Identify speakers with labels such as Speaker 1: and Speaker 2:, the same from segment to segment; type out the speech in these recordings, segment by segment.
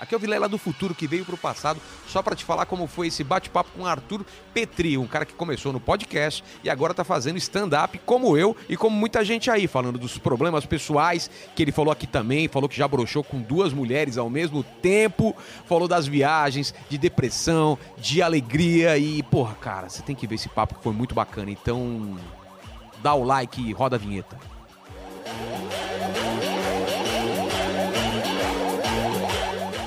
Speaker 1: Aqui é o Vilela do Futuro que veio pro passado só para te falar como foi esse bate-papo com Arthur Petri, um cara que começou no podcast e agora tá fazendo stand-up como eu e como muita gente aí, falando dos problemas pessoais que ele falou aqui também, falou que já broxou com duas mulheres ao mesmo tempo, falou das viagens, de depressão, de alegria e, porra, cara, você tem que ver esse papo que foi muito bacana. Então, dá o like e roda a vinheta.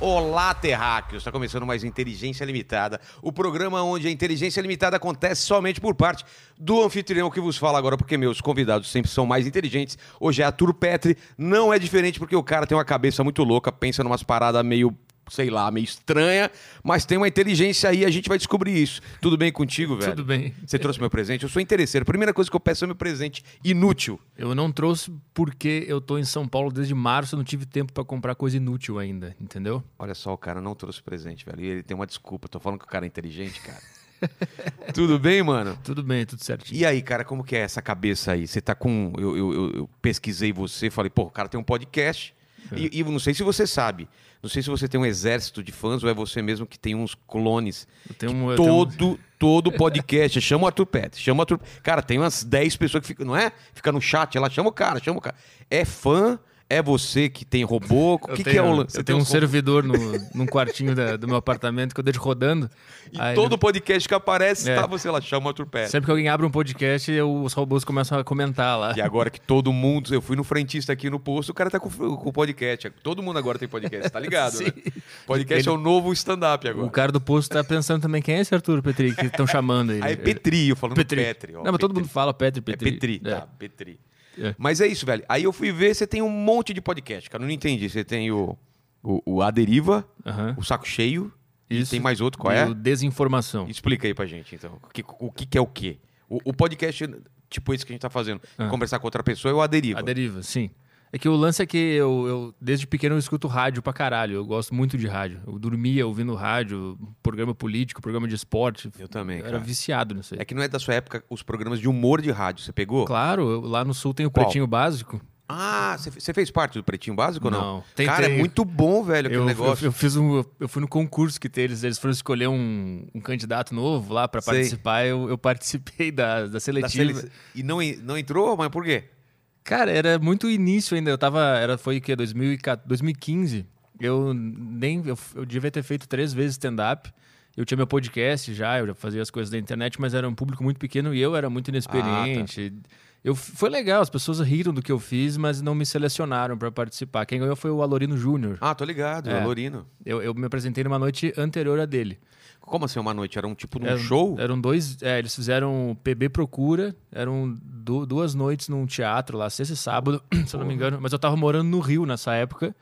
Speaker 1: Olá, terráqueos! Está começando mais Inteligência Limitada, o programa onde a inteligência limitada acontece somente por parte do anfitrião que vos fala agora, porque meus convidados sempre são mais inteligentes. Hoje é Arthur Petri, não é diferente porque o cara tem uma cabeça muito louca, pensa numas paradas meio, sei lá, meio estranha, mas tem uma inteligência aí, a gente vai descobrir isso. Tudo bem contigo, velho?
Speaker 2: Tudo bem.
Speaker 1: Você trouxe meu presente? Eu sou interesseiro. Primeira coisa que eu peço é meu presente inútil.
Speaker 2: Eu não trouxe porque eu tô em São Paulo desde março, eu não tive tempo pra comprar coisa inútil ainda, entendeu?
Speaker 1: Olha só, o cara não trouxe presente, velho. E ele tem uma desculpa. Tô falando que o cara é inteligente, cara. Tudo bem, mano?
Speaker 2: Tudo bem, tudo certinho.
Speaker 1: E aí, cara, como que é essa cabeça aí? Você tá com. Eu, eu- eu- eu pesquisei você, falei, pô, o cara tem um podcast.
Speaker 2: É.
Speaker 1: E, e eu não sei se você sabe. Não sei se você tem um exército de fãs ou é você mesmo que tem uns clones.
Speaker 2: Eu tenho um, eu tenho um-
Speaker 1: Todo, todo podcast. Chama o Arthur Pet, chama o Arthur. Cara, tem umas 10 pessoas que ficam, não é? Fica no chat, ela chama o cara, chama o cara. É fã? É você que tem robô? O
Speaker 2: eu
Speaker 1: que, que
Speaker 2: tenho-
Speaker 1: é o lan-
Speaker 2: Eu
Speaker 1: Você
Speaker 2: tenho,
Speaker 1: tem
Speaker 2: um
Speaker 1: uns-
Speaker 2: servidor no, num quartinho da- do meu apartamento que eu deixo rodando.
Speaker 1: E
Speaker 2: Aí,
Speaker 1: todo podcast que aparece,
Speaker 2: É.
Speaker 1: tá, você lá chama o Arthur Pet.
Speaker 2: Sempre que alguém abre um podcast, eu- os robôs começam a comentar lá.
Speaker 1: E agora que todo mundo. Eu fui no frentista aqui no posto, o cara tá com, com podcast. Todo mundo agora tem podcast, tá ligado? né? Podcast é o novo stand-up agora.
Speaker 2: O cara do posto tá pensando também quem é esse Arthur Petri que estão chamando ele.
Speaker 1: Aí é Petri, eu falando Petri. ó,
Speaker 2: não, mas todo
Speaker 1: Petri.
Speaker 2: mundo fala Petri,
Speaker 1: É
Speaker 2: Petri.
Speaker 1: Petri,
Speaker 2: É.
Speaker 1: tá, Petri.
Speaker 2: É.
Speaker 1: Mas é isso, velho. Aí eu fui ver, você tem um monte de podcast, cara. Eu não entendi. Você tem o, o, o A Deriva,
Speaker 2: Aham.
Speaker 1: o Saco Cheio, e
Speaker 2: Isso.
Speaker 1: tem mais outro, qual é?
Speaker 2: E o Desinformação.
Speaker 1: Explica aí pra gente, então. O que, o que, que é o quê? O, o podcast, tipo esse que a gente tá fazendo, conversar com outra pessoa, é o A Deriva.
Speaker 2: Ah. A deriva, sim. É que o lance é que eu, eu, desde pequeno eu escuto rádio pra caralho. Eu gosto muito de rádio. Eu dormia ouvindo rádio, programa político, programa de esporte.
Speaker 1: Eu também,
Speaker 2: Eu
Speaker 1: É, cara.
Speaker 2: era viciado nisso aí.
Speaker 1: É que não é da sua época os programas de humor de rádio, você pegou?
Speaker 2: Claro, eu- lá no sul tem o
Speaker 1: Qual?
Speaker 2: Pretinho Básico.
Speaker 1: Ah, você fe- você fez parte do Pretinho Básico ou não?
Speaker 2: Não. Tem-
Speaker 1: Cara, é
Speaker 2: tem-
Speaker 1: muito bom, velho, aquele
Speaker 2: Eu,
Speaker 1: negócio.
Speaker 2: eu- eu fiz um, eu fui no concurso que tem, eles, eles foram escolher um, um candidato novo lá pra
Speaker 1: Sei.
Speaker 2: participar. Eu, eu participei da, da
Speaker 1: Da
Speaker 2: seletiva.
Speaker 1: sele- E não, en- não entrou, mas por quê?
Speaker 2: Cara, era muito início ainda. Eu tava. Era, foi o quê? 2014, 2015. Eu nem. Eu, eu devia ter feito três vezes stand-up. Eu tinha meu podcast já, eu já fazia as coisas da internet, mas era um público muito pequeno e eu era muito inexperiente. eu, foi legal, as pessoas riram do que eu fiz, mas não me selecionaram pra participar. Quem ganhou foi o Alorino Júnior.
Speaker 1: Ah, tô ligado, é. Lorino.
Speaker 2: Eu, eu me apresentei numa noite anterior a dele.
Speaker 1: Como assim, uma noite? Era um tipo de um
Speaker 2: Era-
Speaker 1: show?
Speaker 2: Eram dois. é, eles fizeram PB Procura. Eram du- duas noites num teatro lá, sexta e sábado, se eu não me engano. Mas eu tava morando no Rio nessa época.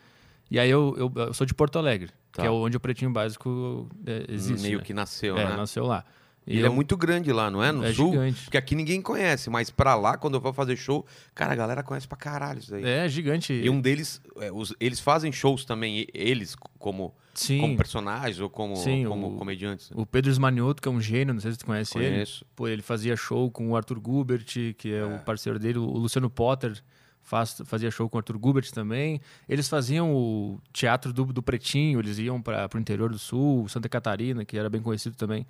Speaker 2: E aí eu, eu- eu sou de Porto Alegre,
Speaker 1: Tá.
Speaker 2: que é onde o Pretinho Básico é, existe.
Speaker 1: Meio
Speaker 2: né?
Speaker 1: que nasceu,
Speaker 2: é,
Speaker 1: né?
Speaker 2: nasceu lá. E
Speaker 1: E ele
Speaker 2: eu-
Speaker 1: é muito grande lá, não é? No
Speaker 2: É
Speaker 1: sul?
Speaker 2: gigante.
Speaker 1: Porque aqui ninguém conhece, mas pra lá, quando eu vou fazer show, cara, a galera conhece pra caralho isso aí.
Speaker 2: é gigante.
Speaker 1: E um deles, é, os- eles fazem shows também, e- eles, como,
Speaker 2: Sim.
Speaker 1: como personagens ou como,
Speaker 2: Sim,
Speaker 1: como
Speaker 2: o-
Speaker 1: comediantes. né?
Speaker 2: O Pedro Esmanioto, que é um gênio, não sei se tu conhece ele.
Speaker 1: Conheço.
Speaker 2: Pô, ele fazia show com o Arthur Gubert, que é, o parceiro dele. O Luciano Potter faz- fazia show com o Arthur Gubert também. Eles faziam o teatro do, do Pretinho, eles iam para o interior do sul, Santa Catarina, que era bem conhecido também.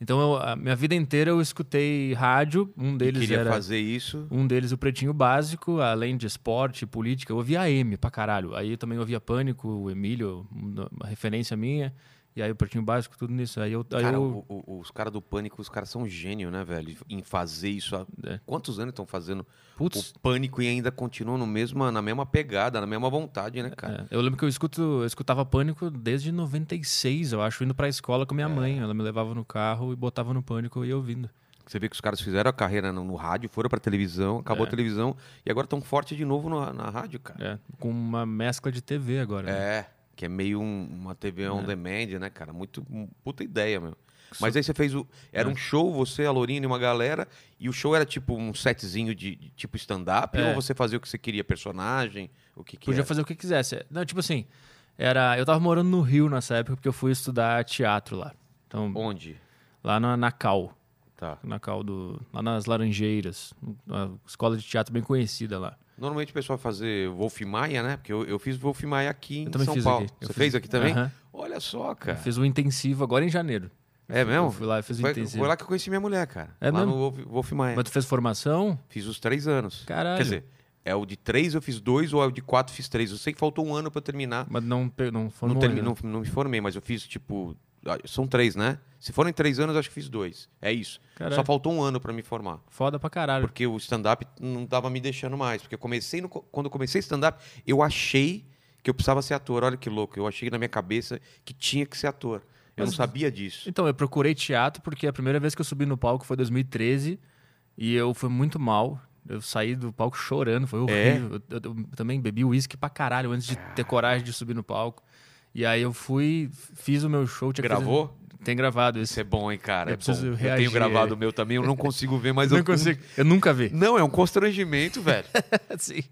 Speaker 2: Então, eu- a minha vida inteira eu escutei rádio, um
Speaker 1: E
Speaker 2: deles
Speaker 1: queria
Speaker 2: era...
Speaker 1: fazer isso.
Speaker 2: Um deles, o Pretinho Básico, além de esporte, política, eu ouvia AM pra caralho. Aí eu também ouvia Pânico, o Emílio, uma referência minha. E aí o Pretinho Básico, tudo nisso. Aí eu... Aí
Speaker 1: Cara,
Speaker 2: eu...
Speaker 1: o- o- os caras do Pânico, os caras são gênio, né, velho? Em fazer isso. Há
Speaker 2: É.
Speaker 1: quantos anos estão fazendo
Speaker 2: Putz,
Speaker 1: o Pânico e ainda continuam no mesma, na mesma pegada, na mesma vontade, né, cara?
Speaker 2: É, eu lembro que eu, escuto, eu escutava Pânico desde 96, eu acho, indo pra escola
Speaker 1: É.
Speaker 2: com minha mãe. Ela me levava no carro e botava no Pânico e eu ouvindo.
Speaker 1: Você vê que os caras fizeram a carreira no, no rádio, foram pra televisão, acabou a televisão e agora estão forte de novo no- na rádio, cara.
Speaker 2: É, com uma mescla de TV agora. né? É.
Speaker 1: É, que é meio um- uma TV on demand, né, cara? Muito um- puta ideia, meu. Mas aí você fez o.
Speaker 2: É.
Speaker 1: Era um show, você, a Lorina e uma galera, e o show era tipo um setzinho de, de tipo stand-up,
Speaker 2: É.
Speaker 1: ou você fazia o que você queria, personagem, o que é. que
Speaker 2: Podia
Speaker 1: era?
Speaker 2: fazer o que quisesse. Não, tipo assim, era. Eu tava morando no Rio nessa época porque eu fui estudar teatro lá. Então,
Speaker 1: Onde?
Speaker 2: lá na, na Cal.
Speaker 1: Tá.
Speaker 2: Na Cal do. Lá nas Laranjeiras. Uma escola de teatro bem conhecida lá.
Speaker 1: Normalmente o pessoal fazer Wolf Maia, né? Porque eu, eu fiz Wolf Maia aqui em
Speaker 2: Eu também
Speaker 1: São
Speaker 2: fiz
Speaker 1: Paulo.
Speaker 2: aqui. Eu
Speaker 1: Você
Speaker 2: fiz-
Speaker 1: fez aqui também?
Speaker 2: Aham.
Speaker 1: Olha só, cara.
Speaker 2: Fiz um intensivo agora em janeiro.
Speaker 1: É
Speaker 2: Eu fui-
Speaker 1: mesmo?
Speaker 2: Eu fui lá e fiz um
Speaker 1: Foi,
Speaker 2: intensivo.
Speaker 1: foi lá que eu conheci minha mulher, cara.
Speaker 2: É
Speaker 1: lá
Speaker 2: mesmo?
Speaker 1: no Wolf, Wolf Maia.
Speaker 2: Mas tu fez formação?
Speaker 1: Fiz os três anos.
Speaker 2: Caralho.
Speaker 1: Quer dizer, é o de três eu fiz dois ou é o de quatro fiz três. Eu sei que faltou um ano pra eu terminar.
Speaker 2: Mas não, pe- não né?
Speaker 1: Não,
Speaker 2: formou.
Speaker 1: termi-
Speaker 2: ainda.
Speaker 1: não, não me formei, mas eu fiz tipo. ah, São três, né? Se forem três anos, eu acho que fiz dois. É isso.
Speaker 2: Caralho.
Speaker 1: Só faltou um ano pra me formar.
Speaker 2: Foda pra caralho.
Speaker 1: Porque o stand-up não tava me deixando mais. Porque eu comecei no co- quando eu comecei stand-up, eu achei que eu precisava ser ator. Olha que louco. Eu achei na minha cabeça que tinha que ser ator. Eu
Speaker 2: Mas-
Speaker 1: não sabia disso.
Speaker 2: Então, eu procurei teatro porque a primeira vez que eu subi no palco foi em 2013 e eu fui muito mal. Eu saí do palco chorando,
Speaker 1: É?
Speaker 2: foi horrível. Eu, eu- eu também bebi uísque pra caralho antes de ter coragem de subir no palco. E aí eu fui, fiz o meu show. Tinha que
Speaker 1: Gravou?
Speaker 2: fazer- Tem gravado esse.
Speaker 1: Isso é bom, hein, cara?
Speaker 2: Eu
Speaker 1: é
Speaker 2: preciso
Speaker 1: bom. Eu
Speaker 2: reagir. é.
Speaker 1: tenho gravado o meu também, eu não consigo ver, mas
Speaker 2: não
Speaker 1: eu
Speaker 2: consigo. Eu nunca vi.
Speaker 1: Não, é um constrangimento, velho.
Speaker 2: Sim.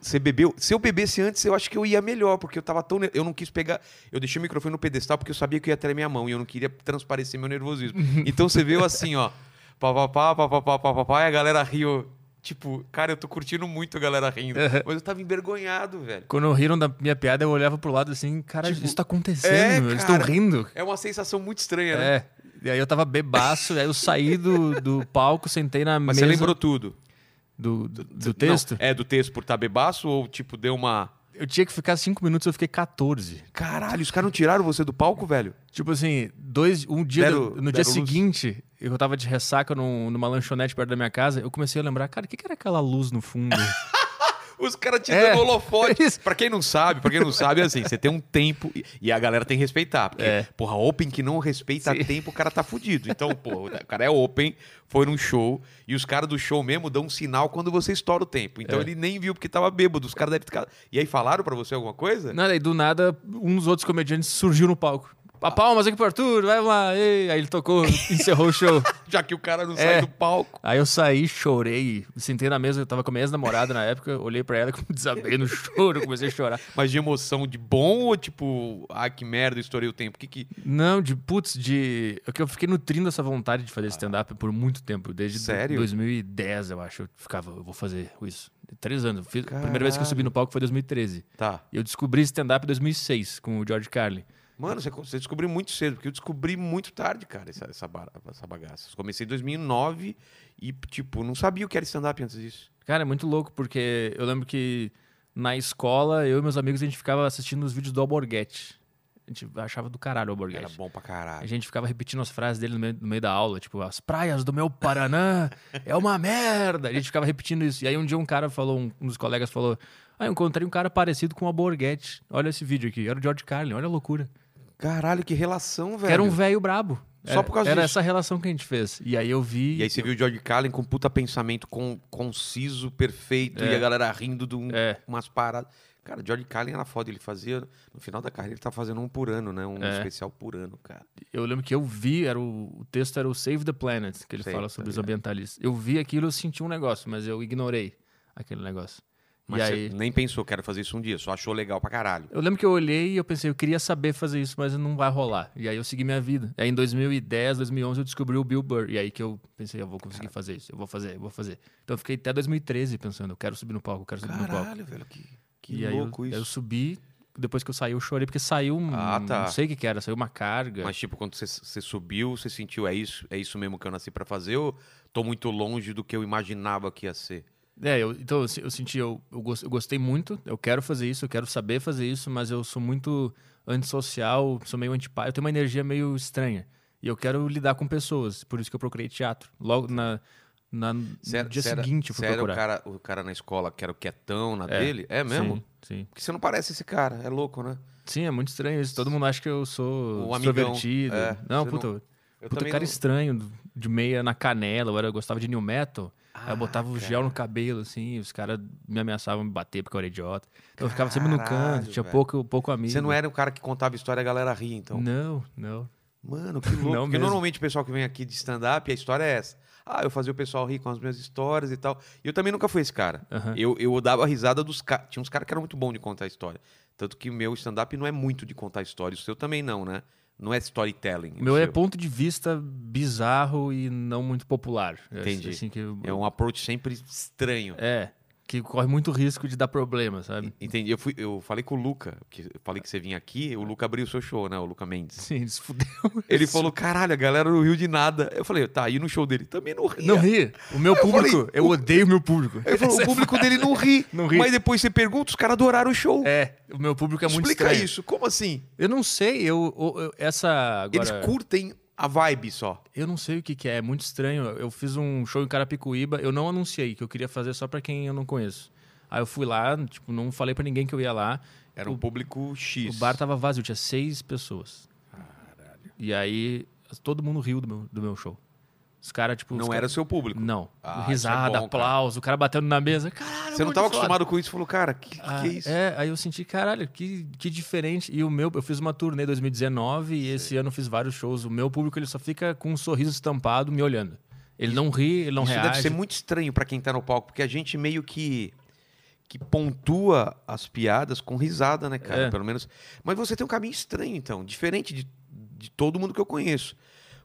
Speaker 1: Você bebeu? Se eu bebesse antes, eu acho que eu ia melhor, porque eu tava tão. ne- Eu não quis pegar. Eu deixei o microfone no pedestal porque eu sabia que eu ia ter minha mão e eu não queria transparecer meu nervosismo.
Speaker 2: Uhum.
Speaker 1: então você veio assim, ó. Pá, pá, pá, pá, pá, pá, pá, pá, pá, e a galera riu. Tipo, cara, eu tô curtindo muito a galera rindo.
Speaker 2: Uhum.
Speaker 1: Mas eu tava envergonhado, velho.
Speaker 2: Quando riram da minha piada, eu olhava pro lado assim, cara,
Speaker 1: Tipo,
Speaker 2: isso tá acontecendo,
Speaker 1: é,
Speaker 2: meu, eles estão
Speaker 1: cara.
Speaker 2: rindo.
Speaker 1: É uma sensação muito estranha, né?
Speaker 2: É. E aí eu tava bebaço, e aí eu saí do, do palco, sentei na
Speaker 1: Mas
Speaker 2: mesa
Speaker 1: você lembrou tudo.
Speaker 2: do, do, do
Speaker 1: Não,
Speaker 2: texto.
Speaker 1: é, do texto por estar bebaço ou tipo, deu uma.
Speaker 2: Eu tinha que ficar cinco minutos, eu fiquei 14.
Speaker 1: Caralho, os caras não tiraram você do palco, velho?
Speaker 2: Tipo assim, dois, um dia
Speaker 1: Deram-
Speaker 2: no dia
Speaker 1: deram luz?
Speaker 2: seguinte, eu tava de ressaca num- numa lanchonete perto da minha casa, eu comecei a lembrar, cara, o que, que era aquela luz no fundo?
Speaker 1: Os caras te
Speaker 2: É,
Speaker 1: dando holofote.
Speaker 2: é isso.
Speaker 1: pra quem não sabe, pra quem não sabe, é assim, você tem um tempo e- e a galera tem que respeitar. Porque,
Speaker 2: É.
Speaker 1: porra, open que não respeita
Speaker 2: Sim.
Speaker 1: tempo, o cara tá fudido. Então, porra, o cara é open, foi num show, e os caras do show mesmo dão um sinal quando você estoura o tempo.
Speaker 2: É.
Speaker 1: Então ele nem viu porque tava bêbado. Os caras devem ficar. E aí falaram pra você alguma coisa?
Speaker 2: Nada, e do nada, um dos outros comediantes surgiu no palco. A palmas aqui pro Arthur, vai lá. ei. Aí ele tocou, encerrou o show.
Speaker 1: Já que o cara não sai
Speaker 2: É.
Speaker 1: do palco.
Speaker 2: Aí eu saí, chorei, sentei na mesa, eu tava com a minha ex-namorada na época, olhei pra ela, desabei no choro, comecei a chorar.
Speaker 1: Mas de emoção de bom ou tipo, ah, que merda, estourei o tempo? O que que.
Speaker 2: Não, de putz, de. é que Eu fiquei nutrindo essa vontade de fazer stand-up por muito tempo, desde do-
Speaker 1: Sério?
Speaker 2: 2010, eu acho. Eu ficava, eu vou fazer isso. Três anos. Eu fiz- a primeira vez que eu
Speaker 1: Caralho.
Speaker 2: subi no palco foi em 2013.
Speaker 1: Tá.
Speaker 2: E eu descobri stand-up em 2006 com o George Carlin.
Speaker 1: Mano, você, você descobriu muito cedo, porque eu descobri muito tarde, cara, essa, essa, ba- essa bagaça. Eu comecei em 2009 e, tipo, não sabia o que era stand-up antes disso.
Speaker 2: Cara, é muito louco, porque eu lembro que na escola, eu e meus amigos, a gente ficava assistindo os vídeos do Alborguete. A gente achava do caralho o Alborguete.
Speaker 1: Era bom pra
Speaker 2: A
Speaker 1: caralho.
Speaker 2: gente ficava repetindo as frases dele no meio, no meio da aula, tipo, as praias do meu Paraná é uma merda. A gente ficava repetindo isso. E aí um dia um cara falou, um, um dos colegas falou, ah, eu encontrei um cara parecido com a Borghetti. Olha esse vídeo aqui, era o George Carlin, olha a loucura.
Speaker 1: Caralho, que relação,
Speaker 2: Que
Speaker 1: velho.
Speaker 2: era um velho brabo.
Speaker 1: Só
Speaker 2: Era-
Speaker 1: por causa
Speaker 2: Era
Speaker 1: disso.
Speaker 2: essa relação que a gente fez. E aí eu vi...
Speaker 1: E aí você viu o George Carlin com puta pensamento con- conciso, perfeito,
Speaker 2: É.
Speaker 1: e a galera rindo de um-
Speaker 2: É.
Speaker 1: umas paradas. Cara, o George Carlin era foda, ele fazia... No final da carreira ele tá fazendo um por ano, né? Um
Speaker 2: É.
Speaker 1: especial por ano, cara.
Speaker 2: Eu lembro que eu vi, era o, o texto era o Save the Planet, que ele
Speaker 1: Save
Speaker 2: fala
Speaker 1: the
Speaker 2: sobre os ambientalistas. Eu vi aquilo, eu senti um negócio, mas eu ignorei aquele negócio.
Speaker 1: Mas
Speaker 2: e
Speaker 1: você
Speaker 2: aí...
Speaker 1: nem pensou, quero fazer isso um dia, só achou legal pra caralho.
Speaker 2: Eu lembro que eu olhei e eu pensei, eu queria saber fazer isso, mas não vai rolar. E aí eu segui minha vida. Aí em 2010, 2011 eu descobri o Bill Burr. E aí que eu pensei, eu vou conseguir fazer isso, eu vou fazer, eu vou fazer. Então eu fiquei até 2013 pensando, eu quero subir no palco, eu quero subir no palco.
Speaker 1: Caralho, velho, que, que
Speaker 2: e
Speaker 1: louco
Speaker 2: aí é
Speaker 1: isso.
Speaker 2: eu, eu subi, depois que eu saí eu chorei, porque saiu um,
Speaker 1: Ah, tá.
Speaker 2: não sei o que que era, saiu uma carga.
Speaker 1: Mas tipo, quando você- você subiu, você sentiu é isso, é isso mesmo que eu nasci pra fazer ou tô muito longe do que eu imaginava que ia ser?
Speaker 2: É, eu- então eu, se- eu senti, eu, eu gos- eu gostei muito, eu quero fazer isso, eu quero saber fazer isso, mas eu sou muito antissocial, sou meio antipá, eu tenho uma energia meio estranha. E eu quero lidar com pessoas, por isso que eu procurei teatro. Logo na, na- no
Speaker 1: Você era-
Speaker 2: dia
Speaker 1: você era-
Speaker 2: seguinte eu fui
Speaker 1: você era
Speaker 2: procurar.
Speaker 1: o cara, o cara na escola que era o quietão na
Speaker 2: É,
Speaker 1: dele? É mesmo?
Speaker 2: Sim, sim.
Speaker 1: Porque você não parece esse cara, é louco, né?
Speaker 2: Sim, é muito estranho isso. Todo mundo acha que eu sou
Speaker 1: O amigão,
Speaker 2: extrovertido.
Speaker 1: é,
Speaker 2: não,
Speaker 1: você
Speaker 2: puta,
Speaker 1: não-
Speaker 2: eu-
Speaker 1: Eu
Speaker 2: puta
Speaker 1: também
Speaker 2: cara
Speaker 1: não-
Speaker 2: estranho, de meia na canela, eu, era, eu gostava de new metal. aí
Speaker 1: Ah,
Speaker 2: eu botava o gel no cabelo, assim, e os caras me ameaçavam me bater porque eu era idiota. Então eu ficava sempre no
Speaker 1: Caralho,
Speaker 2: canto, tinha
Speaker 1: velho. um
Speaker 2: pouco, pouco amigo.
Speaker 1: Você não era o cara que contava história e a galera ria, então.
Speaker 2: Não, não.
Speaker 1: Mano, que louco.
Speaker 2: Hum. Não
Speaker 1: porque
Speaker 2: mesmo.
Speaker 1: normalmente o pessoal que vem aqui de stand-up, a história é essa. Ah, eu fazia o pessoal rir com as minhas histórias e tal. E eu também nunca fui esse cara.
Speaker 2: Aham.
Speaker 1: Eu, eu dava risada dos caras. Tinha uns caras que eram muito bons de contar história. Tanto que o meu stand-up não é muito de contar história. O seu também não, né? Não é storytelling.
Speaker 2: O meu
Speaker 1: o
Speaker 2: é
Speaker 1: seu.
Speaker 2: ponto de vista bizarro e não muito popular. É
Speaker 1: Entendi.
Speaker 2: Assim que,
Speaker 1: É um approach sempre estranho.
Speaker 2: é, que corre muito risco de dar problema, sabe?
Speaker 1: Entendi. Eu, fui, eu falei com o Luca, que eu falei que você vinha aqui, o Luca abriu o seu show, né? O Luca Mendes.
Speaker 2: Sim, eles fudeu.
Speaker 1: Ele
Speaker 2: isso.
Speaker 1: falou, caralho, a galera não riu de nada. Eu falei, tá, e no show dele? Também não ria.
Speaker 2: Não ri. O meu
Speaker 1: Eu
Speaker 2: público,
Speaker 1: falei,
Speaker 2: eu odeio o meu público.
Speaker 1: Ele falou, o público dele não ri.
Speaker 2: Não ri.
Speaker 1: Mas depois você pergunta, os caras adoraram o show.
Speaker 2: É, o meu público é muito
Speaker 1: Explica
Speaker 2: estranho.
Speaker 1: isso, como assim?
Speaker 2: Eu não sei, eu, eu- eu- essa agora,
Speaker 1: Eles curtem a vibe só.
Speaker 2: eu não sei o que, que é, é muito estranho. Eu fiz um show em Carapicuíba, eu não anunciei que eu queria fazer só pra quem eu não conheço. Aí eu fui lá, tipo, não falei pra ninguém que eu ia lá.
Speaker 1: Era um público X.
Speaker 2: O bar tava vazio, tinha seis pessoas. Caralho. E aí todo mundo riu do meu, do meu show. Os caras, tipo. os
Speaker 1: Não
Speaker 2: cara-
Speaker 1: era seu público.
Speaker 2: Não.
Speaker 1: Ah, isso
Speaker 2: Risada,
Speaker 1: é bom, cara.
Speaker 2: aplauso, o cara batendo na mesa. Caralho,
Speaker 1: Você não
Speaker 2: muito
Speaker 1: estava
Speaker 2: um foda.
Speaker 1: acostumado com isso, falou, cara, que,
Speaker 2: Ah,
Speaker 1: que é isso?
Speaker 2: É, aí eu senti, caralho, que, que diferente. E o meu, eu fiz uma turnê em 2019 e esse ano eu fiz vários shows. O meu público ele só fica com um sorriso estampado me olhando. Ele não ri, ele não
Speaker 1: isso
Speaker 2: reage.
Speaker 1: deve ser muito estranho para quem tá no palco, porque a gente meio que que pontua as piadas com risada, né, cara?
Speaker 2: É.
Speaker 1: Pelo menos. Mas você tem um caminho estranho, então, diferente de, de todo mundo que eu conheço.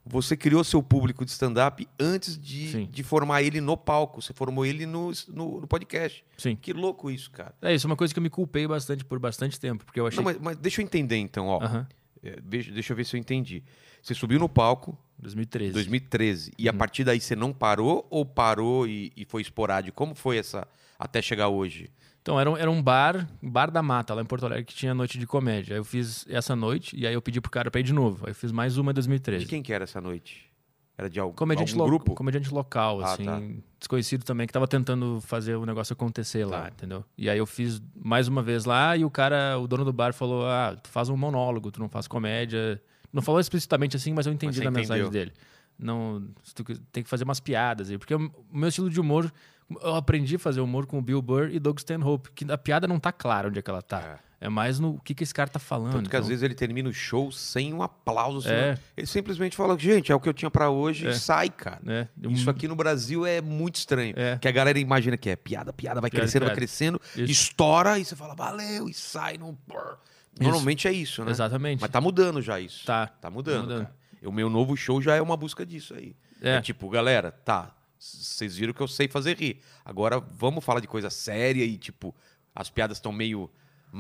Speaker 1: Você criou seu público de stand-up antes de,
Speaker 2: Sim.
Speaker 1: de formar ele no palco. Você formou ele no, no, no podcast.
Speaker 2: Sim.
Speaker 1: Que louco isso, cara.
Speaker 2: É isso, é uma coisa que eu me culpei bastante por bastante tempo, porque eu achei.
Speaker 1: Não, mas, mas deixa eu entender, então, ó.
Speaker 2: Aham,
Speaker 1: É, Deixa, deixa eu ver se eu entendi. Você subiu no palco
Speaker 2: 2013.
Speaker 1: 2013. E
Speaker 2: Uhum.
Speaker 1: a partir daí você não parou ou parou e, e foi esporádico? Como foi essa até chegar hoje?
Speaker 2: Então, era um, era um bar, um bar da mata, lá em Porto Alegre, que tinha noite de comédia. Aí eu fiz essa noite e aí eu pedi pro cara pra ir de novo. Aí eu fiz mais uma em
Speaker 1: De
Speaker 2: 2013.
Speaker 1: quem que era essa noite? Era de algum,
Speaker 2: Comediante,
Speaker 1: algum
Speaker 2: lo-
Speaker 1: grupo?
Speaker 2: comediante local,
Speaker 1: Ah,
Speaker 2: assim,
Speaker 1: tá.
Speaker 2: desconhecido também, que tava tentando fazer o negócio acontecer lá,
Speaker 1: Tá.
Speaker 2: entendeu? E aí eu fiz mais uma vez lá e o cara, o dono do bar, falou: Ah, tu faz um monólogo, tu não faz comédia. Não falou explicitamente assim, mas eu entendi
Speaker 1: você
Speaker 2: da mensagem
Speaker 1: entendeu.
Speaker 2: dele. Não, se tu quis- tem que fazer umas piadas aí, porque o meu estilo de humor, eu aprendi a fazer humor com o Bill Burr e Doug Stanhope, que a piada não tá clara onde é que ela tá. É, mais no que, que esse cara tá falando.
Speaker 1: Tanto que às
Speaker 2: então.
Speaker 1: vezes ele termina o show sem um aplauso. sem
Speaker 2: É.
Speaker 1: nada. Ele simplesmente fala, gente, é o que eu tinha pra hoje e
Speaker 2: É.
Speaker 1: sai, cara.
Speaker 2: né? Eu-
Speaker 1: Isso aqui no Brasil é muito estranho.
Speaker 2: É.
Speaker 1: Que a galera imagina que é piada, piada, vai
Speaker 2: Piada,
Speaker 1: crescendo, vai
Speaker 2: piada.
Speaker 1: crescendo,
Speaker 2: Isso.
Speaker 1: estoura e você fala, valeu, e sai. Não... Normalmente é isso, né?
Speaker 2: Exatamente.
Speaker 1: Mas tá mudando já isso.
Speaker 2: Tá.
Speaker 1: Tá mudando,
Speaker 2: mudando.
Speaker 1: cara. E O meu novo show já é uma busca disso aí. É,
Speaker 2: É.
Speaker 1: tipo, galera, tá, c- vocês viram que eu sei fazer rir. Agora vamos falar de coisa séria e, tipo, as piadas estão meio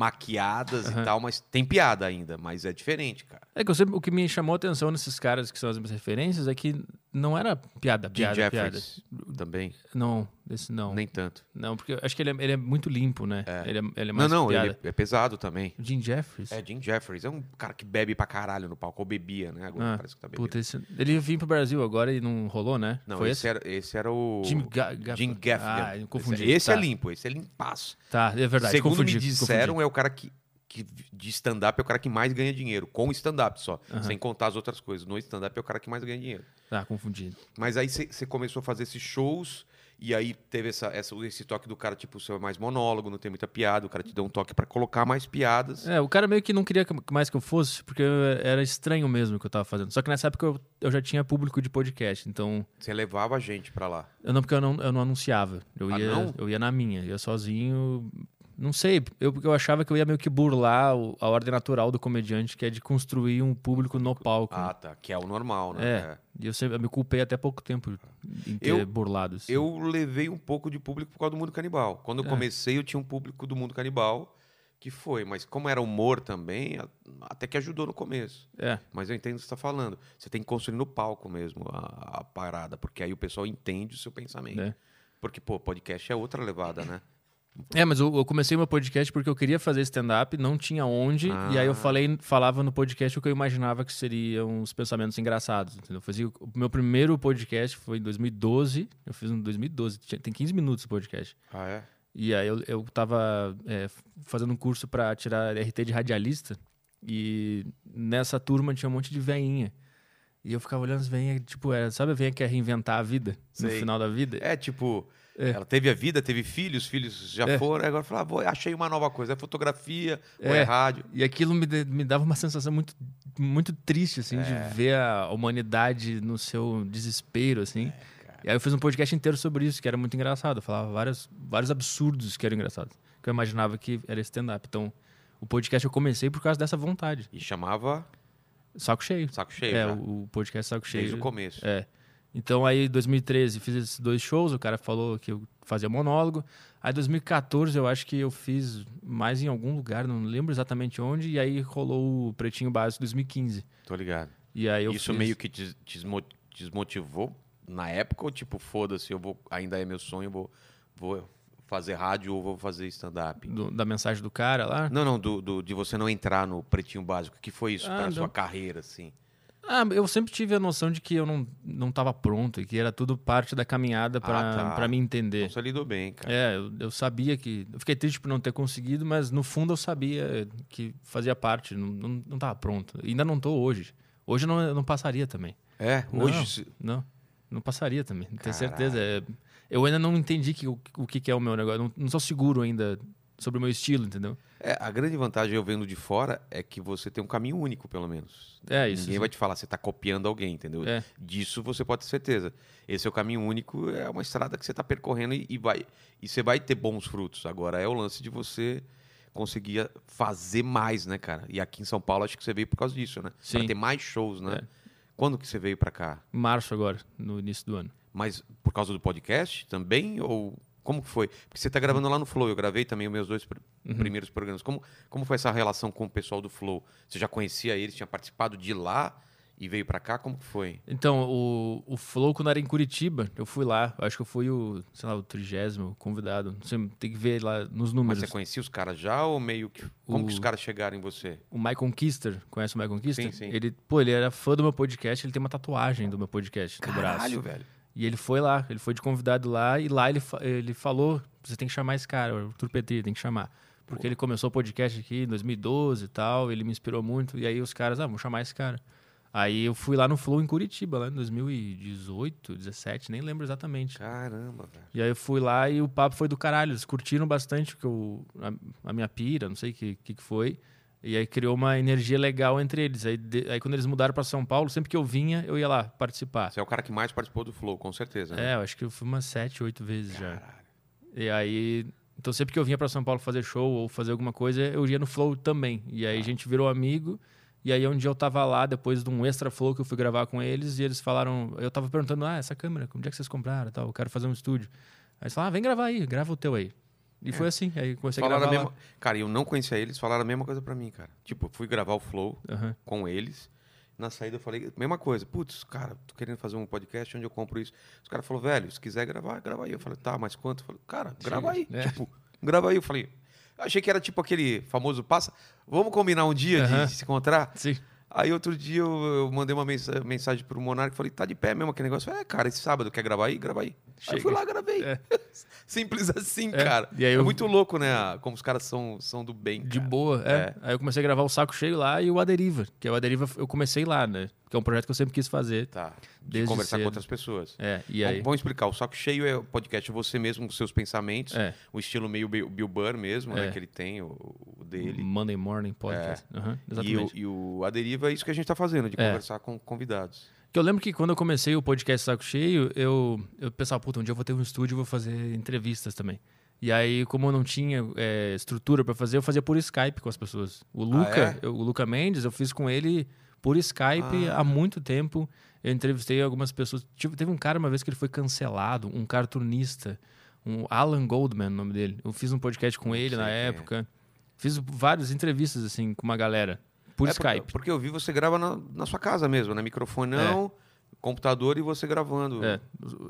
Speaker 1: maquiadas e tal, mas tem piada ainda, mas é diferente, cara.
Speaker 2: É que eu sempre, o que me chamou a atenção nesses caras que são as minhas referências é que não era piada,
Speaker 1: Jim
Speaker 2: piada, piada.
Speaker 1: Jeffries também,
Speaker 2: Não, esse não.
Speaker 1: nem tanto.
Speaker 2: Não, porque eu acho que ele é, ele é muito limpo, né? Ele, é, ele é
Speaker 1: Não,
Speaker 2: mais
Speaker 1: não,
Speaker 2: piada.
Speaker 1: ele é pesado também.
Speaker 2: Jim Jeffries?
Speaker 1: É, Jim Jeffries é um cara que bebe pra caralho no palco, ou bebia, né? Agora
Speaker 2: Ah,
Speaker 1: parece que tá bebendo.
Speaker 2: Puta, esse, ele ia vir pro Brasil agora e não rolou, né?
Speaker 1: Não,
Speaker 2: Foi
Speaker 1: esse, Era, esse era o...
Speaker 2: Jim Ga- Ga-
Speaker 1: Jim Gaffigan.
Speaker 2: Ah, eu confundi.
Speaker 1: Esse, esse é
Speaker 2: Tá.
Speaker 1: limpo, esse é limpaço.
Speaker 2: Tá, é verdade.
Speaker 1: Segundo
Speaker 2: confundi,
Speaker 1: me disseram,
Speaker 2: confundi.
Speaker 1: é o cara que, que de stand-up é o cara que mais ganha dinheiro. Com stand-up só. Sem contar as outras coisas. No stand-up é o cara que mais ganha dinheiro.
Speaker 2: Tá, confundi.
Speaker 1: Mas aí você começou a fazer esses shows e aí teve essa, essa- esse toque do cara, tipo, o seu é mais monólogo, não tem muita piada. O cara te deu um toque pra colocar mais piadas.
Speaker 2: É, o cara meio que não queria que- mais que eu fosse, porque era estranho mesmo o que eu tava fazendo. Só que nessa época eu, eu já tinha público de podcast, então
Speaker 1: Você levava a gente pra lá.
Speaker 2: Eu não, porque eu não, eu não anunciava. Eu
Speaker 1: Ah,
Speaker 2: ia,
Speaker 1: não?
Speaker 2: eu ia na minha, ia sozinho. Não sei, eu, porque eu achava que eu ia meio que burlar o- a ordem natural do comediante, que é de construir um público no palco. né?
Speaker 1: Ah, tá. Que é o normal, né?
Speaker 2: é. E eu, sempre, eu me culpei até pouco tempo em ter
Speaker 1: Eu-
Speaker 2: burlado. assim.
Speaker 1: Eu levei um pouco de público por causa do Mundo Canibal. Quando eu
Speaker 2: É.
Speaker 1: comecei, eu tinha um público do Mundo Canibal que foi. Mas como era humor também, a- até que ajudou no começo.
Speaker 2: É,
Speaker 1: Mas eu entendo o que você está falando. Você tem que construir no palco mesmo a, a parada, porque aí o pessoal entende o seu pensamento.
Speaker 2: né?
Speaker 1: Porque, pô, podcast é outra levada, né?
Speaker 2: É, mas eu, eu comecei meu podcast porque eu queria fazer stand-up, não tinha onde, e aí
Speaker 1: Ah.
Speaker 2: eu falei, falava no podcast o que eu imaginava que seriam os pensamentos engraçados, entendeu? Eu fazia, o meu primeiro podcast foi em 2012, eu fiz um em 2012, tinha- tem 15 minutos o podcast.
Speaker 1: Ah, é?
Speaker 2: E aí eu, eu tava é, fazendo um curso pra tirar RT de radialista e nessa turma tinha um monte de veinha. E eu ficava olhando as veinhas, tipo, era, sabe a veinha que quer é reinventar a vida
Speaker 1: Sei.
Speaker 2: no final da vida?
Speaker 1: É tipo, É. Ela teve a vida, teve filhos, filhos já é. foram. Agora fala, ah, vou, achei uma nova coisa, é fotografia, é. ou é rádio.
Speaker 2: E aquilo me, me dava uma sensação muito, muito triste, assim, de ver a humanidade no seu desespero, assim. e aí eu fiz um podcast inteiro sobre isso, que era muito engraçado. Eu falava vários, vários absurdos que eram engraçados, que eu imaginava que era stand-up. Então, o podcast eu comecei por causa dessa vontade.
Speaker 1: E chamava...
Speaker 2: Saco Cheio.
Speaker 1: Saco Cheio, né?
Speaker 2: É, já. o podcast Saco Cheio.
Speaker 1: Desde o começo.
Speaker 2: É. Então aí 2013 fiz esses dois shows, o cara falou que eu fazia monólogo. Aí 2014 eu acho que eu fiz mais em algum lugar, não lembro exatamente onde, e aí rolou o Pretinho Básico 2015.
Speaker 1: Tô ligado.
Speaker 2: E aí
Speaker 1: Isso
Speaker 2: fiz...
Speaker 1: meio que te desmotivou na época ou tipo, foda-se, eu vou ainda é meu sonho, vou vou fazer rádio ou vou fazer stand-up?
Speaker 2: Da mensagem do cara lá?
Speaker 1: Não, não, do, do, de você não entrar no Pretinho Básico. O que foi isso ah, para sua carreira, assim?
Speaker 2: Ah, eu sempre tive a noção de que eu não, não tava pronto e que era tudo parte da caminhada para ah, tá. Pra me entender.
Speaker 1: Então você lidou bem, cara.
Speaker 2: É, eu, eu, sabia que. Eu fiquei triste por não ter conseguido, mas no fundo eu sabia que fazia parte, não, não, não tava pronto. Ainda não tô hoje. Hoje eu não, eu não passaria também.
Speaker 1: É, hoje.
Speaker 2: Não, não, não passaria também, não tenho certeza. É, eu ainda não entendi que, o, o que, que, é o meu negócio. Não, não sou seguro ainda sobre o meu estilo, entendeu?
Speaker 1: É, a grande vantagem eu vendo de fora é que você tem um caminho único, pelo menos.
Speaker 2: É isso.
Speaker 1: Ninguém
Speaker 2: sim.
Speaker 1: vai te falar, você está copiando alguém, entendeu?
Speaker 2: É.
Speaker 1: Disso você pode ter certeza. Esse é o caminho único, é uma estrada que você está percorrendo e, e, vai e você vai ter bons frutos. Agora é o lance de você conseguir fazer mais, né, cara? E aqui em São Paulo acho que você veio por causa disso, né?
Speaker 2: Sim.
Speaker 1: Pra ter mais shows, né? É. Quando que você veio para cá?
Speaker 2: Março agora, no início do ano.
Speaker 1: Mas por causa do podcast também? Ou como que foi? Porque você está gravando lá no Flow, eu gravei também os meus dois pr uhum. primeiros programas. Como, como foi essa relação com o pessoal do Flow? Você já conhecia eles, tinha participado de lá e veio para cá? Como que foi?
Speaker 2: Então, o, o Flow, quando era em Curitiba, eu fui lá. Eu acho que eu fui o, sei lá, o trigésimo convidado. Não sei, tem que ver lá nos números.
Speaker 1: Mas você conhecia os caras já ou meio que. Como o, que os caras chegaram em você?
Speaker 2: O Michael Kister, conhece o Michael Kister?
Speaker 1: Sim, sim.
Speaker 2: Ele, pô, ele era fã do meu podcast, ele tem uma tatuagem do meu podcast
Speaker 1: Caralho,
Speaker 2: no braço.
Speaker 1: Caralho, velho.
Speaker 2: E ele foi lá, ele foi de convidado lá, e lá ele, ele falou: você tem que chamar esse cara, o Arthur Petri, tem que chamar. Porque Pô. ele começou o podcast aqui em 2012 e tal, ele me inspirou muito, e aí os caras, ah, vamos chamar esse cara. Aí eu fui lá no Flow em Curitiba, lá em 2018, 17, nem lembro exatamente.
Speaker 1: Caramba, velho.
Speaker 2: E aí eu fui lá e o papo foi do caralho, eles curtiram bastante que eu, a, a minha pira, não sei o que, que, que foi. E aí criou uma energia legal entre eles. Aí, de, aí quando eles mudaram para São Paulo, sempre que eu vinha, eu ia lá participar.
Speaker 1: Você é o cara que mais participou do Flow, com certeza.
Speaker 2: Né? É, eu acho que eu fui umas sete, oito vezes Caralho. já. E aí. Então sempre que eu vinha para São Paulo fazer show ou fazer alguma coisa, eu ia no Flow também. E
Speaker 1: Tá.
Speaker 2: aí ah. a gente virou amigo. E aí um dia eu tava lá, depois de um extra flow que eu fui gravar com eles, e eles falaram. Eu tava perguntando, ah, essa câmera, onde é que vocês compraram? Tal, eu quero fazer um estúdio. Aí eles falaram, ah, vem gravar aí, grava o teu aí. E
Speaker 1: É.
Speaker 2: foi assim, aí comecei falaram a gravar. A
Speaker 1: mesma... Cara, eu não conhecia eles, falaram a mesma coisa para mim, cara. Tipo, fui gravar o Flow
Speaker 2: uhum.
Speaker 1: com eles. Na saída eu falei, mesma coisa. Putz, cara, tô querendo fazer um podcast, onde eu compro isso? Os caras falaram, velho, se quiser gravar, grava aí. Eu falei, tá, mas quanto? Eu falei, cara, grava aí. É. Tipo, grava aí. Eu falei, achei que era tipo aquele famoso passa. Vamos combinar um dia uhum. de se encontrar?
Speaker 2: Sim.
Speaker 1: Aí outro dia eu, eu mandei uma mensagem, mensagem pro Monarca e falei, tá de pé mesmo aquele negócio. Eu falei, é, cara, esse sábado quer gravar aí? Grava aí. Chega. Aí fui lá, gravei.
Speaker 2: É.
Speaker 1: Simples assim, é. cara.
Speaker 2: E aí
Speaker 1: é
Speaker 2: eu...
Speaker 1: muito louco, né? Como os caras são, são do bem.
Speaker 2: De
Speaker 1: cara.
Speaker 2: boa, é. é. Aí eu comecei a gravar o Saco Cheio lá e o Aderiva. Que é o Aderiva eu comecei lá, né? Que é um projeto que eu sempre quis fazer.
Speaker 1: Tá. Desde de conversar cedo. com outras pessoas.
Speaker 2: É, e aí?
Speaker 1: Vamos, vamos explicar. O Saco Cheio é o podcast você mesmo, com seus pensamentos.
Speaker 2: É.
Speaker 1: O estilo meio Bill, Bill Burr mesmo, né? Que ele tem, o, o dele. É.
Speaker 2: Monday Morning Podcast. Uhum, exatamente.
Speaker 1: E o, e Aderiva é isso que a gente tá fazendo, de conversar com convidados.
Speaker 2: Que eu lembro que quando eu comecei o podcast Saco Cheio, eu, eu pensava, puta, um dia eu vou ter um estúdio e vou fazer entrevistas também. E aí, como eu não tinha é, estrutura para fazer, eu fazia por Skype com as pessoas. O
Speaker 1: Ah,
Speaker 2: Luca,
Speaker 1: é?
Speaker 2: eu- o Luca Mendes, eu fiz com ele por Skype
Speaker 1: Ah.
Speaker 2: há muito tempo. Eu entrevistei algumas pessoas. Tive- teve um cara uma vez que ele foi cancelado, um cartunista, um Alan Goldman, o nome dele. Eu fiz um podcast com ele
Speaker 1: sei
Speaker 2: na
Speaker 1: quem é.
Speaker 2: época. Fiz várias entrevistas, assim, com uma galera. Por
Speaker 1: É,
Speaker 2: Skype.
Speaker 1: Porque, porque eu vi você grava na, na sua casa mesmo, né? Microfonão, computador e você gravando.
Speaker 2: É,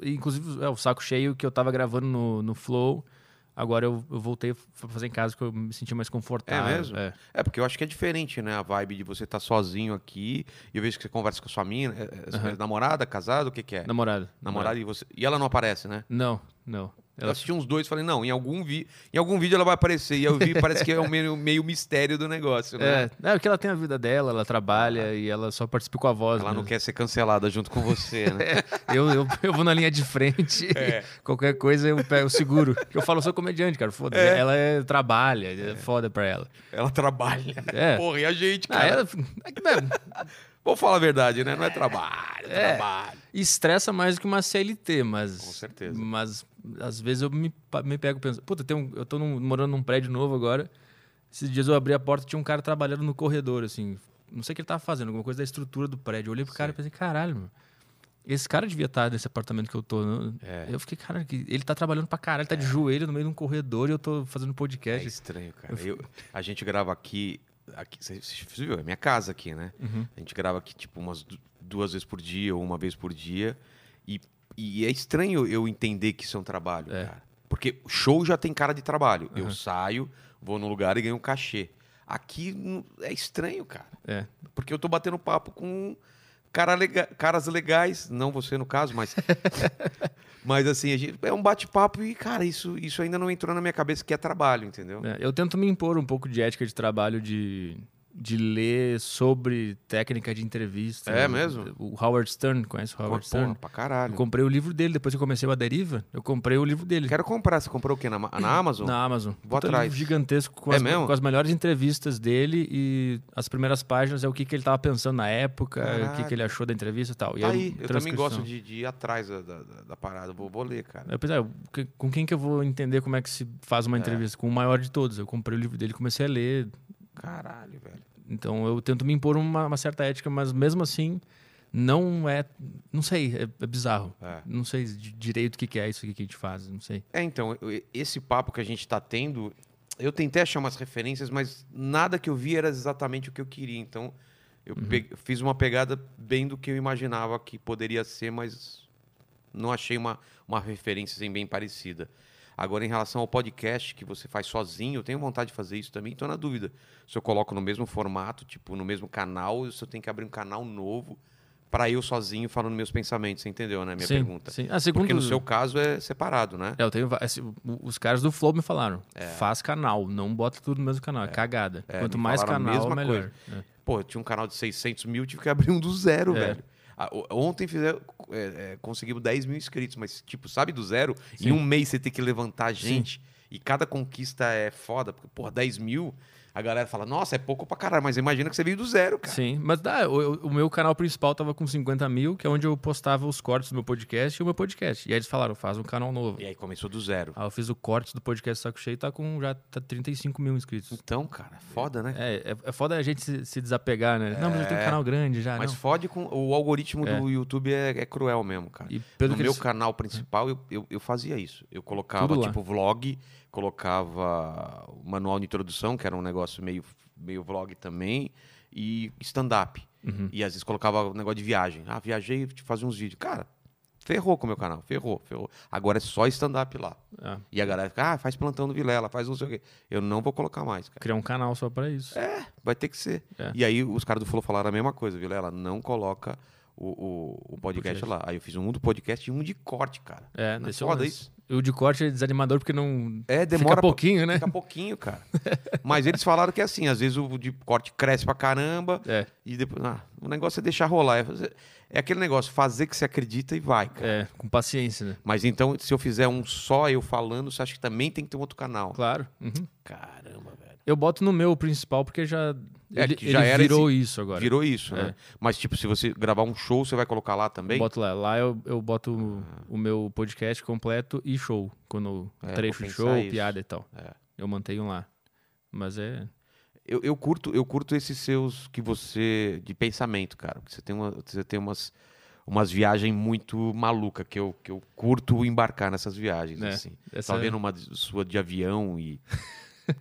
Speaker 2: inclusive é, o saco cheio que eu tava gravando no, no Flow. Agora eu, eu voltei pra fazer em casa porque eu me senti mais confortável.
Speaker 1: É mesmo? É, porque eu acho que é diferente, né? A vibe de você estar sozinho aqui e eu vejo que você conversa com a sua mina, é- é- é namorada, casada, o que que é?
Speaker 2: Namorado.
Speaker 1: Namorada e você... E ela não aparece, né?
Speaker 2: Não, não.
Speaker 1: Eu assisti uns dois e falei, não, em algum, vi... em algum vídeo ela vai aparecer. E eu vi, parece que é um meio, meio mistério do negócio, né?
Speaker 2: É, é porque ela tem a vida dela, ela trabalha e ela só participa com a voz.
Speaker 1: Ah, tá. Ela não
Speaker 2: mesmo.
Speaker 1: quer ser cancelada junto com você, né?
Speaker 2: Eu, eu, eu vou na linha de frente.
Speaker 1: É.
Speaker 2: Qualquer coisa eu pego, eu seguro. Eu falo, eu sou comediante, cara. Foda. se Ela é- trabalha, é foda pra ela.
Speaker 1: Ela trabalha.
Speaker 2: É.
Speaker 1: Porra, e a gente,
Speaker 2: Ah,
Speaker 1: cara?
Speaker 2: ela. é que, mano,
Speaker 1: Vamos falar a verdade, né? Não é trabalho, é trabalho.
Speaker 2: estressa mais do que uma CLT, mas.
Speaker 1: Com certeza.
Speaker 2: Mas às vezes eu me, pa- me pego pensando. Puta, tem um- eu tô num- morando num prédio novo agora. Esses dias eu abri a porta tinha um cara trabalhando no corredor, assim. Não sei o que ele tava fazendo, alguma coisa da estrutura do prédio. Eu olhei pro cara e pensei, caralho, mano. Esse cara devia estar nesse apartamento que eu tô. né?
Speaker 1: É.
Speaker 2: Eu fiquei, cara, que- ele tá trabalhando pra caralho, ele tá de joelho no meio de um corredor e eu tô fazendo
Speaker 1: É
Speaker 2: podcast.
Speaker 1: estranho, cara. Eu, a gente grava aqui. aqui você, você viu? É minha casa aqui, né? A gente grava aqui, tipo, umas du- duas vezes por dia ou uma vez por dia. E, e é estranho eu entender que isso é um trabalho,
Speaker 2: É.
Speaker 1: cara. Porque show já tem cara de trabalho. Eu saio, vou no lugar e ganho um cachê. Aqui não- é estranho, cara.
Speaker 2: É.
Speaker 1: Porque eu tô batendo papo com cara lega- caras legais, não você no caso, mas. mas assim, a gente- é um bate-papo e, cara, isso, isso ainda não entrou na minha cabeça que é trabalho, entendeu?
Speaker 2: É, eu tento me impor um pouco de ética de trabalho de, de ler sobre técnica de entrevista.
Speaker 1: É
Speaker 2: O-
Speaker 1: mesmo?
Speaker 2: O Howard Stern, conhece o
Speaker 1: Pô,
Speaker 2: Howard
Speaker 1: porra,
Speaker 2: Stern?
Speaker 1: pra
Speaker 2: Eu
Speaker 1: caralho.
Speaker 2: comprei o livro dele, depois que eu comecei o A Deriva, eu comprei o livro dele.
Speaker 1: Quero comprar. Você comprou o quê? Na, Ma- na Amazon?
Speaker 2: Na Amazon.
Speaker 1: Vou
Speaker 2: Puta
Speaker 1: atrás.
Speaker 2: livro gigantesco com,
Speaker 1: É
Speaker 2: as,
Speaker 1: mesmo?
Speaker 2: com as melhores entrevistas dele e as primeiras páginas é o que, que ele tava pensando na época, é o que,
Speaker 1: Caraca.
Speaker 2: que ele achou da entrevista e tal. E
Speaker 1: Tá
Speaker 2: a
Speaker 1: aí. Eu também
Speaker 2: transcrição.
Speaker 1: gosto de, de ir atrás da, da- da- da parada. Vou, vou ler, cara.
Speaker 2: Eu pensei, ah, que- com quem que eu vou entender como é que se faz uma entrevista? Com o maior de todos. Eu comprei o livro dele, comecei a ler,
Speaker 1: Caralho, velho.
Speaker 2: Então eu tento me impor uma, uma certa ética, mas mesmo assim não é. Não sei, é, é bizarro.
Speaker 1: É.
Speaker 2: Não sei di- direito o que, que é isso aqui que a gente faz, não sei.
Speaker 1: É, então, eu- eu- esse papo que a gente tá tendo, eu tentei achar umas referências, mas nada que eu vi era exatamente o que eu queria. Então, eu
Speaker 2: Uhum.
Speaker 1: pe- fiz uma pegada bem do que eu imaginava que poderia ser, mas não achei uma, uma referência assim, bem parecida. Agora, em relação ao podcast que você faz sozinho, eu tenho vontade de fazer isso também, estou na dúvida. Se eu coloco no mesmo formato, tipo, no mesmo canal, ou se eu tenho que abrir um canal novo para eu sozinho falando meus pensamentos, você entendeu, né? Minha
Speaker 2: Sim,
Speaker 1: pergunta.
Speaker 2: Sim. Ah, segundo.
Speaker 1: Porque no seu caso é separado, né?
Speaker 2: É, eu tenho va- esse- o- os caras do Flow me falaram. Faz canal, não bota tudo no mesmo canal. É, cagada.
Speaker 1: É,
Speaker 2: Quanto
Speaker 1: me
Speaker 2: mais
Speaker 1: falaram a
Speaker 2: canal,
Speaker 1: mesma
Speaker 2: melhor. É.
Speaker 1: Pô, eu tinha um canal de 600 mil, tive que abrir um do zero,
Speaker 2: É.
Speaker 1: velho. Ah, o- Ontem fizer, é, é, conseguimos 10 mil inscritos, mas, tipo, sabe do zero?
Speaker 2: Sim.
Speaker 1: Em um mês você tem que levantar gente. E cada conquista é foda, porque, pô, 10 mil, a galera fala, nossa, é pouco pra caralho, mas imagina que você veio do zero, cara.
Speaker 2: Sim, mas dá, o, o- o meu canal principal tava com 50 mil, que é onde eu postava os cortes do meu podcast e o meu podcast. E aí eles falaram, faz um canal novo.
Speaker 1: E aí começou do zero.
Speaker 2: Aí eu fiz o corte do podcast Saco Cheio e tá com já tá 35 mil inscritos.
Speaker 1: Então, cara, foda, né?
Speaker 2: É, é, é foda a gente se, se desapegar, né? Não, mas eu tenho um canal grande já,
Speaker 1: É, mas
Speaker 2: não.
Speaker 1: fode com. O algoritmo
Speaker 2: É.
Speaker 1: do YouTube é, é cruel mesmo, cara.
Speaker 2: E pelo
Speaker 1: no
Speaker 2: que
Speaker 1: meu
Speaker 2: eles-
Speaker 1: canal principal, eu, eu, eu fazia isso. Eu colocava,
Speaker 2: Uhum. Tudo lá.
Speaker 1: tipo, vlog, colocava o manual de introdução, que era um negócio meio, meio vlog também, e stand-up.
Speaker 2: Uhum.
Speaker 1: E às vezes colocava um negócio de viagem. Ah, viajei, te fazia uns vídeos. Cara, ferrou com o meu canal, ferrou, ferrou. Agora é só stand-up lá.
Speaker 2: Ah,
Speaker 1: E a galera fica, ah, faz plantão do Vilela, faz não sei o quê. Eu não vou colocar mais, cara.
Speaker 2: criar um canal só pra isso. É,
Speaker 1: Vai ter que ser.
Speaker 2: É.
Speaker 1: E aí os caras do Flow falaram a mesma coisa, Vilela, não coloca o, o, o podcast
Speaker 2: Podcast.
Speaker 1: lá. Aí eu fiz um do podcast e um de corte, cara. Não é
Speaker 2: esse é o
Speaker 1: foda
Speaker 2: lance.
Speaker 1: isso?
Speaker 2: E O de corte é desanimador porque não.
Speaker 1: É,
Speaker 2: Fica
Speaker 1: demora pouquinho.
Speaker 2: pouquinho, né?
Speaker 1: Fica pouquinho, cara. Mas eles falaram que é assim, às vezes o de corte cresce pra caramba
Speaker 2: É,
Speaker 1: e depois. Ah, o negócio é deixar rolar. É, fazer- é aquele negócio, fazer que você acredita e vai, cara.
Speaker 2: é, com paciência, né?
Speaker 1: Mas então, se eu fizer um só eu falando, você acha que também tem que ter um outro canal?
Speaker 2: Claro. uhum.
Speaker 1: Caramba, velho.
Speaker 2: Eu boto no meu principal porque já.
Speaker 1: É,
Speaker 2: ele
Speaker 1: que já
Speaker 2: ele
Speaker 1: era
Speaker 2: virou isso agora.
Speaker 1: Virou isso,
Speaker 2: É.
Speaker 1: né? Mas, tipo, se você gravar um show, você vai colocar lá também? Ah.
Speaker 2: Boto lá. Lá eu, eu boto o- o meu podcast completo e show. Quando
Speaker 1: É,
Speaker 2: trecho
Speaker 1: vou
Speaker 2: de
Speaker 1: pensar
Speaker 2: show,
Speaker 1: isso.
Speaker 2: piada e tal.
Speaker 1: É. Tá
Speaker 2: Eu mantenho lá. Mas é.
Speaker 1: Eu, eu curto, eu curto esses seus que você de pensamento, cara, porque você tem uma, você tem umas umas viagens muito maluca que eu, que eu curto embarcar nessas viagens
Speaker 2: É,
Speaker 1: assim.
Speaker 2: essa-
Speaker 1: Tá vendo uma de- sua de avião e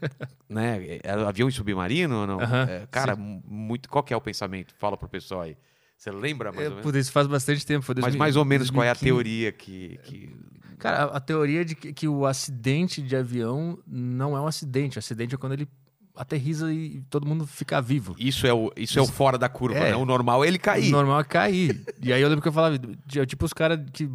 Speaker 1: né, é- é avião e submarino ou não?
Speaker 2: Aham,
Speaker 1: É, cara, mu- muito qual que é o pensamento? Fala pro pessoal aí. Você lembra mais ou menos?
Speaker 2: é, Puta, isso faz bastante tempo. Foi
Speaker 1: Mas
Speaker 2: 2000,
Speaker 1: mais ou menos qual é a
Speaker 2: 2015.
Speaker 1: teoria que, que...
Speaker 2: Cara, a, a teoria de que, que o acidente de avião não é um acidente. O acidente é quando ele aterriza e todo mundo fica vivo.
Speaker 1: isso é o isso é o fora da curva,
Speaker 2: É.
Speaker 1: né? O normal é ele
Speaker 2: O
Speaker 1: cair.
Speaker 2: normal é cair. e aí eu lembro que eu falava, de- tipo os caras que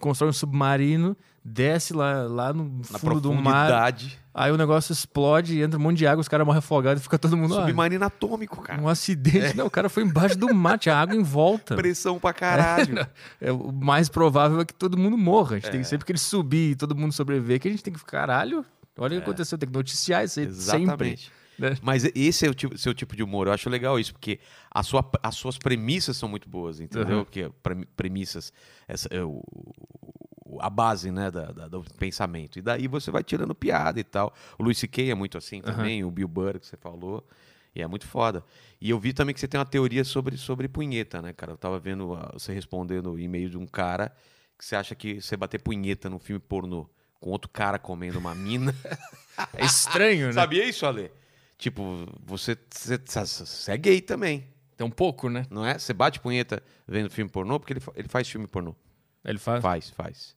Speaker 2: constroem um submarino, desce lá, lá no
Speaker 1: Na
Speaker 2: fundo do mar.
Speaker 1: profundidade.
Speaker 2: Aí o negócio explode, entra um monte de água, os caras morrem afogados e fica todo mundo lá.
Speaker 1: Submarino É. atômico, cara.
Speaker 2: Um acidente. Não, o cara foi embaixo do mar, tinha água em volta.
Speaker 1: Pressão pra caralho. É.
Speaker 2: É, o mais provável é que todo mundo morra. A gente tem que sempre que ele subir e todo mundo sobreviver, que a gente tem que ficar, caralho. Olha o que aconteceu, tem que noticiar isso aí sempre.
Speaker 1: É. Exatamente.
Speaker 2: né?
Speaker 1: Mas esse é o tipo- seu tipo de humor. Eu acho legal isso, porque a sua, as suas premissas são muito boas, entendeu?
Speaker 2: Uhum.
Speaker 1: Que pre- premissas, essa, é o- o- a base né, da, da- do pensamento. E daí você vai tirando piada e tal. O Luis C.K. é muito assim também, o Bill Burr que você falou. E é muito foda. E eu vi também que você tem uma teoria sobre, sobre punheta, né, cara? Eu tava vendo ah, você respondendo o e-mail de um cara que você acha que você bater punheta num filme pornô com outro cara comendo uma mina.
Speaker 2: É estranho, né?
Speaker 1: Sabia isso, Ale? Tipo, você, você, você é gay também,
Speaker 2: Tem um pouco, né?
Speaker 1: não é? Você bate punheta vendo filme pornô, porque ele, fa- ele faz filme pornô.
Speaker 2: Ele faz.
Speaker 1: Faz, faz.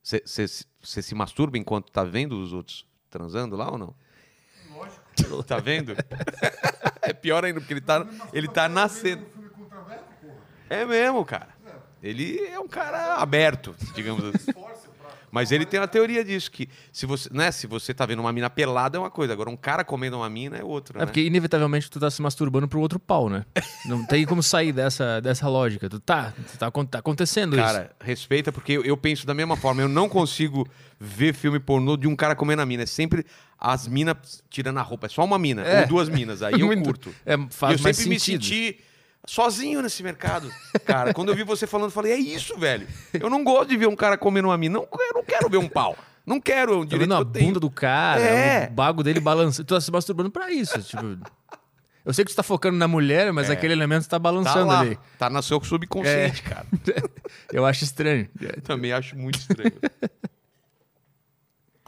Speaker 1: Você- Você se- você se masturba enquanto tá vendo os outros transando lá ou não? Lógico. Tá vendo? é pior ainda, porque ele tá, ele tá nascendo. É mesmo, cara. Ele é um cara aberto, digamos assim. Mas ele tem uma teoria disso, que se você, né, se você tá vendo uma mina pelada é uma coisa, agora um cara comendo uma mina é outra,
Speaker 2: É
Speaker 1: né?
Speaker 2: porque, inevitavelmente, tu tá se masturbando pro outro pau, né? Não tem como sair dessa, dessa lógica. Tu tá, tu tá, acon- tá acontecendo isso.
Speaker 1: Cara, respeita, porque eu, eu penso da mesma forma. Eu não consigo ver filme pornô de um cara comendo a mina. É sempre as minas tirando a roupa. É só uma mina,
Speaker 2: É.
Speaker 1: ou duas minas. Aí eu
Speaker 2: Muito.
Speaker 1: curto.
Speaker 2: É,
Speaker 1: e
Speaker 2: faz
Speaker 1: eu
Speaker 2: mais
Speaker 1: sempre
Speaker 2: sentido.
Speaker 1: me senti sozinho nesse mercado. Cara, quando eu vi você falando, eu falei, é isso, velho. Eu não gosto de ver um cara comendo uma mina. Não, eu não quero ver um pau. Não quero, é um
Speaker 2: Tá
Speaker 1: direito
Speaker 2: vendo a
Speaker 1: que eu tenho.
Speaker 2: bunda do cara,
Speaker 1: É.
Speaker 2: o bago dele balançando. Tu tá se masturbando pra isso. tipo. Eu sei que tu tá focando na mulher, mas aquele elemento tá
Speaker 1: É. Tá
Speaker 2: balançando
Speaker 1: lá,
Speaker 2: ali. É.
Speaker 1: tá no seu subconsciente, cara.
Speaker 2: Eu acho estranho.
Speaker 1: Também acho muito estranho.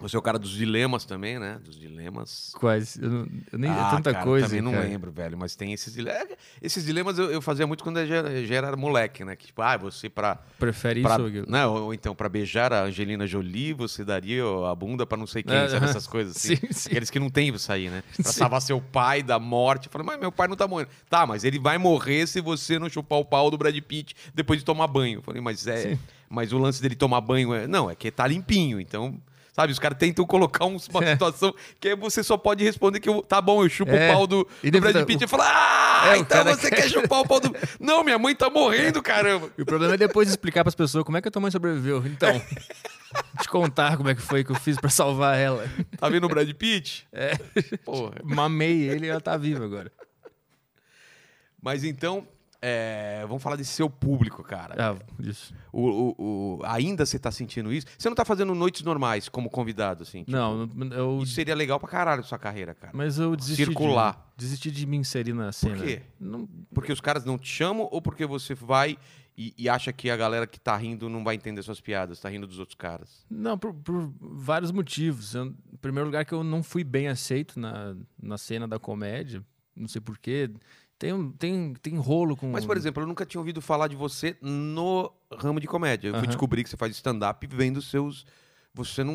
Speaker 1: Você é o cara dos dilemas também, né? Dos dilemas.
Speaker 2: Quase. Eu, não- eu nem,
Speaker 1: Ah,
Speaker 2: é tanta
Speaker 1: cara,
Speaker 2: coisa.
Speaker 1: Também não
Speaker 2: cara.
Speaker 1: lembro, velho. Mas tem esses dilemas. Esses dilemas eu, eu fazia muito quando eu já, já era moleque, né? Que tipo, ah, você pra.
Speaker 2: Prefere
Speaker 1: pra
Speaker 2: isso ou aquilo?
Speaker 1: não, ou ou então, pra beijar a Angelina Jolie, você daria ó, a bunda pra não sei quem,
Speaker 2: É,
Speaker 1: sabe?
Speaker 2: aham.
Speaker 1: Essas coisas assim.
Speaker 2: Sim, sim.
Speaker 1: Aqueles que não tem isso aí, né? Pra
Speaker 2: Sim.
Speaker 1: salvar seu pai da morte. Eu falei, mas meu pai não tá morrendo. Tá, mas ele vai morrer se você não chupar o pau do Brad Pitt depois de tomar banho. Eu falei, mas é. Mas o lance dele tomar banho é. Não, é que tá limpinho, então. Sabe, os caras tentam colocar uns- uma
Speaker 2: É.
Speaker 1: situação que você só pode responder que eu- tá bom, eu chupo
Speaker 2: É.
Speaker 1: o pau do,
Speaker 2: E
Speaker 1: do
Speaker 2: deve
Speaker 1: Brad
Speaker 2: tá-
Speaker 1: Pitt e fala: Ah,
Speaker 2: É, o
Speaker 1: então
Speaker 2: cara
Speaker 1: você
Speaker 2: quer-
Speaker 1: quer chupar o pau do. Não, minha mãe tá morrendo, caramba.
Speaker 2: E o problema é depois explicar pras pessoas como é que a tua mãe sobreviveu. Então, te contar como é que foi que eu fiz pra salvar ela.
Speaker 1: Tá vendo o Brad Pitt? É. Porra.
Speaker 2: Mamei ele e ela tá viva agora.
Speaker 1: Mas então, é, vamos falar desse seu público, cara.
Speaker 2: Ah, isso.
Speaker 1: O, o- o- ainda você tá sentindo isso? Você não tá fazendo noites normais como convidado, assim? tipo,
Speaker 2: Não, eu.
Speaker 1: Isso seria legal pra caralho pra sua carreira, cara.
Speaker 2: Mas eu desisti.
Speaker 1: Circular.
Speaker 2: De, desisti de me inserir na cena.
Speaker 1: quê?
Speaker 2: Não,
Speaker 1: Porque os caras não te chamam ou porque você vai e, e acha que a galera que tá rindo não vai entender suas piadas, tá rindo dos outros caras?
Speaker 2: Não, por, por vários motivos. Eu- em primeiro lugar, que eu não fui bem aceito na, na cena da comédia. Não sei porquê. Tem, um- tem, tem rolo com.
Speaker 1: Mas, por exemplo, eu nunca tinha ouvido falar de você no ramo de comédia. Eu fui
Speaker 2: Aham.
Speaker 1: descobrir que você faz stand-up vendo os seus. Você não.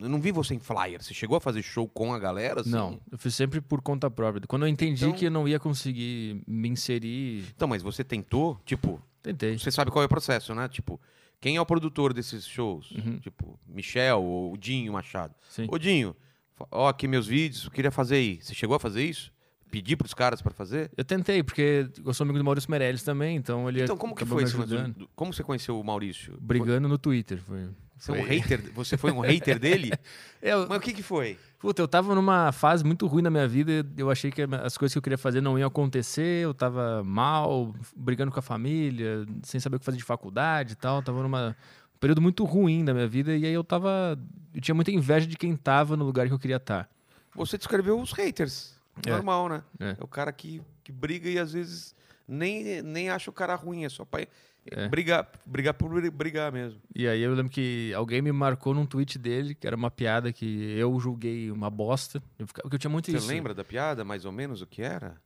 Speaker 1: Eu não vi você em flyer. Você chegou a fazer show com a galera? assim?
Speaker 2: Não, eu fiz sempre por conta própria. Quando eu entendi
Speaker 1: Então-
Speaker 2: que eu não ia conseguir me inserir,
Speaker 1: Então, mas você tentou? Tipo,
Speaker 2: tentei.
Speaker 1: você sabe qual é o processo, né? Tipo, quem é o produtor desses shows? Tipo, Michel ou o Dinho Machado.
Speaker 2: Uhum. Sim.
Speaker 1: Ô, Dinho, fa- ó, aqui meus vídeos, eu queria fazer aí. Você chegou a fazer isso? Pedir pros caras pra fazer?
Speaker 2: Eu tentei, porque eu sou amigo do Maurício Meirelles também, então ele
Speaker 1: Então, como que
Speaker 2: acabou
Speaker 1: foi
Speaker 2: me
Speaker 1: isso?
Speaker 2: ajudando.
Speaker 1: Como você conheceu o Maurício?
Speaker 2: Brigando no Twitter. Foi,
Speaker 1: Você, é um
Speaker 2: foi-
Speaker 1: hater, você foi um hater dele?
Speaker 2: Eu-
Speaker 1: Mas o que que foi?
Speaker 2: Puta, eu tava numa fase muito ruim na minha vida. Eu achei que as coisas que eu queria fazer não iam acontecer. Eu tava mal, brigando com a família, sem saber o que fazer de faculdade e tal. Tava numa um período muito ruim da minha vida. E aí eu tava. Eu tinha muita inveja de quem tava no lugar que eu queria tá. estar.
Speaker 1: Você descreveu os haters.
Speaker 2: É.
Speaker 1: Normal, né?
Speaker 2: É.
Speaker 1: É, o cara que, que briga e às vezes nem, nem acha o cara ruim, é só pra brigar, brigar por bri- brigar mesmo.
Speaker 2: E aí eu lembro que alguém me marcou num tweet dele, que era uma piada que eu julguei uma bosta. Eu ficava, porque eu tinha muito
Speaker 1: Você
Speaker 2: isso.
Speaker 1: lembra da piada, mais ou menos, o que era?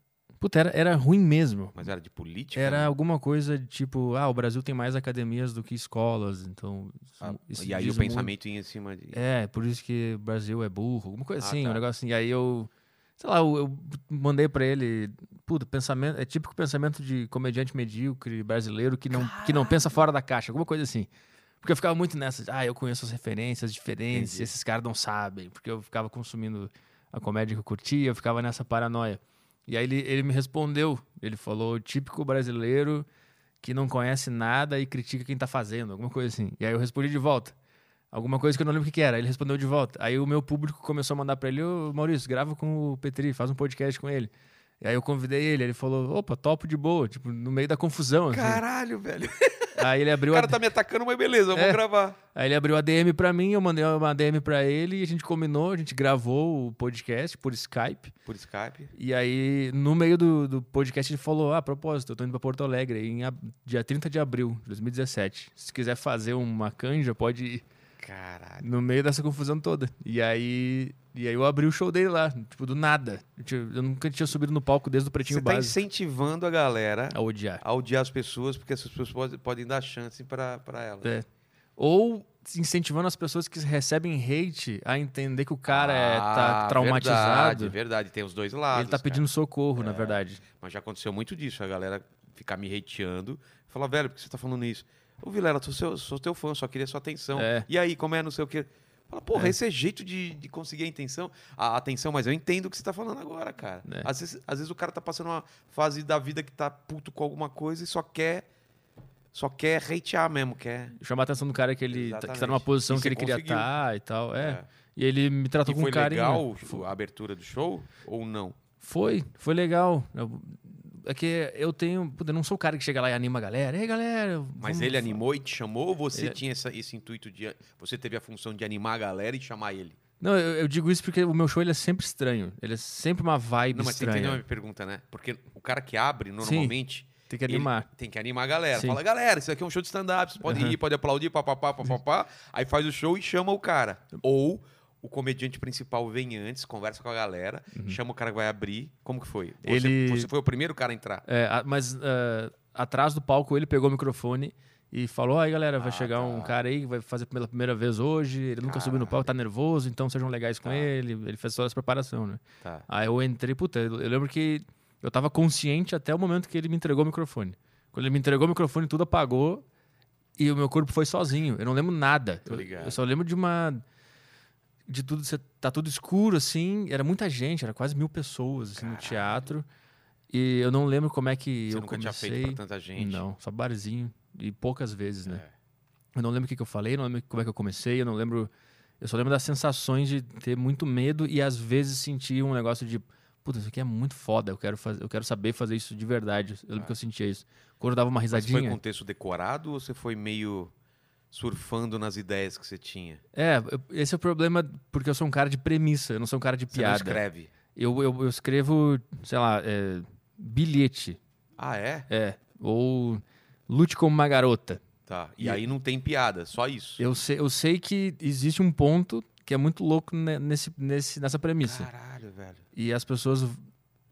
Speaker 2: Puta, era, era ruim mesmo.
Speaker 1: Mas era de política?
Speaker 2: Era
Speaker 1: né?
Speaker 2: alguma coisa de tipo, ah, o Brasil tem mais academias do que escolas, então. isso-
Speaker 1: Ah,
Speaker 2: isso
Speaker 1: e aí
Speaker 2: diz
Speaker 1: o
Speaker 2: muito.
Speaker 1: pensamento ia em cima de...
Speaker 2: É, por isso que o Brasil é burro, alguma coisa
Speaker 1: Ah,
Speaker 2: assim,
Speaker 1: tá.
Speaker 2: um negócio assim. E aí eu, sei lá, eu, eu mandei pra ele, puta, pensamento, é típico pensamento de comediante medíocre brasileiro que não, que não pensa fora da caixa, alguma coisa assim. Porque eu ficava muito nessa, ah, eu conheço as referências diferentes, esses caras não sabem, porque eu ficava consumindo a comédia que eu curtia, eu ficava nessa paranoia. E aí ele, ele me respondeu, ele falou, típico brasileiro que não conhece nada e critica quem tá fazendo, alguma coisa assim. E aí eu respondi de volta. Alguma coisa que eu não lembro o que, que era. Ele respondeu de volta. Aí o meu público começou a mandar pra ele: Ô Maurício, grava com o Petri, faz um podcast com ele. E aí eu convidei ele, ele falou: opa, topo de boa, tipo, no meio da confusão. assim.
Speaker 1: Caralho, velho.
Speaker 2: Aí ele
Speaker 1: O
Speaker 2: abriu a
Speaker 1: cara tá me atacando, mas beleza, eu vou
Speaker 2: É.
Speaker 1: gravar.
Speaker 2: Aí ele abriu a DM pra mim, eu mandei uma DM pra ele e a gente combinou, a gente gravou o podcast por Skype.
Speaker 1: Por Skype.
Speaker 2: E aí, no meio do, do podcast, ele falou: Ah, a propósito, eu tô indo pra Porto Alegre em ab- dia 30 de abril de 2017. Se quiser fazer uma canja, pode ir.
Speaker 1: Caralho.
Speaker 2: No meio dessa confusão toda. E aí. E aí eu abri o show dele lá, tipo, do nada. Eu tinha- Eu nunca tinha subido no palco desde o
Speaker 1: Você
Speaker 2: pretinho
Speaker 1: tá
Speaker 2: básico. É,
Speaker 1: incentivando a galera
Speaker 2: A odiar.
Speaker 1: a odiar as pessoas, porque essas pessoas podem, podem dar chance pra, pra elas.
Speaker 2: É. Ou incentivando as pessoas que recebem hate a entender que o cara é, tá
Speaker 1: Ah,
Speaker 2: traumatizado.
Speaker 1: Verdade, É. verdade, tem os dois lados.
Speaker 2: Ele tá
Speaker 1: cara.
Speaker 2: pedindo socorro, na verdade.
Speaker 1: Mas já aconteceu muito disso, a galera ficar me hateando. Falar, velho, por que você tá falando isso? Ô, Vilela, sou, seu, sou teu fã, só queria sua atenção.
Speaker 2: É.
Speaker 1: E aí, como é, não sei o quê. Fala, porra, esse é jeito de, de conseguir a intenção, a atenção, mas eu entendo o que você tá falando agora, cara.
Speaker 2: É.
Speaker 1: Às, vezes, às vezes o cara tá passando uma fase da vida que tá puto com alguma coisa e só quer. Só quer hatear mesmo, quer.
Speaker 2: Chamar a atenção do cara que ele tá, que tá numa
Speaker 1: Exatamente.
Speaker 2: posição
Speaker 1: E
Speaker 2: que ele
Speaker 1: você
Speaker 2: queria
Speaker 1: conseguiu.
Speaker 2: estar e tal. É.
Speaker 1: É.
Speaker 2: E ele me tratou
Speaker 1: E
Speaker 2: com
Speaker 1: foi
Speaker 2: carinho. né?
Speaker 1: legal a abertura do show ou não?
Speaker 2: Foi, foi legal. Eu- É que eu tenho. puta, Eu não sou o cara que chega lá e anima a galera. Ei, galera.
Speaker 1: Mas
Speaker 2: vamos-
Speaker 1: ele animou e te chamou ou você
Speaker 2: Ele- é
Speaker 1: tinha essa- esse intuito de. Você teve a função de animar a galera e chamar ele?
Speaker 2: Não, eu, eu digo isso porque o meu show ele é sempre estranho. Ele é sempre uma vibe
Speaker 1: Não, mas você entendeu a
Speaker 2: estranha.
Speaker 1: minha pergunta, né? Porque o cara que abre normalmente.
Speaker 2: Tem que
Speaker 1: ele
Speaker 2: animar.
Speaker 1: Tem que animar a galera.
Speaker 2: Sim.
Speaker 1: Fala, galera, isso aqui é um show de stand-up, você pode rir, pode aplaudir, papapá, papapá. Aí faz o show e chama o cara. Ou o comediante principal vem antes, conversa com a galera, chama o cara que vai abrir. Como que foi? Você,
Speaker 2: Uhum. Ele-
Speaker 1: você foi o primeiro cara a entrar.
Speaker 2: É, a- mas ah, atrás do palco ele pegou o microfone e falou: aí galera, vai
Speaker 1: Ah,
Speaker 2: chegar
Speaker 1: tá.
Speaker 2: um cara aí que vai fazer pela primeira vez hoje. Ele nunca subiu no palco, tá nervoso, então sejam legais com
Speaker 1: Tá.
Speaker 2: ele. Ele fez toda essa preparação, né?
Speaker 1: Tá.
Speaker 2: Aí eu entrei, puta, eu eu lembro que eu tava consciente até o momento que ele me entregou o microfone. Quando ele me entregou o microfone, tudo apagou e o meu corpo foi sozinho. Eu não lembro nada.
Speaker 1: Tô
Speaker 2: Eu-
Speaker 1: ligado.
Speaker 2: Eu só lembro de uma. De tudo, ser- tá tudo escuro assim. Era muita gente, era quase mil pessoas assim, no
Speaker 1: Caralho.
Speaker 2: teatro. E eu não lembro como é que
Speaker 1: Você
Speaker 2: eu
Speaker 1: nunca tinha
Speaker 2: comecei.
Speaker 1: feito pra tanta gente.
Speaker 2: Não, só barzinho. E poucas vezes, né?
Speaker 1: É.
Speaker 2: Eu não lembro o que, que eu falei, não lembro como é que eu comecei, eu não lembro. Eu só lembro das sensações de ter muito medo e às vezes sentir um negócio de. Puta, isso aqui é muito foda, eu quero, fazer, eu quero saber fazer isso de verdade. Eu lembro que eu sentia isso. Quando eu dava uma
Speaker 1: Ah. Mas foi
Speaker 2: risadinha.
Speaker 1: com texto decorado ou você foi meio surfando nas ideias que você tinha?
Speaker 2: É, eu- esse é o problema, porque eu sou um cara de premissa, eu não sou um cara de
Speaker 1: Você não
Speaker 2: piada.
Speaker 1: escreve.
Speaker 2: eu, eu, eu escrevo, sei lá, é, bilhete.
Speaker 1: Ah, é?
Speaker 2: É. Ou lute como uma garota.
Speaker 1: Tá. E,
Speaker 2: E-
Speaker 1: aí não tem piada, só isso.
Speaker 2: Eu sei, eu sei que existe um ponto que é muito louco ne- nesse, nesse, nessa premissa.
Speaker 1: Caralho, velho.
Speaker 2: E as pessoas.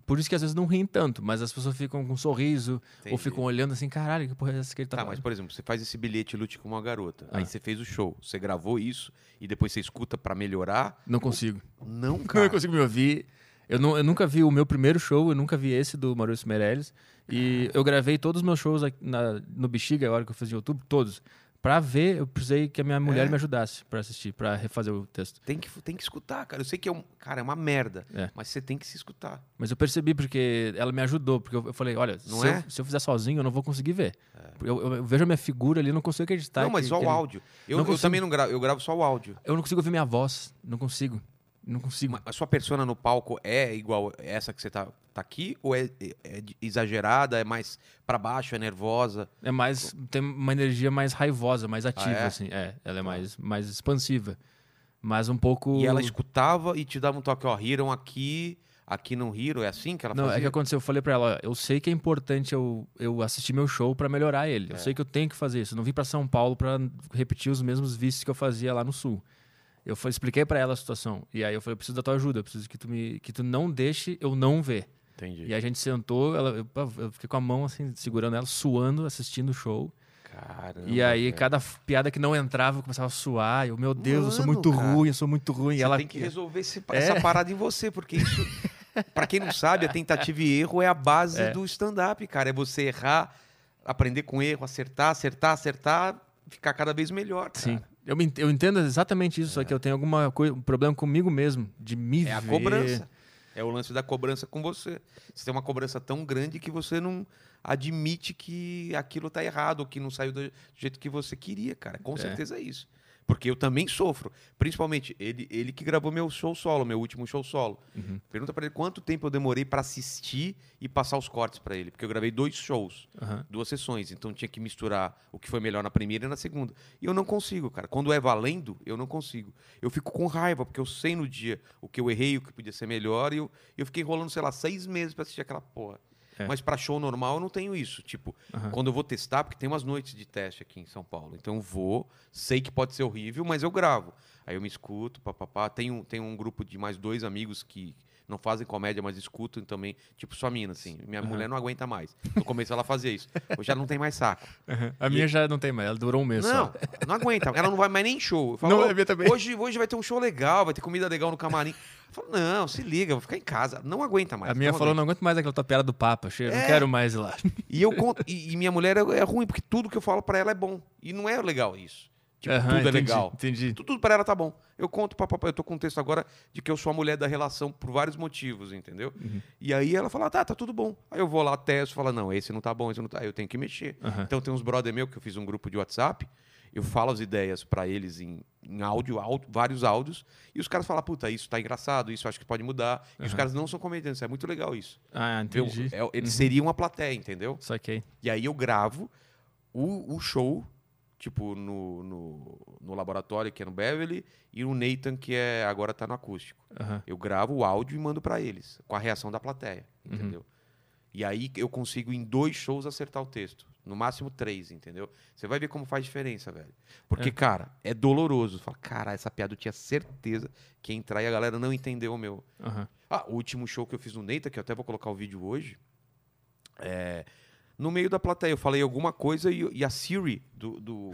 Speaker 2: Por isso que às vezes não riem tanto, mas as pessoas ficam com um sorriso ou
Speaker 1: Entendi.
Speaker 2: ficam olhando assim, caralho, que porra é essa que ele tá
Speaker 1: Tá, mas
Speaker 2: falando?"
Speaker 1: por exemplo, você faz esse bilhete lute com uma garota. Aí
Speaker 2: Ah.
Speaker 1: você fez o show, você gravou isso e depois você escuta pra melhorar.
Speaker 2: Não consigo.
Speaker 1: Não,
Speaker 2: Não é
Speaker 1: cara.
Speaker 2: consigo me ouvir. Eu, não, eu nunca vi o meu primeiro show, eu nunca vi esse do Maurício Meirelles. E eu gravei todos os meus shows aqui na- no Bexiga, a hora que eu fiz em outubro, todos. Pra ver, eu precisei que a minha mulher
Speaker 1: É.
Speaker 2: me ajudasse pra assistir, pra refazer o texto.
Speaker 1: Tem que, tem que escutar, cara. Eu sei que é um. Cara, é uma merda.
Speaker 2: É.
Speaker 1: Mas você tem que se escutar.
Speaker 2: Mas eu percebi porque ela me ajudou, porque eu, eu falei, olha,
Speaker 1: Não
Speaker 2: se,
Speaker 1: é?
Speaker 2: eu, se eu fizer sozinho, eu não vou conseguir ver. Eu, eu- eu vejo a minha figura ali, eu É. não consigo acreditar.
Speaker 1: não, mas
Speaker 2: Tá, que-
Speaker 1: só
Speaker 2: que
Speaker 1: o
Speaker 2: ele-
Speaker 1: áudio. Eu,
Speaker 2: Não
Speaker 1: eu
Speaker 2: consigo.
Speaker 1: também não gravo, eu gravo só o áudio.
Speaker 2: Eu não consigo ouvir minha voz. Não consigo. Não consigo.
Speaker 1: Mas A sua persona no palco é igual essa que você tá, tá aqui? Ou é, é- é de- exagerada, é mais pra baixo, é nervosa?
Speaker 2: É mais. Tem uma energia mais raivosa, mais ativa,
Speaker 1: é?
Speaker 2: assim. É, ela é mais, mais expansiva. Mas um pouco.
Speaker 1: E ela escutava e te dava um toque, ó, riram aqui, aqui não riram, é assim que ela
Speaker 2: Não,
Speaker 1: fazia?
Speaker 2: é que aconteceu. Eu falei pra ela: ó, eu sei que é importante eu, eu assistir meu show pra melhorar ele. Eu sei que eu tenho que fazer isso. Eu não vim pra São Paulo pra repetir os mesmos vícios que eu fazia lá no Sul. Eu fa- expliquei pra ela a situação. E aí eu falei: eu preciso da tua ajuda. Eu preciso que tu, me, que tu não deixe eu não ver.
Speaker 1: Entendi.
Speaker 2: E a gente sentou. Ela, eu, eu fiquei com a mão assim, segurando ela, suando, assistindo o show.
Speaker 1: Caramba.
Speaker 2: E aí,
Speaker 1: cara.
Speaker 2: cada f- piada que não entrava, eu começava a suar. Eu, meu Deus, eu sou
Speaker 1: Mano,
Speaker 2: muito
Speaker 1: cara.
Speaker 2: ruim, eu sou muito ruim.
Speaker 1: Você
Speaker 2: e ela
Speaker 1: tem que resolver esse-
Speaker 2: É.
Speaker 1: essa parada em você, porque isso, pra quem não sabe, a tentativa e erro é a base do stand-up, cara. É você errar, aprender com erro, acertar, acertar, acertar, ficar cada vez melhor. Cara.
Speaker 2: Sim. Eu, me ent- eu entendo exatamente isso, só que eu tenho alguma coi- um problema comigo mesmo, de me
Speaker 1: É a
Speaker 2: ver.
Speaker 1: cobrança. É o lance da cobrança com você. Você tem uma cobrança tão grande que você não admite que aquilo tá errado, ou que não saiu do jeito que você queria, cara. Com
Speaker 2: É.
Speaker 1: certeza é isso. Porque eu também sofro. Principalmente ele, ele que gravou meu show solo, meu último show solo.
Speaker 2: Uhum.
Speaker 1: Pergunta pra ele quanto tempo eu demorei pra assistir e passar os cortes pra ele, porque eu gravei dois shows
Speaker 2: Aham.
Speaker 1: duas sessões, então tinha que misturar o que foi melhor na primeira e na segunda. E eu não consigo, cara. Quando é valendo, eu não consigo. Eu fico com raiva, porque eu sei no dia o que eu errei, o que podia ser melhor, e eu, eu fiquei enrolando, sei lá, seis meses pra assistir aquela porra.
Speaker 2: É.
Speaker 1: Mas pra show normal eu não tenho isso. Tipo,
Speaker 2: Aham.
Speaker 1: quando eu vou testar, porque tem umas noites de teste aqui em São Paulo. Então eu vou, sei que pode ser horrível, mas eu gravo. Aí eu me escuto, papapá. Tem um, tem um grupo de mais dois amigos que não fazem comédia, mas escutam também. Tipo sua mina, assim. Minha
Speaker 2: Aham.
Speaker 1: mulher não aguenta mais. No começo ela fazia isso. Hoje ela não tem mais saco.
Speaker 2: Aham. A minha já não tem mais, ela durou um mês
Speaker 1: Não,
Speaker 2: só.
Speaker 1: não aguenta. Ela não vai mais nem em show. Eu
Speaker 2: Não,
Speaker 1: falo,
Speaker 2: a minha também.
Speaker 1: "Ô, hoje, hoje vai ter um show legal, vai ter comida legal no camarim. Eu falo, não, se liga, vou ficar em casa. Não aguenta mais.
Speaker 2: a minha
Speaker 1: não
Speaker 2: falou,
Speaker 1: aguenta.
Speaker 2: não aguento mais aquela tua piada do Papa, cheio,
Speaker 1: É.
Speaker 2: não quero mais ir lá.
Speaker 1: E, eu, con- e, e minha mulher é, é ruim, porque tudo que eu falo pra ela é bom. E não é legal isso. Tipo,
Speaker 2: Aham,
Speaker 1: tudo é
Speaker 2: entendi,
Speaker 1: legal.
Speaker 2: Entendi.
Speaker 1: Tu- Tudo pra ela tá bom. Eu conto pra papai, eu tô com um texto agora de que eu sou a mulher da relação por vários motivos, entendeu?
Speaker 2: Uhum.
Speaker 1: E aí ela fala, tá, tá tudo bom. Aí eu vou lá, testo, fala, não, esse não tá bom, esse não tá. Aí eu tenho que mexer.
Speaker 2: Aham.
Speaker 1: Então tem uns brother meu que eu fiz um grupo de WhatsApp, eu falo as ideias pra eles em, em áudio, áudio, vários áudios, e os caras falam, puta, isso tá engraçado, isso acho que pode mudar. E os
Speaker 2: Aham.
Speaker 1: caras não são comediantes, é muito legal isso.
Speaker 2: Ah,
Speaker 1: Viu?
Speaker 2: entendi.
Speaker 1: É, eles seriam a plateia, entendeu?
Speaker 2: Saquei.
Speaker 1: E aí eu gravo o, o show, tipo, no, no, no laboratório, que é no Beverly, e o Nathan, que é agora tá no acústico.
Speaker 2: Aham.
Speaker 1: Eu gravo o áudio e mando pra eles, com a reação da plateia,
Speaker 2: Uhum.
Speaker 1: entendeu? E aí eu consigo, em dois shows, acertar o texto. No máximo três, entendeu? Você vai ver como faz diferença, velho. Porque,
Speaker 2: É.
Speaker 1: cara, é doloroso. Fala, cara, essa piada eu tinha certeza que ia entrar e a galera não entendeu o meu.
Speaker 2: Aham.
Speaker 1: Ah, o último show que eu fiz no Neita, que eu até vou colocar o vídeo hoje. é, no meio da plateia, eu falei alguma coisa e, e a Siri do, do,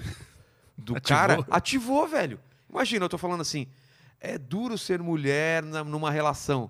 Speaker 1: do
Speaker 2: Ativou.
Speaker 1: cara ativou, velho. Imagina, eu tô falando assim: é duro ser mulher na- numa relação.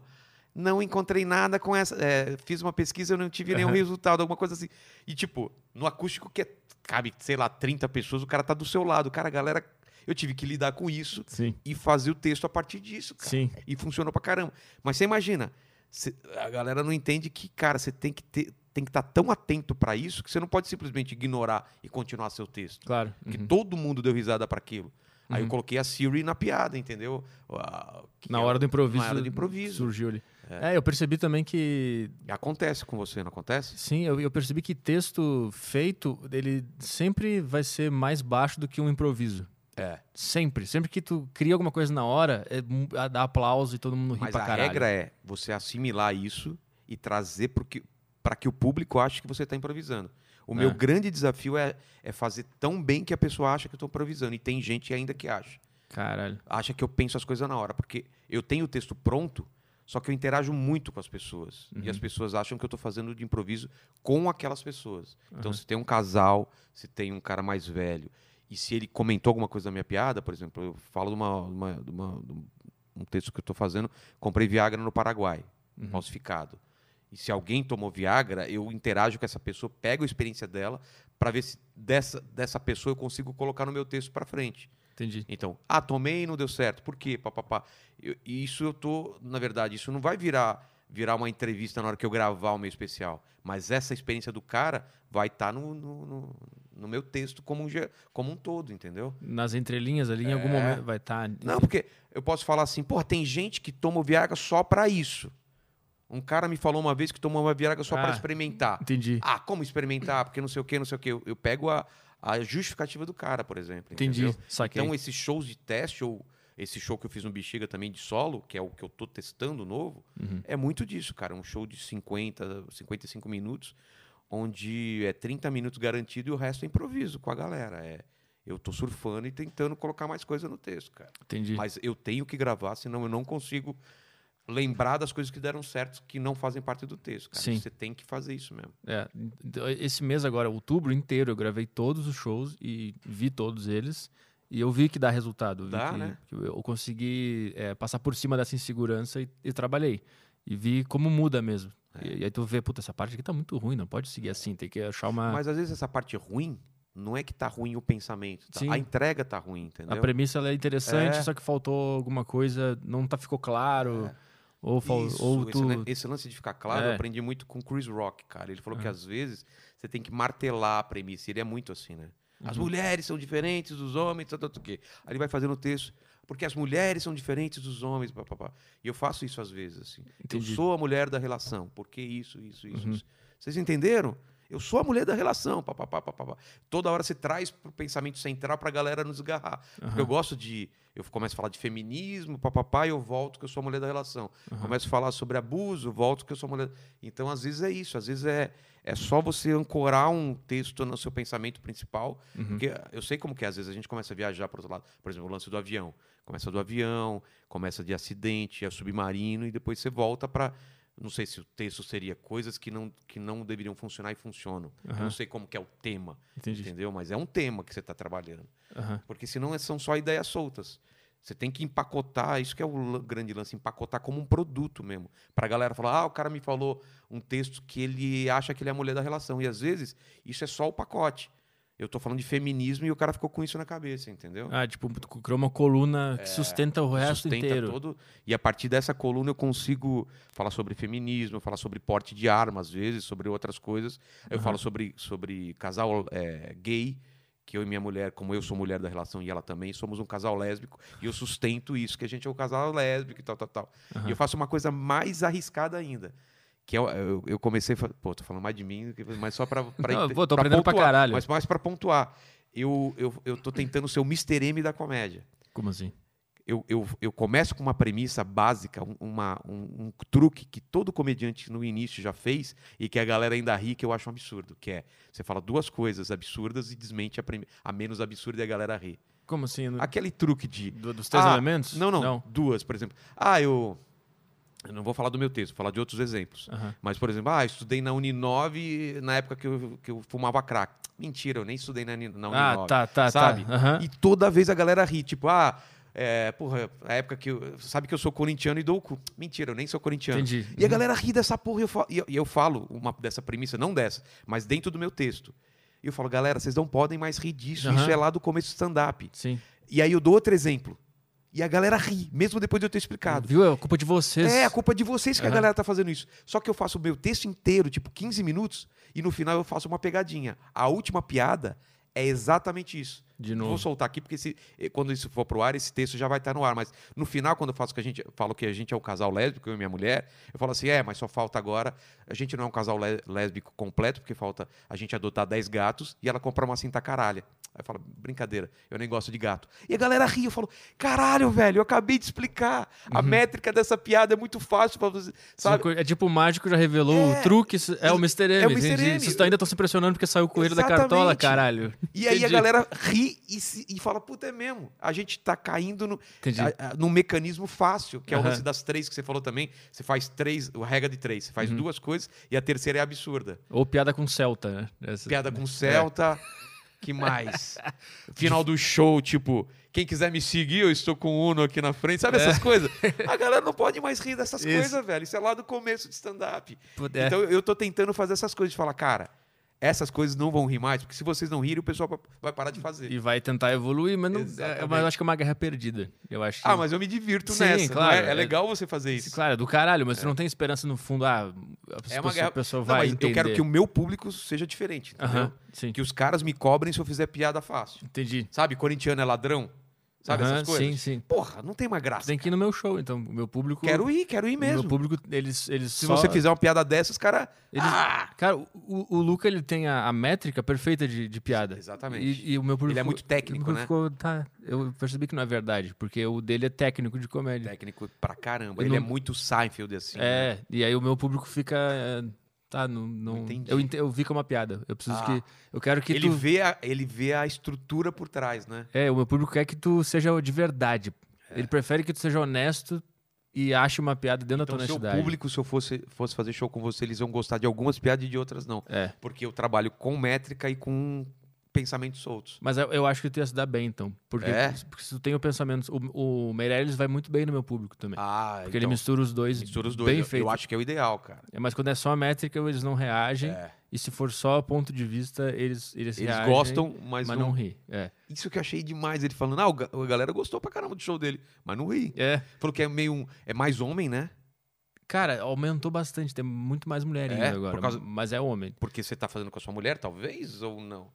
Speaker 1: Não encontrei nada com essa. é, fiz uma pesquisa e não tive nenhum
Speaker 2: Aham.
Speaker 1: resultado, alguma coisa assim. E, tipo, no acústico que é, cabe, sei lá, 30 pessoas, o cara tá do seu lado. Cara, a galera. Eu tive que lidar com isso
Speaker 2: Sim.
Speaker 1: e fazer o texto a partir disso, cara.
Speaker 2: Sim.
Speaker 1: E funcionou pra caramba. Mas você imagina, cê- a galera não entende que, cara, você tem que ter, tem que estar tão atento pra isso que você não pode simplesmente ignorar e continuar seu texto.
Speaker 2: Claro.
Speaker 1: Porque
Speaker 2: Uhum.
Speaker 1: todo mundo deu risada pra aquilo. Aí eu
Speaker 2: Uhum.
Speaker 1: coloquei a Siri na piada, entendeu? Ah, que
Speaker 2: Na
Speaker 1: é-
Speaker 2: hora do improviso.
Speaker 1: na hora do improviso.
Speaker 2: Surgiu ali. É, eu percebi também que
Speaker 1: Acontece com você, não acontece?
Speaker 2: Sim, eu, eu percebi que texto feito, ele sempre vai ser mais baixo do que um improviso.
Speaker 1: É.
Speaker 2: Sempre. Sempre que tu cria alguma coisa na hora, é, mu- a- dá aplauso e todo mundo ri
Speaker 1: Mas
Speaker 2: pra
Speaker 1: a
Speaker 2: caralho.
Speaker 1: regra é você assimilar isso e trazer para que, pra que o público ache que você está improvisando. O meu
Speaker 2: É.
Speaker 1: grande desafio é, é fazer tão bem que a pessoa acha que eu estou improvisando. E tem gente ainda que acha.
Speaker 2: Caralho.
Speaker 1: acha que eu penso as coisas na hora, porque eu tenho o texto pronto, só que eu interajo muito com as pessoas. E
Speaker 2: Uhum.
Speaker 1: as pessoas acham que eu estou fazendo de improviso com aquelas pessoas.
Speaker 2: Uhum.
Speaker 1: Então, se tem um casal, se tem um cara mais velho, e se ele comentou alguma coisa da minha piada, por exemplo, eu falo de, uma, de uma- de uma- de um- um texto que eu estou fazendo, comprei Viagra no Paraguai,
Speaker 2: Uhum.
Speaker 1: falsificado. E se alguém tomou Viagra, eu interajo com essa pessoa, pego a experiência dela, para ver se dessa, dessa pessoa eu consigo colocar no meu texto para frente.
Speaker 2: Entendi.
Speaker 1: Então, ah, tomei e não deu certo. Por quê? Pá, pá, pá. Eu- e isso eu tô, na verdade, isso não vai virar virar uma entrevista na hora que eu gravar o meu especial. Mas essa experiência do cara vai estar no, no, no- no meu texto como um, ge- como um todo, entendeu?
Speaker 2: Nas entrelinhas ali, em algum momento vai tá, estar.
Speaker 1: É. Não, porque eu posso falar assim, porra, tem gente que toma o Viagra só pra isso. Um cara me falou uma vez que tomou uma Viagra só pra
Speaker 2: Ah.
Speaker 1: experimentar.
Speaker 2: Entendi.
Speaker 1: Ah, como experimentar? Porque não sei o quê, não sei o quê. Eu, eu pego a, a justificativa do cara, por exemplo.
Speaker 2: Entendi.
Speaker 1: entendeu?
Speaker 2: Saquei.
Speaker 1: Então, esses shows de teste, ou esse show que eu fiz no Bexiga também de solo, que é o que eu tô testando novo,
Speaker 2: Uhum.
Speaker 1: é muito disso, cara. É Um show de 50, 55 minutos, onde é 30 minutos garantido e o resto é improviso com a galera. É, eu tô surfando e tentando colocar mais coisa no texto, cara.
Speaker 2: Entendi.
Speaker 1: Mas eu tenho que gravar, senão eu não consigo lembrar das coisas que deram certo, que não fazem parte do texto, cara.
Speaker 2: Sim.
Speaker 1: Você tem que fazer isso mesmo.
Speaker 2: É, então, esse mês agora, outubro inteiro, eu gravei todos os shows e vi todos eles. E eu vi que dá resultado. eu vi
Speaker 1: Dá,
Speaker 2: que,
Speaker 1: né?
Speaker 2: que eu consegui é, passar por cima dessa insegurança e, e trabalhei. E vi como muda mesmo.
Speaker 1: É.
Speaker 2: E, e aí tu vê, puta, essa parte aqui tá muito ruim, não pode seguir assim, tem que achar uma.
Speaker 1: Mas às vezes essa parte ruim não é que tá ruim o pensamento, tá?
Speaker 2: Sim.
Speaker 1: a entrega tá ruim, entendeu?
Speaker 2: A premissa ela é interessante,
Speaker 1: É.
Speaker 2: só que faltou alguma coisa, não tá, ficou claro. Ou, fal-
Speaker 1: Isso, né?
Speaker 2: ou
Speaker 1: esse,
Speaker 2: tu.
Speaker 1: lan- esse lance de ficar claro, eu
Speaker 2: É. Ah.
Speaker 1: aprendi muito com o Chris Rock, cara. Ele falou que às vezes você tem que martelar a premissa. Ele é muito assim, né? As
Speaker 2: Uhum.
Speaker 1: mulheres são diferentes dos homens, tanto, tanto que. Aí ele vai fazendo o texto, porque as mulheres são diferentes dos homens, papapá. E eu faço isso às vezes, assim. Eu
Speaker 2: Entendi. Uhum.
Speaker 1: sou a mulher da relação, porque isso, isso, isso, isso. Vocês entenderam? Eu sou a mulher da relação, papapá, papapá. Toda hora você traz pro pensamento central pra galera nos agarrar. Porque eu gosto de. Eu começo a falar de feminismo, papapá, e eu volto que eu sou a mulher da relação. Começo a falar sobre abuso, volto que eu sou a mulher. Então, às vezes é isso, às vezes é, é só você ancorar um texto no seu pensamento principal.
Speaker 2: Hum. Uhum.
Speaker 1: Porque eu sei como que é, às vezes a gente começa a viajar para outro lado. Por exemplo, o lance do avião. Começa do avião, começa de acidente, é submarino, e depois você volta para. Não sei se o texto seria coisas que não, que não deveriam funcionar e funcionam. Eu
Speaker 2: Aham.
Speaker 1: não sei como que é o tema,
Speaker 2: Entendi.
Speaker 1: entendeu? Mas é um tema que você está trabalhando.
Speaker 2: Aham.
Speaker 1: Porque senão é- são só ideias soltas. Você tem que empacotar, isso que é o lan- grande lance, empacotar como um produto mesmo. Pra galera falar, ah, o cara me falou um texto que ele acha que ele é a mulher da relação. E às vezes, isso é só o pacote. Eu tô falando de feminismo e o cara ficou com isso na cabeça, entendeu? É.
Speaker 2: Ah, tipo, tu criou uma coluna que sustenta o resto
Speaker 1: sustenta
Speaker 2: inteiro.
Speaker 1: todo. E a partir dessa coluna eu consigo falar sobre feminismo, falar sobre porte de arma, às vezes, sobre outras coisas. Eu
Speaker 2: Aham.
Speaker 1: falo sobre, sobre casal é, gay, que eu e minha mulher, como eu sou mulher da relação e ela também, somos um casal lésbico. E eu sustento isso, que a gente é um casal lésbico e tal, tal, tal.
Speaker 2: Aham.
Speaker 1: E eu faço uma coisa mais arriscada ainda. Que eu, eu, eu comecei. a fa- Pô, tô falando mais de mim, do que- mas só pra. pra
Speaker 2: Não,
Speaker 1: ente-
Speaker 2: pô, tô aprendendo pra
Speaker 1: pontuar,
Speaker 2: caralho.
Speaker 1: Mas mais pra pontuar. Eu, eu, eu tô tentando ser o Mr. M da comédia
Speaker 2: Como assim?
Speaker 1: eu, eu, eu começo com uma premissa básica, um, uma- um- um truque que todo comediante no início já fez e que a galera ainda ri, que eu acho um absurdo, que é você fala duas coisas absurdas e desmente a, prime- a menos absurda e a galera ri.
Speaker 2: Como assim? No-
Speaker 1: Aquele truque de...
Speaker 2: do- dos três
Speaker 1: Ah,
Speaker 2: elementos?
Speaker 1: Não, não, duas, por exemplo. Ah, eu... Eu não vou falar do meu texto, vou falar de outros exemplos.
Speaker 2: Aham.
Speaker 1: Mas, por exemplo, ah, eu estudei na Uninove na época que eu, que eu fumava crack. Mentira, eu nem estudei na, Uni- na
Speaker 2: Ah,
Speaker 1: Uninove.
Speaker 2: tá, tá,
Speaker 1: sabe?
Speaker 2: tá. Aham.
Speaker 1: E toda vez a galera ri, tipo, ah, é, porra, a época que eu, sabe que eu sou corintiano e dou o cu. Mentira, eu nem sou corintiano.
Speaker 2: Entendi. Uhum.
Speaker 1: E a galera ri dessa porra e eu falo, e eu, e eu falo uma, dessa premissa, não dessa, mas dentro do meu texto. E eu falo, galera, vocês não podem mais rir disso,
Speaker 2: Aham.
Speaker 1: isso é lá do começo do stand-up.
Speaker 2: Sim.
Speaker 1: E aí eu dou outro exemplo. E a galera ri, mesmo depois de eu ter explicado.
Speaker 2: Viu? É culpa de vocês.
Speaker 1: É, a culpa é de vocês que a
Speaker 2: Aham.
Speaker 1: galera tá fazendo isso. Só que eu faço o meu texto inteiro, tipo 15 minutos, e no final eu faço uma pegadinha. A última piada é exatamente isso.
Speaker 2: De
Speaker 1: Vou
Speaker 2: novo.
Speaker 1: soltar aqui, porque se, eh, quando isso for pro ar, esse texto já vai estar no ar. Mas no final, quando eu faço que a gente falo que a gente é o casal lésbico, eu e minha mulher, eu falo assim: é, mas só falta agora. A gente não é um casal lé- lésbico completo, porque falta a gente adotar 10 gatos e ela comprar uma cinta caralha. Aí eu falo, brincadeira, eu nem gosto de gato. E a galera ri, eu falo, caralho, velho, eu acabei de explicar.
Speaker 2: Uhum.
Speaker 1: A métrica dessa piada é muito fácil pra você.
Speaker 2: São
Speaker 1: Sabe?
Speaker 2: co- É tipo, o mágico já revelou
Speaker 1: É.
Speaker 2: o truque. isso- É o Mr. M.
Speaker 1: É o Mr.
Speaker 2: entendi.
Speaker 1: M.
Speaker 2: Vocês tão- ainda estão se impressionando porque saiu o coelho da
Speaker 1: Exatamente.
Speaker 2: cartola, caralho.
Speaker 1: E aí a
Speaker 2: Entendi.
Speaker 1: galera ri e, se- e fala, puta, é mesmo. A gente tá caindo no,
Speaker 2: Entendi.
Speaker 1: a- a- num mecanismo fácil, que é o
Speaker 2: Aham.
Speaker 1: lance das três que você falou também. Você faz três, a regra de três. Você faz
Speaker 2: Uhum.
Speaker 1: duas coisas e a terceira é absurda.
Speaker 2: Ou piada com Celta, né? Essa-
Speaker 1: Piada com Celta. Que mais? Final do show, tipo, quem quiser me seguir, eu estou com o Uno aqui na frente. Sabe essas coisas? A galera não pode mais rir dessas
Speaker 2: É. Isso. É.
Speaker 1: coisas, velho. Isso é lá do começo de stand-up.
Speaker 2: Puder.
Speaker 1: Então eu tô tentando fazer essas coisas, de falar, cara, essas coisas não vão rir mais, porque se vocês não rirem, o pessoal pa- vai parar de fazer.
Speaker 2: Hum. E vai tentar evoluir, mas, não, é,
Speaker 1: Exatamente.
Speaker 2: mas eu acho que é uma guerra perdida. Eu acho que-
Speaker 1: Ah, mas eu me divirto
Speaker 2: Sim,
Speaker 1: nessa. não
Speaker 2: claro,
Speaker 1: é? é
Speaker 2: é-
Speaker 1: legal você fazer isso.
Speaker 2: Claro, é do caralho, mas você não tem esperança no fundo. Ah, a pessoa, a pessoa
Speaker 1: É Não,
Speaker 2: vai
Speaker 1: mas eu quero
Speaker 2: entender.
Speaker 1: que o meu público seja diferente, entendeu?
Speaker 2: Aham, sim.
Speaker 1: Que os caras me cobrem se eu fizer piada fácil.
Speaker 2: Entendi.
Speaker 1: Sabe, corintiano é ladrão? Sabe
Speaker 2: Aham,
Speaker 1: essas coisas?
Speaker 2: Sim, sim.
Speaker 1: Porra, não tem mais graça.
Speaker 2: Tem que ir no meu show, então. O meu público.
Speaker 1: Quero ir, quero ir
Speaker 2: Meu
Speaker 1: mesmo.
Speaker 2: público, eles, eles
Speaker 1: Se
Speaker 2: só-
Speaker 1: você fizer uma piada dessa, os "Ah!" caras.
Speaker 2: Eles- Cara, o, o Luca, ele tem a, a métrica perfeita de, de piada.
Speaker 1: Exatamente.
Speaker 2: E, e o meu público.
Speaker 1: Ele é muito técnico,
Speaker 2: meu
Speaker 1: né?
Speaker 2: público ficou, tá, eu percebi que não é verdade, porque o dele é técnico de comédia.
Speaker 1: Técnico pra caramba.
Speaker 2: Eu
Speaker 1: Ele é
Speaker 2: não-
Speaker 1: muito Seinfeld assim. né?
Speaker 2: É, e aí o meu público fica. é, Tá, não. não
Speaker 1: entendi.
Speaker 2: eu, ente- eu vi que é uma piada. Eu preciso
Speaker 1: Ah.
Speaker 2: que. Eu quero que
Speaker 1: Ele,
Speaker 2: tu.
Speaker 1: vê a, ele vê a estrutura por trás, né?
Speaker 2: É, o meu público quer que tu seja de verdade.
Speaker 1: É.
Speaker 2: Ele prefere que tu seja honesto e ache uma piada dentro
Speaker 1: Então,
Speaker 2: da tua
Speaker 1: seu
Speaker 2: honestidade.
Speaker 1: público, se eu fosse, fosse fazer show com você, eles vão gostar de algumas piadas e de outras não.
Speaker 2: É.
Speaker 1: Porque eu trabalho com métrica e com pensamentos soltos.
Speaker 2: Mas eu, eu acho que tu ia se dar bem, então. Porque,
Speaker 1: É?
Speaker 2: porque se tu tem o pensamento. O, o Meirelles vai muito bem no meu público também.
Speaker 1: Ah,
Speaker 2: porque
Speaker 1: então,
Speaker 2: ele mistura os dois.
Speaker 1: mistura os dois.
Speaker 2: Bem
Speaker 1: Eu-
Speaker 2: feito.
Speaker 1: Eu acho que é o ideal, cara.
Speaker 2: É, Mas quando é só a métrica, eles não reagem.
Speaker 1: É.
Speaker 2: E se for só ponto de vista, eles
Speaker 1: Eles
Speaker 2: Eles, reagem,
Speaker 1: gostam, mas,
Speaker 2: é mas
Speaker 1: não...
Speaker 2: não ri. É.
Speaker 1: Isso que eu achei demais. Ele falando, ah, o ga- a galera gostou pra caramba do show dele, mas não ri.
Speaker 2: É.
Speaker 1: Falou que é meio. um- É mais homem, né?
Speaker 2: Cara, aumentou bastante. Tem muito mais mulher ainda
Speaker 1: É?
Speaker 2: agora.
Speaker 1: Por causa-
Speaker 2: Mas é homem.
Speaker 1: Porque você tá fazendo com a sua mulher, talvez, ou não?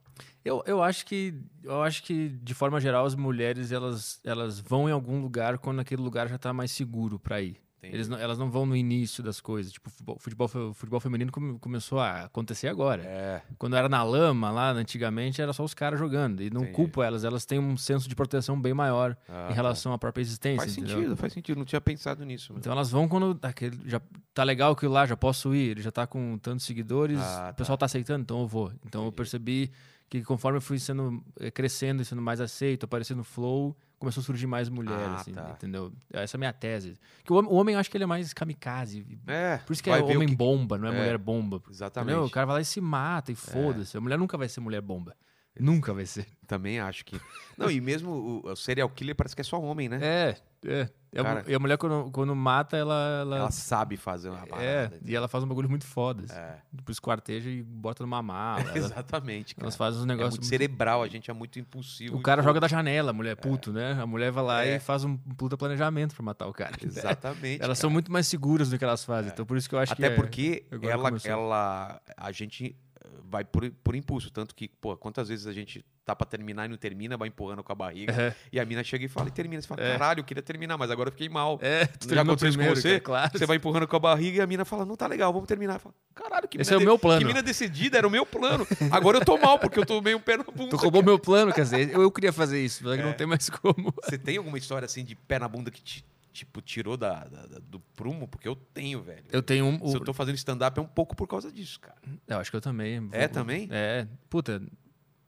Speaker 2: Eu, eu acho que eu acho que de forma geral as mulheres elas, elas vão em algum lugar quando aquele lugar já tá mais seguro pra ir.
Speaker 1: Entendi.
Speaker 2: Eles não- elas não vão no início das coisas. Tipo, futebol, futebol, fe- futebol feminino come- começou a acontecer agora.
Speaker 1: É.
Speaker 2: Quando era na lama lá, antigamente, era só os caras jogando. E não
Speaker 1: Entendi.
Speaker 2: culpo elas, elas têm um senso de proteção bem maior
Speaker 1: Ah,
Speaker 2: em relação à própria
Speaker 1: tá.
Speaker 2: existência.
Speaker 1: Faz
Speaker 2: entendeu?
Speaker 1: sentido, faz sentido. Não tinha pensado nisso. mano.
Speaker 2: Então elas vão quando aquele, já tá legal que lá já posso ir, ele já tá com tantos seguidores,
Speaker 1: Ah,
Speaker 2: o pessoal tá. aceitando, então eu vou. Então eu percebi que conforme eu fui sendo eh, crescendo, e sendo mais aceito, aparecendo no flow, começou a surgir mais mulheres,
Speaker 1: Ah,
Speaker 2: assim,
Speaker 1: tá.
Speaker 2: entendeu? Essa é a minha tese. Que o homem, o homem eu acho que ele é mais kamikaze.
Speaker 1: É.
Speaker 2: Por isso que
Speaker 1: vai
Speaker 2: é
Speaker 1: ver o
Speaker 2: homem
Speaker 1: que-
Speaker 2: bomba, não é,
Speaker 1: É,
Speaker 2: mulher bomba.
Speaker 1: Exatamente. É.
Speaker 2: Entendeu? O cara vai lá e se mata e foda-se. A mulher nunca vai ser mulher bomba. Nunca vai ser.
Speaker 1: Também acho que. Não, e mesmo o, o serial killer parece que é só homem, né?
Speaker 2: É, é. E a mu-
Speaker 1: Cara-
Speaker 2: E a mulher, quando, quando mata, ela-
Speaker 1: Ela sabe fazer uma parada.
Speaker 2: É,
Speaker 1: entendeu?
Speaker 2: e ela faz um bagulho muito foda. assim.
Speaker 1: É.
Speaker 2: Tipo, esquarteja e bota numa mala. Ela-
Speaker 1: Exatamente, cara.
Speaker 2: elas fazem uns
Speaker 1: É muito
Speaker 2: negócios. muito-
Speaker 1: cerebral, a gente é muito impulsivo.
Speaker 2: O cara joga da janela, a mulher é puto, né? A mulher vai lá
Speaker 1: É.
Speaker 2: e faz um puta planejamento pra matar o cara.
Speaker 1: Exatamente.
Speaker 2: Elas são muito mais seguras do que elas fazem. Então, por isso que eu acho que.
Speaker 1: Até
Speaker 2: é-
Speaker 1: porque
Speaker 2: agora
Speaker 1: ela,
Speaker 2: começou.
Speaker 1: ela, a gente eh, vai por, por impulso. Tanto que, pô, quantas vezes a gente tá pra terminar e não termina, vai empurrando com a barriga.
Speaker 2: É.
Speaker 1: E a mina chega e fala e termina. Você fala,
Speaker 2: É.
Speaker 1: caralho, eu queria terminar, mas agora eu fiquei mal.
Speaker 2: É, tu
Speaker 1: Já
Speaker 2: terminou
Speaker 1: aconteceu isso com
Speaker 2: primeiro,
Speaker 1: você?
Speaker 2: cara, claro.
Speaker 1: Você vai empurrando com a barriga e a mina fala, não tá legal, vamos terminar. Fala, caralho, que
Speaker 2: Esse
Speaker 1: mina
Speaker 2: é o meu plano.
Speaker 1: Que mina decidida, era o meu plano. Agora eu tô mal, porque eu tô meio pé na bunda.
Speaker 2: Tu roubou meu plano, quer dizer, eu, eu queria fazer isso, mas não tem mais como.
Speaker 1: Você tem alguma história assim de pé na bunda que te, tipo, tirou da, da- da- do prumo? Porque eu tenho, velho.
Speaker 2: Eu tenho um.
Speaker 1: Se
Speaker 2: o-
Speaker 1: eu tô fazendo stand-up é um pouco por causa disso, cara.
Speaker 2: Eu acho que eu também.
Speaker 1: É
Speaker 2: Vou-
Speaker 1: também?
Speaker 2: É. Puta.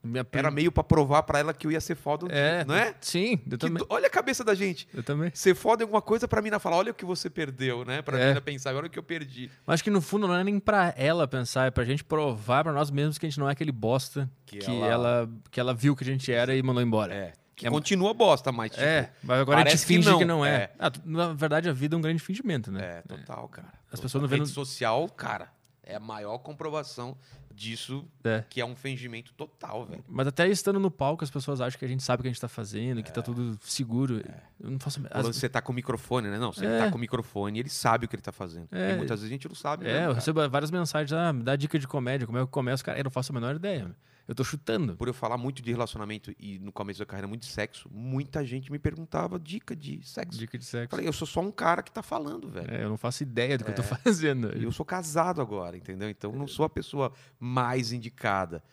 Speaker 2: Minha
Speaker 1: Era
Speaker 2: prim-
Speaker 1: meio pra provar pra ela que eu ia ser foda um
Speaker 2: É.
Speaker 1: dia, não é?
Speaker 2: Sim, eu
Speaker 1: Que
Speaker 2: também.
Speaker 1: do- Olha a cabeça da gente.
Speaker 2: Eu também.
Speaker 1: Ser foda em alguma coisa pra mina falar, olha o que você perdeu, né? Pra
Speaker 2: É.
Speaker 1: mina pensar, olha o que eu perdi.
Speaker 2: Mas acho que no fundo não é nem pra ela pensar, é pra gente provar pra nós mesmos que a gente não é aquele bosta
Speaker 1: Que
Speaker 2: que,
Speaker 1: ela-
Speaker 2: ela... que ela viu que a gente era e mandou embora.
Speaker 1: É. Que
Speaker 2: É-
Speaker 1: continua bosta, mas tipo,
Speaker 2: É, mas agora a gente
Speaker 1: parece que
Speaker 2: finge que
Speaker 1: não,
Speaker 2: não, é.
Speaker 1: é.
Speaker 2: Ah, tu- na verdade, a vida é um grande fingimento, né?
Speaker 1: É, total, cara.
Speaker 2: As
Speaker 1: Total.
Speaker 2: pessoas não
Speaker 1: Rede
Speaker 2: vendo-
Speaker 1: social, cara, é a maior comprovação disso
Speaker 2: É.
Speaker 1: que é um fingimento total, velho.
Speaker 2: Mas até estando no palco, as pessoas acham que a gente sabe o que a gente tá fazendo, que tá tudo seguro. Eu não faço.
Speaker 1: Quando
Speaker 2: As...
Speaker 1: você tá com o microfone, né? Não, se ele
Speaker 2: É.
Speaker 1: tá com o microfone, ele sabe o que ele tá fazendo.
Speaker 2: É.
Speaker 1: E muitas vezes a gente não sabe. mesmo,
Speaker 2: É, eu
Speaker 1: cara.
Speaker 2: recebo várias mensagens, ah, me dá dica de comédia, como é que eu começo, cara, eu não faço a menor ideia. Eu tô chutando.
Speaker 1: Por eu falar muito de relacionamento e no começo da carreira muito de sexo, muita gente me perguntava dica de sexo.
Speaker 2: Dica de
Speaker 1: Eu
Speaker 2: sexo.
Speaker 1: falei, eu sou só um cara que tá falando, velho.
Speaker 2: É, eu não faço ideia do que eu tô fazendo.
Speaker 1: E eu sou casado agora, entendeu? Então eu
Speaker 2: É.
Speaker 1: não sou a pessoa mais indicada.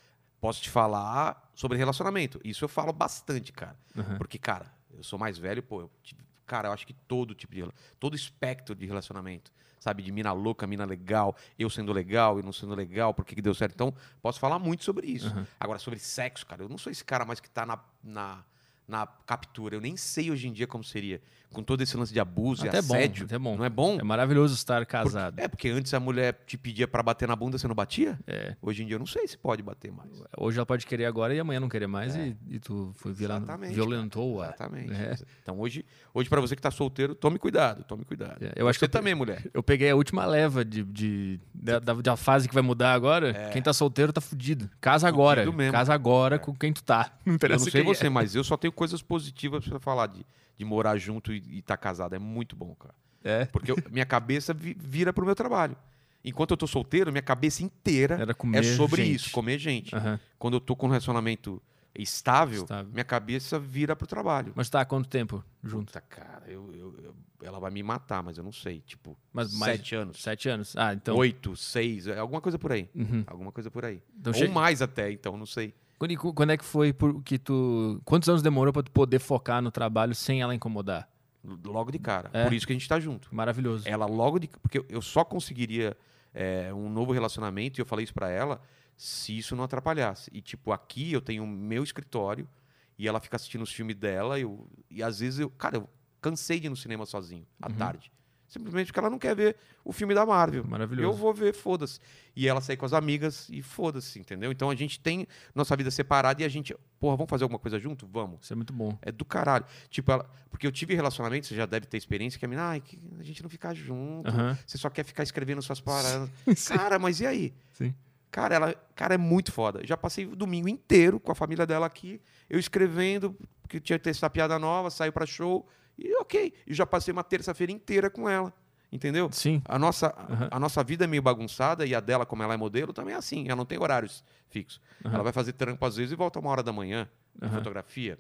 Speaker 1: Posso te falar sobre relacionamento. Isso eu falo bastante, cara.
Speaker 2: Aham.
Speaker 1: Porque, cara, eu sou mais velho, pô. eu tive- cara, eu acho que todo tipo de. rela- Todo espectro de relacionamento. Sabe? De mina louca, mina legal. Eu sendo legal e não sendo legal. Por que, que deu certo? Então, posso falar muito sobre isso.
Speaker 2: Aham.
Speaker 1: Agora, sobre sexo, cara. Eu não sou esse cara mais que tá na. na na captura, eu nem sei hoje em dia como seria com todo esse lance de abuso e
Speaker 2: Até bom,
Speaker 1: assédio.
Speaker 2: até bom.
Speaker 1: Não é bom?
Speaker 2: É maravilhoso estar casado.
Speaker 1: É, porque antes a mulher te pedia pra bater na bunda, você não batia?
Speaker 2: É.
Speaker 1: Hoje em dia eu não sei se pode bater mais.
Speaker 2: Hoje ela pode querer agora e amanhã não querer mais e, e tu foi viola-
Speaker 1: É. Exatamente,
Speaker 2: violentou a.
Speaker 1: Exatamente.
Speaker 2: É.
Speaker 1: Então hoje, hoje para você que tá solteiro, tome cuidado, tome cuidado.
Speaker 2: É, eu acho
Speaker 1: você tá
Speaker 2: que eu-
Speaker 1: também, mulher.
Speaker 2: Eu peguei a última leva de, de- da, da- da fase que vai mudar agora. Quem tá solteiro tá fudido. Casa agora.
Speaker 1: É. mesmo. É.
Speaker 2: Casa agora com quem tu tá. Não
Speaker 1: Eu
Speaker 2: interessa
Speaker 1: não sei
Speaker 2: quem é.
Speaker 1: você, mas eu só tenho coisas positivas pra falar de, de morar junto e estar tá casado. É muito bom, cara.
Speaker 2: É.
Speaker 1: Porque eu- minha cabeça vi- vira pro meu trabalho. Enquanto eu tô solteiro, minha cabeça inteira
Speaker 2: Era comer
Speaker 1: é sobre
Speaker 2: gente.
Speaker 1: isso, comer gente.
Speaker 2: Aham.
Speaker 1: Quando eu tô com um relacionamento estável,
Speaker 2: Estável.
Speaker 1: minha cabeça vira pro trabalho.
Speaker 2: Mas tá há quanto tempo junto?
Speaker 1: Puta, cara, eu, eu- eu- ela vai me matar, mas eu não sei. Tipo,
Speaker 2: Mas mais-
Speaker 1: sete anos.
Speaker 2: Sete anos. Ah, então.
Speaker 1: Oito, seis, é, alguma coisa por aí.
Speaker 2: Uhum.
Speaker 1: Alguma coisa por aí.
Speaker 2: Então
Speaker 1: Ou
Speaker 2: che-
Speaker 1: mais até, então, não sei.
Speaker 2: Quando, e cu- quando é que foi por- que tu. Quantos anos demorou pra tu poder focar no trabalho sem ela incomodar?
Speaker 1: L- Logo de cara.
Speaker 2: É.
Speaker 1: Por isso que a gente tá junto.
Speaker 2: Maravilhoso.
Speaker 1: Ela logo de Porque eu- eu só conseguiria é, um novo relacionamento, e eu falei isso pra ela, se isso não atrapalhasse. E, tipo, aqui eu tenho o meu escritório e ela fica assistindo os filmes dela. Eu, e às vezes eu. Cara, eu cansei de ir no cinema sozinho à tarde. Simplesmente porque ela não quer ver o filme da Marvel. Eu
Speaker 2: Maravilhoso.
Speaker 1: vou ver, foda-se. E ela sai com as amigas e foda-se, entendeu? Então a gente tem nossa vida separada e a gente, porra, vamos fazer alguma coisa junto? Vamos.
Speaker 2: Isso é muito bom.
Speaker 1: É do caralho. Tipo, ela. Porque eu tive relacionamento, você já deve ter experiência, que a mina, ai, que a gente não fica junto.
Speaker 2: Aham.
Speaker 1: é Você só quer ficar escrevendo suas paradas. Cara, mas e aí?
Speaker 2: Sim.
Speaker 1: Cara, ela, cara, é muito foda. Já passei o domingo inteiro com a família dela aqui, eu escrevendo, que tinha que testar piada nova, saiu pra show, e ok. E já passei uma terça-feira inteira com ela. Entendeu?
Speaker 2: Sim.
Speaker 1: A nossa,
Speaker 2: Aham.
Speaker 1: a, a nossa vida é meio bagunçada e a dela, como ela é modelo, também é assim. Ela não tem horários fixos.
Speaker 2: Aham.
Speaker 1: Ela vai fazer trampo às vezes e volta uma hora da manhã.
Speaker 2: Aham.
Speaker 1: Fotografia.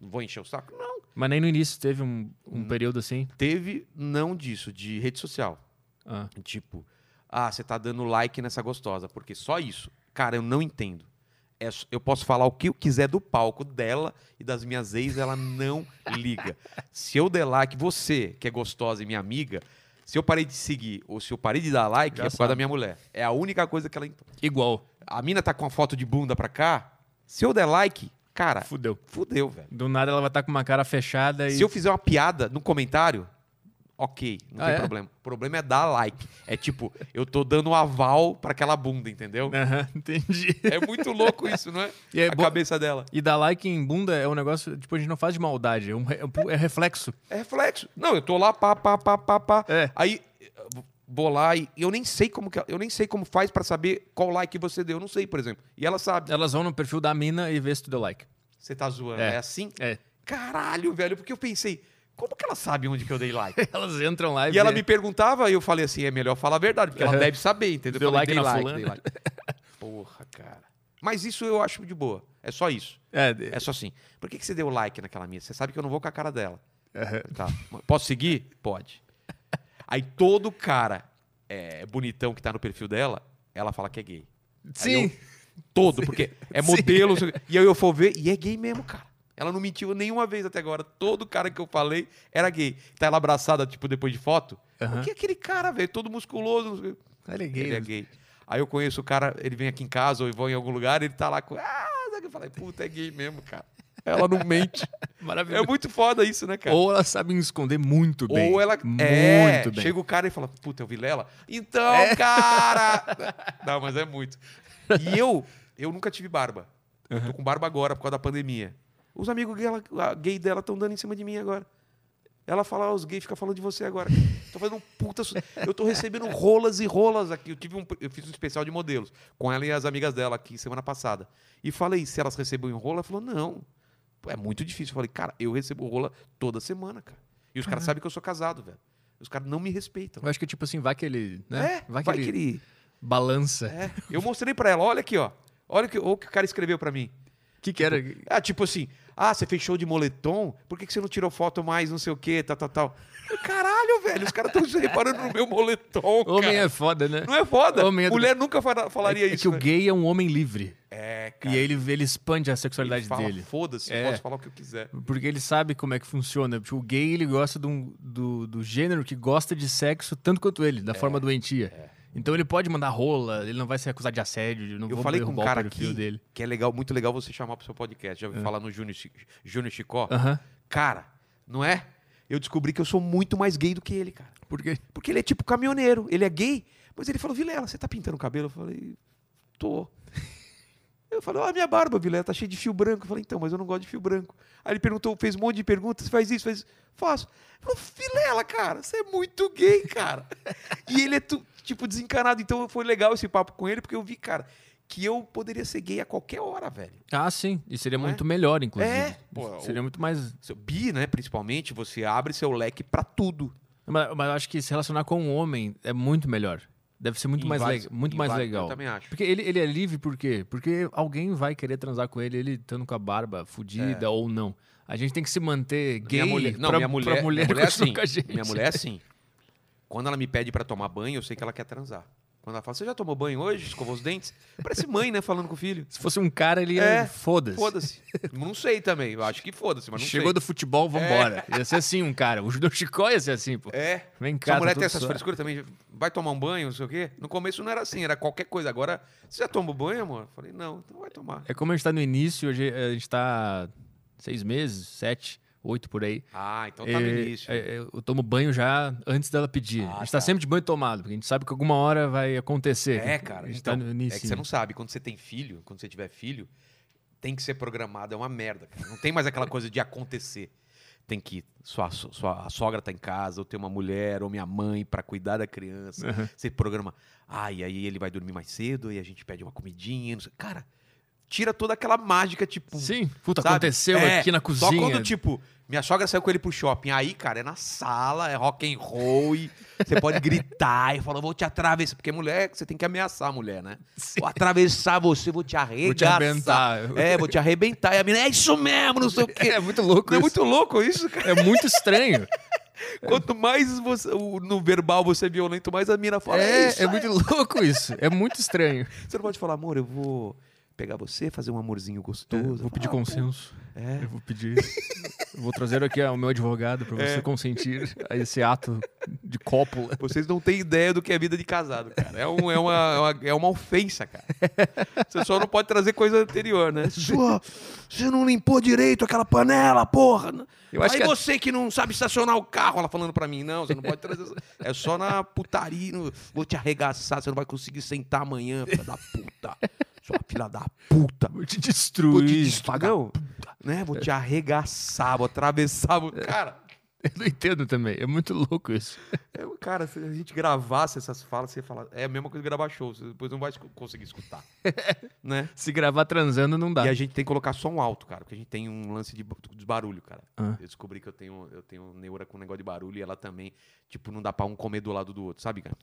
Speaker 1: Vou encher o saco? Não.
Speaker 2: Mas nem no início teve um,
Speaker 1: Uhum.
Speaker 2: um período assim.
Speaker 1: Teve não disso, de rede social.
Speaker 2: Ah,
Speaker 1: Tipo, ah, você tá dando like nessa gostosa, porque só isso. Cara, eu não entendo. É s- eu posso falar o que eu quiser do palco dela e das minhas ex, ela não liga. Se eu der like, você, que é gostosa e minha amiga, se eu parei de seguir ou se eu parei de dar like,
Speaker 2: Já
Speaker 1: é por
Speaker 2: sabe.
Speaker 1: causa da minha mulher. É a única coisa que ela. ent-
Speaker 2: igual.
Speaker 1: A mina tá com a foto de bunda pra cá. Se eu der like, cara,
Speaker 2: Fudeu.
Speaker 1: fudeu, velho.
Speaker 2: Do nada ela vai estar com uma cara fechada e.
Speaker 1: Se eu fizer uma piada no comentário, ok, não
Speaker 2: Ah,
Speaker 1: tem
Speaker 2: é?
Speaker 1: problema. O problema é dar like. É tipo, eu tô dando um aval pra aquela bunda, entendeu?
Speaker 2: Aham, entendi.
Speaker 1: É muito louco isso, não é?
Speaker 2: Né? E é
Speaker 1: a
Speaker 2: bo-
Speaker 1: cabeça dela.
Speaker 2: E dar like em bunda é um negócio. Tipo, a gente não faz de maldade. É, um, re- é um pu- é reflexo.
Speaker 1: É reflexo. Não, eu tô lá, pá, pá, pá, pá, pá.
Speaker 2: É.
Speaker 1: Aí eu vou lá e eu nem sei como que, eu nem sei como faz pra saber qual like você deu. Eu não sei, por exemplo. E ela sabe.
Speaker 2: Elas vão no perfil da mina e vê se tu deu like.
Speaker 1: Você tá zoando.
Speaker 2: É.
Speaker 1: É, assim?
Speaker 2: É.
Speaker 1: Caralho, velho, porque eu pensei, como que ela sabe onde que eu dei like?
Speaker 2: Elas entram lá e,
Speaker 1: E ela
Speaker 2: vê.
Speaker 1: me perguntava e eu falei assim, é melhor falar a verdade, porque ela
Speaker 2: Aham.
Speaker 1: deve saber, entendeu?
Speaker 2: Deu
Speaker 1: Eu falei,
Speaker 2: like na
Speaker 1: dei
Speaker 2: fulana.
Speaker 1: like. Porra, cara. Mas isso eu acho de boa. É só isso.
Speaker 2: É,
Speaker 1: É só assim. Por que, que você deu like naquela minha? Você sabe que eu não vou com a cara dela.
Speaker 2: Aham.
Speaker 1: Tá. Posso seguir? Pode. Aí todo cara é, bonitão que tá no perfil dela, ela fala que é gay.
Speaker 2: Sim.
Speaker 1: Todo, porque é
Speaker 2: Sim.
Speaker 1: modelo. não sei o quê. E aí eu for ver, e é gay mesmo, cara. Ela não mentiu nenhuma vez até agora. Todo cara que eu falei era gay. Tá ela abraçada, tipo, depois de foto.
Speaker 2: Aham.
Speaker 1: O que é aquele cara, velho? Todo musculoso. não sei o quê.
Speaker 2: Ele é
Speaker 1: Ele é
Speaker 2: gay.
Speaker 1: gay. Aí eu conheço o cara, ele vem aqui em casa ou eu vou em algum lugar, ele tá lá com. Ah, sabe? eu falei, puta, é gay mesmo, cara. Ela não mente. É
Speaker 2: Maravilhoso.
Speaker 1: muito foda isso, né, cara?
Speaker 2: Ou elas sabem esconder muito bem.
Speaker 1: Ou ela.
Speaker 2: Muito
Speaker 1: é,
Speaker 2: bem. É.
Speaker 1: Chega o cara e fala, puta, eu vi Lela. Então, cara! Não, mas é muito. E eu, eu nunca tive barba. Eu tô com barba agora por causa da pandemia. Os amigos gay, ela- a gay dela estão dando em cima de mim agora. Ela fala, "Ah, os gays ficam falando de você agora. Tô fazendo um puta. su- Eu tô recebendo rolas e rolas aqui. Eu, tive um, eu fiz um especial de modelos com ela e as amigas dela aqui semana passada. E falei se elas recebem rola. Ela falou, não. É muito difícil. Eu falei, cara, eu recebo rola toda semana, cara. E os caras sabem que eu sou casado, velho. Os caras não me respeitam.
Speaker 2: Eu acho que, tipo assim, vai que ele. Né?
Speaker 1: É,
Speaker 2: vai que ele balança.
Speaker 1: É. Eu mostrei pra ela, olha aqui, ó. Olha o que, olha o que o cara escreveu pra mim.
Speaker 2: O que, que era?
Speaker 1: Ah, tipo assim, ah, você fez show de moletom? Por que, que você não tirou foto mais, não sei o quê, tal, tal, tal? Eu, Caralho, velho, os caras estão reparando no meu moletom,
Speaker 2: Homem
Speaker 1: cara.
Speaker 2: é foda, né?
Speaker 1: Não é foda?
Speaker 2: homem é-
Speaker 1: Mulher nunca fala- falaria
Speaker 2: é, é
Speaker 1: isso,
Speaker 2: que o
Speaker 1: né?
Speaker 2: gay é um homem livre.
Speaker 1: É,
Speaker 2: E ele, ele expande a
Speaker 1: ele
Speaker 2: sexualidade
Speaker 1: fala,
Speaker 2: dele.
Speaker 1: Foda-se,
Speaker 2: É.
Speaker 1: eu posso falar o que eu quiser.
Speaker 2: Porque ele sabe como é que funciona. Tipo, o gay, ele gosta de um- do, do gênero que gosta de sexo tanto quanto ele,
Speaker 1: É,
Speaker 2: da forma doentia. Então ele pode mandar rola, ele não vai ser acusado de assédio, eu não
Speaker 1: Eu
Speaker 2: vou
Speaker 1: falei com um
Speaker 2: derrubar
Speaker 1: cara
Speaker 2: o perfil
Speaker 1: aqui
Speaker 2: dele. É.
Speaker 1: que é legal, muito legal você chamar pro seu podcast. Já ouviu falar no Júnior Chi- Júnior Chicó?
Speaker 2: Aham.
Speaker 1: Cara, não é? Eu descobri que eu sou muito mais gay do que ele, cara.
Speaker 2: Por quê?
Speaker 1: Porque ele é tipo caminhoneiro, ele é gay. Mas ele falou, Vilela, você tá pintando o cabelo? Eu falei, tô. Eu falei, ó, a minha barba, Vilela, tá cheia de fio branco. Eu falei, então, mas eu não gosto de fio branco. Aí ele perguntou, fez um monte de perguntas, "Você faz isso, faz isso. Faço. Ele falou, Vilela, cara, você é muito gay, cara. e ele é, tu- tipo, desencanado. Então foi legal esse papo com ele, porque eu vi, cara, que eu poderia ser gay a qualquer hora, velho.
Speaker 2: Ah, sim. E seria
Speaker 1: Não é?
Speaker 2: muito melhor, inclusive.
Speaker 1: É, pô,
Speaker 2: seria muito mais.
Speaker 1: Seu bi, né, principalmente, você abre seu leque pra tudo.
Speaker 2: Mas, mas eu acho que se relacionar com um homem é muito melhor. Deve ser muito
Speaker 1: Em
Speaker 2: mais,
Speaker 1: vários-
Speaker 2: le- muito
Speaker 1: em
Speaker 2: mais
Speaker 1: vários-
Speaker 2: legal.
Speaker 1: Eu também acho.
Speaker 2: Porque ele, ele é livre por quê? Porque alguém vai querer transar com ele, ele estando com a barba fudida ou não. A gente tem que se manter gay
Speaker 1: É. minha mulher, não,
Speaker 2: pra,
Speaker 1: minha mulher,
Speaker 2: pra mulher,
Speaker 1: minha
Speaker 2: um
Speaker 1: mulher
Speaker 2: continuar
Speaker 1: sim.
Speaker 2: com a gente.
Speaker 1: Minha mulher sim. Quando ela me pede pra tomar banho, eu sei que ela quer transar. Quando ela fala, você já tomou banho hoje? Escovou os dentes? Parece mãe, né? Falando com o filho.
Speaker 2: Se fosse um cara, ele ia...
Speaker 1: É,
Speaker 2: Foda-se.
Speaker 1: Foda-se. não sei também. Eu acho que foda-se, mas não
Speaker 2: Chegou do futebol, vambora. Ia ser assim um cara. O judeu Chicó ia ser assim, pô.
Speaker 1: sei. É.
Speaker 2: Vem cá,
Speaker 1: Sua
Speaker 2: tá
Speaker 1: mulher
Speaker 2: tudo
Speaker 1: tem essas
Speaker 2: suave.
Speaker 1: frescuras também. Vai tomar um banho, não sei o quê. No começo não era assim, era qualquer coisa. Agora, você já tomou banho, amor? Eu falei, não, então vai tomar.
Speaker 2: É como a gente tá no início, hoje a gente tá seis meses, sete, oito por aí.
Speaker 1: Ah, então tá no
Speaker 2: É,
Speaker 1: início.
Speaker 2: é, é, eu tomo banho já antes dela pedir.
Speaker 1: Ah,
Speaker 2: a gente tá.
Speaker 1: tá.
Speaker 2: sempre de banho tomado, porque a gente sabe que alguma hora vai acontecer.
Speaker 1: É, cara.
Speaker 2: A gente
Speaker 1: Então,
Speaker 2: tá no início.
Speaker 1: é que você não sabe. Quando você tem filho, quando você tiver filho, tem que ser programado. É uma merda, cara. Não tem mais aquela coisa de acontecer. tem que sua, sua a sogra tá em casa, ou tem uma mulher, ou minha mãe para cuidar da criança.
Speaker 2: Uhum.
Speaker 1: Você programa, ah, e aí ele vai dormir mais cedo, e a gente pede uma comidinha, não sei. Cara, tira toda aquela mágica, tipo.
Speaker 2: Sim, puta,
Speaker 1: sabe?
Speaker 2: aconteceu
Speaker 1: É,
Speaker 2: aqui na
Speaker 1: Só
Speaker 2: cozinha.
Speaker 1: quando, tipo, minha sogra saiu com ele pro shopping. Aí, cara, é na sala, é rock and roll, e você pode gritar e falar, vou te atravessar. Porque mulher, você tem que ameaçar a mulher, né?
Speaker 2: Sim.
Speaker 1: Vou atravessar você, vou te
Speaker 2: Vou te
Speaker 1: arregaçar.
Speaker 2: arrebentar.
Speaker 1: É, vou te arrebentar. E a menina, é isso mesmo, não sei o quê.
Speaker 2: É muito louco
Speaker 1: Não é
Speaker 2: isso.
Speaker 1: muito louco isso, cara?
Speaker 2: É muito estranho.
Speaker 1: Quanto mais você- o- no verbal você é violento, mais a mina fala, é,
Speaker 2: é,
Speaker 1: isso,
Speaker 2: é muito louco isso. É muito estranho.
Speaker 1: Você não pode falar, amor, eu vou pegar você, fazer um amorzinho gostoso.
Speaker 2: É, vou pedir
Speaker 1: Ah,
Speaker 2: consenso.
Speaker 1: É.
Speaker 2: Eu vou pedir. Eu vou trazer aqui o meu advogado pra
Speaker 1: É.
Speaker 2: você consentir a esse ato de cópula.
Speaker 1: Vocês não têm ideia do que é vida de casado, cara. É, um- é uma, é uma, é uma ofensa, cara. Você só não pode trazer coisa anterior, né? Sua, você não limpou direito aquela panela, porra.
Speaker 2: Eu acho
Speaker 1: Aí
Speaker 2: que é-
Speaker 1: você que não sabe estacionar o carro, ela falando pra mim, não, você não pode trazer. essa- É só na putaria, no- vou te arregaçar, você não vai conseguir sentar amanhã, filha da puta. Sua filha da puta.
Speaker 2: Vou te
Speaker 1: Vou
Speaker 2: destruir.
Speaker 1: te destruir,
Speaker 2: vagabundo.
Speaker 1: não, né? Vou te arregaçar, vou atravessar. vou- Cara,
Speaker 2: Eu não entendo também. É muito louco isso.
Speaker 1: É, Cara, se a gente gravasse essas falas, você ia falar. É a mesma coisa que gravar show, você depois não vai escu- conseguir escutar. né?
Speaker 2: Se gravar transando não dá.
Speaker 1: E a gente tem que colocar som alto, cara, porque a gente tem um lance de, ba- de barulho, cara.
Speaker 2: Ah.
Speaker 1: Eu descobri que eu tenho, eu tenho neura com um negócio de barulho e ela também, tipo, não dá pra um comer do lado do outro, sabe, cara?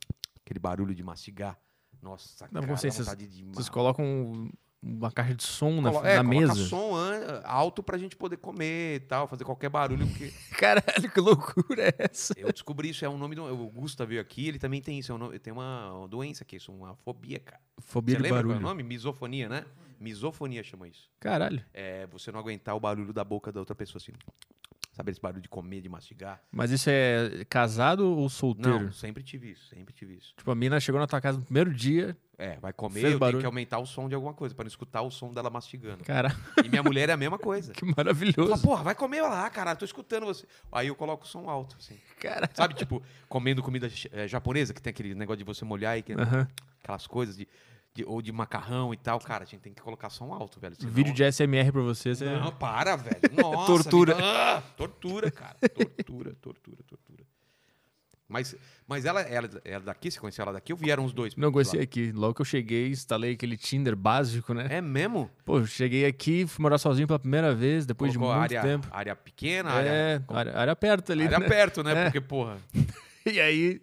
Speaker 1: Aquele barulho de mastigar. Nossa,
Speaker 2: Não,
Speaker 1: cara,
Speaker 2: como
Speaker 1: dá
Speaker 2: vocês-
Speaker 1: vontade de
Speaker 2: Vocês
Speaker 1: ma-
Speaker 2: colocam um, uma caixa de som na,
Speaker 1: Colo- é,
Speaker 2: na
Speaker 1: coloca
Speaker 2: mesa.
Speaker 1: som an- alto pra gente poder comer e tal, fazer qualquer barulho, porque
Speaker 2: Caralho, que loucura é essa?
Speaker 1: Eu descobri isso, é um nome do. O Gusta veio aqui, ele também tem isso, é um nome- tem uma doença que é isso, uma fobia, cara.
Speaker 2: Fobia
Speaker 1: Você
Speaker 2: de
Speaker 1: lembra qual é o
Speaker 2: barulho.
Speaker 1: nome? Misofonia, né? Misofonia chama isso.
Speaker 2: Caralho.
Speaker 1: É você não aguentar o barulho da boca da outra pessoa, assim. Sabe esse barulho de comer, de mastigar?
Speaker 2: Mas isso é casado ou solteiro?
Speaker 1: Não, sempre tive isso, sempre tive isso.
Speaker 2: Tipo, a mina chegou na tua casa no primeiro dia.
Speaker 1: É, vai comer,
Speaker 2: Fez
Speaker 1: eu tenho
Speaker 2: barulho.
Speaker 1: que aumentar o som de alguma coisa, pra não escutar o som dela mastigando.
Speaker 2: Caralho,
Speaker 1: E minha mulher é a mesma coisa.
Speaker 2: que
Speaker 1: Fala,
Speaker 2: maravilhoso.
Speaker 1: porra, vai comer lá, cara, tô escutando você. Aí eu coloco o som alto, assim.
Speaker 2: Caralho.
Speaker 1: Sabe, tipo, comendo comida eh, japonesa, que tem aquele negócio de você molhar e que-
Speaker 2: Aham.
Speaker 1: aquelas coisas de, de- ou de macarrão e tal, cara, a gente tem que colocar som alto, velho. senão-
Speaker 2: Vídeo de SMR pra vocês é.
Speaker 1: Não, para, velho. Nossa,
Speaker 2: Tortura.
Speaker 1: fica- Ah, tortura, cara. Tortura, tortura, tortura. Mas, mas ela, ela, ela daqui, você conheceu ela daqui ou vieram os dois?
Speaker 2: Não,
Speaker 1: sei
Speaker 2: eu conheci
Speaker 1: lá?
Speaker 2: aqui. Logo que eu cheguei, instalei aquele Tinder básico, né?
Speaker 1: É mesmo?
Speaker 2: Pô, eu cheguei aqui, fui morar sozinho pela primeira vez, depois
Speaker 1: Colocou
Speaker 2: de muito
Speaker 1: área,
Speaker 2: tempo.
Speaker 1: área pequena, área, né?
Speaker 2: É, área, área aperta ali,
Speaker 1: área
Speaker 2: né?
Speaker 1: perto, né?
Speaker 2: É.
Speaker 1: Porque, porra,
Speaker 2: E aí,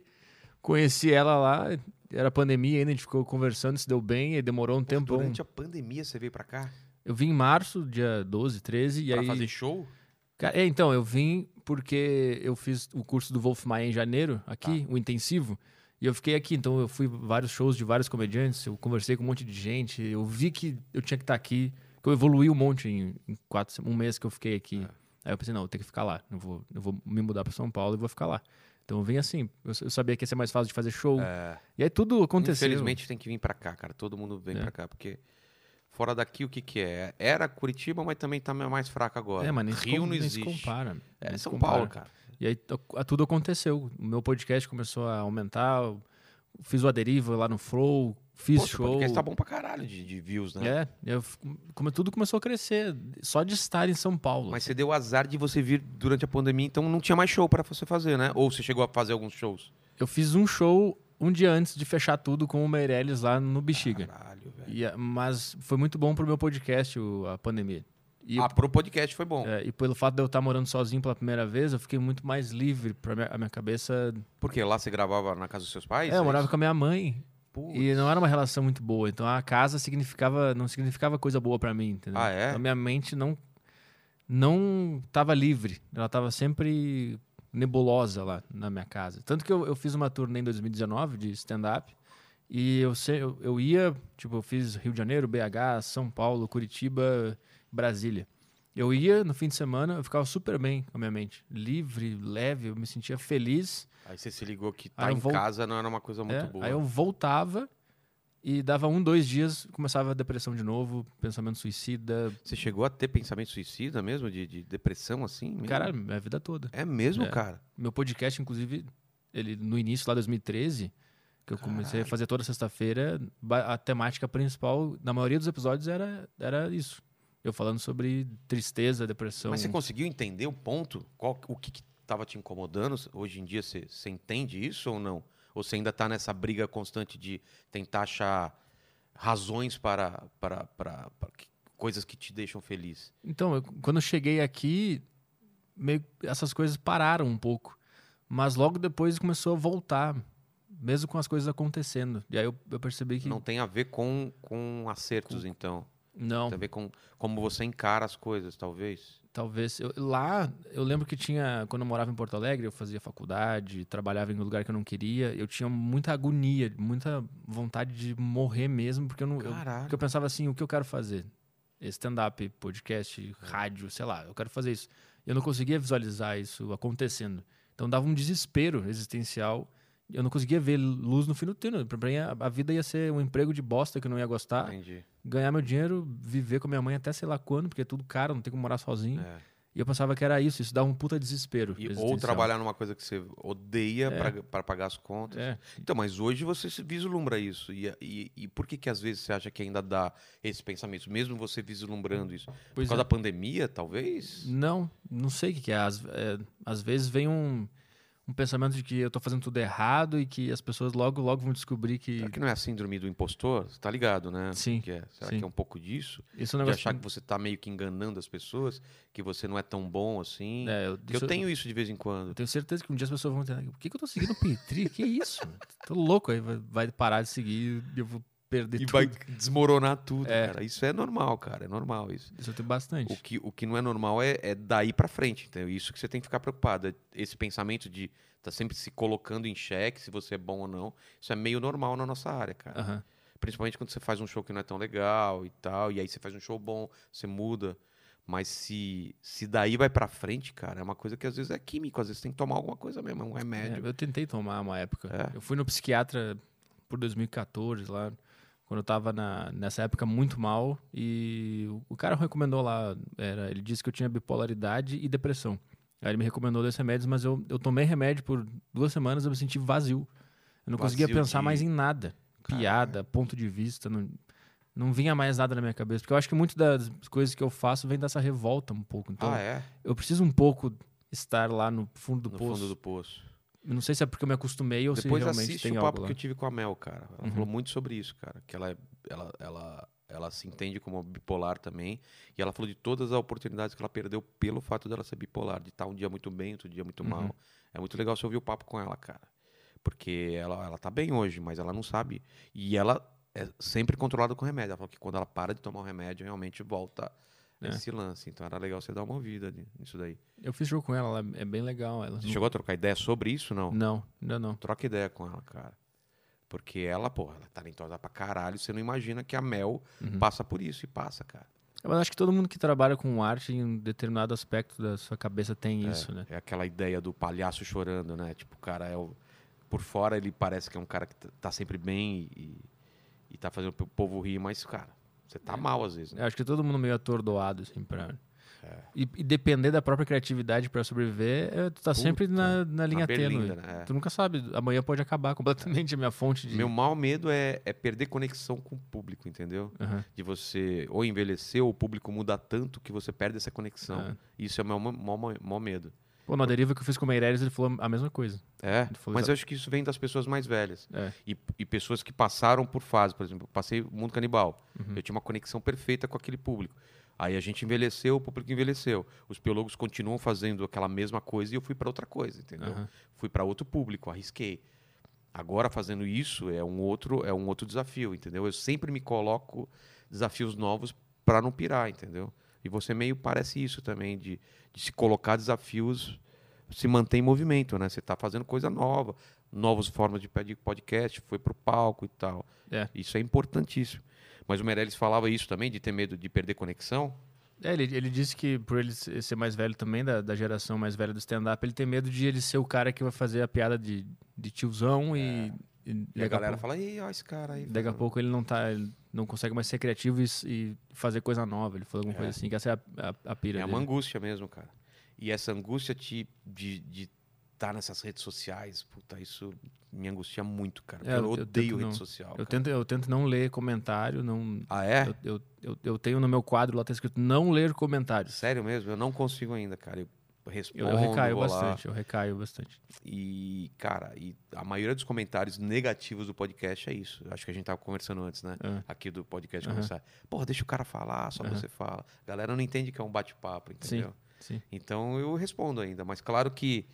Speaker 2: conheci ela lá, era pandemia ainda, a gente ficou conversando, se deu bem, e demorou um tempo.
Speaker 1: durante a pandemia você veio pra cá
Speaker 2: Eu vim em março, dia 12, 13, e
Speaker 1: pra
Speaker 2: aí...
Speaker 1: fazer show?
Speaker 2: Cara, é, então, eu vim porque eu fiz o curso do Wolf Maia em janeiro, aqui,
Speaker 1: Tá.
Speaker 2: o intensivo, e eu fiquei aqui, então eu fui vários shows de vários comediantes, eu conversei com um monte de gente, eu vi que eu tinha que estar aqui, que eu evoluí um monte em, em quatro, se- um mês que eu fiquei aqui.
Speaker 1: É.
Speaker 2: Aí eu pensei, não, eu tenho que ficar lá, não vou, eu vou me mudar para São Paulo e vou ficar lá. Então eu vim assim, eu, eu sabia que ia ser mais fácil de fazer show, e aí tudo
Speaker 1: É.
Speaker 2: aconteceu. É.
Speaker 1: Infelizmente tem que vir pra cá, cara. Todo mundo vem pra cá, porque fora daqui o que que é? Era Curitiba, mas também tá mais fraca agora.
Speaker 2: É, mas nem se
Speaker 1: Rio
Speaker 2: com-
Speaker 1: não
Speaker 2: nem se
Speaker 1: existe.
Speaker 2: compara.
Speaker 1: É
Speaker 2: nem se
Speaker 1: São
Speaker 2: compara.
Speaker 1: Paulo, cara.
Speaker 2: E aí to- a- tudo aconteceu. O meu podcast começou a aumentar. eu Fiz o Aderiva lá no Flow, fiz
Speaker 1: Pô, seu
Speaker 2: show.
Speaker 1: podcast tá bom pra caralho de, de views, né?
Speaker 2: É, eu f- como tudo começou a crescer, só de estar em São Paulo.
Speaker 1: Mas você deu o azar de você vir durante a pandemia, então não tinha mais show pra você fazer, né? Ou você chegou a fazer alguns shows.
Speaker 2: Eu fiz um show um dia antes de fechar tudo com o Meirelles lá no Bexiga.
Speaker 1: Caralho, velho.
Speaker 2: E a- mas foi muito bom pro meu podcast o- a pandemia. E,
Speaker 1: Ah, pro podcast foi bom.
Speaker 2: é, e pelo fato de eu estar morando sozinho pela primeira vez, eu fiquei muito mais livre para minha, a minha cabeça.
Speaker 1: Porque lá você gravava na casa dos seus pais?
Speaker 2: é, eu
Speaker 1: isso?
Speaker 2: morava com a minha mãe.
Speaker 1: Putz.
Speaker 2: E não era uma relação muito boa, então a casa significava não significava coisa boa pra mim, entendeu?
Speaker 1: Ah, é?
Speaker 2: Então minha mente não não tava livre, ela tava sempre nebulosa lá na minha casa. Tanto que eu, eu fiz uma turnê em 2019 de stand up e eu sei eu, eu ia, tipo, eu fiz Rio de Janeiro, BH, São Paulo, Curitiba, Brasília. Eu ia no fim de semana, eu ficava super bem com a minha mente, livre, leve, eu me sentia feliz.
Speaker 1: Aí você se ligou que
Speaker 2: Ah,
Speaker 1: tá
Speaker 2: eu
Speaker 1: em
Speaker 2: vou-
Speaker 1: casa não era uma coisa muito
Speaker 2: É,
Speaker 1: boa.
Speaker 2: Aí eu voltava e dava um, dois dias, começava a depressão de novo, pensamento suicida.
Speaker 1: Você chegou a ter pensamento suicida mesmo? De, de depressão assim? mesmo?
Speaker 2: Caralho, minha vida toda.
Speaker 1: É mesmo,
Speaker 2: É.
Speaker 1: cara?
Speaker 2: Meu podcast, inclusive, ele no início, lá em 2013, que eu comecei a
Speaker 1: Caralho.
Speaker 2: fazer toda sexta-feira, ba- a temática principal, na maioria dos episódios, era, era isso. Eu falando sobre tristeza, depressão.
Speaker 1: Mas você conseguiu entender o ponto? Qual, o que estava te incomodando? Hoje em dia você, você entende isso ou não? Ou você ainda está nessa briga constante de tentar achar razões para, para, para, para que- coisas que te deixam feliz?
Speaker 2: Então, eu- quando eu cheguei aqui, meio, essas coisas pararam um pouco. Mas logo depois começou a voltar, mesmo com as coisas acontecendo. E aí eu, eu percebi que.
Speaker 1: Não tem a ver com, com acertos, então.
Speaker 2: não.
Speaker 1: Tem a ver com como você encara as coisas, talvez.
Speaker 2: Talvez. Eu- lá, eu lembro que tinha. Quando eu morava em Porto Alegre, eu fazia faculdade, trabalhava em um lugar que eu não queria. Eu tinha muita agonia, muita vontade de morrer mesmo, porque eu não. eu-
Speaker 1: Caralho.
Speaker 2: porque eu pensava assim: o que eu quero fazer? Stand-up, podcast, rádio, sei lá, eu quero fazer isso. Eu não conseguia visualizar isso acontecendo. Então dava um desespero existencial. Eu não conseguia ver luz no fim do túnel. Pra mim, a a vida ia ser um emprego de bosta que eu não ia gostar.
Speaker 1: Entendi.
Speaker 2: Ganhar meu dinheiro, viver com a minha mãe até sei lá quando, porque é tudo caro, não tem como morar sozinho.
Speaker 1: É.
Speaker 2: E eu pensava que era isso, isso dava um puta desespero.
Speaker 1: E, ou
Speaker 2: existencial.
Speaker 1: trabalhar numa coisa que você odeia pra para pagar as contas.
Speaker 2: É.
Speaker 1: Então, mas hoje você se vislumbra isso. E, e, e por que, que às vezes você acha que ainda dá esse pensamento, mesmo você vislumbrando isso? Por
Speaker 2: Pois
Speaker 1: causa
Speaker 2: é.
Speaker 1: da
Speaker 2: Hum,
Speaker 1: pandemia, talvez?
Speaker 2: Não, não sei o que, que é. Às, é, às vezes vem um, um pensamento de que eu tô fazendo tudo errado e que as pessoas logo, logo vão descobrir que.
Speaker 1: Será que não é a síndrome do impostor? Você tá ligado, né?
Speaker 2: Sim,
Speaker 1: Que é? Será
Speaker 2: sim.
Speaker 1: que é um pouco disso?
Speaker 2: Isso é um
Speaker 1: De
Speaker 2: negócio.
Speaker 1: achar que você tá meio que enganando as pessoas, que você não é tão bom assim.
Speaker 2: É, eu,
Speaker 1: Porque eu
Speaker 2: isso-
Speaker 1: tenho isso de vez em quando.
Speaker 2: eu tenho certeza que um dia as pessoas vão entender. Por que, que eu tô seguindo o Petri? que isso? Tô louco. Aí vai, vai parar de seguir e eu vou perder
Speaker 1: E
Speaker 2: tudo.
Speaker 1: vai desmoronar tudo,
Speaker 2: É.
Speaker 1: cara. Isso é normal, cara. É normal isso.
Speaker 2: Isso eu tenho
Speaker 1: O
Speaker 2: bastante.
Speaker 1: que, o que não é normal é, é daí pra frente. Então, isso que você tem que ficar preocupado. É Esse pensamento de tá sempre se colocando em xeque, se você é bom ou não. Isso é meio normal na nossa área, cara.
Speaker 2: Aham.
Speaker 1: Principalmente quando você faz um show que não é tão legal e tal. E aí você faz um show bom, você muda. Mas se, se daí vai pra frente, cara, é uma coisa que às vezes é químico. Às vezes tem que tomar alguma coisa mesmo, é um
Speaker 2: É,
Speaker 1: remédio.
Speaker 2: eu tentei tomar uma época.
Speaker 1: É?
Speaker 2: Eu fui no psiquiatra por 2014, lá, quando eu tava na- nessa época muito mal. E o- o cara recomendou lá, era, ele disse que eu tinha bipolaridade e depressão. Aí ele me recomendou dois remédios, mas eu, eu tomei remédio por duas semanas, eu me senti vazio. Eu não conseguia
Speaker 1: Vazio
Speaker 2: pensar
Speaker 1: de-
Speaker 2: mais em nada.
Speaker 1: Caralho.
Speaker 2: Piada, ponto de vista, não, não vinha mais nada na minha cabeça. Porque eu acho que muito das coisas que eu faço vem dessa revolta um pouco. Então,
Speaker 1: ah, é?
Speaker 2: eu preciso um pouco estar lá no fundo do
Speaker 1: no
Speaker 2: poço.
Speaker 1: fundo do poço.
Speaker 2: Eu não sei se é porque eu me acostumei ou
Speaker 1: Depois
Speaker 2: se realmente
Speaker 1: assiste
Speaker 2: tem
Speaker 1: o
Speaker 2: algo
Speaker 1: papo
Speaker 2: lá.
Speaker 1: que eu tive com a Mel, cara. Ela
Speaker 2: Uhum.
Speaker 1: falou muito sobre isso, cara. Que ela, é- ela, ela, ela se entende como bipolar também. E ela falou de todas as oportunidades que ela perdeu pelo fato dela ser bipolar. De estar um dia muito bem, outro dia muito mal.
Speaker 2: Uhum.
Speaker 1: É muito legal você ouvir o papo com ela, cara. Porque ela, ela tá bem hoje, mas ela não sabe. E ela é sempre controlada com remédio. Ela falou que quando ela para de tomar o remédio, realmente volta
Speaker 2: É.
Speaker 1: esse lance. Então era legal você dar uma ouvida ni- nisso daí.
Speaker 2: Eu fiz jogo com ela, ela é bem legal. Ela
Speaker 1: Você
Speaker 2: não...
Speaker 1: chegou a trocar ideia sobre isso, não?
Speaker 2: não, ainda não.
Speaker 1: Troca ideia com ela, cara. Porque ela, porra, ela é talentosa pra caralho. Você não imagina que a Mel
Speaker 2: Uhum.
Speaker 1: passa por isso e passa, cara.
Speaker 2: É, Mas acho que todo mundo que trabalha com arte em um determinado aspecto da sua cabeça tem isso, né?
Speaker 1: É aquela ideia do palhaço chorando, né? Tipo, o cara é o. Por fora ele parece que é um cara que tá- tá sempre bem e, e tá fazendo o povo rir, mas, cara, você
Speaker 2: É.
Speaker 1: tá mal às vezes, né?
Speaker 2: Eu acho que todo mundo meio atordoado, assim, pra...
Speaker 1: É.
Speaker 2: E, e depender da própria criatividade pra sobreviver, é, tu tá sempre na, na linha
Speaker 1: Na
Speaker 2: tênue.
Speaker 1: berlinda, né? É.
Speaker 2: Tu nunca sabe, amanhã pode acabar completamente a minha fonte de...
Speaker 1: Meu mau medo é, é perder conexão com o público, entendeu?
Speaker 2: Aham.
Speaker 1: de você ou envelhecer ou o público muda tanto que você perde essa conexão.
Speaker 2: É.
Speaker 1: Isso é o meu mo- mo- mo- maior medo.
Speaker 2: Pô, na deriva que eu fiz com o Meireles, ele falou a mesma coisa.
Speaker 1: É,
Speaker 2: Ele falou
Speaker 1: mas eu acho que isso vem das pessoas mais velhas
Speaker 2: É.
Speaker 1: e, e pessoas que passaram por fase. Por exemplo, eu passei o Mundo Canibal.
Speaker 2: Uhum.
Speaker 1: Eu tinha uma conexão perfeita com aquele público. Aí a gente envelheceu, o público envelheceu. Os biólogos continuam fazendo aquela mesma coisa e eu fui para outra coisa, entendeu?
Speaker 2: Aham.
Speaker 1: Fui para outro público, arrisquei. Agora fazendo isso é um outro é um outro desafio, entendeu? Eu sempre me coloco desafios novos para não pirar, entendeu? E você meio parece isso também de, de se colocar desafios, se manter em movimento, né? Você está fazendo coisa nova, novas formas de pe- de podcast, foi para o palco e tal.
Speaker 2: É.
Speaker 1: Isso é importantíssimo. Mas o Meirelles falava isso também de ter medo de perder conexão.
Speaker 2: É, ele, ele disse que por ele se- ser mais velho também, da, da geração mais velha do stand-up, ele tem medo de ele ser o cara que vai fazer a piada de, de tiozão e,
Speaker 1: É.
Speaker 2: e
Speaker 1: E
Speaker 2: daqui,
Speaker 1: a galera
Speaker 2: a pouco,
Speaker 1: fala, né? ei, ó esse cara aí.
Speaker 2: daqui a
Speaker 1: falando."
Speaker 2: pouco ele não tá. ele não consegue mais ser criativo e, s- e fazer coisa nova. Ele falou alguma coisa assim, que essa é a, a, a pira.
Speaker 1: É uma
Speaker 2: dele.
Speaker 1: angústia mesmo, cara. E essa angústia te, de, de tá nessas redes sociais. Puta, isso me angustia muito, cara. porque
Speaker 2: É,
Speaker 1: eu,
Speaker 2: eu- eu
Speaker 1: odeio
Speaker 2: tento
Speaker 1: rede
Speaker 2: não.
Speaker 1: social.
Speaker 2: Eu
Speaker 1: cara.
Speaker 2: tento, eu tento não ler comentário, não.
Speaker 1: Ah, é?
Speaker 2: Eu, eu, eu, eu tenho no meu quadro lá, tá escrito não ler comentários.
Speaker 1: Sério mesmo? Eu não consigo ainda, cara. Eu respondo,
Speaker 2: Eu, eu recaio
Speaker 1: vou lá.
Speaker 2: bastante, eu recaio bastante.
Speaker 1: E, cara, e a maioria dos comentários negativos do podcast é isso. Acho que a gente tava conversando antes, né?
Speaker 2: É.
Speaker 1: Aqui do podcast
Speaker 2: Aham.
Speaker 1: começar. Porra, deixa o cara falar, só
Speaker 2: Aham.
Speaker 1: você fala. A galera não entende que é um bate-papo, entendeu?
Speaker 2: Sim.
Speaker 1: Então eu respondo ainda, mas claro que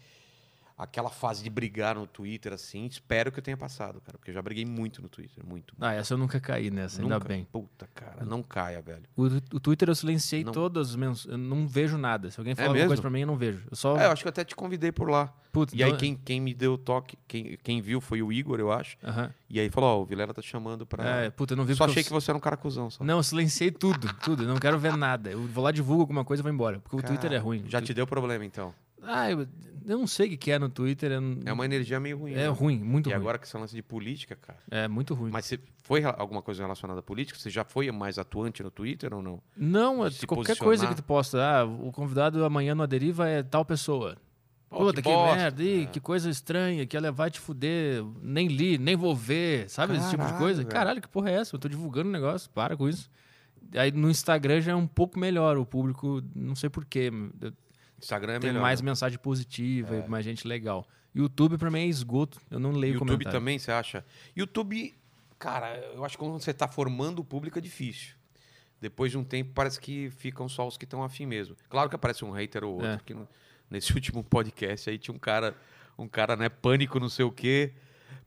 Speaker 1: aquela fase de brigar no Twitter, assim, espero que eu tenha passado, cara, porque eu já briguei muito no Twitter, muito.
Speaker 2: Ah, essa eu nunca caí nessa, ainda
Speaker 1: Nunca.
Speaker 2: bem. Hum.
Speaker 1: Puta, cara, não caia, velho.
Speaker 2: O, o Twitter eu silenciei
Speaker 1: Não. É
Speaker 2: todas as menções. Eu não vejo nada. Se alguém falar alguma
Speaker 1: mesmo?
Speaker 2: coisa pra mim, eu não vejo. Eu só.
Speaker 1: É, eu acho que eu até te convidei por lá.
Speaker 2: Putz,
Speaker 1: E aí
Speaker 2: não-
Speaker 1: quem, quem me deu o toque, quem, quem viu foi o Igor, eu acho.
Speaker 2: Aham.
Speaker 1: E aí falou, ó, o Vilela tá te chamando pra...
Speaker 2: É, puta, eu não vi
Speaker 1: Só
Speaker 2: porque
Speaker 1: achei
Speaker 2: eu-
Speaker 1: que você era um cara cuzão, só.
Speaker 2: Não, eu silenciei tudo, tudo. Eu não quero ver nada. Eu vou lá, divulgo alguma coisa e vou embora. Porque o Twitter é
Speaker 1: Cara,
Speaker 2: ruim.
Speaker 1: Já
Speaker 2: Tu-
Speaker 1: te deu problema, então.
Speaker 2: Ah, eu, eu não sei o que que é no Twitter. eu não-
Speaker 1: É uma energia meio ruim.
Speaker 2: É
Speaker 1: né?
Speaker 2: ruim, muito
Speaker 1: E
Speaker 2: ruim.
Speaker 1: agora que você lance de política, cara.
Speaker 2: É muito ruim.
Speaker 1: Mas você foi rela- alguma coisa relacionada à política? Você já foi mais atuante no Twitter ou não?
Speaker 2: Não, é
Speaker 1: se
Speaker 2: qualquer
Speaker 1: posicionar.
Speaker 2: coisa que tu posta. Ah, o convidado amanhã no Aderiva é tal pessoa.
Speaker 1: Pô,
Speaker 2: Puta,
Speaker 1: que
Speaker 2: que,
Speaker 1: bosta, é.
Speaker 2: merda, ih,
Speaker 1: cara.
Speaker 2: que coisa estranha, que ela vai te fuder, nem li, nem vou ver, sabe? Esse tipo de
Speaker 1: Caralho,
Speaker 2: coisa.
Speaker 1: velho.
Speaker 2: Caralho, que porra é essa? Eu tô divulgando o negócio, para com isso. Aí no Instagram já é um pouco melhor, o público, não sei porquê,
Speaker 1: Instagram é
Speaker 2: tem
Speaker 1: melhor.
Speaker 2: mais
Speaker 1: né? É.
Speaker 2: mensagem positiva, e mais gente legal. YouTube pra mim é esgoto, eu não leio
Speaker 1: YouTube
Speaker 2: comentário.
Speaker 1: também, você acha? YouTube, cara, eu acho que quando você tá formando o público é difícil. Depois de um tempo, parece que ficam só os que estão afim mesmo. Claro que aparece um hater ou outro.
Speaker 2: É.
Speaker 1: que no- nesse último podcast aí tinha um cara, um cara, né, pânico, não sei o quê.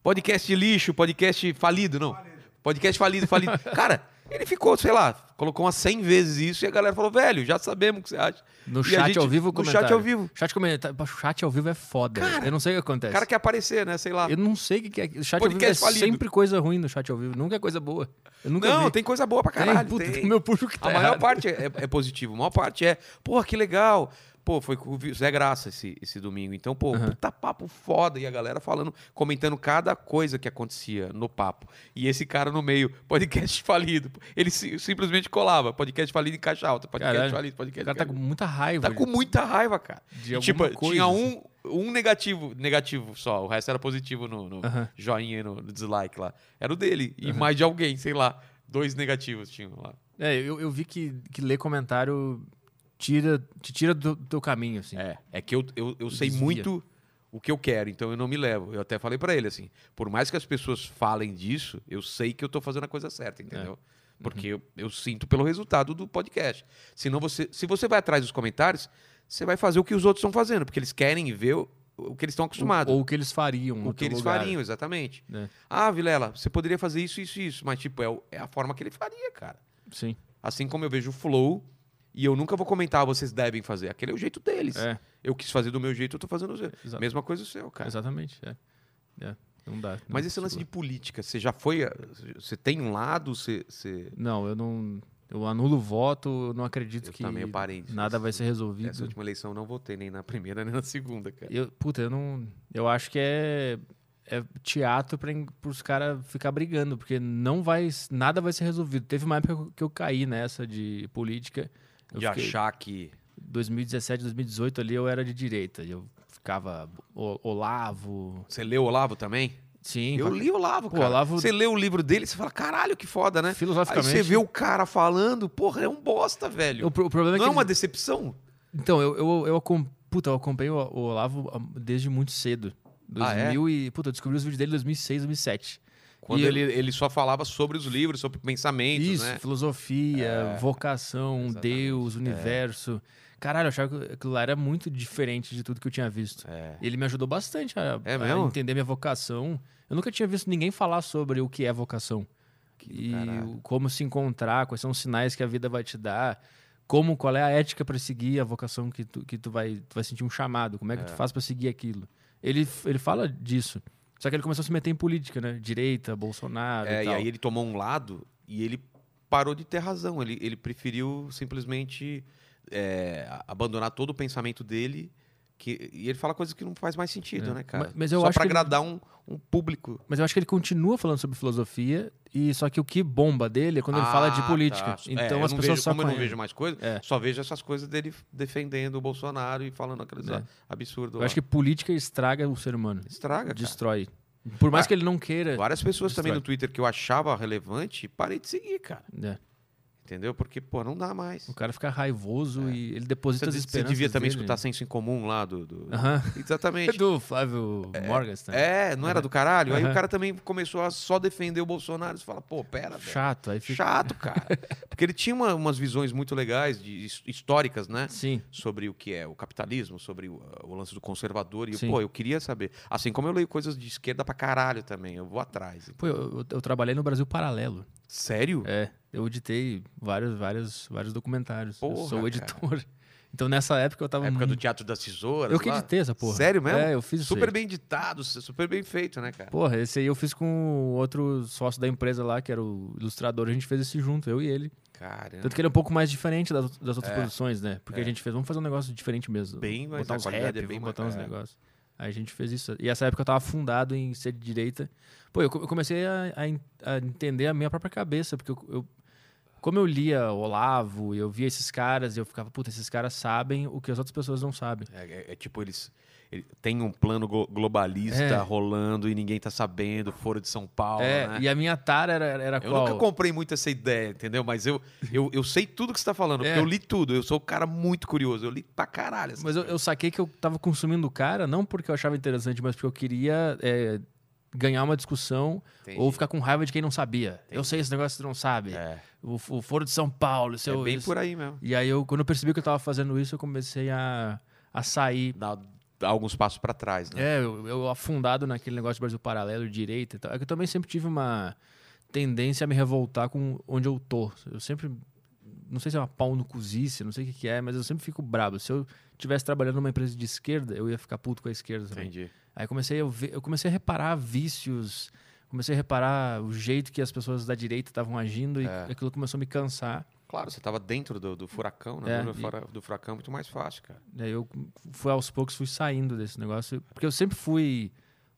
Speaker 1: Podcast de lixo, podcast falido, não. Podcast falido, falido. cara, ele ficou, sei lá, colocou umas 100 vezes isso e a galera falou, velho, já sabemos o que você acha.
Speaker 2: No
Speaker 1: E a
Speaker 2: chat
Speaker 1: gente-
Speaker 2: ao vivo,
Speaker 1: no
Speaker 2: comentário. É
Speaker 1: chat ao vivo.
Speaker 2: Chat, comentário, chat ao vivo é foda. eu não sei o que acontece.
Speaker 1: cara quer aparecer, né, sei lá.
Speaker 2: Eu não sei o que que é. O chat ao vivo é
Speaker 1: Podcast falido.
Speaker 2: sempre coisa ruim no chat ao vivo, nunca é coisa boa. Eu nunca
Speaker 1: Não,
Speaker 2: vi.
Speaker 1: tem coisa boa pra caralho.
Speaker 2: puta,
Speaker 1: tem.
Speaker 2: meu público que tá
Speaker 1: A maior
Speaker 2: errado.
Speaker 1: parte é, é positivo, a maior parte é, porra, que legal. Pô, foi com o Vi- Zé Graça esse, esse domingo. Então, pô, puta papo foda. E a galera falando, comentando cada coisa que acontecia no papo. E esse cara no meio, podcast falido. Ele si- simplesmente colava, podcast falido em caixa alta, podcast
Speaker 2: Caralho,
Speaker 1: falido, podcast
Speaker 2: O cara tá com
Speaker 1: falido.
Speaker 2: muita raiva.
Speaker 1: Tá com muita raiva, cara.
Speaker 2: De
Speaker 1: E,
Speaker 2: alguma
Speaker 1: tipo,
Speaker 2: coisa,
Speaker 1: tinha
Speaker 2: assim.
Speaker 1: um, um negativo, negativo só. O resto era positivo no, no
Speaker 2: Aham.
Speaker 1: joinha e no, no dislike lá. Era o dele. E mais de alguém, sei lá. Dois negativos tinham lá.
Speaker 2: É, eu, eu vi que, que ler comentário tira, te tira do teu caminho, assim.
Speaker 1: É, é que eu, eu, eu sei
Speaker 2: Desvia.
Speaker 1: muito o que eu quero, então eu não me levo. Eu até falei pra ele assim, por mais que as pessoas falem disso, eu sei que eu tô fazendo a coisa certa, entendeu?
Speaker 2: É.
Speaker 1: Porque
Speaker 2: Uhum.
Speaker 1: eu, eu sinto pelo resultado do podcast. Senão você, se você vai atrás dos comentários, você vai fazer o que os outros estão fazendo, porque eles querem ver o, o que eles estão acostumados.
Speaker 2: Ou, ou o que eles fariam. no
Speaker 1: o que
Speaker 2: teu
Speaker 1: eles
Speaker 2: lugar.
Speaker 1: fariam, exatamente.
Speaker 2: É.
Speaker 1: Ah, Vilela, você poderia fazer isso, isso, isso. Mas, tipo, é, o- é a forma que ele faria, cara.
Speaker 2: Sim.
Speaker 1: Assim como eu vejo o Flow, e eu nunca vou comentar, vocês devem fazer. Aquele é o jeito deles.
Speaker 2: É,
Speaker 1: Eu quis fazer do meu jeito, eu tô fazendo o seu.
Speaker 2: Exato.
Speaker 1: Mesma coisa o seu, cara.
Speaker 2: exatamente. É. É, não dá. não
Speaker 1: Mas esse lance de
Speaker 2: consigo.
Speaker 1: política, você já foi. a- Você tem um lado, você. você-
Speaker 2: Não, eu não. Eu anulo o voto, eu não acredito
Speaker 1: Eu
Speaker 2: que
Speaker 1: também eu parei. disso.
Speaker 2: nada vai ser
Speaker 1: Essa
Speaker 2: resolvido.
Speaker 1: última eleição eu não votei nem na primeira nem na segunda, cara.
Speaker 2: Eu, puta, eu não. Eu acho que é. É teatro para os caras ficar brigando, porque não vai. Nada vai ser resolvido. Teve uma época que eu caí nessa de política. Eu
Speaker 1: de
Speaker 2: fiquei-
Speaker 1: achar que.
Speaker 2: 2017, 2018 ali eu era de direita. Eu ficava o- Olavo.
Speaker 1: Você leu Olavo também?
Speaker 2: Sim,
Speaker 1: Eu
Speaker 2: pra-
Speaker 1: li Olavo,
Speaker 2: Pô,
Speaker 1: cara.
Speaker 2: Olavo-
Speaker 1: Você lê o livro dele, você fala, caralho, que foda, né? Aí
Speaker 2: filosoficamente.
Speaker 1: você vê o cara falando, porra, é um bosta, velho.
Speaker 2: o, pro- o problema é
Speaker 1: Não
Speaker 2: que
Speaker 1: é uma
Speaker 2: eles-
Speaker 1: decepção?
Speaker 2: Então, eu, eu, eu, acom- puta, eu acompanho o o Olavo ah, desde muito cedo.
Speaker 1: Ah, é?
Speaker 2: 2000 e. Puta, eu descobri os vídeos dele em 2006, 2007.
Speaker 1: Quando
Speaker 2: E eu-
Speaker 1: ele, ele só falava sobre os livros, sobre pensamentos,
Speaker 2: Isso,
Speaker 1: né? É.
Speaker 2: filosofia, vocação, um
Speaker 1: exatamente. É.
Speaker 2: Deus, universo. Caralho, eu achava que aquilo lá era muito diferente de tudo que eu tinha visto.
Speaker 1: É.
Speaker 2: Ele me ajudou bastante a,
Speaker 1: É
Speaker 2: a
Speaker 1: mesmo?
Speaker 2: entender minha vocação. Eu nunca tinha visto ninguém falar sobre o que é vocação.
Speaker 1: do
Speaker 2: e
Speaker 1: caralho.
Speaker 2: o- como se encontrar, quais são os sinais que a vida vai te dar, como, qual é a ética para seguir a vocação que tu, que tu, vai, tu vai sentir um chamado, como é que tu faz para seguir aquilo. Ele, f- ele fala disso. Só que ele começou a se meter em política, né? Direita, Bolsonaro
Speaker 1: É,
Speaker 2: e
Speaker 1: e
Speaker 2: tal.
Speaker 1: aí ele tomou um lado e ele parou de ter razão. Ele, ele preferiu simplesmente é, a- abandonar todo o pensamento dele Que, e ele fala coisas que não faz mais sentido,
Speaker 2: É.
Speaker 1: né, cara?
Speaker 2: Mas- mas eu
Speaker 1: Só
Speaker 2: acho
Speaker 1: pra
Speaker 2: que ele-
Speaker 1: agradar um, um público.
Speaker 2: Mas eu acho que ele continua falando sobre filosofia, e só que o que bomba dele é quando ele
Speaker 1: Ah,
Speaker 2: fala de política.
Speaker 1: tá. É,
Speaker 2: Então
Speaker 1: eu
Speaker 2: as
Speaker 1: não
Speaker 2: pessoas
Speaker 1: vejo,
Speaker 2: só
Speaker 1: Como eu não
Speaker 2: apanham.
Speaker 1: vejo mais coisa,
Speaker 2: É.
Speaker 1: só vejo essas coisas dele defendendo o Bolsonaro e falando aqueles
Speaker 2: É.
Speaker 1: a- absurdos.
Speaker 2: Eu acho que política estraga o ser humano.
Speaker 1: Estraga, cara.
Speaker 2: Destrói. Por mais
Speaker 1: Ah,
Speaker 2: que ele não queira.
Speaker 1: Várias pessoas também
Speaker 2: Destrói.
Speaker 1: no Twitter que eu achava relevante, parei de seguir, cara.
Speaker 2: É,
Speaker 1: Entendeu? Porque, pô, não dá mais.
Speaker 2: o cara fica raivoso e ele
Speaker 1: É. Você,
Speaker 2: deposita as
Speaker 1: você
Speaker 2: esperanças.
Speaker 1: devia também
Speaker 2: dele.
Speaker 1: escutar Senso em Comum lá do... do-
Speaker 2: Aham. É
Speaker 1: Exatamente.
Speaker 2: do Flávio né? Morgenstern.
Speaker 1: É, não era do caralho? Aí o
Speaker 2: Aham.
Speaker 1: cara também começou a só defender o Bolsonaro. Você fala, pô, pera, velho.
Speaker 2: Chato. Aí fica.
Speaker 1: É. Chato, cara. Porque ele tinha uma- umas visões muito legais, de, his- históricas, né?
Speaker 2: Sim.
Speaker 1: sobre o que é o capitalismo, sobre o, o lance do conservador. E,
Speaker 2: Sim.
Speaker 1: pô, eu queria saber. Assim como eu leio coisas de esquerda pra caralho também, eu vou atrás.
Speaker 2: Pô, eu, eu- eu trabalhei no Brasil Paralelo.
Speaker 1: Sério?
Speaker 2: É. Eu editei vários, vários, vários documentários. eu
Speaker 1: Porra,
Speaker 2: sou
Speaker 1: cara.
Speaker 2: editor. Então nessa época eu tava.
Speaker 1: Na época do
Speaker 2: muito-
Speaker 1: Teatro das Tesouras.
Speaker 2: Eu que
Speaker 1: lá.
Speaker 2: editei essa porra.
Speaker 1: Sério mesmo?
Speaker 2: É, eu fiz isso. aí.
Speaker 1: Super bem editado, su- super bem feito, né, cara?
Speaker 2: É. Porra, esse aí eu fiz com outro sócio da empresa lá, que era o ilustrador, a gente fez esse junto, eu e ele.
Speaker 1: Caramba.
Speaker 2: Tanto que ele é um pouco mais diferente das, das outras produções, né? Porque a gente fez, vamos fazer um negócio diferente mesmo.
Speaker 1: É. Bem, mas
Speaker 2: botar
Speaker 1: a
Speaker 2: uns
Speaker 1: qualidade
Speaker 2: rap,
Speaker 1: é bem
Speaker 2: vamos botar
Speaker 1: mais-
Speaker 2: uns
Speaker 1: é.
Speaker 2: negócios. Aí a gente fez isso. E essa época eu tava afundado em ser de direita. Pô, eu co- eu comecei a, a en- a entender a minha própria cabeça, porque eu, eu- como eu lia Olavo, e eu via esses caras, e eu ficava, puta, esses caras sabem o que as outras pessoas não sabem.
Speaker 1: É, é- é tipo, eles. ele- tem um plano glo- globalista
Speaker 2: É.
Speaker 1: rolando e ninguém tá sabendo, fora de São Paulo,
Speaker 2: é,
Speaker 1: né?
Speaker 2: e a minha tara era, era
Speaker 1: Eu
Speaker 2: qual?
Speaker 1: nunca comprei muito essa ideia, entendeu? Mas eu, eu, eu sei tudo que você tá falando, porque
Speaker 2: É.
Speaker 1: eu li tudo. Eu sou um cara muito curioso. Eu li pra caralho. essas
Speaker 2: Mas eu, eu saquei que eu tava consumindo o cara, não porque eu achava interessante, mas porque eu queria é, ganhar uma discussão
Speaker 1: Entendi.
Speaker 2: ou ficar com raiva de quem não sabia. Eu sei esse negócio que você não sabe.
Speaker 1: É.
Speaker 2: O, o Foro de São Paulo,
Speaker 1: É
Speaker 2: seu.
Speaker 1: bem
Speaker 2: isso.
Speaker 1: por aí mesmo.
Speaker 2: E aí, eu, quando eu percebi que eu tava fazendo isso, eu comecei a, a sair.
Speaker 1: Dá, dá alguns passos pra trás, né?
Speaker 2: É, eu, eu afundado naquele negócio de Brasil paralelo, direita e tal. É que eu também sempre tive uma tendência a me revoltar com onde eu tô. Eu sempre. Não sei se é uma pau no cozice, não sei o que, que é, mas eu sempre fico brabo. Se eu tivesse trabalhando numa empresa de esquerda, eu ia ficar puto com a esquerda também.
Speaker 1: Entendi.
Speaker 2: Aí comecei a ver- eu comecei a reparar vícios, comecei a reparar o jeito que as pessoas da direita estavam agindo e
Speaker 1: É.
Speaker 2: aquilo começou a me cansar.
Speaker 1: Claro, você tava dentro do, do furacão, né?
Speaker 2: É,
Speaker 1: Dentro
Speaker 2: e-
Speaker 1: do fura- do furacão é muito mais fácil, cara.
Speaker 2: Daí eu fui aos poucos fui saindo desse negócio, porque eu sempre fui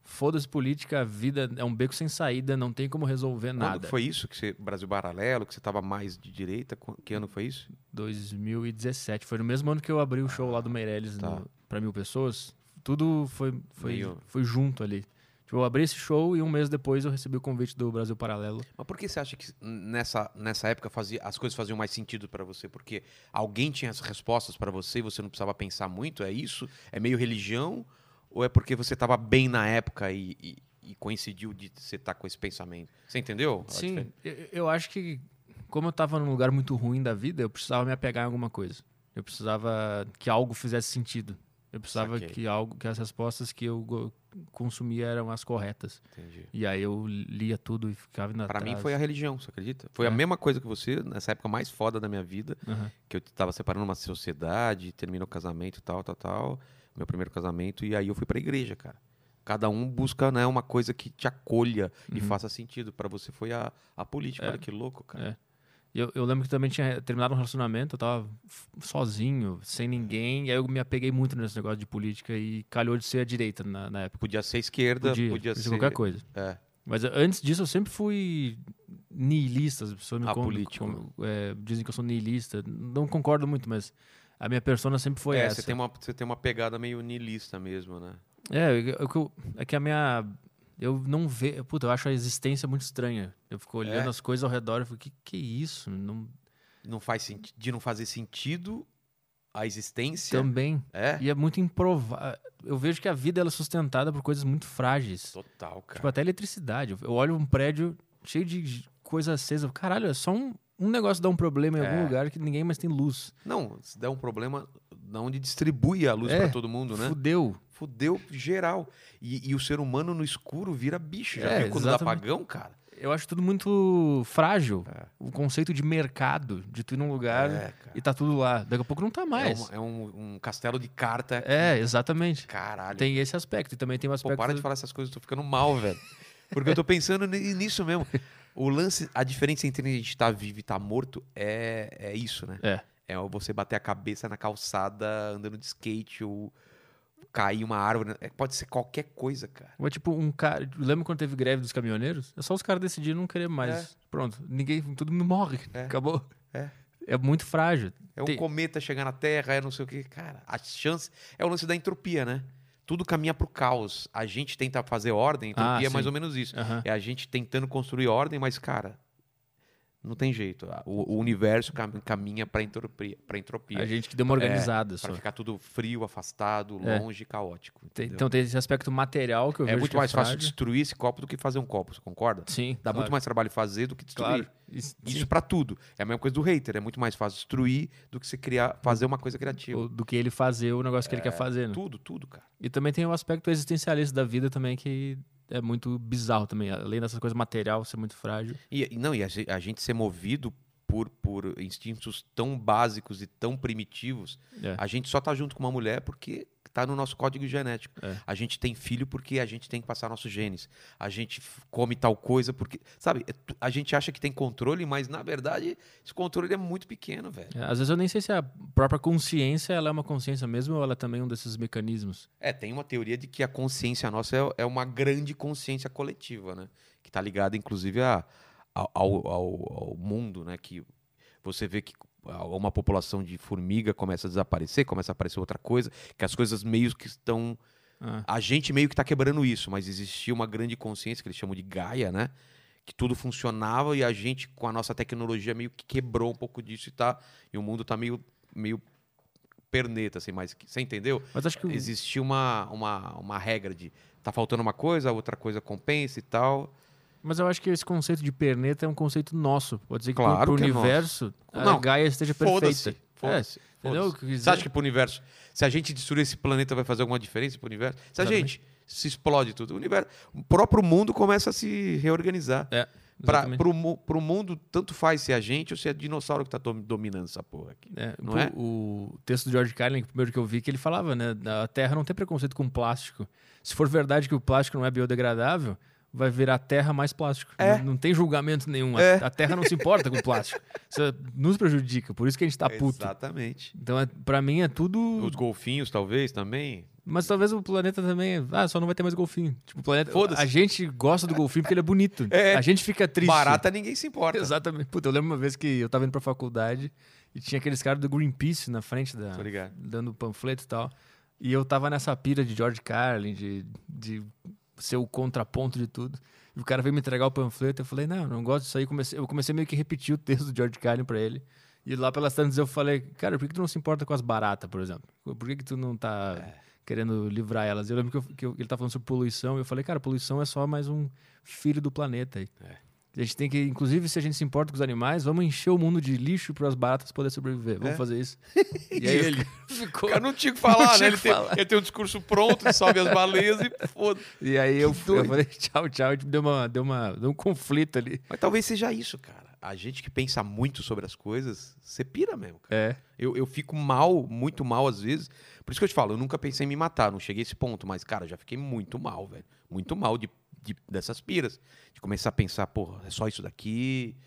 Speaker 2: foda-se política, a vida é um beco sem saída, não tem como resolver
Speaker 1: Quando
Speaker 2: nada.
Speaker 1: que foi isso? Que você, Brasil Paralelo, que você tava mais de direita? Qu- Que ano foi isso?
Speaker 2: 2017, foi no mesmo ano que eu abri o show lá do Meirelles
Speaker 1: tá.
Speaker 2: no- pra mil pessoas. Tudo foi foi
Speaker 1: Meio-
Speaker 2: foi junto ali. Tipo, eu abri esse show e um mês depois eu recebi o convite do Brasil Paralelo.
Speaker 1: Mas por que você acha que nessa, nessa época fazia, as coisas faziam mais sentido pra você? Porque alguém tinha as respostas pra você e você não precisava pensar muito? É isso? É meio religião? Ou é porque você tava bem na época e, e- e coincidiu de você estar com esse pensamento? Você entendeu? a diferença?
Speaker 2: Sim, eu, eu acho que como eu tava num lugar muito ruim da vida, eu precisava me apegar em alguma coisa. Eu precisava que algo fizesse sentido. Eu precisava
Speaker 1: Saquei.
Speaker 2: que algo, que as respostas que eu go- consumia eram as corretas.
Speaker 1: Entendi.
Speaker 2: E aí eu lia tudo e ficava indo
Speaker 1: Pra
Speaker 2: atrás.
Speaker 1: mim foi a religião, você acredita? Foi a
Speaker 2: É.
Speaker 1: mesma coisa que você, nessa época mais foda da minha vida,
Speaker 2: Aham.
Speaker 1: que eu tava separando uma sociedade, terminou o casamento e tal, tal, tal, meu primeiro casamento, e aí eu fui pra igreja, cara. Cada um busca, né, uma coisa que te acolha e
Speaker 2: Uhum.
Speaker 1: faça sentido. Pra você foi a, a política,
Speaker 2: É.
Speaker 1: olha que louco, cara.
Speaker 2: É. E Eu, eu lembro que também tinha terminado um relacionamento, eu tava f- sozinho, sem ninguém, e aí eu me apeguei muito nesse negócio de política e calhou de ser a direita na, na época.
Speaker 1: Podia ser esquerda,
Speaker 2: Podia,
Speaker 1: podia,
Speaker 2: podia
Speaker 1: ser...
Speaker 2: ser qualquer coisa.
Speaker 1: É.
Speaker 2: Mas eh, antes disso, eu sempre fui niilista. As pessoas me
Speaker 1: Ah,
Speaker 2: con-
Speaker 1: político.
Speaker 2: con- eh, dizem que eu sou niilista. Não concordo muito, mas a minha persona sempre foi
Speaker 1: É,
Speaker 2: essa.
Speaker 1: você tem, uma, você tem uma pegada meio niilista mesmo, né?
Speaker 2: É, eu- eu- que eu- é que a minha. Eu não vejo. Puta, eu acho a existência muito estranha. Eu fico olhando
Speaker 1: É?
Speaker 2: as coisas ao redor e fico, que que é isso? Não,
Speaker 1: Não faz sentido, de não fazer sentido a existência.
Speaker 2: também.
Speaker 1: É?
Speaker 2: E é muito improvável. Eu vejo que a vida ela é sustentada por coisas muito frágeis.
Speaker 1: Total, cara.
Speaker 2: Tipo, até eletricidade. Eu- Eu olho um prédio cheio de j- coisa acesa. Caralho, é só um, um negócio dá um problema em algum
Speaker 1: É.
Speaker 2: lugar que ninguém mais tem luz.
Speaker 1: Não, se der um problema, da onde distribui a luz
Speaker 2: É,
Speaker 1: pra todo mundo, né?
Speaker 2: Fudeu.
Speaker 1: Fudeu geral. E, e o ser humano no escuro vira bicho. Já
Speaker 2: É,
Speaker 1: viu quando dá
Speaker 2: exatamente.
Speaker 1: apagão, cara?
Speaker 2: Eu acho tudo muito frágil.
Speaker 1: É.
Speaker 2: O conceito de mercado, de tu ir num lugar
Speaker 1: É, cara.
Speaker 2: e tá tudo lá. Daqui a pouco não tá
Speaker 1: É,
Speaker 2: mais.
Speaker 1: um, é um- um castelo de carta.
Speaker 2: É, exatamente.
Speaker 1: Caralho.
Speaker 2: Tem esse aspecto. E também tem o
Speaker 1: Pô,
Speaker 2: aspecto...
Speaker 1: para de falar essas coisas, eu tô ficando mal, velho. Porque eu tô pensando ni- nisso mesmo. O lance, a diferença entre a gente estar vivo e estar morto é, é isso, né?
Speaker 2: É.
Speaker 1: É você bater a cabeça na calçada andando de skate ou cair uma árvore. é, Pode ser qualquer coisa, cara.
Speaker 2: Mas, tipo, um cara. Lembra quando teve greve dos caminhoneiros? É só os caras decidirem não querer mais. Pronto. Ninguém. Todo mundo morre.
Speaker 1: É.
Speaker 2: Acabou.
Speaker 1: É.
Speaker 2: É muito frágil.
Speaker 1: É um
Speaker 2: Tem-
Speaker 1: cometa chegar na Terra, é não sei o que. Cara, a chance. É o lance da entropia, né? Tudo caminha pro caos. A gente tenta fazer ordem, a
Speaker 2: Ah,
Speaker 1: entropia é mais
Speaker 2: sim.
Speaker 1: ou menos isso.
Speaker 2: Aham.
Speaker 1: É a gente tentando construir ordem, mas, cara, não tem jeito. O, o universo cam- caminha pra entropia. Pra entropia.
Speaker 2: A gente que deu uma organizada
Speaker 1: É.
Speaker 2: só.
Speaker 1: Pra ficar tudo frio, afastado,
Speaker 2: É.
Speaker 1: longe, caótico.
Speaker 2: Tem-
Speaker 1: entendeu?
Speaker 2: então tem esse aspecto material que eu
Speaker 1: é
Speaker 2: vejo.
Speaker 1: muito
Speaker 2: que
Speaker 1: mais fácil
Speaker 2: frágil.
Speaker 1: destruir esse copo do que fazer um copo, você concorda?
Speaker 2: Sim.
Speaker 1: Dá muito mais trabalho fazer do que destruir.
Speaker 2: Claro. Isso,
Speaker 1: Isso pra tudo. É a mesma coisa do hater. É muito mais fácil destruir do que você criar, fazer uma coisa criativa.
Speaker 2: sim, tipo, do que ele fazer o negócio que ele
Speaker 1: É,
Speaker 2: quer fazer. Né?
Speaker 1: Tudo, tudo, cara.
Speaker 2: E também tem o aspecto existencialista da vida também, que é muito bizarro também. Além dessas coisas material ser muito frágil.
Speaker 1: E, e não, e a, ge- a gente ser movido por, por instintos tão básicos e tão primitivos.
Speaker 2: É.
Speaker 1: A gente só tá junto com uma mulher porque tá no nosso código genético.
Speaker 2: É.
Speaker 1: A gente tem filho porque a gente tem que passar nossos genes. A gente f- come tal coisa porque. Sabe, é tu- a gente acha que tem controle, mas na verdade esse controle é muito pequeno, velho.
Speaker 2: É, Às vezes eu nem sei se a própria consciência ela é uma consciência mesmo ou ela é também um desses mecanismos.
Speaker 1: É, tem uma teoria de que a consciência nossa é, é uma grande consciência coletiva, né? Que tá ligada, inclusive, a, ao, ao- ao- ao mundo, né? Que você vê que uma população de formiga começa a desaparecer, começa a aparecer outra coisa, que as coisas meio que estão.
Speaker 2: Ah,
Speaker 1: A gente meio que tá quebrando isso, mas existia uma grande consciência que eles chamam de Gaia, né? Que tudo funcionava e a gente, com a nossa tecnologia, meio que quebrou um pouco disso e tá. E o mundo tá meio. meio perneta, assim, mas. Você entendeu?
Speaker 2: Mas acho que o-
Speaker 1: existia uma, uma, uma regra de tá faltando uma coisa, a outra coisa compensa e tal.
Speaker 2: mas eu acho que esse conceito de perneta é um conceito nosso. Pode dizer que
Speaker 1: Claro
Speaker 2: pro, pro
Speaker 1: que é nosso.
Speaker 2: universo a
Speaker 1: Não,
Speaker 2: Gaia esteja É perfeita.
Speaker 1: Foda-se. Foda-se.
Speaker 2: entendeu o
Speaker 1: foda-se.
Speaker 2: que eu quis
Speaker 1: Você acha
Speaker 2: dizer?
Speaker 1: que pro universo, se a gente destruir esse planeta, vai fazer alguma diferença pro universo? Se a
Speaker 2: Exatamente.
Speaker 1: gente se explode tudo, o universo, o próprio mundo começa a se reorganizar.
Speaker 2: É,
Speaker 1: Pra,
Speaker 2: exatamente.
Speaker 1: pro, mu- pro mundo, tanto faz se é a gente ou se é dinossauro que tá dom- dominando essa porra aqui.
Speaker 2: É,
Speaker 1: não
Speaker 2: pô,
Speaker 1: é?
Speaker 2: O texto do George Carlin, que primeiro que eu vi, que ele falava, né? A Terra não tem preconceito com plástico. Se for verdade que o plástico não é biodegradável, vai virar terra mais plástico.
Speaker 1: É.
Speaker 2: Não, não tem julgamento nenhum. A-
Speaker 1: É.
Speaker 2: A, Terra não se importa com plástico. Isso nos prejudica, por isso que a gente tá puto.
Speaker 1: Exatamente.
Speaker 2: Então, é, pra mim, é tudo.
Speaker 1: Os golfinhos, talvez, também.
Speaker 2: Mas talvez o planeta também. Ah, só não vai ter mais golfinho. Tipo, o planeta.
Speaker 1: Foda-se.
Speaker 2: A gente gosta do golfinho porque ele é bonito.
Speaker 1: É.
Speaker 2: A gente fica triste.
Speaker 1: Barata ninguém se importa.
Speaker 2: Exatamente. Puta, eu lembro uma vez que eu tava indo pra faculdade e tinha aqueles caras do Greenpeace na frente da.
Speaker 1: Tô ligado.
Speaker 2: Dando panfleto e tal. E eu tava nessa pira de George Carlin, de, de ser o contraponto de tudo. E o cara veio me entregar o panfleto. Eu falei, não, eu não gosto disso aí. Comecei, eu comecei meio que a repetir o texto do George Carlin pra ele. E lá pelas tantas eu falei, cara, por que que tu não se importa com as baratas, por exemplo? Por que, que tu não tá
Speaker 1: É.
Speaker 2: querendo livrar elas? Eu lembro que, eu- que eu- ele tá falando sobre poluição. E eu falei, cara, poluição é só mais um filho do planeta aí.
Speaker 1: É.
Speaker 2: A gente tem que, inclusive, se a gente se importa com os animais, vamos encher o mundo de lixo para as baratas poderem sobreviver. Vamos
Speaker 1: É.
Speaker 2: fazer isso.
Speaker 1: E
Speaker 2: E aí
Speaker 1: ele?
Speaker 2: ficou.
Speaker 1: Eu não tinha o que
Speaker 2: Não
Speaker 1: falar, né?
Speaker 2: tinha o
Speaker 1: Ele
Speaker 2: que
Speaker 1: tem,
Speaker 2: falar.
Speaker 1: ele tem um discurso pronto, ele sobe as baleias e foda
Speaker 2: E aí eu,
Speaker 1: Que doido.
Speaker 2: eu falei tchau, tchau. E deu, uma, deu, uma, deu um conflito ali.
Speaker 1: Mas talvez seja isso, cara. A gente que pensa muito sobre as coisas, você pira mesmo, cara.
Speaker 2: É.
Speaker 1: Eu, eu fico mal, muito mal às vezes. Por isso que eu te falo, eu nunca pensei em me matar, não cheguei a esse ponto. Mas, cara, eu já fiquei muito mal, velho. Muito mal de, de- dessas piras. De começar a pensar, porra, é só isso daqui.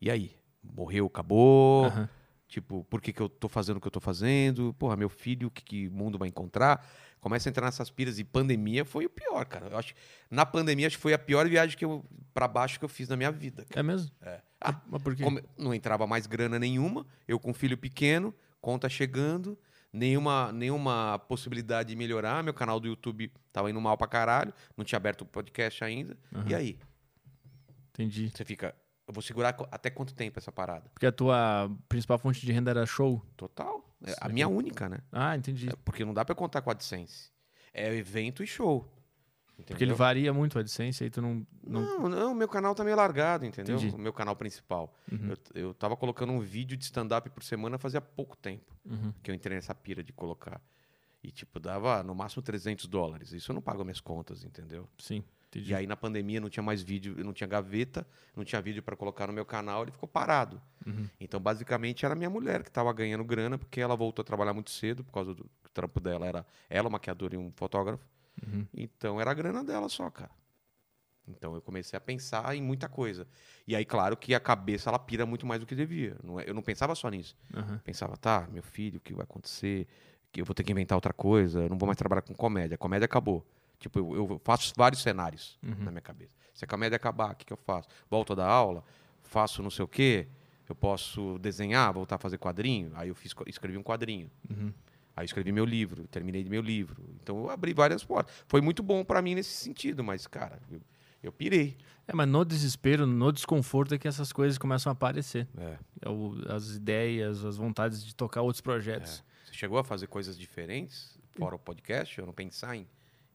Speaker 1: E aí? Morreu, acabou.
Speaker 2: Aham.
Speaker 1: Tipo, por que, que eu tô fazendo o que eu tô fazendo? Porra, meu filho, o que, que mundo vai encontrar? Começa a entrar nessas piras e pandemia foi o pior, cara. Eu acho, na pandemia, acho que foi a pior viagem que eu, pra baixo que eu fiz na minha vida. cara.
Speaker 2: É mesmo?
Speaker 1: É.
Speaker 2: Ah, Mas por quê?
Speaker 1: Come- não entrava mais grana nenhuma, eu com filho pequeno, conta chegando, nenhuma, nenhuma possibilidade de melhorar. Meu canal do YouTube tava indo mal pra caralho, não tinha aberto o podcast ainda. E aí?
Speaker 2: Entendi.
Speaker 1: Você fica. Eu vou segurar co- até quanto tempo essa parada?
Speaker 2: Porque a tua principal fonte de renda era show.
Speaker 1: Total. É a
Speaker 2: Saquei.
Speaker 1: minha única, né?
Speaker 2: Ah, entendi.
Speaker 1: É, Porque não dá pra eu contar com a AdSense. É evento e show. Entendeu?
Speaker 2: Porque ele varia muito a licença e tu não. não...
Speaker 1: Não, não, meu canal tá meio largado, entendeu?
Speaker 2: Entendi. Hum.
Speaker 1: O meu canal principal. Ah.
Speaker 2: Uhum.
Speaker 1: Eu, eu tava colocando um vídeo de stand-up por semana fazia pouco tempo
Speaker 2: Uhum.
Speaker 1: que eu entrei nessa pira de colocar. E, tipo, dava no máximo 300 dólares. Isso eu não pago minhas contas, entendeu?
Speaker 2: Sim, entendi.
Speaker 1: E aí, na pandemia, não tinha mais vídeo, eu não tinha gaveta, não tinha vídeo pra colocar no meu canal, ele ficou parado.
Speaker 2: Uhum.
Speaker 1: Então, basicamente, era minha mulher que tava ganhando grana, porque ela voltou a trabalhar muito cedo, por causa do que o trampo dela. Era ela, o maquiador e um fotógrafo.
Speaker 2: Uhum.
Speaker 1: Então, era a grana dela só, cara. Então, eu comecei a pensar em muita coisa. E aí, claro que a cabeça, ela pira muito mais do que devia. Não é- Eu não pensava só nisso.
Speaker 2: Aham.
Speaker 1: Pensava, tá, meu filho, o que vai acontecer? que eu vou ter que inventar outra coisa, eu não vou mais trabalhar com comédia. A comédia acabou. Tipo, eu, eu faço vários cenários na minha cabeça. Se a comédia acabar, o que, que eu faço? Volto da aula, faço não sei o quê, eu posso desenhar, voltar a fazer quadrinho. Aí eu fiz, co- escrevi um quadrinho. Aí eu escrevi meu livro, terminei meu livro. Então eu abri várias portas. Foi muito bom pra mim nesse sentido, mas, cara, eu, eu pirei.
Speaker 2: É, mas no desespero, no desconforto é que essas coisas começam a aparecer. É o- as ideias, as vontades de tocar outros projetos.
Speaker 1: Você chegou a fazer coisas diferentes fora o podcast? Eu não pensar em,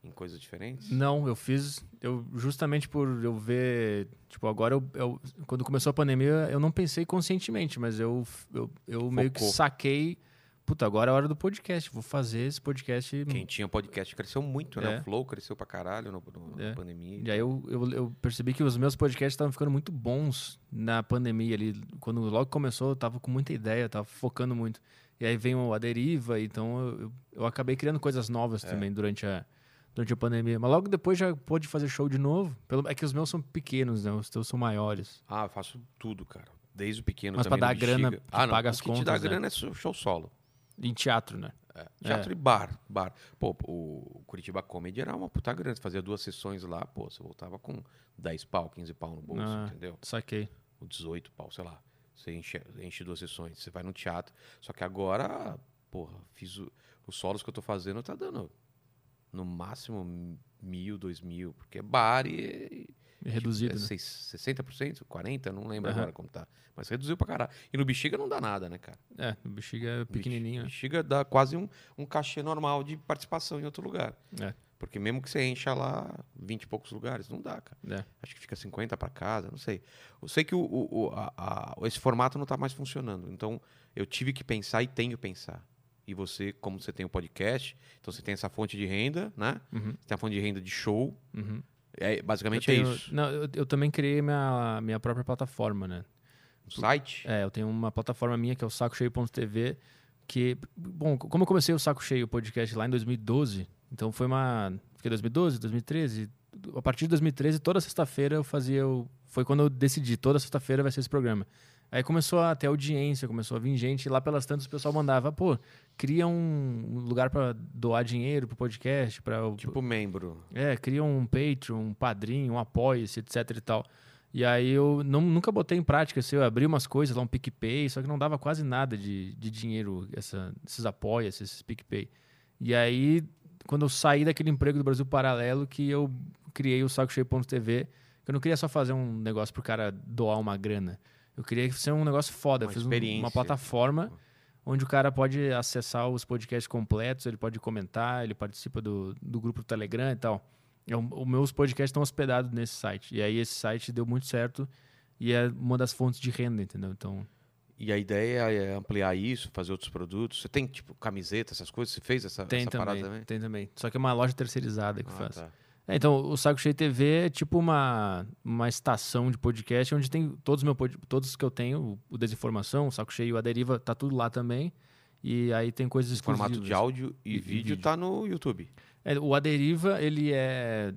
Speaker 1: em coisas diferentes?
Speaker 2: Não, eu fiz, eu justamente por eu ver, tipo, agora eu, eu- quando começou a pandemia, eu não pensei conscientemente, mas eu eu, eu meio que
Speaker 1: Focou.
Speaker 2: saquei, puta, agora é a hora do podcast, vou fazer esse podcast.
Speaker 1: Quem tinha podcast cresceu muito, né?
Speaker 2: Hum. É.
Speaker 1: O Flow cresceu pra caralho no- no-
Speaker 2: É.
Speaker 1: na pandemia.
Speaker 2: E aí eu, eu, eu percebi que os meus podcasts estavam ficando muito bons na pandemia ali. Quando logo começou, eu tava com muita ideia, tava focando muito. E aí vem o A Deriva, então eu, eu, eu acabei criando coisas novas
Speaker 1: É.
Speaker 2: também durante a, durante a pandemia. Mas logo depois já pôde fazer show de novo. Pelo, é que os meus são pequenos, né? Os teus são maiores.
Speaker 1: Ah, eu faço tudo, cara. Desde o pequeno
Speaker 2: Mas pra
Speaker 1: também.
Speaker 2: dar
Speaker 1: no
Speaker 2: a grana
Speaker 1: Bexiga.
Speaker 2: que
Speaker 1: ah, não.
Speaker 2: paga
Speaker 1: o
Speaker 2: as
Speaker 1: que te dá
Speaker 2: contas, né?
Speaker 1: grana é so- show solo.
Speaker 2: Em teatro, né?
Speaker 1: Teatro e bar, bar. Pô, o Curitiba Comedy era uma puta grana. Você fazia duas sessões lá, pô, você voltava com 10 pau, 15 pau no bolso,
Speaker 2: Ah.
Speaker 1: entendeu?
Speaker 2: Saquei.
Speaker 1: Ou 18 pau, sei lá. Você enche, enche duas sessões, você vai no teatro. Só que agora, porra, fiz o- os solos que eu tô fazendo, tá dando no máximo mil, dois mil, porque é bar e,
Speaker 2: E reduzido,
Speaker 1: é
Speaker 2: né?
Speaker 1: seis- 60%, 40%, não lembro
Speaker 2: Aham.
Speaker 1: agora como tá. Mas reduziu pra caralho. E no bexiga não dá nada, né, cara?
Speaker 2: É, o bexiga é pequenininho. né?
Speaker 1: Bexiga dá quase um, um cachê normal de participação em outro lugar.
Speaker 2: É.
Speaker 1: Porque mesmo que você encha lá 20 e poucos lugares, não dá, cara.
Speaker 2: É.
Speaker 1: Acho que fica 50 pra casa, não sei. Eu sei que o, o- o- a- a- esse formato não tá mais funcionando. Então, eu tive que pensar e tenho que pensar. E você, como você tem o podcast, então você tem essa fonte de renda, né?
Speaker 2: Uhum,
Speaker 1: Você tem a fonte de renda de show.
Speaker 2: uhum.
Speaker 1: É, basicamente
Speaker 2: Eu
Speaker 1: é
Speaker 2: tenho-
Speaker 1: isso.
Speaker 2: Não, eu, eu também criei minha, minha própria plataforma, né?
Speaker 1: Um site.
Speaker 2: É, eu tenho uma plataforma minha que é o sacocheio.tv, que, bom, como eu comecei o Saco Cheio podcast lá em 2012, então foi uma, fiquei 2012, 2013, a partir de 2013 toda sexta-feira eu fazia o, foi quando eu decidi, toda sexta-feira vai ser esse programa. Aí começou a ter audiência, começou a vir gente, e lá pelas tantas o pessoal mandava, pô, cria um um lugar pra doar dinheiro pro podcast, para
Speaker 1: Tipo membro.
Speaker 2: é, cria um Patreon, um padrinho, um apoia-se, etc e tal. E aí eu não- nunca botei em prática, assim, eu abri umas coisas lá, um PicPay, só que não dava quase nada de, de dinheiro, essa- esses apoia-se, esses PicPay. E aí, quando eu saí daquele emprego do Brasil Paralelo, que eu criei o SacoCheio.tv, que eu não queria só fazer um negócio pro cara doar uma grana. Eu queria ser um negócio foda.
Speaker 1: Uma
Speaker 2: eu fiz um- uma
Speaker 1: experiência.
Speaker 2: plataforma onde o cara pode acessar os podcasts completos, ele pode comentar, ele participa do, do grupo do Telegram e tal. É um- Os meus podcasts estão hospedados nesse site. E aí esse site deu muito certo e é uma das fontes de renda, entendeu? Então,
Speaker 1: E a ideia é ampliar isso, fazer outros produtos. Você tem, tipo, camiseta, essas coisas? Você fez essa,
Speaker 2: tem
Speaker 1: essa
Speaker 2: também,
Speaker 1: parada também?
Speaker 2: Tem também. Só que é uma loja terceirizada que
Speaker 1: Ah,
Speaker 2: faz.
Speaker 1: tá.
Speaker 2: É, então, o Saco Cheio TV é tipo uma, uma estação de podcast onde tem todos, meu, pod- todos que eu tenho, o Desinformação, o Saco Cheio, a Deriva, tá tudo lá também. E aí tem coisas
Speaker 1: Esse formato de
Speaker 2: exclusivas.
Speaker 1: áudio e,
Speaker 2: E- e
Speaker 1: vídeo,
Speaker 2: vídeo.
Speaker 1: tá no YouTube.
Speaker 2: É, o A Deriva, ele é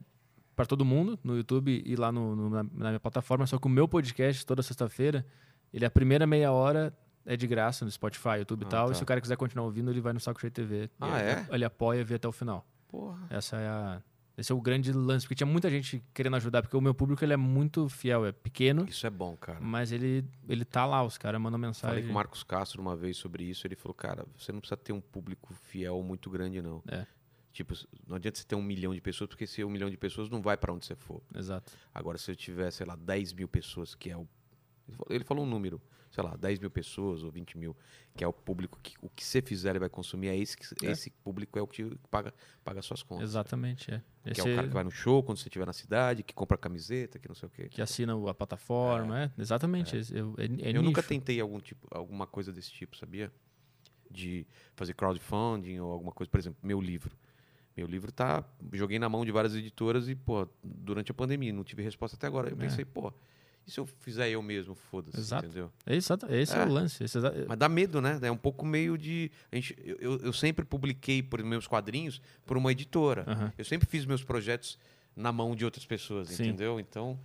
Speaker 2: para todo mundo no YouTube e lá no- no- na, na minha plataforma. Só que o meu podcast, toda sexta-feira, ele é a primeira meia hora é de graça no Spotify, YouTube e
Speaker 1: Ah,
Speaker 2: tal.
Speaker 1: tá.
Speaker 2: E se o cara quiser continuar ouvindo, ele vai no Saco Cheio TV. E
Speaker 1: Ah,
Speaker 2: aí
Speaker 1: é?
Speaker 2: Ele apoia e vê até o final.
Speaker 1: Porra.
Speaker 2: Essa é a- esse é o grande lance, porque tinha muita gente querendo ajudar, porque o meu público ele é muito fiel, é Hum, pequeno,
Speaker 1: Isso é bom, cara.
Speaker 2: mas ele, ele tá lá, os caras mandam
Speaker 1: Falei com
Speaker 2: mensagem.
Speaker 1: o Marcos Castro uma vez sobre isso. Ele falou, cara, você não precisa ter um público fiel muito grande, não.
Speaker 2: É.
Speaker 1: Tipo, não adianta você ter um milhão de pessoas, porque se um milhão de pessoas não vai pra onde você for.
Speaker 2: Exato.
Speaker 1: Agora, se eu tiver, sei lá, 10 mil pessoas, que é o. Ele falou- Ele falou um número, sei lá, 10 mil pessoas ou 20 mil, que é o público que o que você fizer ele vai consumir, é esse, que-
Speaker 2: É.
Speaker 1: esse público é o que paga, paga suas contas.
Speaker 2: Exatamente, é.
Speaker 1: né? Que
Speaker 2: Esse,
Speaker 1: é o cara que vai no show quando você estiver na cidade, que compra camiseta, que não sei o quê.
Speaker 2: que assina a plataforma, é. Exatamente. esse- eu- é- é
Speaker 1: eu nunca
Speaker 2: nicho.
Speaker 1: tentei algum tipo, alguma coisa desse tipo, sabia? De fazer crowdfunding ou alguma coisa, por exemplo, meu livro. Meu livro tá. Joguei na mão de várias editoras e, pô, durante a pandemia, não tive resposta até agora. Eu
Speaker 2: É.
Speaker 1: pensei, pô, e se eu fizer eu mesmo, foda-se,
Speaker 2: Exato.
Speaker 1: entendeu?
Speaker 2: Exato, esse é,
Speaker 1: É.
Speaker 2: o lance. esse é exa-
Speaker 1: Mas dá medo, né? É um pouco meio de. a gente- eu, eu- eu sempre publiquei por meus quadrinhos por uma editora.
Speaker 2: Aham.
Speaker 1: Eu sempre fiz meus projetos na mão de outras pessoas,
Speaker 2: Sim.
Speaker 1: entendeu? Então.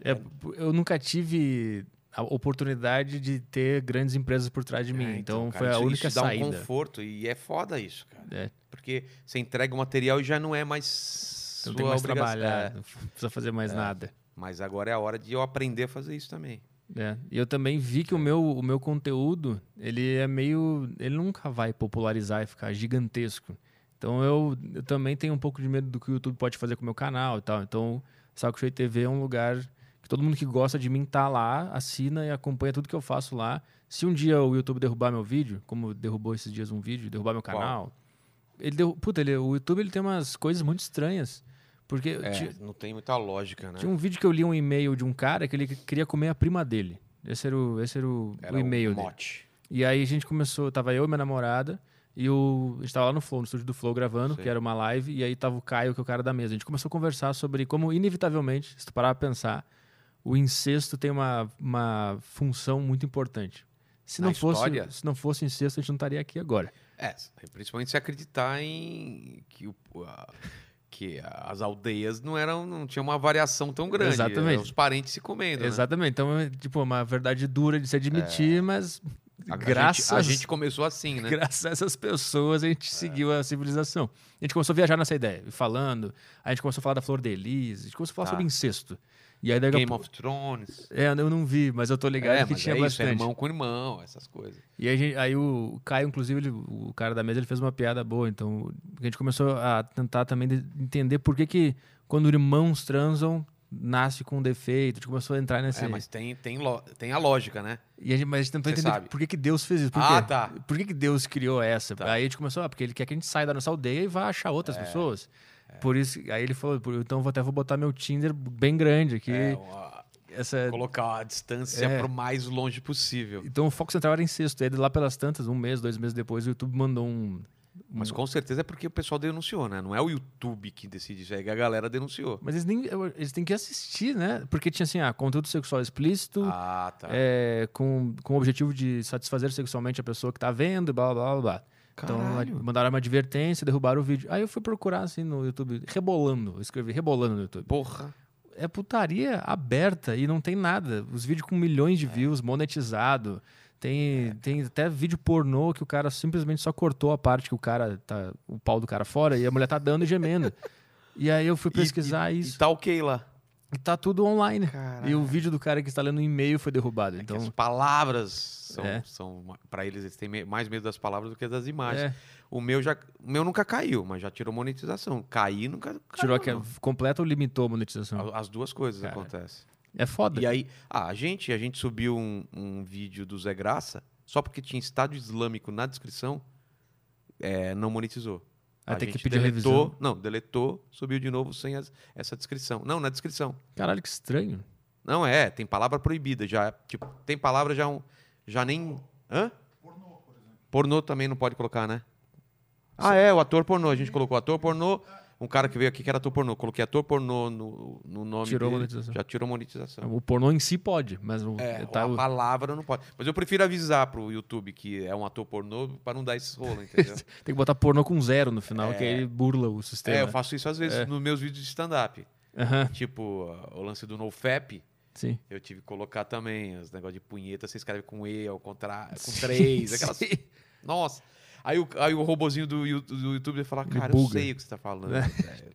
Speaker 2: É, eu nunca tive a oportunidade de ter grandes empresas por trás de mim.
Speaker 1: É,
Speaker 2: então,
Speaker 1: cara,
Speaker 2: foi
Speaker 1: isso-
Speaker 2: a única
Speaker 1: isso dá
Speaker 2: saída.
Speaker 1: um conforto e é foda isso, cara.
Speaker 2: É.
Speaker 1: Porque você entrega o material e já não é mais
Speaker 2: Você
Speaker 1: sua
Speaker 2: não tem mais
Speaker 1: obrigação.
Speaker 2: trabalhar,
Speaker 1: É,
Speaker 2: não precisa fazer mais nada.
Speaker 1: mas agora é a hora de eu aprender a fazer isso também.
Speaker 2: É, E eu também vi que o meu, o meu conteúdo, ele é meio. Ele nunca vai popularizar e ficar gigantesco. Então eu, eu também tenho um pouco de medo do que o YouTube pode fazer com o meu canal e tal. Então, Saco Cheio TV é um lugar que todo mundo que gosta de mim tá lá, assina e acompanha tudo que eu faço lá. Se um dia o YouTube derrubar meu vídeo, como derrubou esses dias um vídeo, derrubar meu
Speaker 1: Qual?
Speaker 2: canal. Ele derru- Puta, ele, o YouTube ele tem umas coisas muito estranhas. Porque
Speaker 1: É,
Speaker 2: ti-
Speaker 1: não tem muita lógica, né?
Speaker 2: tinha um vídeo que eu li um e-mail de um cara que ele queria comer a prima dele. Esse era o, esse era o,
Speaker 1: Era um
Speaker 2: o e-mail dele.
Speaker 1: mote.
Speaker 2: E aí a gente começou, tava eu e minha namorada, e o, a gente tava lá no Flow, no estúdio do Flow gravando,
Speaker 1: Sei.
Speaker 2: que era uma live, e aí tava o Caio, que é o cara da mesa. A gente começou a conversar sobre como, inevitavelmente, se tu parar pra pensar, o incesto tem uma, uma função muito importante. Se
Speaker 1: Na
Speaker 2: não, fosse,
Speaker 1: história?
Speaker 2: se não fosse incesto, a gente não estaria aqui agora.
Speaker 1: É, principalmente se acreditar em que, o- a- que as aldeias não eram, não tinha uma variação tão grande.
Speaker 2: Exatamente.
Speaker 1: eram Os parentes se comendo. né? É.
Speaker 2: Exatamente. Então, é, tipo, uma verdade dura de se admitir, mas
Speaker 1: A- a gente-
Speaker 2: graças
Speaker 1: a gente começou assim, né? É.
Speaker 2: Graças a essas pessoas a gente seguiu a civilização. A gente começou a viajar nessa ideia, e falando, a gente começou a falar da Flor de Elis, a gente começou a falar
Speaker 1: Tá.
Speaker 2: sobre incesto. E aí daqui a
Speaker 1: Game
Speaker 2: pouco-
Speaker 1: of Thrones.
Speaker 2: É, eu não vi, mas eu tô ligado
Speaker 1: é,
Speaker 2: que
Speaker 1: mas
Speaker 2: tinha
Speaker 1: é isso, é
Speaker 2: bastante.
Speaker 1: irmão com irmão, essas coisas.
Speaker 2: e aí, a gente- aí o o Caio, inclusive, ele- o cara da mesa, ele fez uma piada boa, então a gente começou a tentar também de- entender por que que quando irmãos transam, nasce com um defeito, a gente começou a entrar nesse...
Speaker 1: É, mas tem, tem, lo- tem a lógica, né?
Speaker 2: E a gente, mas a gente tentou
Speaker 1: Cê
Speaker 2: entender
Speaker 1: sabe.
Speaker 2: por que, que Deus fez isso. Por
Speaker 1: Ah,
Speaker 2: quê?
Speaker 1: tá.
Speaker 2: Por que, que Deus criou essa?
Speaker 1: Tá. É,
Speaker 2: Aí a gente começou, ah, porque ele quer que a gente saia da nossa aldeia e vá achar outras pessoas. Por isso, aí ele falou, "Por- então eu vou até vou botar meu Tinder bem grande aqui.
Speaker 1: É, uma-
Speaker 2: Essa...
Speaker 1: colocar a distância
Speaker 2: É.
Speaker 1: pro mais longe possível.
Speaker 2: Então o foco central era em sexto. E aí, lá pelas tantas, um mês, dois meses depois, o YouTube mandou um.
Speaker 1: Mas com certeza é porque o pessoal denunciou, né? Não é o YouTube que decide isso, é que a galera denunciou.
Speaker 2: Mas eles, nem, eu- eles têm que assistir, né? Porque tinha assim, ah, conteúdo sexual explícito,
Speaker 1: Ah, tá.
Speaker 2: é, com, com o objetivo de satisfazer sexualmente a pessoa que tá vendo, e blá blá blá blá.
Speaker 1: Caralho.
Speaker 2: Então a- mandaram uma advertência, derrubaram o vídeo. Aí eu fui procurar assim no YouTube, rebolando. Eu escrevi rebolando no YouTube.
Speaker 1: Porra.
Speaker 2: É putaria aberta e não tem nada. Os vídeos com milhões de
Speaker 1: É.
Speaker 2: views, monetizado. Tem, tem até vídeo pornô que o cara simplesmente só cortou a parte que o cara tá. O pau do cara fora e a mulher tá dando e gemendo. e aí eu fui
Speaker 1: E-
Speaker 2: pesquisar
Speaker 1: e,
Speaker 2: isso.
Speaker 1: E tá ok lá.
Speaker 2: E tá tudo online.
Speaker 1: Caralho.
Speaker 2: E o vídeo do cara que está lendo um e-mail foi derrubado.
Speaker 1: É que
Speaker 2: Então.
Speaker 1: as palavras são,
Speaker 2: É.
Speaker 1: são para eles eles têm me- mais medo das palavras do que das imagens.
Speaker 2: é.
Speaker 1: O meu já, o meu nunca caiu, mas já tirou monetização. Cair nunca caiu,
Speaker 2: Tirou que
Speaker 1: não.
Speaker 2: completa ou limitou a monetização?
Speaker 1: A- As duas coisas
Speaker 2: Cara.
Speaker 1: acontecem.
Speaker 2: É foda.
Speaker 1: E aí, ah, a gente, a gente subiu um, um vídeo do Zé Graça só porque tinha Estado Islâmico na descrição, é, não monetizou.
Speaker 2: Aí
Speaker 1: a
Speaker 2: Ah, tem
Speaker 1: gente
Speaker 2: que pedir
Speaker 1: deletou,
Speaker 2: revisão.
Speaker 1: Não, deletou, subiu de novo sem as- essa descrição. Não, na descrição.
Speaker 2: Caralho, que estranho.
Speaker 1: Não é, tem palavra proibida já. Tipo, tem palavra já um, já nem, hã? Pornô, por exemplo. Pornô também não pode colocar, né? Ah, é, o ator pornô. A gente colocou ator pornô. Um cara que veio aqui que era ator pornô. Coloquei ator pornô no, no nome
Speaker 2: Tirou
Speaker 1: dele.
Speaker 2: monetização.
Speaker 1: Já tirou monetização.
Speaker 2: O pornô em si pode, mas o,
Speaker 1: Então. É,
Speaker 2: tá,
Speaker 1: a
Speaker 2: o-
Speaker 1: palavra não pode. Mas eu prefiro avisar pro YouTube que é um ator pornô pra não dar esse rolo, entendeu?
Speaker 2: tem que botar pornô com zero no final, que aí burla o sistema.
Speaker 1: é, eu faço isso às vezes nos meus vídeos de stand-up.
Speaker 2: Aham,
Speaker 1: Tipo, ah, o lance do NoFap,
Speaker 2: sim.
Speaker 1: eu tive que colocar também. Os negócios de punheta, você escreve com E, ao contrário, com três, aquelas.
Speaker 2: Sim.
Speaker 1: Nossa! Aí o, aí o robozinho do, Yu- do YouTube vai falar,
Speaker 2: Ele
Speaker 1: cara, eu
Speaker 2: buga."
Speaker 1: sei o que você tá falando. É,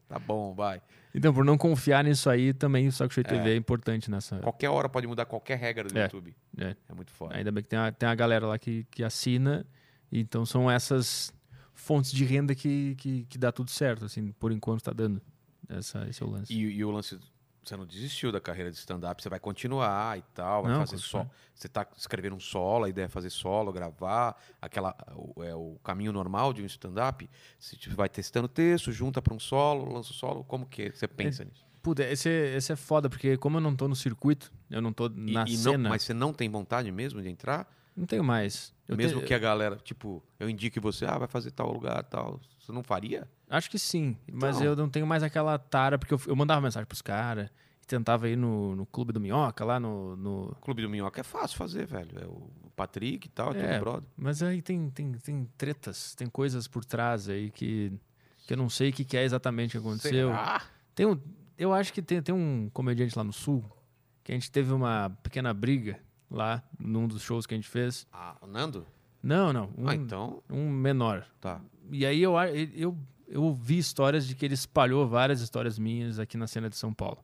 Speaker 1: tá bom, vai.
Speaker 2: Então, por não confiar nisso aí, também o Saco Cheio TV é importante nessa.
Speaker 1: Qualquer hora pode mudar qualquer regra do
Speaker 2: É.
Speaker 1: YouTube.
Speaker 2: É.
Speaker 1: É muito foda.
Speaker 2: Ainda bem que tem a, tem a galera lá que, que assina. Então são essas fontes de renda que, que, que dá tudo certo, assim, por enquanto tá dando. Essa, esse é o lance.
Speaker 1: E, e o lance, você não desistiu da carreira de stand-up, você vai continuar e tal, vai
Speaker 2: Não,
Speaker 1: fazer
Speaker 2: continuar.
Speaker 1: só. Você tá escrevendo um solo, a ideia é fazer solo, gravar, aquela o- é o caminho normal de um stand-up. Você tipo, vai testando texto, junta para um solo, lança o solo, como que você pensa nisso?
Speaker 2: Puta, esse, é- esse é foda, porque como eu não tô no circuito, eu não tô
Speaker 1: E-
Speaker 2: na
Speaker 1: e não-
Speaker 2: cena.
Speaker 1: mas você não tem vontade mesmo de entrar?
Speaker 2: Não tenho mais. Eu
Speaker 1: mesmo
Speaker 2: te-
Speaker 1: que a galera, tipo, eu indique você, ah, vai fazer tal lugar, tal. Você não faria?
Speaker 2: Acho que sim, mas
Speaker 1: Então.
Speaker 2: eu não tenho mais aquela tara, porque eu, eu mandava mensagem pros caras e tentava ir no, no Clube do Minhoca, lá no. no-
Speaker 1: Clube do Minhoca é fácil fazer, velho. É o Patrick e tal, é,
Speaker 2: É,
Speaker 1: tudo brother.
Speaker 2: Mas aí tem, tem, tem tretas, tem coisas por trás aí que, que eu não sei o que, que é exatamente que aconteceu.
Speaker 1: Será?
Speaker 2: Tem um, eu acho que tem, tem um comediante lá no Sul que a gente teve uma pequena briga lá num dos shows que a gente fez.
Speaker 1: Ah, o Nando?
Speaker 2: Não, não. Um,
Speaker 1: Ah, então.
Speaker 2: um menor.
Speaker 1: Tá.
Speaker 2: E aí eu, a- eu, eu ouvi histórias de que ele espalhou várias histórias minhas aqui na cena de São Paulo.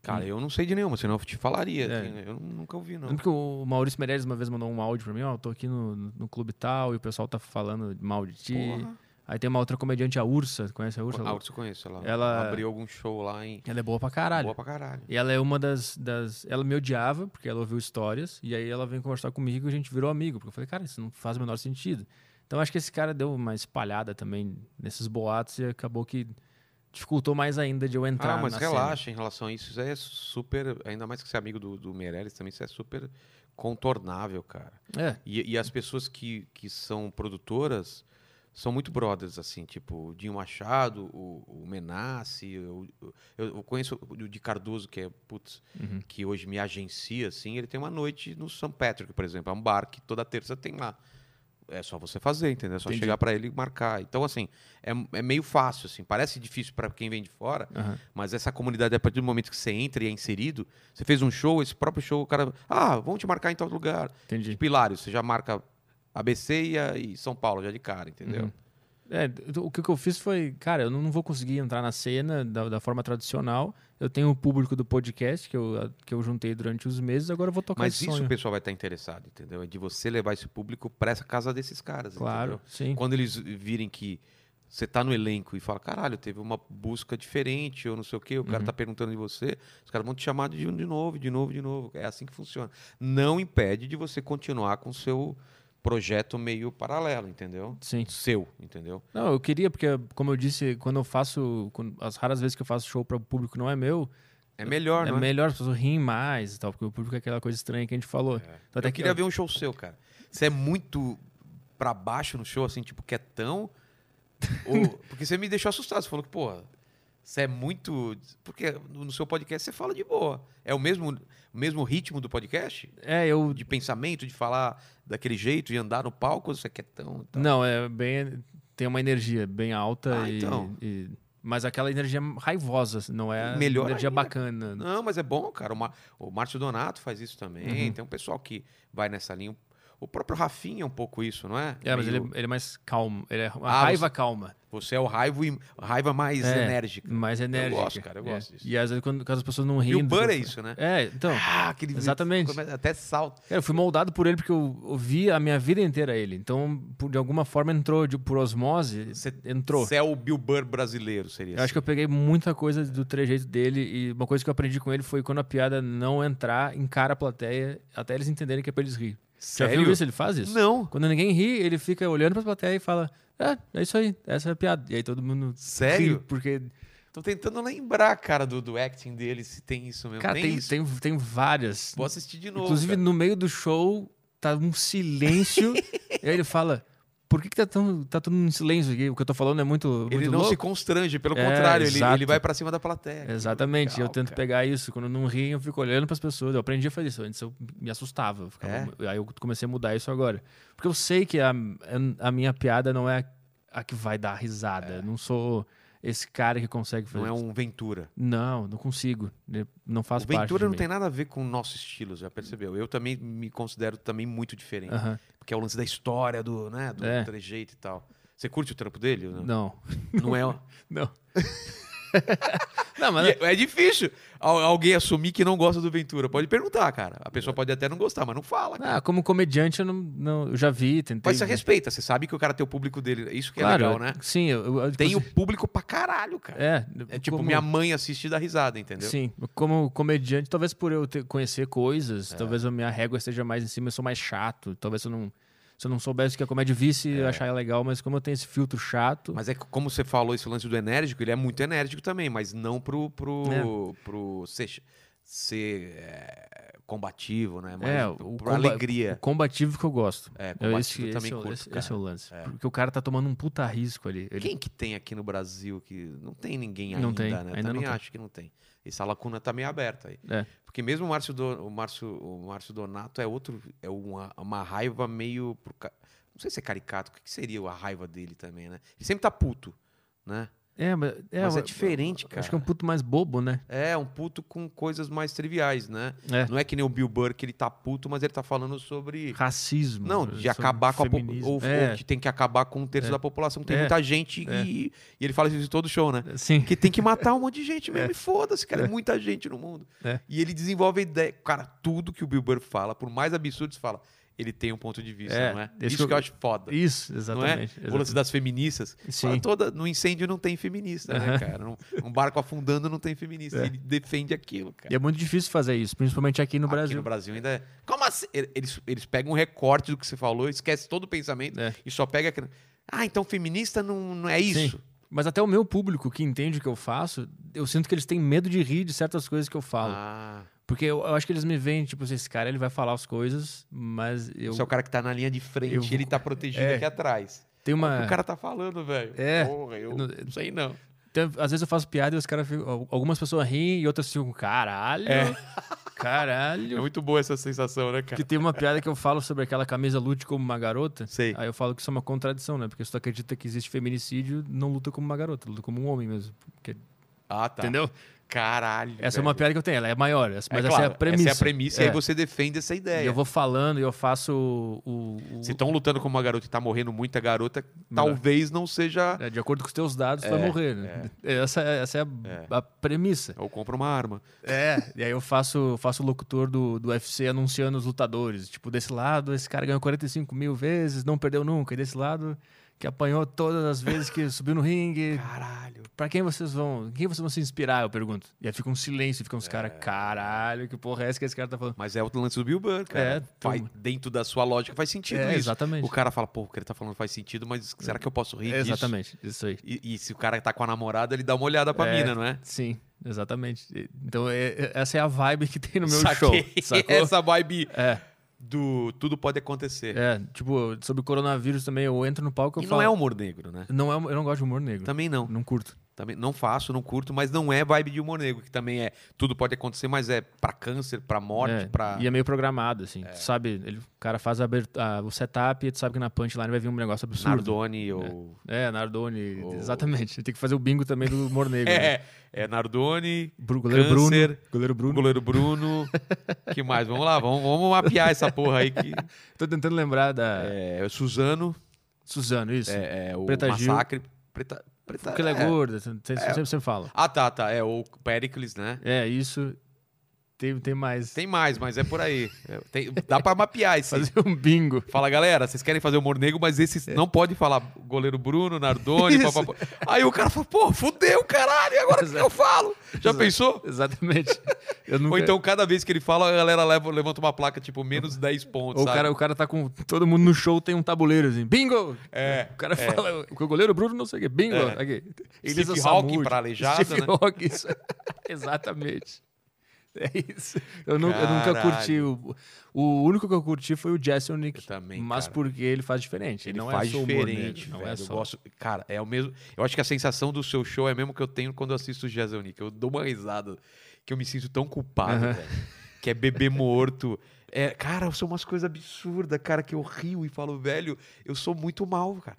Speaker 1: Cara, eu não sei de nenhuma, senão eu te falaria.
Speaker 2: Hum. É.
Speaker 1: assim, né? eu nunca ouvi, não.
Speaker 2: Lembro que o Maurício Meirelles uma vez mandou um áudio pra mim, ó, eu tô aqui no, no no clube tal e o pessoal tá falando mal de ti.
Speaker 1: Porra.
Speaker 2: Aí tem uma outra comediante, a Ursa, conhece a Ursa?
Speaker 1: Ah, eu conheço. Ela,
Speaker 2: Ela-
Speaker 1: abriu algum show lá em.
Speaker 2: Ela é boa pra caralho.
Speaker 1: Boa pra caralho.
Speaker 2: E ela é uma das, das. Ela me odiava, porque ela ouviu histórias, e aí ela veio conversar comigo e a gente virou amigo. Porque eu falei, cara, isso não faz o menor sentido. Então acho que esse cara deu uma espalhada também nesses boatos e acabou que dificultou mais ainda de eu entrar.
Speaker 1: Ah, mas
Speaker 2: na
Speaker 1: relaxa em relação a isso. Isso aí é super. Ainda mais que ser amigo do, do Meirelles também, isso é super contornável, cara.
Speaker 2: Cena. É.
Speaker 1: E, e as pessoas que, que são produtoras são muito brothers, assim, tipo o Dinho Machado, o, o Menassi, eu, eu, eu conheço o de Cardoso, que é, putz,
Speaker 2: Uhum.
Speaker 1: que hoje me agencia, assim, ele tem uma noite no St. Patrick, por exemplo, é um bar que toda terça tem lá. É só você fazer, entendeu? É só
Speaker 2: Entendi.
Speaker 1: chegar pra ele e marcar. Então, assim, é, é meio fácil, assim, parece difícil pra quem vem de fora,
Speaker 2: Aham.
Speaker 1: mas essa comunidade, a partir do momento que você entra e é inserido, você fez um show, esse próprio show, o cara, ah, vamos te marcar em tal lugar de
Speaker 2: Entendi.
Speaker 1: pilares. Você já marca ABC e, a- e São Paulo já de cara, entendeu?
Speaker 2: Uhum. É, d- o que o que eu fiz foi, cara, eu não não vou conseguir entrar na cena da, da forma tradicional. Eu tenho o público do podcast que eu, que eu juntei durante os meses, agora eu vou tocar
Speaker 1: Mas
Speaker 2: esse
Speaker 1: isso
Speaker 2: é sonho.
Speaker 1: o pessoal vai estar interessado, entendeu? É de você levar esse público para essa casa desses caras,
Speaker 2: Claro,
Speaker 1: entendeu?
Speaker 2: sim.
Speaker 1: Quando eles virem que você tá no elenco e fala, caralho, teve uma busca diferente, ou não sei o quê, o
Speaker 2: Uhum.
Speaker 1: cara tá perguntando de você, os caras vão te chamar de, de novo, de novo, de novo. É assim que funciona. Não impede de você continuar com o seu projeto meio paralelo, entendeu?
Speaker 2: Sim.
Speaker 1: Seu, entendeu?
Speaker 2: Não, eu queria, porque, como eu disse, quando eu faço. quando- as raras vezes que eu faço show para o público que não é meu,
Speaker 1: É melhor,
Speaker 2: é
Speaker 1: não é?
Speaker 2: melhor, as pessoas riem mais e tal, porque o público é aquela coisa estranha que a gente falou. Então,
Speaker 1: É. eu queria
Speaker 2: eu-
Speaker 1: ver um show seu, cara. Você é muito pra baixo no show, assim, tipo, quietão? Ou... Porque você me deixou assustado. Você falou que, porra, você é muito... Porque no no seu podcast você fala de boa. É o mesmo, o mesmo ritmo do podcast?
Speaker 2: É, eu.
Speaker 1: De pensamento, de falar daquele jeito, de andar no palco, ou você é quietão? e tal?
Speaker 2: Não, é bem. Tem uma energia bem alta
Speaker 1: Ah,
Speaker 2: e,
Speaker 1: então.
Speaker 2: e- Mas aquela energia raivosa, assim, não é
Speaker 1: Melhor
Speaker 2: energia
Speaker 1: ainda.
Speaker 2: bacana.
Speaker 1: Não, mas é bom, cara. O, Mar... o Márcio Donato faz isso também.
Speaker 2: Uhum.
Speaker 1: Tem um pessoal que vai nessa linha. O próprio Rafinha é um pouco isso, não é?
Speaker 2: É, mas ele,
Speaker 1: Meio-
Speaker 2: é- ele é mais calmo. Ele é uma
Speaker 1: Ah,
Speaker 2: raiva calma.
Speaker 1: Você é o raiva, e- raiva mais
Speaker 2: É,
Speaker 1: enérgica.
Speaker 2: Mais enérgica.
Speaker 1: gosto, cara, eu
Speaker 2: É.
Speaker 1: gosto disso.
Speaker 2: E às vezes, quando, quando as pessoas não riem.
Speaker 1: E o
Speaker 2: do que
Speaker 1: Bud
Speaker 2: eu
Speaker 1: é
Speaker 2: fa-
Speaker 1: isso, né?
Speaker 2: É, então.
Speaker 1: Ah, aquele
Speaker 2: Exatamente.
Speaker 1: começa- Até salto.
Speaker 2: Cara, eu fui moldado por ele porque eu ouvi a minha vida inteira ele. Então, por- de alguma forma, entrou de- por osmose.
Speaker 1: Cê-
Speaker 2: entrou.
Speaker 1: Você é o Bill Burr brasileiro, seria assim.
Speaker 2: Eu acho que eu peguei muita coisa do trejeito dele. E uma coisa que eu aprendi com ele foi quando a piada não entrar, encara a plateia até eles entenderem que é pra eles rir. Já um viu isso? Ele faz isso?
Speaker 1: Não.
Speaker 2: Quando ninguém ri, ele fica olhando pra plateia e fala: É, é isso aí, essa é a piada. E aí todo mundo.
Speaker 1: Sério?
Speaker 2: ri, porque.
Speaker 1: Tô tentando lembrar, cara, do, do acting dele, se tem isso mesmo.
Speaker 2: Cara,
Speaker 1: tem,
Speaker 2: tem,
Speaker 1: isso?
Speaker 2: tem, tem várias.
Speaker 1: Vou assistir de novo.
Speaker 2: Inclusive,
Speaker 1: cara.
Speaker 2: no meio do show, tá um silêncio. e aí ele fala: Por que, que tá, tão, tá todo mundo em silêncio aqui? O que eu tô falando é muito,
Speaker 1: ele
Speaker 2: muito
Speaker 1: não
Speaker 2: louco.
Speaker 1: se constrange, pelo
Speaker 2: É,
Speaker 1: contrário, ele,
Speaker 2: exato.
Speaker 1: ele vai pra cima da plateia. Que
Speaker 2: Exatamente,
Speaker 1: legal,
Speaker 2: eu tento
Speaker 1: cara.
Speaker 2: pegar isso. Quando não riem, eu fico olhando pras pessoas. Eu aprendi a fazer isso. Antes eu me assustava. eu
Speaker 1: É?
Speaker 2: ficava- Aí eu comecei a mudar isso agora. Porque eu sei que a, a minha piada não é a que vai dar risada. Eu não sou esse cara que consegue fazer
Speaker 1: É. Não é
Speaker 2: isso.
Speaker 1: um Ventura.
Speaker 2: Não, não consigo. Não
Speaker 1: O
Speaker 2: faz parte.
Speaker 1: Ventura
Speaker 2: de
Speaker 1: não
Speaker 2: mim.
Speaker 1: tem nada a ver com o nosso estilo, já percebeu? Eu também me considero também muito diferente.
Speaker 2: Aham.
Speaker 1: Porque é o lance da história, do, né, do
Speaker 2: É.
Speaker 1: trejeito e tal. Você curte o trampo dele? ou Não,
Speaker 2: Não,
Speaker 1: não é...
Speaker 2: não. não, mas
Speaker 1: E é é difícil al- alguém assumir que não gosta do Ventura. Pode perguntar, cara. A pessoa pode até não gostar, mas não fala. cara.
Speaker 2: Ah, como comediante, eu, não, não- eu já vi, tentei.
Speaker 1: Mas você respeita, você sabe que o cara tem o público dele. Isso que
Speaker 2: claro,
Speaker 1: é legal, né?
Speaker 2: Sim, eu, eu-
Speaker 1: Tem o
Speaker 2: inclusive-
Speaker 1: público pra caralho, cara.
Speaker 2: É,
Speaker 1: É, tipo,
Speaker 2: como-
Speaker 1: minha mãe assiste e dá risada, entendeu?
Speaker 2: Sim, como comediante, talvez por eu ter- conhecer coisas,
Speaker 1: É.
Speaker 2: talvez a minha régua esteja mais em cima, eu sou mais chato. Talvez eu não. Se eu não soubesse que a comédia visse, eu acharia legal, mas como eu tenho esse filtro chato.
Speaker 1: É. Mas é que, como você falou, esse lance do enérgico, ele é muito enérgico também, mas não pro, pro,
Speaker 2: É.
Speaker 1: pro ser, ser, é, combativo, né? Mas
Speaker 2: É,
Speaker 1: pro,
Speaker 2: o
Speaker 1: pro
Speaker 2: comba-
Speaker 1: alegria.
Speaker 2: o combativo que eu gosto.
Speaker 1: É,
Speaker 2: Eu-
Speaker 1: combativo
Speaker 2: esse,
Speaker 1: eu também
Speaker 2: esse, é o-
Speaker 1: curto,
Speaker 2: esse-
Speaker 1: cara.
Speaker 2: esse é o lance. Porque o cara tá tomando um puta risco ali. Ele-
Speaker 1: Quem que tem aqui no Brasil que não tem ninguém ainda,
Speaker 2: Não tem,
Speaker 1: né?
Speaker 2: ainda não
Speaker 1: Também
Speaker 2: tem.
Speaker 1: acho que não tem. Essa lacuna tá meio aberta aí.
Speaker 2: É.
Speaker 1: Porque mesmo o Márcio, Do- o Márcio, o Márcio Donato é outro, é uma, uma raiva meio por ca- não sei se é caricato, o que que seria a raiva dele também, né? Ele sempre tá puto, né?
Speaker 2: É, mas é,
Speaker 1: Mas é
Speaker 2: eu-
Speaker 1: diferente,
Speaker 2: eu-
Speaker 1: cara.
Speaker 2: Acho que é um puto mais bobo, né?
Speaker 1: É, um puto com coisas mais triviais, né?
Speaker 2: É.
Speaker 1: Não é que nem o Bill Burr que ele tá puto, mas ele tá falando sobre.
Speaker 2: Racismo.
Speaker 1: Não,
Speaker 2: sobre
Speaker 1: de acabar com a po-
Speaker 2: feminismo.
Speaker 1: ou,
Speaker 2: É,
Speaker 1: ou que tem que acabar com um terço
Speaker 2: É.
Speaker 1: da população, que tem
Speaker 2: É.
Speaker 1: muita gente e, e ele fala isso em todo show, né?
Speaker 2: Sim.
Speaker 1: Que tem que matar um monte de gente mesmo, e foda-se, cara, é. muita gente no mundo.
Speaker 2: É.
Speaker 1: E ele desenvolve a ideia, cara, tudo que o Bill Burr fala, por mais absurdo você fala, ele tem um ponto de vista,
Speaker 2: É,
Speaker 1: não é?
Speaker 2: esse
Speaker 1: Isso que eu acho foda.
Speaker 2: Isso,
Speaker 1: Não é?
Speaker 2: exatamente.
Speaker 1: O lance das feministas.
Speaker 2: Sim.
Speaker 1: Fala Toda, no incêndio não tem feminista, né,
Speaker 2: Aham.
Speaker 1: cara? Num, um barco afundando não tem feminista.
Speaker 2: É.
Speaker 1: Ele defende aquilo, cara.
Speaker 2: E é muito difícil fazer isso, principalmente aqui no
Speaker 1: Aqui
Speaker 2: Brasil.
Speaker 1: no Brasil ainda é. Como assim? Ele- Eles, eles pegam um recorte do que você falou, esquece todo o pensamento
Speaker 2: É.
Speaker 1: e só pega aquele. Ah, então feminista não, não é isso.
Speaker 2: Mas até o meu público que entende o que eu faço, eu sinto que eles têm medo de rir de certas coisas que eu falo.
Speaker 1: Ah,
Speaker 2: Porque eu, eu acho que eles me veem, tipo, assim, esse cara ele vai falar as coisas, mas eu
Speaker 1: Você é o cara que tá na linha de frente,
Speaker 2: Eu vou-
Speaker 1: ele tá protegido
Speaker 2: É.
Speaker 1: aqui atrás.
Speaker 2: tenho
Speaker 1: Olha o
Speaker 2: uma.
Speaker 1: que o cara tá falando, velho.
Speaker 2: É.
Speaker 1: Porra, eu
Speaker 2: Não-
Speaker 1: não sei não.
Speaker 2: Tem- Então, às vezes eu faço piada e os caras ficam. al- Algumas pessoas riem e outras ficam, caralho!
Speaker 1: É. É
Speaker 2: Caralho!
Speaker 1: muito boa essa sensação, né, cara?
Speaker 2: Porque tem uma piada que eu falo sobre aquela camisa lute como uma garota.
Speaker 1: Sei.
Speaker 2: Aí eu falo que isso é uma contradição, né? Porque se tu acredita que existe feminicídio, não luta como uma garota, luta como um homem mesmo. Porque-
Speaker 1: Ah, tá.
Speaker 2: Entendeu?
Speaker 1: Caralho.
Speaker 2: Essa é
Speaker 1: velho.
Speaker 2: uma piada que eu tenho, ela é maior, essa- mas essa é
Speaker 1: claro,
Speaker 2: a premissa.
Speaker 1: Essa é a premissa e
Speaker 2: É.
Speaker 1: aí você defende essa ideia.
Speaker 2: E eu vou falando e eu faço o. o- o-
Speaker 1: Se estão lutando com uma garota e tá morrendo muita garota, talvez não seja.
Speaker 2: é, de acordo com os teus dados, tu vai
Speaker 1: É,
Speaker 2: morrer, né? Essa, é- essa é, a, a premissa.
Speaker 1: Ou compra uma arma.
Speaker 2: É, e aí eu faço, faço o locutor do, do UFC anunciando os lutadores. Tipo, desse lado, esse cara ganhou 45 mil vezes, não perdeu nunca. E desse lado, que apanhou todas as vezes que subiu no ringue.
Speaker 1: Caralho.
Speaker 2: Pra quem vocês vão. Quem vocês vão se inspirar, eu pergunto. E aí fica um silêncio, ficam os
Speaker 1: É.
Speaker 2: caras, caralho, que porra é essa que esse cara tá falando?
Speaker 1: Mas é o lance do Bill Burr, cara.
Speaker 2: É,
Speaker 1: Faz-
Speaker 2: turma.
Speaker 1: dentro da sua lógica faz sentido
Speaker 2: É,
Speaker 1: isso.
Speaker 2: exatamente. É.
Speaker 1: O cara fala, pô, o que ele tá falando faz sentido, mas será que eu posso rir disso?
Speaker 2: Exatamente, isso aí.
Speaker 1: E, e se o cara tá com a namorada, ele dá uma olhada pra
Speaker 2: É,
Speaker 1: mina, não é?
Speaker 2: Sim, exatamente. E- Então, é- é- essa é a vibe que tem no meu show.
Speaker 1: Saquei.
Speaker 2: Sacou?
Speaker 1: Essa vibe
Speaker 2: É,
Speaker 1: do tudo pode acontecer.
Speaker 2: é, tipo, sobre o coronavírus também, eu entro no palco e
Speaker 1: E
Speaker 2: eu
Speaker 1: não
Speaker 2: falo.
Speaker 1: é humor negro, né?
Speaker 2: Não é, eu não gosto de humor negro.
Speaker 1: Também não.
Speaker 2: Não curto.
Speaker 1: Também não faço, não curto, mas não é vibe de humor negro, que também é tudo pode acontecer, mas é pra câncer, pra morte,
Speaker 2: É,
Speaker 1: pra.
Speaker 2: E é meio programado, assim. Tu sabe, ele, o cara faz a abertu- a- o setup e tu sabe que na punchline vai vir um negócio absurdo.
Speaker 1: Nardone ou.
Speaker 2: É, Nardone,
Speaker 1: Ou-
Speaker 2: exatamente. Tem que fazer o bingo também do humor negro. né?
Speaker 1: É, é Nardone,
Speaker 2: Bru- goleiro
Speaker 1: Câncer,
Speaker 2: Bruno. Goleiro Bruno.
Speaker 1: goleiro Bruno. que mais? Vamos lá, vamos, vamos mapear essa porra aí que.
Speaker 2: Tô tentando lembrar da
Speaker 1: É, o Suzano,
Speaker 2: Suzano, isso.
Speaker 1: é, é, o
Speaker 2: Preta Gil.
Speaker 1: Massacre. Preta, Preta-
Speaker 2: Porque ela é,
Speaker 1: é.
Speaker 2: gorda, você- você- sempre, sempre fala.
Speaker 1: Ah, tá, tá. É o Pericles, né?
Speaker 2: É, isso. Tem, tem mais.
Speaker 1: Tem mais, mas é por aí. É, tem- dá pra mapear isso.
Speaker 2: Fazer um bingo.
Speaker 1: Fala, galera, vocês querem fazer humor negro, mas esses não pode falar goleiro Bruno, Nardoni,
Speaker 2: Isso. é.
Speaker 1: papapá. Aí o cara fala, pô, fudeu, caralho, e agora o que eu falo? Já
Speaker 2: Exato.
Speaker 1: pensou?
Speaker 2: Exatamente. Eu nunca- é.
Speaker 1: Ou então, cada vez que ele fala, a galera leva- levanta uma placa, tipo, menos 10 pontos,
Speaker 2: Ou o
Speaker 1: sabe?
Speaker 2: cara, o cara tá com. Todo mundo no show tem um tabuleiro assim. Bingo!
Speaker 1: É,
Speaker 2: O cara fala. O goleiro Bruno não sei o quê. Bingo!
Speaker 1: É.
Speaker 2: Aqui.
Speaker 1: Steve
Speaker 2: Elisa
Speaker 1: Hawking
Speaker 2: Samud,
Speaker 1: pra aleijado,
Speaker 2: Steve
Speaker 1: né?
Speaker 2: Hawking, isso. Exatamente. É isso. Eu nunca, eu nunca
Speaker 1: Caralho.
Speaker 2: curti. O, o único que eu curti foi o Jason Nick.
Speaker 1: Eu também,
Speaker 2: Mas
Speaker 1: cara.
Speaker 2: porque ele faz diferente.
Speaker 1: Ele
Speaker 2: não
Speaker 1: faz
Speaker 2: é só humor
Speaker 1: diferente,
Speaker 2: negro, Não
Speaker 1: velho.
Speaker 2: é
Speaker 1: Eu
Speaker 2: só.
Speaker 1: gosto. Cara, é o mesmo. Eu acho que a sensação do seu show é a mesma que eu tenho quando eu assisto o Jason Nick. Eu dou uma risada que eu me sinto tão culpado,
Speaker 2: Aham.
Speaker 1: velho. Que é bebê morto. É, cara, são umas coisas absurdas, cara, que eu rio e falo, velho, eu sou muito mal, cara.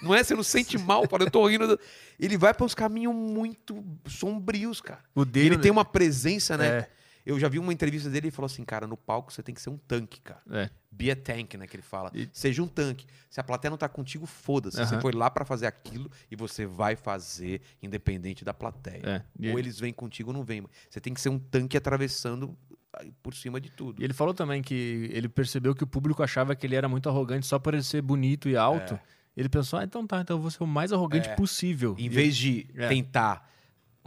Speaker 1: Não é? Você não sente mal, cara. Eu tô rindo. do- Ele vai para uns caminhos muito sombrios, cara.
Speaker 2: O
Speaker 1: E
Speaker 2: dele.
Speaker 1: ele tem uma presença, né?
Speaker 2: É.
Speaker 1: Eu já vi uma entrevista dele e falou assim, cara, no palco você tem que ser um tanque, cara.
Speaker 2: É.
Speaker 1: Be a tank, né? Que ele fala.
Speaker 2: E-
Speaker 1: Seja um tanque. Se a plateia não tá contigo, foda-se. Você
Speaker 2: Aham.
Speaker 1: foi lá pra fazer aquilo e você vai fazer, independente da plateia.
Speaker 2: é. E
Speaker 1: Ou
Speaker 2: ele-
Speaker 1: eles vêm contigo ou não vêm. Você tem que ser um tanque atravessando ah, por cima de tudo.
Speaker 2: E ele falou também que ele percebeu que o público achava que ele era muito arrogante só por ele ser bonito e alto.
Speaker 1: É.
Speaker 2: Ele pensou, ah, então tá, então eu vou ser o mais arrogante possível.
Speaker 1: Em
Speaker 2: E
Speaker 1: vez de
Speaker 2: É.
Speaker 1: tentar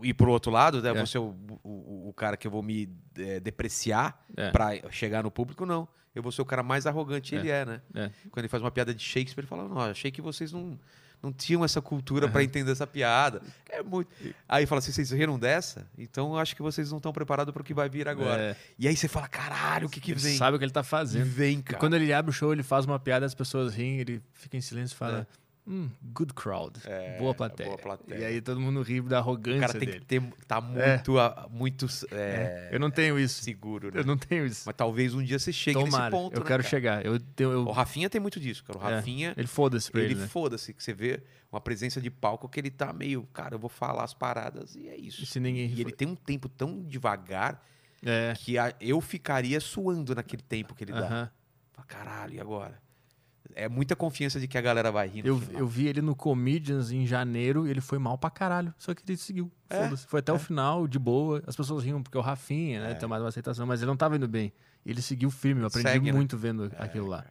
Speaker 1: ir pro outro lado, né?
Speaker 2: É.
Speaker 1: Você é o, o- o cara que eu vou me eh, depreciar
Speaker 2: É.
Speaker 1: pra chegar no público, não. Eu vou ser o cara mais arrogante, ele é, né?
Speaker 2: É.
Speaker 1: Quando ele faz uma piada de Shakespeare, ele fala: Não, achei que vocês não, não tinham essa cultura pra entender essa piada. É muito. Aí fala assim: Vocês riram dessa? Então eu acho que vocês não estão preparados pro que vai vir agora.
Speaker 2: É.
Speaker 1: E aí você fala: Caralho, o que que
Speaker 2: ele
Speaker 1: vem?
Speaker 2: sabe o que ele tá
Speaker 1: E
Speaker 2: fazendo.
Speaker 1: vem,
Speaker 2: E
Speaker 1: cara.
Speaker 2: quando ele abre o show, ele faz uma piada, as pessoas riem, ele fica em silêncio e fala: Hum, good crowd.
Speaker 1: É,
Speaker 2: boa plateia.
Speaker 1: boa plateia.
Speaker 2: E aí todo mundo ri da
Speaker 1: O
Speaker 2: arrogância
Speaker 1: cara tem
Speaker 2: dele. É.
Speaker 1: que ter, tá muito, ah, muito é,
Speaker 2: Eu não tenho isso.
Speaker 1: seguro, né?
Speaker 2: Eu não tenho isso.
Speaker 1: Mas talvez um dia você chegue nesse
Speaker 2: Tomara.
Speaker 1: ponto,
Speaker 2: eu
Speaker 1: né, cara?
Speaker 2: quero chegar. Eu, tenho- eu-
Speaker 1: O Rafinha tem muito disso, cara. O
Speaker 2: é,
Speaker 1: Rafinha,
Speaker 2: ele foda-se pra
Speaker 1: ele,
Speaker 2: ele, né?
Speaker 1: foda-se, que você vê uma presença de palco que ele tá meio, cara, eu vou falar as paradas e é
Speaker 2: E
Speaker 1: isso.
Speaker 2: se ninguém
Speaker 1: E ele tem um tempo tão devagar
Speaker 2: É.
Speaker 1: que a- eu ficaria suando naquele tempo que ele dá.
Speaker 2: aham.
Speaker 1: Fala, Caralho, e agora? É muita confiança de que a galera vai rir. no
Speaker 2: Eu,
Speaker 1: final.
Speaker 2: eu vi ele no Comedians em janeiro e ele foi mal pra caralho. Só que ele seguiu.
Speaker 1: É, É.
Speaker 2: Foda-se. Foi até o final, de boa. As pessoas riam porque o Rafinha, né? Tem mais uma aceitação, mas ele não tava indo bem. Ele seguiu firme. Eu aprendi
Speaker 1: Segue, né?
Speaker 2: muito vendo aquilo lá.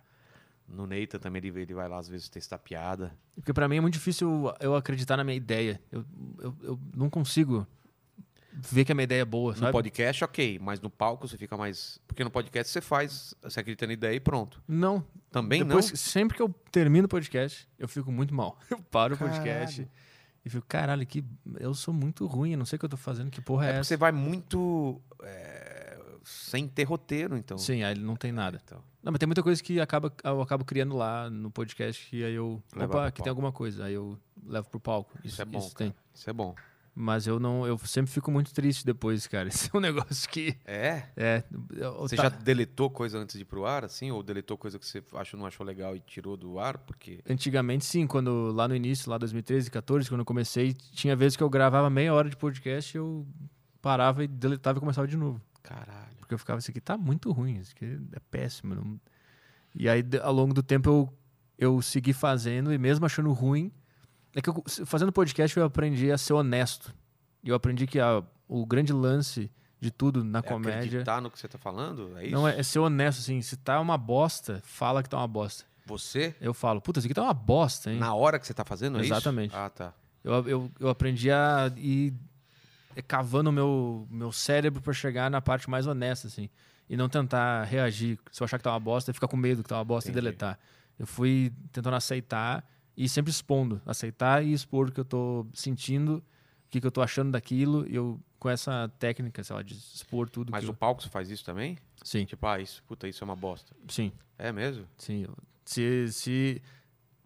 Speaker 1: No Neita também ele, ele vai lá às vezes testar piada.
Speaker 2: Porque pra mim é muito difícil eu- eu acreditar na minha ideia. Eu, eu, eu não consigo ver que a minha ideia é boa,
Speaker 1: No
Speaker 2: sabe?
Speaker 1: podcast, ok, mas no palco você fica mais. Porque no podcast você faz, você acredita na ideia e pronto.
Speaker 2: Não.
Speaker 1: Também
Speaker 2: Depois,
Speaker 1: não. é
Speaker 2: sempre que eu termino o podcast, eu fico muito mal. Eu paro o podcast
Speaker 1: Caralho.
Speaker 2: e fico, caralho, que eu sou muito ruim, eu não sei o que eu tô fazendo, que
Speaker 1: É
Speaker 2: porra é,
Speaker 1: porque
Speaker 2: essa?
Speaker 1: você vai muito. é, sem ter roteiro, então.
Speaker 2: Sim, aí não tem nada.
Speaker 1: Então,
Speaker 2: Não, mas tem muita coisa que acaba, eu acabo criando lá no podcast que aí eu.
Speaker 1: Levar pro
Speaker 2: opa, aqui
Speaker 1: palco.
Speaker 2: tem alguma coisa. Aí eu levo pro palco.
Speaker 1: isso, é bom.
Speaker 2: Isso
Speaker 1: cara.
Speaker 2: tem.
Speaker 1: Isso é bom.
Speaker 2: Mas eu não. Eu sempre fico muito triste depois, cara. Isso é um negócio que.
Speaker 1: É?
Speaker 2: É. eu-
Speaker 1: Você
Speaker 2: tá-
Speaker 1: já deletou coisa antes de ir pro ar, assim? Ou deletou coisa que você achou, não achou legal e tirou do ar? Porque.
Speaker 2: Antigamente, sim, quando lá no início, lá 2013, 14, quando eu comecei, tinha vezes que eu gravava meia hora de podcast, eu parava e deletava e começava de novo.
Speaker 1: Caralho.
Speaker 2: Porque eu ficava, isso aqui tá muito ruim, isso aqui é péssimo. não- E aí, de- ao longo do tempo, eu, eu segui fazendo e mesmo achando ruim. É que eu, fazendo podcast eu aprendi a ser honesto. E eu aprendi que a- o grande lance de tudo na
Speaker 1: É
Speaker 2: comédia
Speaker 1: acreditar no que você tá falando? É isso?
Speaker 2: não é, é ser honesto, assim. Se tá uma bosta, fala que tá uma bosta.
Speaker 1: Você,
Speaker 2: Eu falo, puta, isso aqui tá uma bosta, hein?
Speaker 1: na hora que você tá fazendo, é isso?
Speaker 2: Exatamente.
Speaker 1: Ah, tá.
Speaker 2: Eu, eu, eu aprendi a ir é, cavando o meu, meu cérebro pra chegar na parte mais honesta, assim. E não tentar reagir. Se eu achar que tá uma bosta, ficar com medo que tá uma bosta
Speaker 1: Entendi.
Speaker 2: e deletar. Eu fui tentando aceitar e sempre expondo. Aceitar e expor o que eu tô sentindo, o que, que eu tô achando daquilo. E eu, com essa técnica, sei lá, de expor tudo.
Speaker 1: Mas
Speaker 2: que
Speaker 1: no
Speaker 2: eu...
Speaker 1: palco você faz isso também?
Speaker 2: Sim,
Speaker 1: Tipo, ah, isso, puta, isso é uma bosta.
Speaker 2: sim,
Speaker 1: É mesmo?
Speaker 2: sim. Eu- Se... se...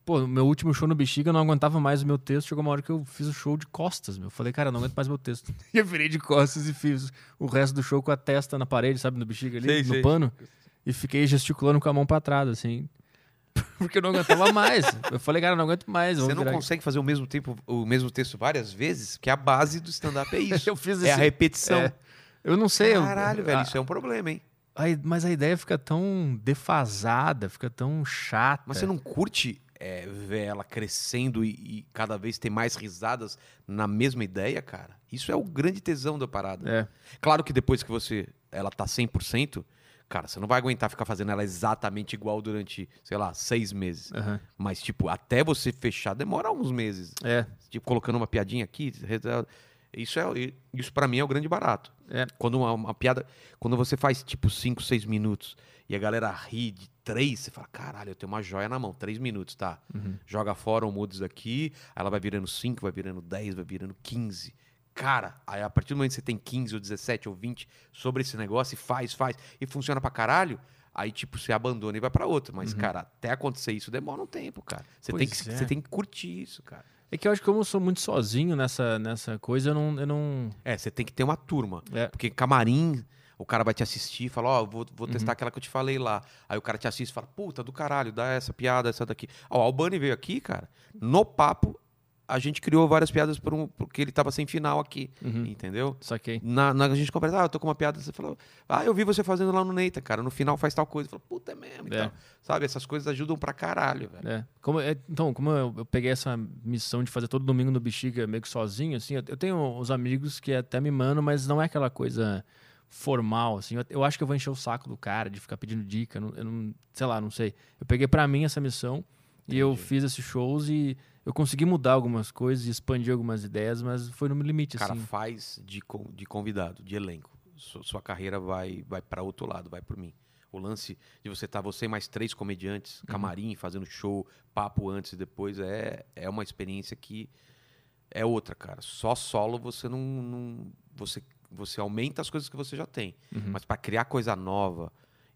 Speaker 2: Pô, no meu último show no Bexiga, eu não aguentava mais o meu texto. Chegou uma hora que eu fiz o show de costas, meu. Eu Falei, cara, eu não aguento mais meu texto. e eu virei de costas e fiz o resto do show com a testa na parede, sabe, no Bexiga ali,
Speaker 1: Sei,
Speaker 2: no
Speaker 1: sei.
Speaker 2: pano. E fiquei gesticulando com a mão pra trás, assim. Porque eu não aguentava mais. Eu falei, cara, eu não aguento mais. eu
Speaker 1: Você
Speaker 2: vou
Speaker 1: não
Speaker 2: virar-
Speaker 1: consegue fazer o mesmo tempo, o mesmo texto várias vezes, porque a base do stand-up é isso.
Speaker 2: Eu fiz
Speaker 1: é a
Speaker 2: esse...
Speaker 1: repetição.
Speaker 2: É. Eu não sei. eu- Ah.
Speaker 1: Caralho, velho,
Speaker 2: a-
Speaker 1: isso é um problema, hein?
Speaker 2: a- Mas a ideia fica tão defasada, fica tão chata.
Speaker 1: Mas você não curte é, ver ela crescendo e, e cada vez ter mais risadas na mesma ideia, cara? Isso é o grande tesão da parada.
Speaker 2: É.
Speaker 1: Claro que depois que você ela tá 100%, cara, você não vai aguentar ficar fazendo ela exatamente igual durante, sei lá, seis meses.
Speaker 2: aham.
Speaker 1: Mas, tipo, até você fechar demora uns meses.
Speaker 2: É.
Speaker 1: tipo, colocando uma piadinha aqui, reza- isso é isso para mim é o grande barato.
Speaker 2: É.
Speaker 1: Quando uma, uma piada, quando você faz tipo 5, 6 minutos e a galera ri de 3, você fala, caralho, eu tenho uma joia na mão, 3 minutos, tá?
Speaker 2: Uhum.
Speaker 1: Joga fora ou muda isso daqui, aí ela vai virando 5, vai virando 10, vai virando 15. Cara, aí a partir do momento que você tem 15 ou 17 ou 20 sobre esse negócio e faz, faz e funciona pra caralho, aí tipo você abandona e vai pra outro, mas cara, até acontecer isso demora um tempo, cara. Você tem que
Speaker 2: Uhum. Pois é.
Speaker 1: você tem que curtir isso, cara.
Speaker 2: É que eu acho que como eu sou muito sozinho nessa, nessa coisa, eu não. Eu não...
Speaker 1: É, você tem que ter uma turma.
Speaker 2: É.
Speaker 1: Porque camarim, o cara vai te assistir e fala, ó, eu vou, vou testar aquela que eu te falei lá. Aí o cara te assiste e fala, puta do caralho, dá essa piada, essa daqui. Ó, o Albani veio aqui, cara, no papo, a gente criou várias piadas por um- porque ele tava sem final aqui,
Speaker 2: Uhum.
Speaker 1: entendeu?
Speaker 2: Saquei.
Speaker 1: Na, na- a gente conversa, ah, eu tô com uma piada, você falou, ah, eu vi você fazendo lá no Neita, cara, no final faz tal coisa. Eu falo, puta é mesmo, e
Speaker 2: É.
Speaker 1: tal. Sabe, essas coisas ajudam pra caralho, velho.
Speaker 2: É. Como, é, então, como eu, eu peguei essa missão de fazer todo domingo no Bexiga meio que sozinho, assim, eu, eu tenho uns amigos que até me mandam, mas não é aquela coisa formal, assim. Eu, eu acho que eu vou encher o saco do cara de ficar pedindo dica, eu não, eu não- sei lá, não sei. Eu peguei pra mim essa missão e eu
Speaker 1: Entendi.
Speaker 2: fiz esses shows e eu consegui mudar algumas coisas e expandir algumas ideias, mas foi no limite,
Speaker 1: Cara,
Speaker 2: assim.
Speaker 1: faz de, con- de convidado, de elenco. Su- sua carreira vai, vai para outro lado, vai por mim. O lance de você estar você e mais três comediantes, camarim, fazendo show, papo antes e depois, é, é uma experiência que é outra, cara. Só solo você não. não- você, você aumenta as coisas que você já tem.
Speaker 2: Uhum.
Speaker 1: Mas para criar coisa nova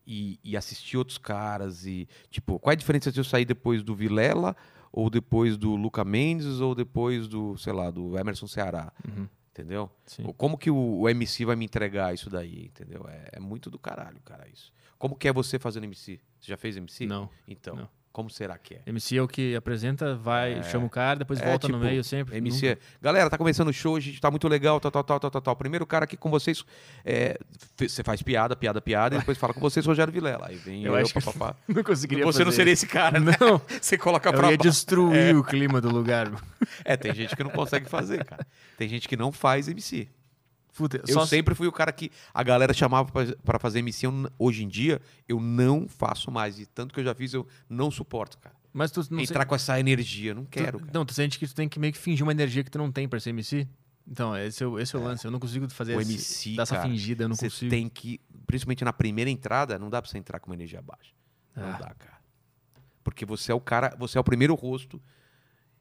Speaker 1: e, e assistir outros caras e tipo, qual é a diferença se eu sair depois do Vilela ou depois do Luca Mendes ou depois do, sei lá, do Emerson Ceará?
Speaker 2: Uhum.
Speaker 1: Entendeu?
Speaker 2: Sim.
Speaker 1: Ou Como que o, o MC vai me entregar isso daí, entendeu? É, é muito do caralho, cara, isso. Como que é você fazendo MC? Você já fez MC?
Speaker 2: Não.
Speaker 1: Então,
Speaker 2: não.
Speaker 1: como será que é?
Speaker 2: MC é o que apresenta, vai, chama o cara, depois
Speaker 1: É,
Speaker 2: volta no
Speaker 1: tipo,
Speaker 2: meio sempre.
Speaker 1: MC, é, galera, tá começando o show, a gente tá muito legal, tal, tal, tal, tal, tal, tal. Primeiro cara aqui com vocês, é, fe- você faz piada, piada, piada, e depois fala com vocês, Rogério Vilela. Aí vem eu,
Speaker 2: Eu acho que-
Speaker 1: papapá.
Speaker 2: Nunca, não conseguiria
Speaker 1: Você não
Speaker 2: fazer
Speaker 1: seria
Speaker 2: isso.
Speaker 1: esse cara, né?
Speaker 2: Não,
Speaker 1: Você coloca pra
Speaker 2: eu ia
Speaker 1: baixo.
Speaker 2: destruir o clima do lugar.
Speaker 1: É, tem gente que não consegue fazer, cara. Tem gente que não faz MC.
Speaker 2: Puta,
Speaker 1: Eu
Speaker 2: só
Speaker 1: sempre fui o cara que a galera chamava pra- pra fazer MC. Eu n- hoje em dia, eu não faço mais. E tanto que eu já fiz, eu não suporto, cara.
Speaker 2: Mas tu não
Speaker 1: Entrar com essa energia, não quero,
Speaker 2: tu,
Speaker 1: cara.
Speaker 2: Não, tu sente que tu tem que meio que fingir uma energia que tu não tem pra ser MC? Então, esse é o, esse é o lance. Eu não consigo fazer
Speaker 1: O
Speaker 2: esse-
Speaker 1: MC,
Speaker 2: dar essa
Speaker 1: cara,
Speaker 2: fingida, eu não
Speaker 1: Você
Speaker 2: consigo.
Speaker 1: tem que, principalmente na primeira entrada, não dá pra você entrar com uma energia baixa. Não
Speaker 2: Ah.
Speaker 1: dá, cara. Porque você é o cara, você é o primeiro rosto.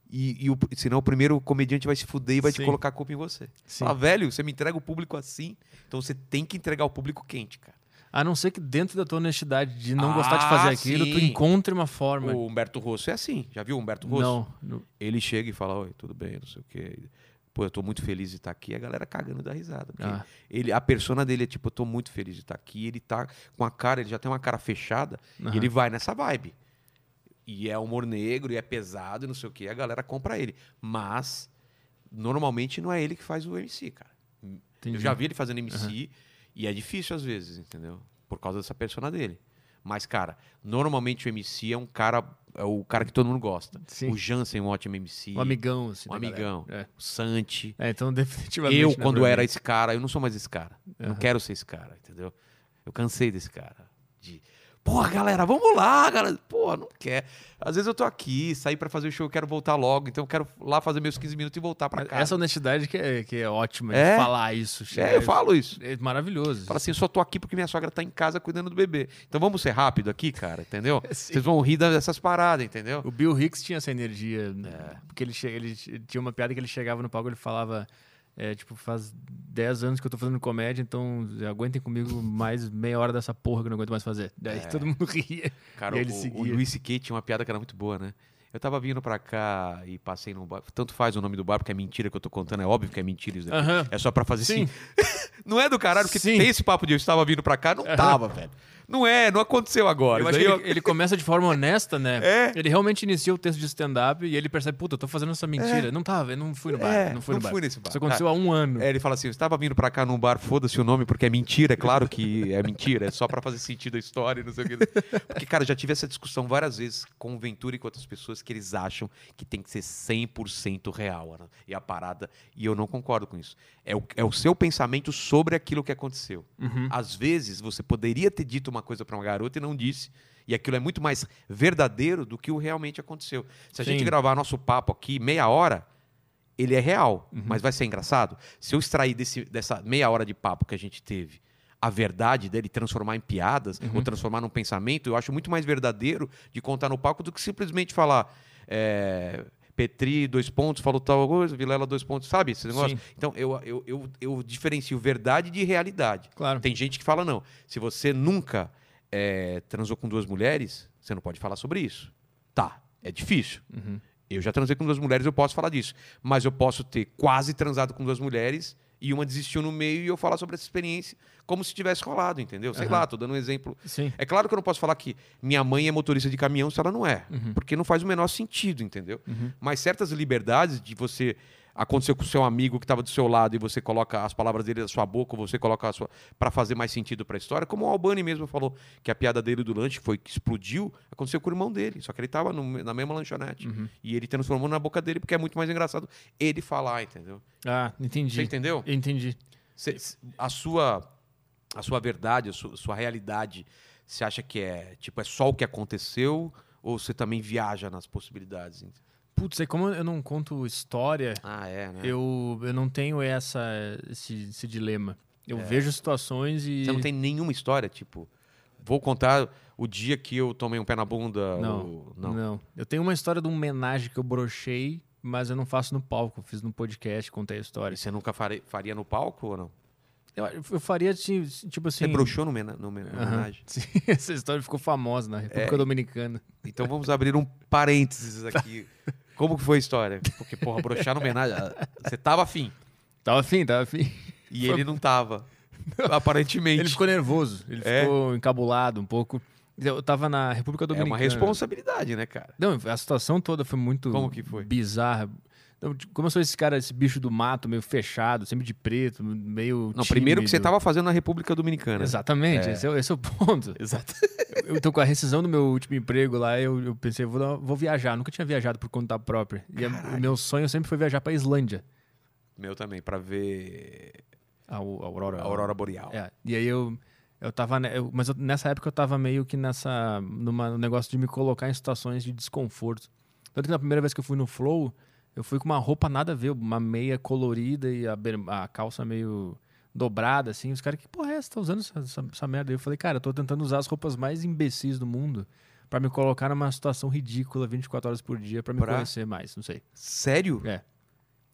Speaker 1: E, e o- senão o primeiro comediante vai se fuder e vai te
Speaker 2: Sim.
Speaker 1: colocar a culpa em você.
Speaker 2: Sim.
Speaker 1: Fala, velho, você me entrega o público assim, então você tem que entregar o público quente, cara.
Speaker 2: A não ser que dentro da tua honestidade de não
Speaker 1: Ah,
Speaker 2: gostar de fazer aquilo, tu
Speaker 1: sim.
Speaker 2: encontre uma forma.
Speaker 1: O Humberto Rosso é assim, já viu o Humberto Rosso?
Speaker 2: Não, no-
Speaker 1: Ele chega e fala, oi, tudo bem, não sei o quê. Pô, eu tô muito feliz de estar aqui. E a galera cagando da risada. porque
Speaker 2: Ah.
Speaker 1: ele, a persona dele é tipo, eu tô muito feliz de estar aqui. Ele tá com a cara, ele já tem uma cara fechada.
Speaker 2: Aham.
Speaker 1: E ele vai nessa vibe. E é humor negro, e é pesado, e não sei o quê. E a galera compra ele. Mas, normalmente, não é ele que faz o MC, cara.
Speaker 2: entendi.
Speaker 1: Eu já vi ele fazendo MC e é difícil às vezes, entendeu? Por causa dessa persona dele. Mas, cara, normalmente o MC é um cara, é o cara que todo mundo gosta.
Speaker 2: Sim.
Speaker 1: O Jansen é um ótimo MC.
Speaker 2: Um amigão, assim.
Speaker 1: um
Speaker 2: da galera.
Speaker 1: amigão.
Speaker 2: É.
Speaker 1: O Santi.
Speaker 2: É, então definitivamente.
Speaker 1: Eu,
Speaker 2: né,
Speaker 1: quando
Speaker 2: pra
Speaker 1: era
Speaker 2: mim.
Speaker 1: esse cara, eu não sou mais esse cara. Não
Speaker 2: Aham.
Speaker 1: quero ser esse cara, entendeu? Eu cansei desse cara. De, porra, galera, vamos lá, galera. Pô, não quer. Às vezes eu tô aqui, saí pra fazer o show, eu quero voltar logo. Então eu quero lá fazer meus 15 minutos e voltar pra casa.
Speaker 2: Essa honestidade que é, que é ótima,
Speaker 1: É?
Speaker 2: de falar isso. chegar-
Speaker 1: É, eu falo isso.
Speaker 2: É maravilhoso.
Speaker 1: Fala assim, eu só tô aqui porque minha sogra tá em casa cuidando do bebê. Então vamos ser rápido aqui, cara, entendeu?
Speaker 2: Sim.
Speaker 1: Vocês vão rir dessas paradas, entendeu?
Speaker 2: O Bill Hicks tinha essa energia, né?
Speaker 1: É.
Speaker 2: porque ele, che- ele che- tinha uma piada que ele chegava no palco e ele falava, é, tipo, faz 10 anos que eu tô fazendo comédia, então aguentem comigo mais meia hora dessa porra que eu não aguento mais fazer. Daí
Speaker 1: É.
Speaker 2: todo mundo ria.
Speaker 1: Cara,
Speaker 2: E ele
Speaker 1: o, o
Speaker 2: seguia.
Speaker 1: Luiz C.K. tinha uma piada que era muito boa, né? Eu tava vindo pra cá e passei num bar. Tanto faz o nome do bar, porque é mentira que eu tô contando. É óbvio que é mentira isso daqui.
Speaker 2: Aham.
Speaker 1: É só pra fazer
Speaker 2: Sim.
Speaker 1: assim. não é do caralho, porque
Speaker 2: Sim.
Speaker 1: tem esse papo de eu estava vindo pra cá. Não tava, velho. Não é, não aconteceu agora.
Speaker 2: Eu
Speaker 1: Isso
Speaker 2: acho que
Speaker 1: daí
Speaker 2: ele, ele começa de forma honesta, né?
Speaker 1: É.
Speaker 2: Ele realmente inicia o texto de stand-up e ele percebe, puta, eu tô fazendo essa mentira. Não tava, eu não fui no bar.
Speaker 1: É,
Speaker 2: não fui
Speaker 1: não
Speaker 2: no bar.
Speaker 1: fui nesse bar.
Speaker 2: Isso aconteceu há um ano.
Speaker 1: É, ele fala assim: eu estava vindo pra cá num bar, foda-se o nome, porque é mentira, é claro que é mentira, é só pra fazer sentido a história, e não sei o que. Porque, cara, eu já tive essa discussão várias vezes com o Ventura e com outras pessoas que eles acham que tem que ser 100% real né? e a parada, e eu não concordo com isso. É o, é o seu pensamento sobre aquilo que aconteceu.
Speaker 2: Uhum.
Speaker 1: Às vezes você poderia ter dito uma coisa pra uma garota e não disse. E aquilo é muito mais verdadeiro do que o realmente aconteceu. Se a
Speaker 2: Sim.
Speaker 1: gente gravar nosso papo aqui meia hora, ele é real,
Speaker 2: Uhum.
Speaker 1: mas vai ser engraçado. Se eu extrair desse- dessa meia hora de papo que a gente teve a verdade dele transformar em piadas
Speaker 2: Uhum.
Speaker 1: ou transformar num pensamento, eu acho muito mais verdadeiro de contar no palco do que simplesmente falar. é, Petri, dois pontos, falou tal coisa, Vilela, dois pontos, sabe esse negócio?
Speaker 2: Sim.
Speaker 1: Então, eu, eu, eu, eu diferencio verdade de realidade.
Speaker 2: Claro.
Speaker 1: Tem gente que fala, não, se você nunca é, transou com duas mulheres, você não pode falar sobre isso. Tá, é difícil.
Speaker 2: Uhum.
Speaker 1: Eu já transei com duas mulheres, eu posso falar disso. Mas eu posso ter quase transado com duas mulheres e uma desistiu no meio e eu falar sobre essa experiência como se tivesse rolado, entendeu? Sei
Speaker 2: Aham.
Speaker 1: lá, tô dando um exemplo.
Speaker 2: Sim.
Speaker 1: É claro que eu não posso falar que minha mãe é motorista de caminhão se ela não é, porque não faz o menor sentido, entendeu? Mas certas liberdades de você aconteceu com o seu amigo que estava do seu lado e você coloca as palavras dele na sua boca, ou você coloca a sua para fazer mais sentido para a história, como o Albani mesmo falou que a piada dele do lanche foi que explodiu, aconteceu com o irmão dele, só que ele estava na mesma lanchonete e ele transformou na boca dele porque é muito mais engraçado ele falar, entendeu?
Speaker 2: Ah,
Speaker 1: Você
Speaker 2: entendi.
Speaker 1: entendeu?
Speaker 2: Entendi.
Speaker 1: Cê- cê- a sua a sua verdade, a su- sua, realidade, você acha que é tipo é só o que aconteceu ou você também viaja nas possibilidades? ent-
Speaker 2: Putz, é como eu não conto história,
Speaker 1: Ah, é, né?
Speaker 2: eu, eu não tenho essa, esse, esse dilema. Eu vejo situações e.
Speaker 1: É. Você não tem nenhuma história, tipo, vou contar o dia que eu tomei um pé na bunda,
Speaker 2: Não,
Speaker 1: ou-
Speaker 2: Não.
Speaker 1: não.
Speaker 2: Eu tenho uma história de um homenagem que eu brochei, mas eu não faço no palco. Eu fiz no podcast, contei
Speaker 1: E
Speaker 2: a história.
Speaker 1: você nunca fare- faria no palco ou não?
Speaker 2: Eu, eu faria, ti- tipo assim.
Speaker 1: Você broxou no mena- no men- na
Speaker 2: Aham.
Speaker 1: homenagem.
Speaker 2: Sim, Essa história ficou famosa na
Speaker 1: É.
Speaker 2: República Dominicana.
Speaker 1: Então vamos abrir um parênteses aqui. Como que foi a história? Porque, porra, broxar no homenagem. ah, Você tava afim.
Speaker 2: Tava afim, tava afim.
Speaker 1: E ele não tava. Aparentemente.
Speaker 2: Ele ficou nervoso, ele
Speaker 1: É.
Speaker 2: ficou encabulado um pouco. Eu tava na República
Speaker 1: É
Speaker 2: Dominicana.
Speaker 1: uma responsabilidade, né, cara?
Speaker 2: Não, a situação toda foi muito
Speaker 1: Como que foi?
Speaker 2: bizarra. Então, tipo, como eu sou esse cara, esse bicho do mato, meio fechado, sempre de preto, meio.
Speaker 1: Não, primeiro que você
Speaker 2: tímido.
Speaker 1: tava fazendo na República Dominicana.
Speaker 2: Exatamente, esse, é, esse é o ponto.
Speaker 1: Exato.
Speaker 2: Eu, então, com a rescisão do meu último emprego lá, eu, eu pensei, vou, dar- vou viajar. Nunca tinha viajado por conta própria. E a- o meu sonho sempre foi viajar pra Islândia,
Speaker 1: Meu também, pra ver
Speaker 2: a, au- a Aurora.
Speaker 1: a Aurora Boreal.
Speaker 2: É, e aí eu, eu tava. ne- eu- mas eu- nessa época eu tava meio que nessa. numa um negócio de me colocar em situações de desconforto. Tanto que na primeira vez que eu fui no Flow, eu fui com uma roupa nada a ver, uma meia colorida e a, ber- a calça meio dobrada, assim. Os caras, que porra é essa? Tá usando essa, essa- essa merda? Aí eu falei, cara, eu tô tentando usar as roupas mais imbecis do mundo pra me colocar numa situação ridícula 24 horas por dia pra me
Speaker 1: Pra?
Speaker 2: conhecer mais, não sei.
Speaker 1: Sério?
Speaker 2: É.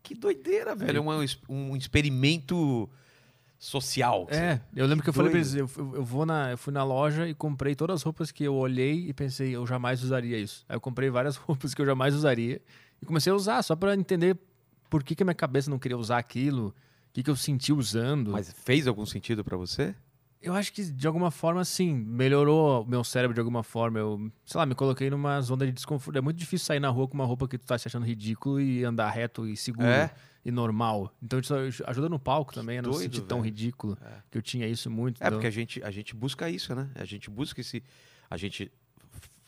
Speaker 1: Que doideira, velho. É uma- um experimento social.
Speaker 2: É, eu lembro que, eu falei pra
Speaker 1: doido.
Speaker 2: eles, eu, eu- eu vou na, eu fui na loja e comprei todas as roupas que eu olhei e pensei, eu jamais usaria isso. Aí eu comprei várias roupas que eu jamais usaria e comecei a usar só pra entender por que, que a minha cabeça não queria usar aquilo, o que, que eu senti usando.
Speaker 1: Mas fez algum sentido pra você?
Speaker 2: Eu acho que de alguma forma, sim, melhorou o meu cérebro de alguma forma. Eu, sei lá, me coloquei numa zona de desconforto. É muito difícil sair na rua com uma roupa que tu tá se achando ridículo e andar reto e seguro
Speaker 1: É?
Speaker 2: e normal. Então isso ajuda no palco também, a não se
Speaker 1: doido,
Speaker 2: sentir tão
Speaker 1: velho.
Speaker 2: ridículo.
Speaker 1: É.
Speaker 2: Que eu tinha isso muito.
Speaker 1: É,
Speaker 2: então-
Speaker 1: porque a gente, a gente busca isso, né? A gente busca esse. A gente.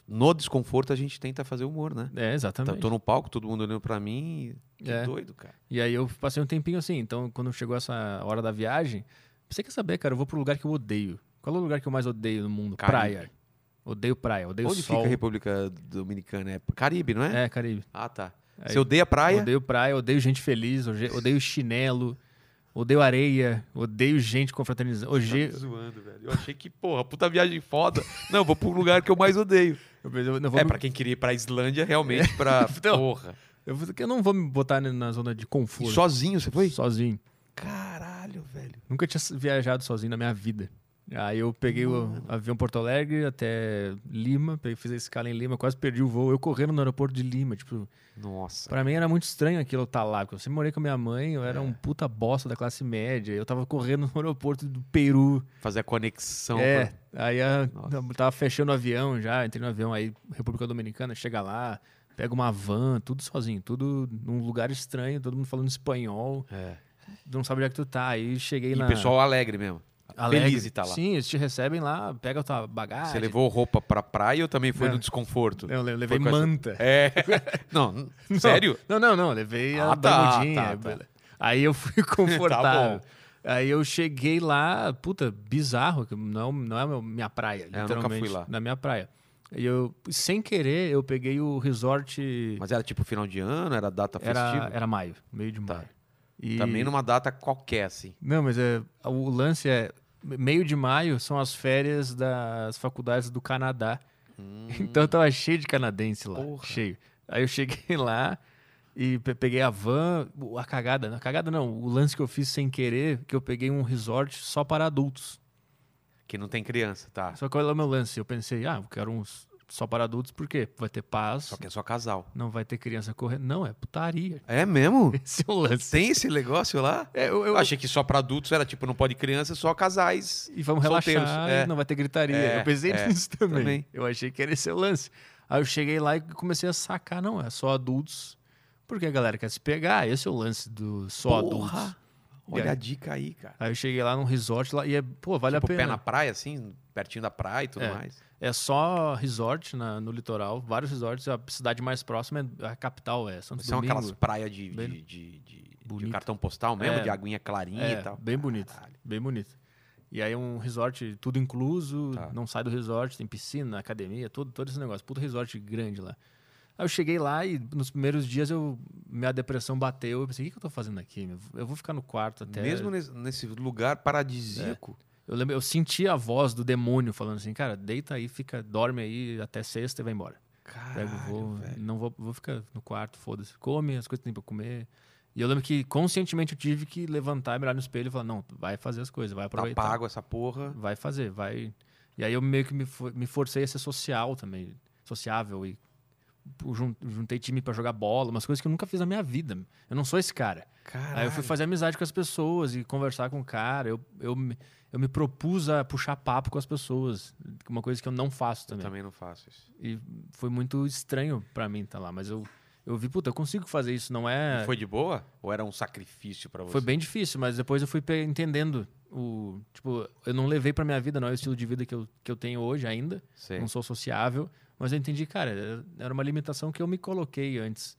Speaker 1: No desconforto, a gente tenta fazer humor, né?
Speaker 2: É,
Speaker 1: Tá-
Speaker 2: exatamente.
Speaker 1: Tô no palco, todo mundo olhando pra mim. e- Que
Speaker 2: É.
Speaker 1: doido, cara.
Speaker 2: E aí eu passei um tempinho assim. Então, quando chegou essa hora da viagem, você quer saber, cara, eu vou pro lugar que eu odeio. Qual é o lugar que eu mais odeio no mundo?
Speaker 1: Caribe.
Speaker 2: Praia. Odeio praia, odeio
Speaker 1: Onde
Speaker 2: sol.
Speaker 1: fica a República Dominicana? É Caribe, não é?
Speaker 2: É, Caribe.
Speaker 1: Ah, tá.
Speaker 2: Aí-
Speaker 1: Você odeia praia?
Speaker 2: Odeio praia, odeio gente feliz, oje- odeio chinelo, odeio areia, odeio gente confraternizando.
Speaker 1: Tá
Speaker 2: Hoje,
Speaker 1: me zoando, velho. Eu achei que, porra, puta viagem foda. Não, eu vou pro lugar que eu mais odeio.
Speaker 2: eu, eu não vou
Speaker 1: É,
Speaker 2: me-
Speaker 1: pra quem queria ir pra Islândia, realmente, pra.
Speaker 2: Não.
Speaker 1: Porra.
Speaker 2: eu, vou- eu não vou me botar ne- na zona de
Speaker 1: E
Speaker 2: conforto.
Speaker 1: sozinho você foi?
Speaker 2: Sozinho.
Speaker 1: Caralho, velho.
Speaker 2: Nunca tinha s- viajado sozinho na minha vida. Aí eu peguei o avião Porto Alegre até Lima, pe- fiz a escala em Lima, quase perdi o voo. Eu correndo no aeroporto de Lima, tipo,
Speaker 1: Nossa.
Speaker 2: pra mim era muito estranho aquilo estar lá, porque eu sempre morei com a minha mãe, eu
Speaker 1: É.
Speaker 2: era um puta bosta da classe média, eu tava correndo no aeroporto do Peru.
Speaker 1: Fazer a conexão.
Speaker 2: é,
Speaker 1: Então, pra-
Speaker 2: aí a-
Speaker 1: Nossa.
Speaker 2: eu tava fechando o avião já, entrei no avião aí, República Dominicana, chega lá, pega uma van, tudo sozinho, tudo num lugar estranho, todo mundo falando espanhol,
Speaker 1: É.
Speaker 2: não sabe onde é que tu tá. Aí cheguei
Speaker 1: E
Speaker 2: na
Speaker 1: pessoal alegre mesmo.
Speaker 2: Alegre.
Speaker 1: Feliz de estar lá.
Speaker 2: Sim, eles te recebem lá, pega a tua bagagem.
Speaker 1: Você levou roupa pra praia ou também foi
Speaker 2: Não.
Speaker 1: no desconforto?
Speaker 2: Eu le- levei
Speaker 1: Foi com essa-
Speaker 2: manta.
Speaker 1: É. Não, n- sério?
Speaker 2: Não, não, não, levei a
Speaker 1: Ah, tá,
Speaker 2: bermudinha.
Speaker 1: tá, tá.
Speaker 2: Aí eu fui
Speaker 1: Tá
Speaker 2: confortável.
Speaker 1: bom.
Speaker 2: Aí eu cheguei lá, puta, bizarro, que não, não é meu- minha praia,
Speaker 1: É, eu
Speaker 2: literalmente.
Speaker 1: nunca fui lá.
Speaker 2: Na minha praia. E eu, sem querer, eu peguei o resort...
Speaker 1: Mas era tipo final de ano, era data festiva?
Speaker 2: Era, era maio, meio de maio. E-
Speaker 1: Tá. Também numa data qualquer, assim.
Speaker 2: Não, mas é, o lance é. Meio de maio são as férias das faculdades do Canadá. Então eu tava cheio de canadense lá.
Speaker 1: Porra.
Speaker 2: Cheio. Aí eu cheguei lá e pe- peguei a van, o- a cagada, não, a cagada não, o lance que eu fiz sem querer, que eu peguei um resort só para adultos.
Speaker 1: Que não tem criança, tá?
Speaker 2: Só que olha lá o meu lance, eu pensei, ah, eu quero uns só para adultos, por quê? Vai ter paz,
Speaker 1: Só que é só casal.
Speaker 2: não vai ter criança correndo. Não, é putaria.
Speaker 1: É mesmo?
Speaker 2: Esse é o lance.
Speaker 1: Tem esse negócio lá?
Speaker 2: É, eu-
Speaker 1: Eu
Speaker 2: eu-
Speaker 1: achei que só pra adultos era tipo, não pode criança, só casais.
Speaker 2: e vamos
Speaker 1: Solteiros,
Speaker 2: relaxar,
Speaker 1: é.
Speaker 2: e não vai ter gritaria.
Speaker 1: É,
Speaker 2: eu pensei
Speaker 1: é,
Speaker 2: nisso também.
Speaker 1: também.
Speaker 2: Eu achei que era esse o lance. Aí eu cheguei lá e comecei a sacar, não, é só adultos. Porque a galera quer se pegar, esse é o lance do só
Speaker 1: Porra!
Speaker 2: adultos.
Speaker 1: Olha
Speaker 2: E aí?
Speaker 1: a dica aí, cara.
Speaker 2: Aí eu cheguei lá num resort lá e é, pô, vale
Speaker 1: tipo,
Speaker 2: a
Speaker 1: pé
Speaker 2: pena.
Speaker 1: na praia, assim, pertinho da praia e tudo
Speaker 2: É.
Speaker 1: mais.
Speaker 2: É só resort na- no litoral, vários resorts, a cidade mais próxima é a capital, é Santo
Speaker 1: São
Speaker 2: Domingo.
Speaker 1: aquelas praias de,
Speaker 2: Bem-
Speaker 1: de, de- de- de
Speaker 2: Bonito.
Speaker 1: cartão postal mesmo,
Speaker 2: É.
Speaker 1: de aguinha clarinha
Speaker 2: É,
Speaker 1: e tal.
Speaker 2: bem bonito.
Speaker 1: Caralho.
Speaker 2: Bem bonito. E aí um resort tudo incluso,
Speaker 1: Tá.
Speaker 2: não sai do resort, tem piscina, academia, todo, todo esse negócio. Puto resort grande lá. Aí eu cheguei lá e nos primeiros dias eu minha depressão bateu. Eu pensei, o que, que eu tô fazendo aqui? meu? Eu vou ficar no quarto até.
Speaker 1: Mesmo nes- nesse lugar paradisíaco.
Speaker 2: Eu lembro, eu senti a voz do demônio falando assim, cara, deita aí, fica, dorme aí até sexta e vai embora.
Speaker 1: Caralho,
Speaker 2: É. Pego, vou,
Speaker 1: velho. Tá
Speaker 2: não vou, vou ficar no quarto, foda-se. Come as coisas que tem pra comer. E eu lembro que conscientemente eu tive que levantar e mirar no espelho e falar: não, vai fazer as coisas, vai
Speaker 1: Tá
Speaker 2: aproveitar.
Speaker 1: pago essa porra.
Speaker 2: Vai fazer, vai. E aí eu meio que me, for- me forcei a ser social também, sociável e pô, jun- juntei time pra jogar bola, umas coisas que eu nunca fiz na minha vida. Eu não sou esse cara.
Speaker 1: Caralho.
Speaker 2: Aí eu fui fazer amizade com as pessoas e conversar com o cara. Eu, eu, me- eu me propus a puxar papo com as pessoas, uma coisa que eu não faço
Speaker 1: Eu
Speaker 2: também.
Speaker 1: também não faço isso.
Speaker 2: E foi muito estranho pra mim estar lá, mas eu, eu vi, puta, eu consigo fazer isso, não é.
Speaker 1: E Foi de boa? Ou era um sacrifício pra você?
Speaker 2: Foi bem difícil, mas depois eu fui pe- entendendo o. Tipo, eu não levei pra minha vida, não é o estilo de vida que eu, que eu tenho hoje ainda.
Speaker 1: Sei.
Speaker 2: Não sou sociável. Mas eu entendi, cara, era- era uma limitação que eu me coloquei antes.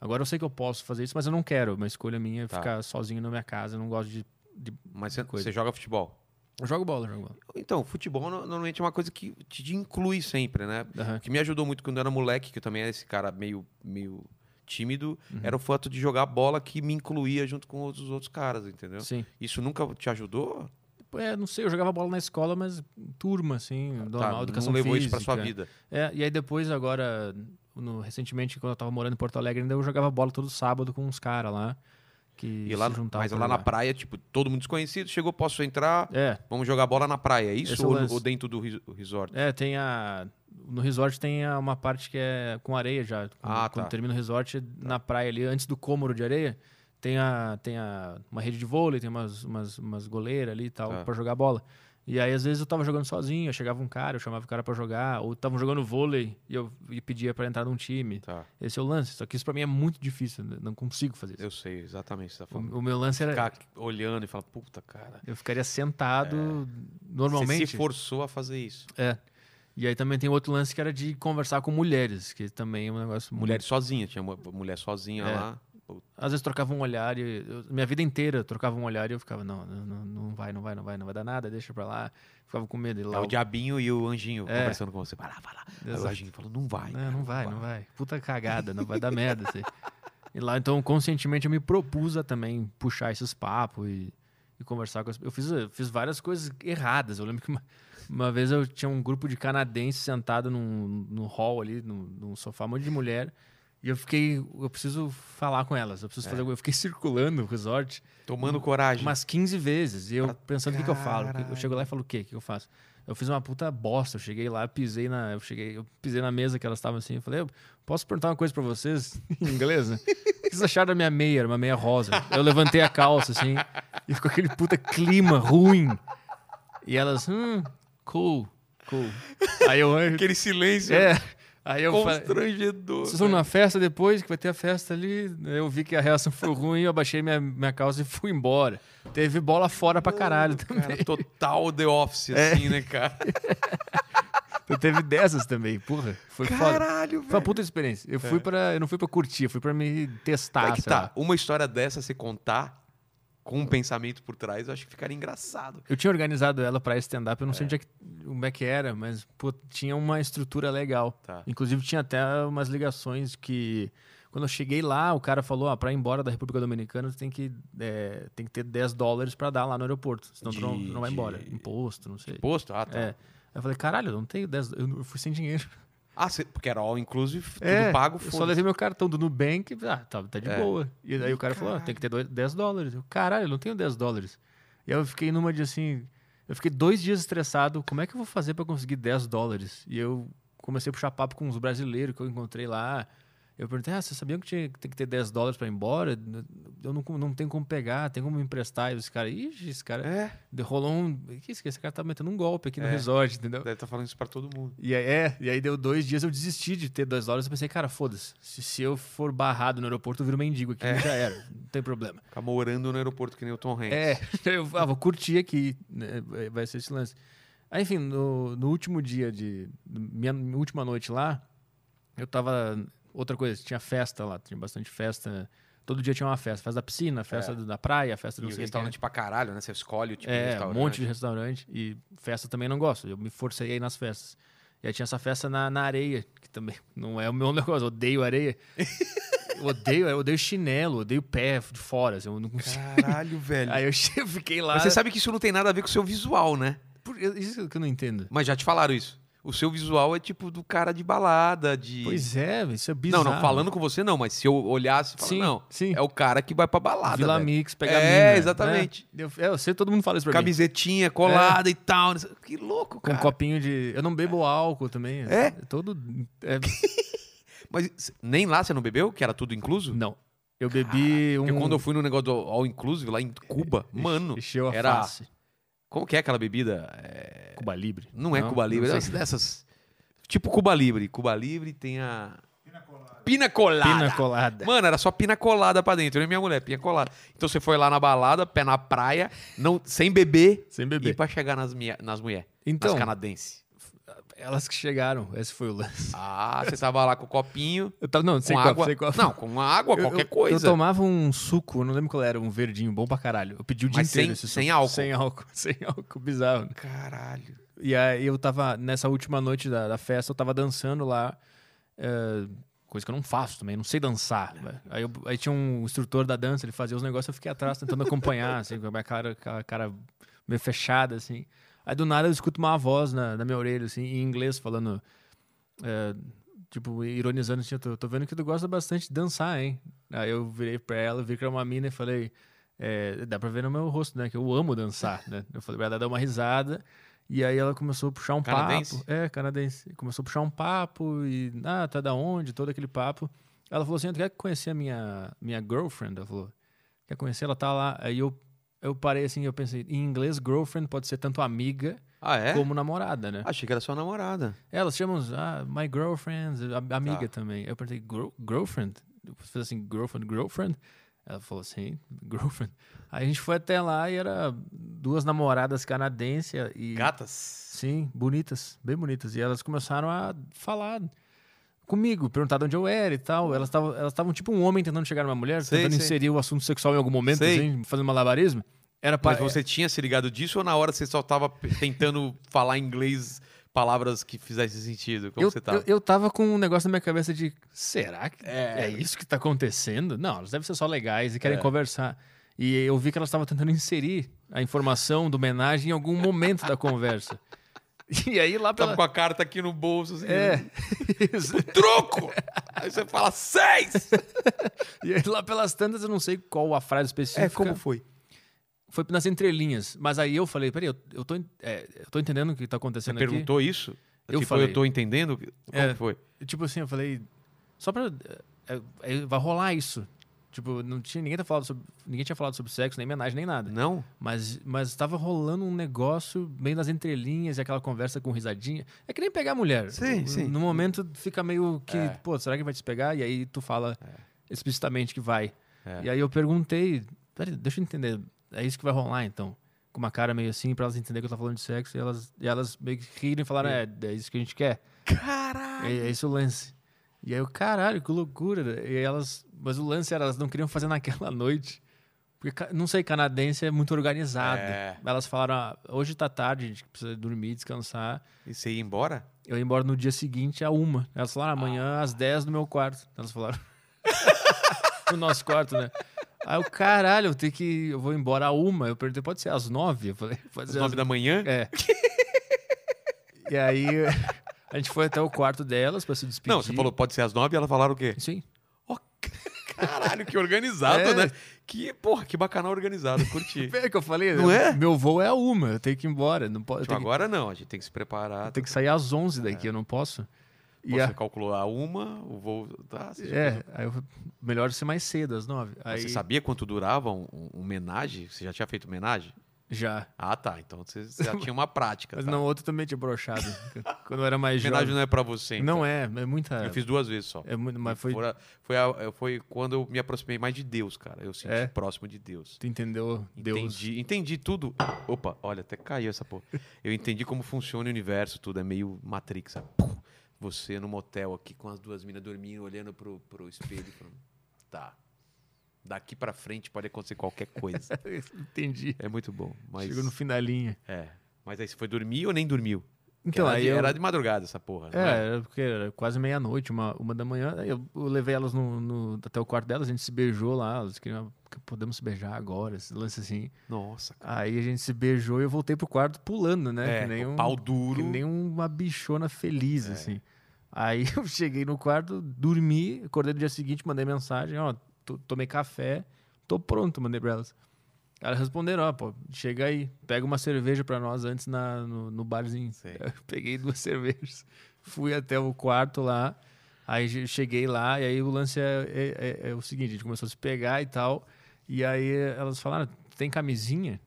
Speaker 2: Agora eu sei que eu posso fazer isso, mas eu não quero. Uma escolha minha é
Speaker 1: Tá.
Speaker 2: ficar sozinho na minha casa. Eu não gosto de. de...
Speaker 1: Mas você-
Speaker 2: coisa.
Speaker 1: você joga futebol?
Speaker 2: Eu jogo bola, eu jogo bola.
Speaker 1: Então, futebol no- normalmente é uma coisa que te inclui sempre, né?
Speaker 2: Aham.
Speaker 1: O que me ajudou muito quando eu era moleque, que eu também era esse cara meio, meio tímido,
Speaker 2: Uhum.
Speaker 1: era o fato de jogar bola que me incluía junto com os outros caras, entendeu?
Speaker 2: Sim.
Speaker 1: Isso nunca te ajudou?
Speaker 2: É, não sei, eu jogava bola na escola, mas turma, assim, normal,
Speaker 1: tá,
Speaker 2: educação
Speaker 1: não levou
Speaker 2: física.
Speaker 1: isso pra sua vida.
Speaker 2: É, e aí depois, agora, no- recentemente, quando eu tava morando em Porto Alegre, ainda eu jogava bola todo sábado com uns caras lá. Que
Speaker 1: E lá,
Speaker 2: se juntavam
Speaker 1: mas
Speaker 2: pra
Speaker 1: lá na
Speaker 2: jogar.
Speaker 1: praia, tipo, todo mundo desconhecido, chegou, posso entrar,
Speaker 2: É,
Speaker 1: vamos jogar bola na praia. É
Speaker 2: Esse
Speaker 1: Isso
Speaker 2: é o
Speaker 1: ou,
Speaker 2: lance.
Speaker 1: ou dentro do ri- resort?
Speaker 2: é, tem a. No resort tem a- uma parte que é com areia já. Quando-
Speaker 1: Ah, tá.
Speaker 2: Quando termina o resort, na praia ali, antes do cômoro de areia, tem, a, tem a, uma rede de vôlei, tem umas, umas, umas goleiras ali e tal,
Speaker 1: Tá.
Speaker 2: pra jogar bola. E aí, às vezes, eu tava jogando sozinho, eu chegava um cara, eu chamava o cara pra jogar, ou tava jogando vôlei e eu e pedia pra entrar num time.
Speaker 1: Tá,
Speaker 2: Esse é o lance. Só que isso pra mim é muito difícil. né? Não consigo fazer isso.
Speaker 1: eu sei exatamente o que você tá falando.
Speaker 2: O, o meu lance era.
Speaker 1: Ficar olhando e falar, puta, cara.
Speaker 2: Eu ficaria sentado normalmente.
Speaker 1: Você É. se forçou a fazer isso.
Speaker 2: É. E aí também tem outro lance que era de conversar com mulheres, que também é um negócio.
Speaker 1: Mulher sozinha, tinha mu- mulher sozinha
Speaker 2: É.
Speaker 1: lá. Puta.
Speaker 2: Às vezes trocava um olhar e. eu- minha vida inteira eu trocava um olhar e eu ficava, não, não, não- não vai, não vai, não vai, não vai dar nada, deixa pra lá. Ficava com medo. E lá,
Speaker 1: É o
Speaker 2: eu-
Speaker 1: diabinho e o anjinho
Speaker 2: É.
Speaker 1: conversando com você. Vai lá, vai lá. Aí
Speaker 2: Exato.
Speaker 1: o anjinho falou, É, não vai.
Speaker 2: É, Não, não vai, não vai. Puta cagada, não vai dar merda. isso aí. E lá, então, conscientemente, eu me propus a também puxar esses papos e, e conversar com as Eu fiz, eu fiz várias coisas erradas. Eu lembro que uma, uma vez eu tinha um grupo de canadenses sentado num, num hall ali, num, num sofá, um monte de mulher. E eu fiquei, eu preciso falar com elas, eu preciso fazer alguma Eu fiquei circulando o resort
Speaker 1: Tomando coragem.
Speaker 2: umas 15 vezes. E eu
Speaker 1: Pra
Speaker 2: pensando, o que, que eu falo? Eu
Speaker 1: caralho.
Speaker 2: chego lá e falo o quê? O que, que eu faço? Eu fiz uma puta bosta. Eu cheguei lá, pisei na, eu cheguei, eu pisei na mesa que elas estavam assim. Eu falei, eu posso perguntar uma coisa pra vocês? em inglês, né? O que vocês acharam da minha meia? Era uma meia rosa. Eu levantei a calça, assim, e ficou aquele puta clima ruim. E elas, hum, cool, cool. Aí eu...
Speaker 1: Aquele silêncio
Speaker 2: É. Aí eu falei...
Speaker 1: constrangedor.
Speaker 2: Vocês vão
Speaker 1: né?
Speaker 2: numa festa depois, que vai ter a festa ali. né? Eu vi que a reação foi ruim, eu abaixei minha, minha calça e fui embora. Teve bola fora pra caralho também. É.
Speaker 1: Cara, total The Office, assim, né, cara?
Speaker 2: Eu Então teve dessas também, porra. Foi foda.
Speaker 1: Caralho,
Speaker 2: Foi uma
Speaker 1: velho.
Speaker 2: puta experiência. Eu, fui pra, eu não fui pra curtir, eu fui pra me testar.
Speaker 1: Aí que
Speaker 2: sei lá.
Speaker 1: tá. Uma história dessa, você contar com um pensamento por trás, eu acho que ficaria engraçado.
Speaker 2: Eu tinha organizado ela pra stand-up, eu não sei onde é que, como é que era, mas pô, tinha uma estrutura legal.
Speaker 1: Tá.
Speaker 2: Inclusive tinha até umas ligações que. Quando eu cheguei lá, o cara falou: ah, pra ir embora da República Dominicana, você tem que, é, tem que ter 10 dólares pra dar lá no aeroporto, senão tu, não,
Speaker 1: De-
Speaker 2: tu não vai
Speaker 1: de-
Speaker 2: embora. Imposto, não sei.
Speaker 1: Posto? Ah, tá.
Speaker 2: É. Aí eu falei: caralho, eu não tenho 10 Eu não- eu fui sem dinheiro.
Speaker 1: Ah, você- porque era all inclusive, tudo
Speaker 2: É,
Speaker 1: pago,
Speaker 2: Eu só
Speaker 1: foda
Speaker 2: levei meu cartão do Nubank, ah, tá, tá de
Speaker 1: É.
Speaker 2: boa. E aí o cara falou, ah, tem que ter dois- 10 dólares. Eu, caralho, eu não tenho 10 dólares. E aí eu fiquei numa de assim, eu fiquei dois dias estressado, como é que eu vou fazer pra conseguir 10 dólares? E eu comecei a puxar papo com uns brasileiros que eu encontrei lá. Eu perguntei, ah, vocês sabiam que tinha- que tem que ter 10 dólares pra ir embora? Eu não, não tenho como pegar, tem como me emprestar. E esse cara, ixi, esse cara
Speaker 1: É,
Speaker 2: rolou um... Que isso, que esse cara tá metendo um golpe aqui no
Speaker 1: É.
Speaker 2: resort, entendeu?
Speaker 1: deve estar falando isso pra todo mundo.
Speaker 2: E aí, é, e aí deu dois dias, eu desisti de ter dois dólares. Eu pensei, cara, foda-se. Se, se eu for barrado no aeroporto, eu viro mendigo aqui.
Speaker 1: É.
Speaker 2: Já era, não tem problema.
Speaker 1: Ficar morando no aeroporto que nem o Tom Hanks.
Speaker 2: É, eu ah, vou curtir aqui. né, vai- Vai ser esse lance. Aí, enfim, no, no último dia de. Minha última noite lá, eu tava. Outra coisa, tinha festa lá, tinha bastante festa. Todo dia tinha uma festa. Festa da piscina, festa da praia, festa do
Speaker 1: É. E o restaurante pra caralho, né? Você escolhe o tipo de
Speaker 2: é, um
Speaker 1: restaurante.
Speaker 2: monte de restaurante. E festa também não gosto. Eu me forcei aí nas festas. E aí tinha essa festa na, na areia, que também não é o meu negócio. Eu odeio areia. eu odeio, eu odeio chinelo, eu odeio pé de fora. assim, eu não consigo.
Speaker 1: Caralho, velho.
Speaker 2: Aí eu che- fiquei lá.
Speaker 1: Mas você sabe que isso não tem nada a ver com o seu visual, né?
Speaker 2: Por- isso que eu não entendo.
Speaker 1: Mas já te falaram isso. O seu visual é tipo do cara de balada, de.
Speaker 2: Pois é, velho, isso é
Speaker 1: não,
Speaker 2: bizarro.
Speaker 1: não, falando com você não, mas se eu olhasse, fala,
Speaker 2: Sim,
Speaker 1: não,
Speaker 2: sim.
Speaker 1: é o cara que vai pra balada.
Speaker 2: Vila
Speaker 1: velho.
Speaker 2: Mix, pegar
Speaker 1: É,
Speaker 2: mina, né?
Speaker 1: exatamente.
Speaker 2: Eu, é, eu sei, todo mundo fala isso pra mim. É.
Speaker 1: Camisetinha colada e tal. não sei- Que louco,
Speaker 2: Com
Speaker 1: cara.
Speaker 2: um copinho de... Eu não bebo álcool também.
Speaker 1: É?
Speaker 2: Todo... é,
Speaker 1: Mas c- nem lá você não bebeu, que era tudo incluso?
Speaker 2: não. Eu bebi
Speaker 1: Porque
Speaker 2: um...
Speaker 1: quando eu fui no negócio do All Inclusive lá em Cuba, mano,
Speaker 2: Encheu a
Speaker 1: era-
Speaker 2: face.
Speaker 1: como que é aquela bebida? É,
Speaker 2: Cuba Libre.
Speaker 1: Não é Cuba Libre, é
Speaker 2: não
Speaker 1: umas
Speaker 2: sei.
Speaker 1: dessas. Tipo Cuba Libre. Cuba Libre tem a. Pina colada.
Speaker 2: Pina colada.
Speaker 1: Mano, era só pina colada pra dentro. Eu e minha mulher, pina colada. Então você foi lá na balada, pé na praia, não, sem beber,
Speaker 2: Sem
Speaker 1: e
Speaker 2: beber.
Speaker 1: pra chegar nas, minha, nas mulheres,
Speaker 2: Então,
Speaker 1: nas canadenses.
Speaker 2: elas que chegaram. Esse foi o lance.
Speaker 1: Ah, você tava lá com o copinho,
Speaker 2: Eu tava... Não, sem
Speaker 1: com
Speaker 2: copo,
Speaker 1: água.
Speaker 2: sem copo.
Speaker 1: Não, com água,
Speaker 2: Eu-
Speaker 1: qualquer
Speaker 2: eu-
Speaker 1: coisa.
Speaker 2: Eu tomava um suco, eu não lembro qual era, um verdinho, bom pra caralho. Eu pedi o dia
Speaker 1: Mas
Speaker 2: inteiro
Speaker 1: sem-
Speaker 2: esse
Speaker 1: sem
Speaker 2: suco.
Speaker 1: álcool.
Speaker 2: Sem álcool, sem álcool, bizarro.
Speaker 1: Caralho.
Speaker 2: E aí eu tava, nessa última noite da, da festa, eu tava dançando lá, é, coisa que eu não faço também, não sei dançar. né? Aí, eu- aí tinha um instrutor da dança, ele fazia os negócios, eu fiquei atrás tentando acompanhar, assim, com a minha cara, com a cara meio fechada, assim. Aí do nada eu escuto uma voz na, na minha orelha, assim, em inglês, falando, é, tipo, ironizando, assim, eu tô, tô vendo que tu gosta bastante de dançar, hein? Aí eu virei pra ela, vi que era uma mina e falei, é, dá pra ver no meu rosto, né, que eu amo dançar, né? Eu falei, ela deu uma risada, e aí ela começou a puxar um
Speaker 1: Canadense?
Speaker 2: papo. É, canadense. Começou a puxar um papo e, ah, tá da onde? Todo aquele papo. Ela falou assim, tu quer conhecer a minha, minha girlfriend? Ela falou, quer conhecer? Ela tá lá. Aí eu, eu parei assim, eu pensei, em inglês, girlfriend pode ser tanto amiga
Speaker 1: Ah, é?
Speaker 2: como namorada, né?
Speaker 1: Achei que era sua namorada.
Speaker 2: Elas chamam ah, my girlfriend, a- amiga
Speaker 1: Tá.
Speaker 2: também. Eu perguntei, "Girl- girlfriend? Eu fiz assim, girlfriend, girlfriend? Ela falou assim, girlfriend. Aí a gente foi até lá e era duas namoradas canadenses e...
Speaker 1: Gatas.
Speaker 2: Sim, bonitas, bem bonitas. E elas começaram a falar comigo, perguntar de onde eu era e tal. Elas estavam elas tavam tipo um homem tentando chegar numa mulher,
Speaker 1: Sei,
Speaker 2: tentando
Speaker 1: sei.
Speaker 2: inserir o assunto sexual em algum momento,
Speaker 1: Sei.
Speaker 2: assim, fazendo malabarismo. Era
Speaker 1: Mas
Speaker 2: para
Speaker 1: você tinha se ligado disso ou na hora você só tava pe- tentando falar inglês palavras que fizessem sentido? Como
Speaker 2: eu,
Speaker 1: você tava?
Speaker 2: Eu, eu tava com um negócio na minha cabeça de será que é, isso que tá acontecendo? Não, elas devem ser só legais e querem conversar. E eu vi que elas estavam tentando inserir a informação do homenagem em algum momento da conversa. Tá E aí lá
Speaker 1: Tava
Speaker 2: pela...
Speaker 1: com a carta aqui no bolso, assim.
Speaker 2: É. Isso.
Speaker 1: Tipo, Troco! Aí você fala seis!
Speaker 2: E aí lá pelas tantas eu não sei qual a frase específica.
Speaker 1: foi?
Speaker 2: Foi nas entrelinhas. Mas aí eu falei, peraí, eu, eu, tô, en- é, eu tô entendendo o que tá acontecendo aqui.
Speaker 1: Perguntou isso?
Speaker 2: Eu
Speaker 1: tipo,
Speaker 2: falei.
Speaker 1: eu tô entendendo? Como
Speaker 2: É.
Speaker 1: que foi?
Speaker 2: Tipo assim, eu falei, só pra. é, é, vai rolar isso. Tipo, não tinha, ninguém, tá falado sobre, ninguém tinha falado sobre sexo, nem homenagem, nem nada.
Speaker 1: Não?
Speaker 2: Mas, mas tava rolando um negócio meio nas entrelinhas e aquela conversa com risadinha. É que nem pegar mulher.
Speaker 1: Sim,
Speaker 2: no,
Speaker 1: sim.
Speaker 2: No momento fica meio que,
Speaker 1: É.
Speaker 2: pô, será que vai te pegar? E aí tu fala explicitamente que vai.
Speaker 1: É.
Speaker 2: E aí eu perguntei, peraí, deixa eu entender, é isso que vai rolar então? Com uma cara meio assim, pra elas entenderem que eu tava falando de sexo. E elas, e elas meio que riram e falaram, é, é isso que a gente quer.
Speaker 1: Caralho!
Speaker 2: É, é esse o lance. E aí eu, caralho, que loucura. E elas, mas o lance era, elas não queriam fazer naquela noite. Porque, ca- não sei, canadense é muito organizado.
Speaker 1: É.
Speaker 2: Elas falaram, ah, hoje tá tarde, a gente precisa dormir, descansar.
Speaker 1: E você ia embora?
Speaker 2: Eu ia embora no dia seguinte à uma. Elas falaram, "Ah, amanhã
Speaker 1: Ah.
Speaker 2: às 10 no meu quarto. Elas falaram. no nosso quarto, né? Aí eu, caralho, eu tenho que. Eu vou embora à uma. Eu perguntei, pode ser às nove? Eu falei,
Speaker 1: Às
Speaker 2: pode ser às
Speaker 1: nove da manhã?
Speaker 2: É. e aí a gente foi até o quarto delas pra se despedir.
Speaker 1: Não, você falou pode ser às nove e elas falaram o quê?
Speaker 2: Sim.
Speaker 1: Ó, caralho, que organizado,
Speaker 2: É.
Speaker 1: né? Que, porra, que bacanal organizado, curti.
Speaker 2: Pera que eu falei,
Speaker 1: Não é?
Speaker 2: Meu voo é a uma, eu tenho que ir embora. Não posso, eu,
Speaker 1: tipo,
Speaker 2: tenho
Speaker 1: agora não, a gente tem que se
Speaker 2: que, eu
Speaker 1: preparar.
Speaker 2: tenho que sair às 11 daqui,
Speaker 1: É.
Speaker 2: eu não posso. E
Speaker 1: Você
Speaker 2: a-
Speaker 1: calculou a uma, o voo. Tá, você já
Speaker 2: é, aí eu, melhor ser mais cedo, às 9. Aí,
Speaker 1: Você sabia quanto durava um, um homenagem? Você já tinha feito homenagem?
Speaker 2: Já.
Speaker 1: Ah, tá. Então você você já tinha uma prática.
Speaker 2: Mas
Speaker 1: tá.
Speaker 2: não, outro também tinha brochado. quando eu era mais
Speaker 1: homenagem
Speaker 2: jovem.
Speaker 1: não é pra você. então.
Speaker 2: Não é, é muita.
Speaker 1: Eu fiz um duas vezes só.
Speaker 2: É muito, mas foi.
Speaker 1: Tipo, Fora- Foi, a- eu- foi quando eu me aproximei mais de Deus, cara. Eu senti
Speaker 2: É?
Speaker 1: próximo de Deus.
Speaker 2: Tu entendeu? Deus.
Speaker 1: Entendi, entendi tudo. Opa, olha, até caiu essa porra. Eu entendi como funciona o universo, tudo. É meio Matrix. sabe? Pum. Você num motel aqui com as duas minas dormindo, olhando pro, pro espelho. e falando, Tá. Daqui pra frente pode acontecer qualquer coisa.
Speaker 2: Entendi.
Speaker 1: É muito bom. Mas...
Speaker 2: Chegou no fim da linha.
Speaker 1: É. Mas aí você foi dormir ou nem dormiu?
Speaker 2: Então,
Speaker 1: era,
Speaker 2: aí
Speaker 1: de,
Speaker 2: eu-
Speaker 1: era de madrugada essa porra, não
Speaker 2: É,
Speaker 1: é?
Speaker 2: era porque era quase meia-noite, uma, uma da manhã. Aí eu, eu levei elas no, no- até o quarto delas, a gente se beijou lá, elas queriam podemos se beijar agora, esse lance assim.
Speaker 1: Nossa,
Speaker 2: Aí a gente se beijou e eu voltei pro quarto pulando, né?
Speaker 1: É,
Speaker 2: que nem
Speaker 1: o
Speaker 2: um,
Speaker 1: pau
Speaker 2: que
Speaker 1: duro. É.
Speaker 2: nem uma bichona feliz, assim. Aí eu cheguei no quarto, dormi, acordei no dia seguinte, mandei mensagem, ó, to- tomei café, tô pronto, mandei pra elas. Elas responderam, ó, pô, chega aí, pega uma cerveja pra nós antes na, no, no barzinho.
Speaker 1: Sei.
Speaker 2: Eu peguei duas cervejas, fui até o quarto lá, aí che- cheguei lá, e aí o lance é, é- é- é o seguinte, a gente começou a se pegar e tal, e aí elas falaram, tem camisinha?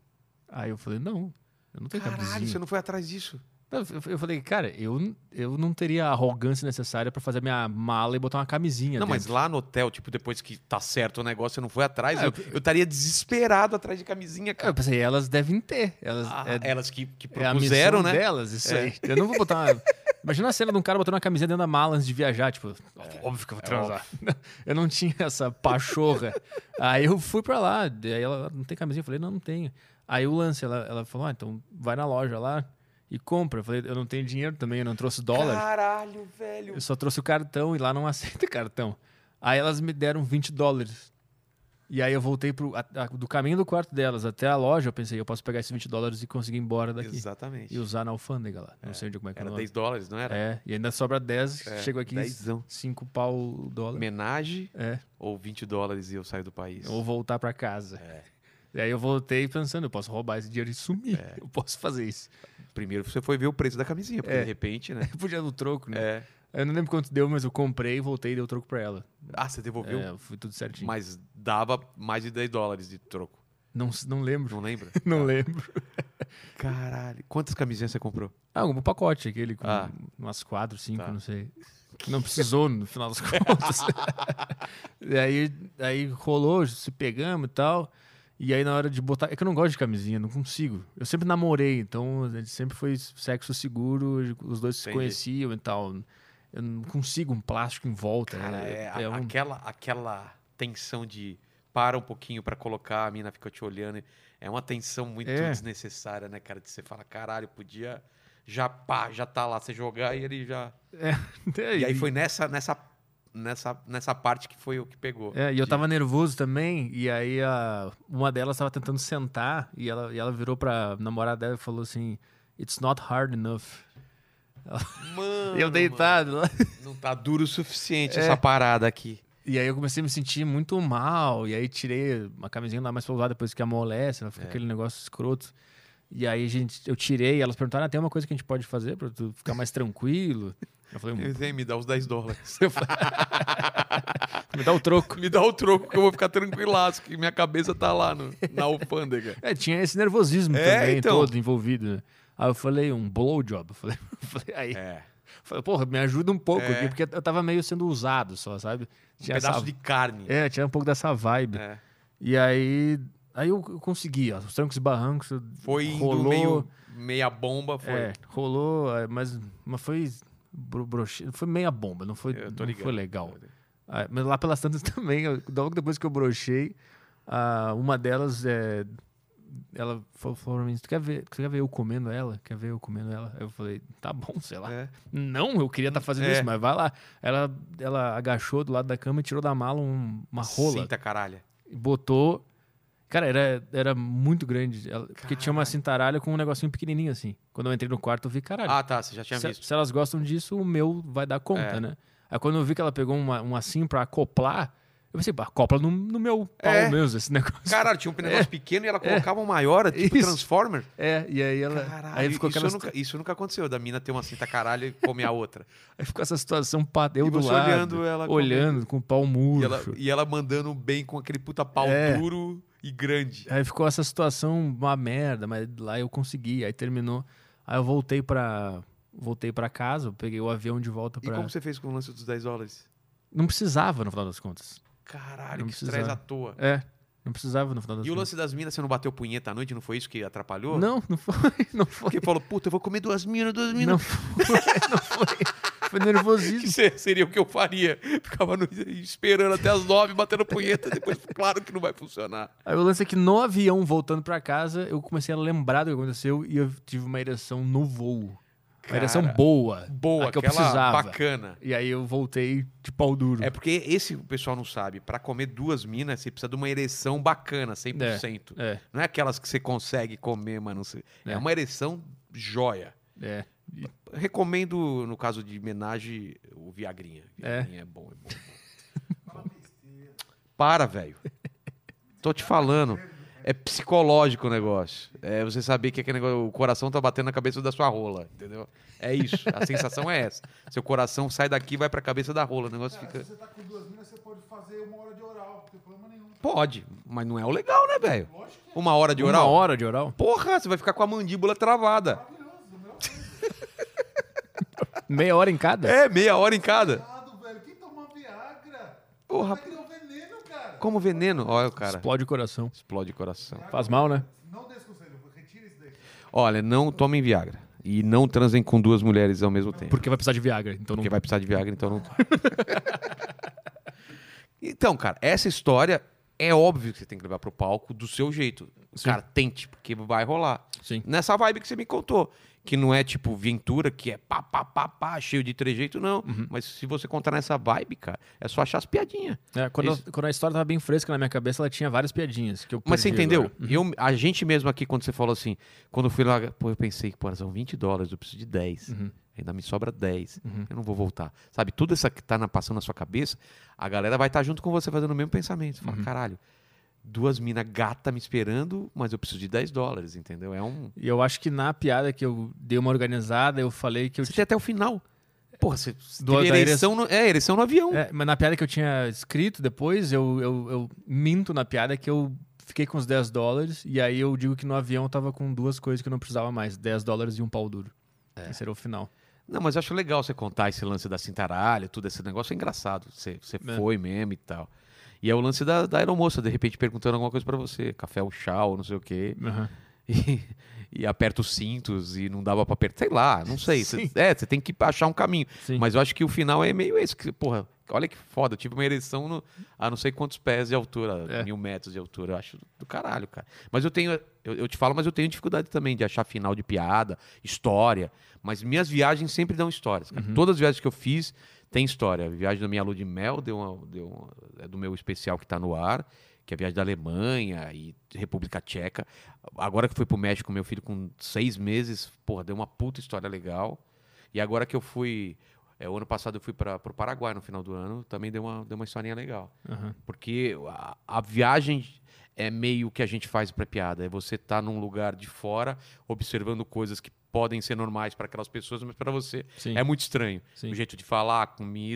Speaker 2: Aí eu falei, não, eu não tenho
Speaker 1: Caralho,
Speaker 2: camisinha.
Speaker 1: você não foi atrás disso.
Speaker 2: Eu, eu- eu falei, cara, eu, eu não teria a arrogância necessária pra fazer minha mala e botar uma camisinha.
Speaker 1: Não, mas
Speaker 2: dentro.
Speaker 1: lá no hotel, tipo, depois que tá certo o negócio, você não foi atrás.
Speaker 2: Ah,
Speaker 1: eu, eu estaria desesperado atrás de camisinha, cara.
Speaker 2: Eu pensei, elas devem ter. Elas,
Speaker 1: Ah,
Speaker 2: é,
Speaker 1: elas que, que
Speaker 2: é a missão
Speaker 1: propuseram, né?
Speaker 2: delas, isso
Speaker 1: É.
Speaker 2: aí. Eu não vou botar uma... Imagina a cena de um cara botando uma camisinha dentro da mala antes de viajar, tipo, óbvio que eu vou transar. eu não tinha essa pachorra. aí eu fui pra lá, daí ela, "Ah, não tem camisinha? Eu falei, não, não tenho. Aí o lance, ela, ela falou, ah, então vai na loja lá e compra. Eu falei, eu não tenho dinheiro também, eu não trouxe dólar.
Speaker 1: Caralho, velho.
Speaker 2: Eu só trouxe o cartão e lá não aceita cartão. Aí elas me deram 20 dólares. E aí eu voltei pro, a- a- do caminho do quarto delas até a loja. Eu pensei, eu posso pegar esses 20 dólares e conseguir ir embora daqui.
Speaker 1: Exatamente.
Speaker 2: E usar na alfândega lá. Não sei onde como é que é o
Speaker 1: Era
Speaker 2: nome.
Speaker 1: 10 dólares, não era?
Speaker 2: É, e ainda sobra 10.
Speaker 1: É,
Speaker 2: chego aqui,
Speaker 1: dezão.
Speaker 2: 5 pau o dólar.
Speaker 1: Homenagem
Speaker 2: É,
Speaker 1: ou 20 dólares e eu saio do país?
Speaker 2: ou voltar pra casa.
Speaker 1: É.
Speaker 2: E aí eu voltei pensando, eu posso roubar esse dinheiro e sumir.
Speaker 1: É.
Speaker 2: Eu posso fazer isso.
Speaker 1: Primeiro você foi ver o preço da camisinha,
Speaker 2: É.
Speaker 1: porque de repente, né?
Speaker 2: Eu podia no troco, né?
Speaker 1: É.
Speaker 2: Eu não lembro quanto deu, mas eu comprei, voltei e dei o troco pra ela.
Speaker 1: Ah, você devolveu?
Speaker 2: É, foi tudo certinho.
Speaker 1: Mas dava mais de 10 dólares de troco.
Speaker 2: Não, não lembro.
Speaker 1: Não lembra?
Speaker 2: Não lembro.
Speaker 1: Caralho. Quantas camisinhas você comprou?
Speaker 2: Ah, um pacote aquele com
Speaker 1: Ah.
Speaker 2: umas quatro, cinco,
Speaker 1: Tá.
Speaker 2: não sei. Não precisou no final das contas. e aí, aí rolou, se pegamos e tal. E aí na hora de botar. É que eu não gosto de camisinha, não consigo. Eu sempre namorei, então a gente sempre foi sexo seguro, os dois se
Speaker 1: Entendi.
Speaker 2: conheciam e tal. Eu não consigo um plástico em volta.
Speaker 1: Cara,
Speaker 2: né?
Speaker 1: é, a-
Speaker 2: um-
Speaker 1: aquela, aquela tensão de para um pouquinho pra colocar, a mina fica te olhando. É uma tensão muito
Speaker 2: É.
Speaker 1: desnecessária, né, cara? De você falar, caralho, podia já pá, já tá lá, você jogar e ele já.
Speaker 2: É,
Speaker 1: E aí foi nessa, nessa, nessa, nessa parte que foi o que pegou.
Speaker 2: É, e eu
Speaker 1: De-
Speaker 2: tava nervoso também, e aí a- uma delas tava tentando sentar, e ela, e ela virou pra namorada dela e falou assim, It's not hard enough.
Speaker 1: Mano,
Speaker 2: E eu É. deitado lá.
Speaker 1: mano, não tá duro o suficiente essa parada aqui.
Speaker 2: E aí eu comecei a me sentir muito mal, e aí tirei uma camisinha lá mais pra usar depois que amolece, ela
Speaker 1: É.
Speaker 2: fica aquele negócio escroto. E aí, gente, eu tirei, e elas perguntaram, ah, tem uma coisa que a gente pode fazer pra tu ficar mais tranquilo? Eu falei, "Um
Speaker 1: Eu disse, Me dá os 10 dólares.
Speaker 2: me dá o troco.
Speaker 1: Me dá o troco que eu vou ficar tranquilaço, que minha cabeça tá lá no, na alfândega.
Speaker 2: É, tinha esse nervosismo
Speaker 1: É,
Speaker 2: também
Speaker 1: então.
Speaker 2: todo envolvido. né? Aí eu falei, um blowjob. Eu falei, eu falei aí,
Speaker 1: É.
Speaker 2: Falei, porra, me ajuda um pouco
Speaker 1: É. Um
Speaker 2: aqui, porque eu tava meio sendo usado só, sabe? Tinha
Speaker 1: Pedaço
Speaker 2: essa...
Speaker 1: de carne.
Speaker 2: É, tinha um pouco dessa vibe.
Speaker 1: É.
Speaker 2: E aí. Aí eu eu consegui, ó, os trancos e barrancos.
Speaker 1: Foi indo
Speaker 2: rolou,
Speaker 1: meio meia bomba, foi.
Speaker 2: É, rolou, é, mas, mas foi. Bro, broche- foi meia bomba, não foi,
Speaker 1: Eu tô
Speaker 2: não
Speaker 1: ligado.
Speaker 2: foi legal. Ah, mas lá pelas tantas também, eu- logo depois que eu brochei, ah, uma delas é, ela falou, falou pra mim: tu quer ver, tu quer ver eu comendo ela? Quer ver eu comendo ela? Eu falei, tá bom, sei lá.
Speaker 1: É.
Speaker 2: Não, eu queria estar fazendo
Speaker 1: É.
Speaker 2: isso, mas vai lá. Ela, ela agachou do lado da cama e tirou da mala um- uma rola.
Speaker 1: Sinta caralho.
Speaker 2: E botou. Cara, era, era muito grande. Ela- porque tinha uma cintaralha com um negocinho pequenininho assim. Quando eu entrei no quarto, eu vi, caralho.
Speaker 1: Ah, tá, você já tinha
Speaker 2: se,
Speaker 1: visto.
Speaker 2: se elas gostam disso, o meu vai dar conta,
Speaker 1: É.
Speaker 2: né? Aí quando eu vi que ela pegou uma, um assim pra acoplar, eu pensei, pá, acopla no, no meu pau
Speaker 1: É.
Speaker 2: mesmo esse negócio.
Speaker 1: Caralho, tinha um negócio pequeno e ela colocava um maior, tipo
Speaker 2: É. Isso.
Speaker 1: Transformer.
Speaker 2: É, e aí ela.
Speaker 1: Caralho,
Speaker 2: aí ficou
Speaker 1: isso,
Speaker 2: aquela.
Speaker 1: nunca, isso nunca aconteceu, da mina ter uma cinta caralho e comer a outra.
Speaker 2: Aí ficou essa situação, pá, eu
Speaker 1: E
Speaker 2: do
Speaker 1: você
Speaker 2: lado.
Speaker 1: olhando ela comendo.
Speaker 2: olhando com o pau murcho.
Speaker 1: E ela, e ela mandando bem com aquele puta pau
Speaker 2: É.
Speaker 1: duro e grande.
Speaker 2: Aí ficou essa situação uma merda, mas lá eu consegui, aí terminou. Aí eu voltei pra voltei para casa, eu peguei o avião de volta
Speaker 1: E
Speaker 2: pra.
Speaker 1: como você fez com o lance dos 10 dólares?
Speaker 2: Não precisava no final das contas.
Speaker 1: Caralho, que
Speaker 2: Não precisava.
Speaker 1: estresse à toa.
Speaker 2: É, não precisava no final das
Speaker 1: E o
Speaker 2: contas.
Speaker 1: lance das minas, você não bateu punheta à noite? Não foi isso que atrapalhou?
Speaker 2: Não, não foi, não foi.
Speaker 1: Porque falou, puta, eu vou comer duas minas, duas minas.
Speaker 2: Não foi, não foi. Foi
Speaker 1: que
Speaker 2: nervosismo.
Speaker 1: se- seria o que eu faria. Ficava no- esperando até as nove, batendo punheta, depois, claro que não vai funcionar.
Speaker 2: Aí o lance é que no avião, voltando pra casa, eu comecei a lembrar do que aconteceu e eu tive uma ereção no voo. Uma direção boa.
Speaker 1: Boa,
Speaker 2: a que eu
Speaker 1: aquela
Speaker 2: precisava.
Speaker 1: bacana.
Speaker 2: E aí eu voltei de pau duro.
Speaker 1: É porque esse o pessoal não sabe. Pra comer duas minas, você precisa de uma ereção bacana, 100%.
Speaker 2: É,
Speaker 1: Não é aquelas que você consegue comer, mano. Você- É,
Speaker 2: É.
Speaker 1: uma ereção joia.
Speaker 2: é. E-
Speaker 1: Recomendo, no caso de homenagem, o Viagrinha.
Speaker 2: É.
Speaker 1: Viagrinha é, bom, é bom. é bom. Para, velho. Tô te falando. É psicológico o negócio. É você saber que aquele negócio, o coração tá batendo na cabeça da sua rola, entendeu? É isso. A sensação é essa. Seu coração sai daqui e vai pra cabeça da rola. O negócio
Speaker 3: Cara,
Speaker 1: fica.
Speaker 3: se você tá com duas minas, você pode fazer uma hora de oral, não tem problema nenhum.
Speaker 1: Pode, mas não é o legal, né, velho? Uma hora de
Speaker 2: Uma
Speaker 1: oral?
Speaker 2: hora de oral?
Speaker 1: Porra, você vai ficar com a mandíbula travada.
Speaker 2: Meia hora em cada?
Speaker 1: É, meia hora em cada.
Speaker 3: Cuidado, velho. Quem toma Viagra?
Speaker 1: Porra,
Speaker 3: Vai criar um veneno, cara.
Speaker 1: como veneno. Olha o cara.
Speaker 2: Explode o coração.
Speaker 1: Explode o coração.
Speaker 2: Faz mal, né?
Speaker 3: Não dê esse conselho, retira isso daí.
Speaker 1: Olha, não tomem Viagra. E não transem com duas mulheres ao mesmo tempo.
Speaker 2: Porque vai precisar de Viagra. Então não
Speaker 1: Porque vai precisar de Viagra, então não. então, cara, essa história é óbvio que você tem que levar pro palco do seu jeito.
Speaker 2: Sim.
Speaker 1: Cara, tente, porque vai rolar.
Speaker 2: Sim.
Speaker 1: Nessa vibe que você me contou. Que não é tipo Ventura, que é pá, pá, pá, pá, cheio de trejeito, não.
Speaker 2: Uhum.
Speaker 1: Mas se você contar nessa vibe, cara, é só achar as piadinhas.
Speaker 2: É, quando,
Speaker 1: Isso.
Speaker 2: quando a história tava bem fresca na minha cabeça, ela tinha várias piadinhas. Que eu
Speaker 1: Mas você
Speaker 2: perdi
Speaker 1: entendeu?
Speaker 2: agora. Uhum.
Speaker 1: Eu, a gente mesmo aqui, quando você falou assim, quando eu fui lá, pô, eu pensei, pô, são 20 dólares, eu preciso de 10.
Speaker 2: Uhum.
Speaker 1: Ainda me sobra 10. Eu não vou voltar. Sabe, tudo isso que tá na- passando na sua cabeça, a galera vai estar junto com você fazendo o mesmo pensamento. Você fala,
Speaker 2: Uhum.
Speaker 1: caralho, duas minas gata me esperando, mas eu preciso de 10 dólares, entendeu? É um.
Speaker 2: E eu acho que na piada que eu dei uma organizada, eu falei que eu
Speaker 1: Você tem até o final. Porra, você. você
Speaker 2: Do-
Speaker 1: teve
Speaker 2: da
Speaker 1: ereção no, é, ereção no avião.
Speaker 2: É, mas na piada que eu tinha escrito depois, eu, eu, eu minto na piada que eu fiquei com os 10 dólares e aí eu digo que no avião eu tava com duas coisas que eu não precisava mais: 10 dólares e um pau duro.
Speaker 1: É.
Speaker 2: Esse era o final.
Speaker 1: Não, mas eu acho legal você contar esse lance da cintaralha, tudo esse negócio é engraçado. Você, você
Speaker 2: É.
Speaker 1: foi mesmo e tal. E é o lance da, da aeromoça, de repente perguntando alguma coisa pra você, café ou chá ou não sei o quê. E, e aperta os cintos e não dava pra apertar, sei lá, não sei. Você-
Speaker 2: Sim.
Speaker 1: é, você tem que achar um caminho.
Speaker 2: Sim.
Speaker 1: Mas eu acho que o final é meio esse. Que, porra, olha que foda, eu tive uma ereção no- a não sei quantos pés de altura,
Speaker 2: É.
Speaker 1: mil metros de altura. Eu acho do caralho, cara. Mas eu tenho, eu, eu te falo, mas eu tenho dificuldade também de achar final de piada, história. Mas minhas viagens sempre dão histórias, cara.
Speaker 2: Uhum.
Speaker 1: Todas as viagens que eu fiz tem história. A viagem da minha lua de mel deu uma, deu uma- é do meu especial que tá no ar. Que é a viagem da Alemanha e República Tcheca. Agora que fui pro México, meu filho com seis meses, porra, deu uma puta história legal. E agora que eu fui. É, o ano passado eu fui para o Paraguai no final do ano, também deu uma, deu uma historinha legal.
Speaker 2: Aham.
Speaker 1: Porque a, a viagem é meio que a gente faz para piada. É você estar num lugar de fora, observando coisas que podem ser normais para aquelas pessoas, mas para você
Speaker 2: Sim.
Speaker 1: é muito estranho.
Speaker 2: Sim.
Speaker 1: O jeito de falar,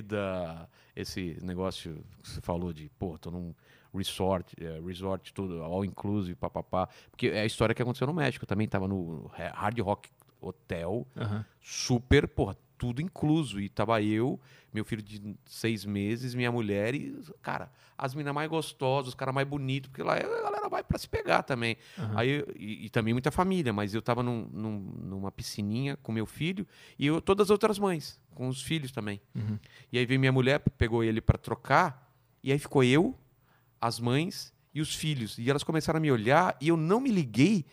Speaker 1: comida, esse negócio que você falou de, pô, tô num resort, eh, resort tudo, all inclusive, papapá. Porque é a história que aconteceu no México. Eu também tava no é, Hard Rock Hotel
Speaker 2: Aham.
Speaker 1: super, porra, tudo incluso. E tava eu, meu filho de seis meses, minha mulher e, cara, as minas mais gostosas, os caras mais bonitos, porque lá a galera vai pra se pegar também. Aí, e, e também muita família, mas eu tava num- num- numa piscininha com meu filho e eu, todas as outras mães, com os filhos também. E aí veio minha mulher, pegou ele pra trocar, e aí ficou eu, as mães e os filhos. E elas começaram a me olhar e eu não me liguei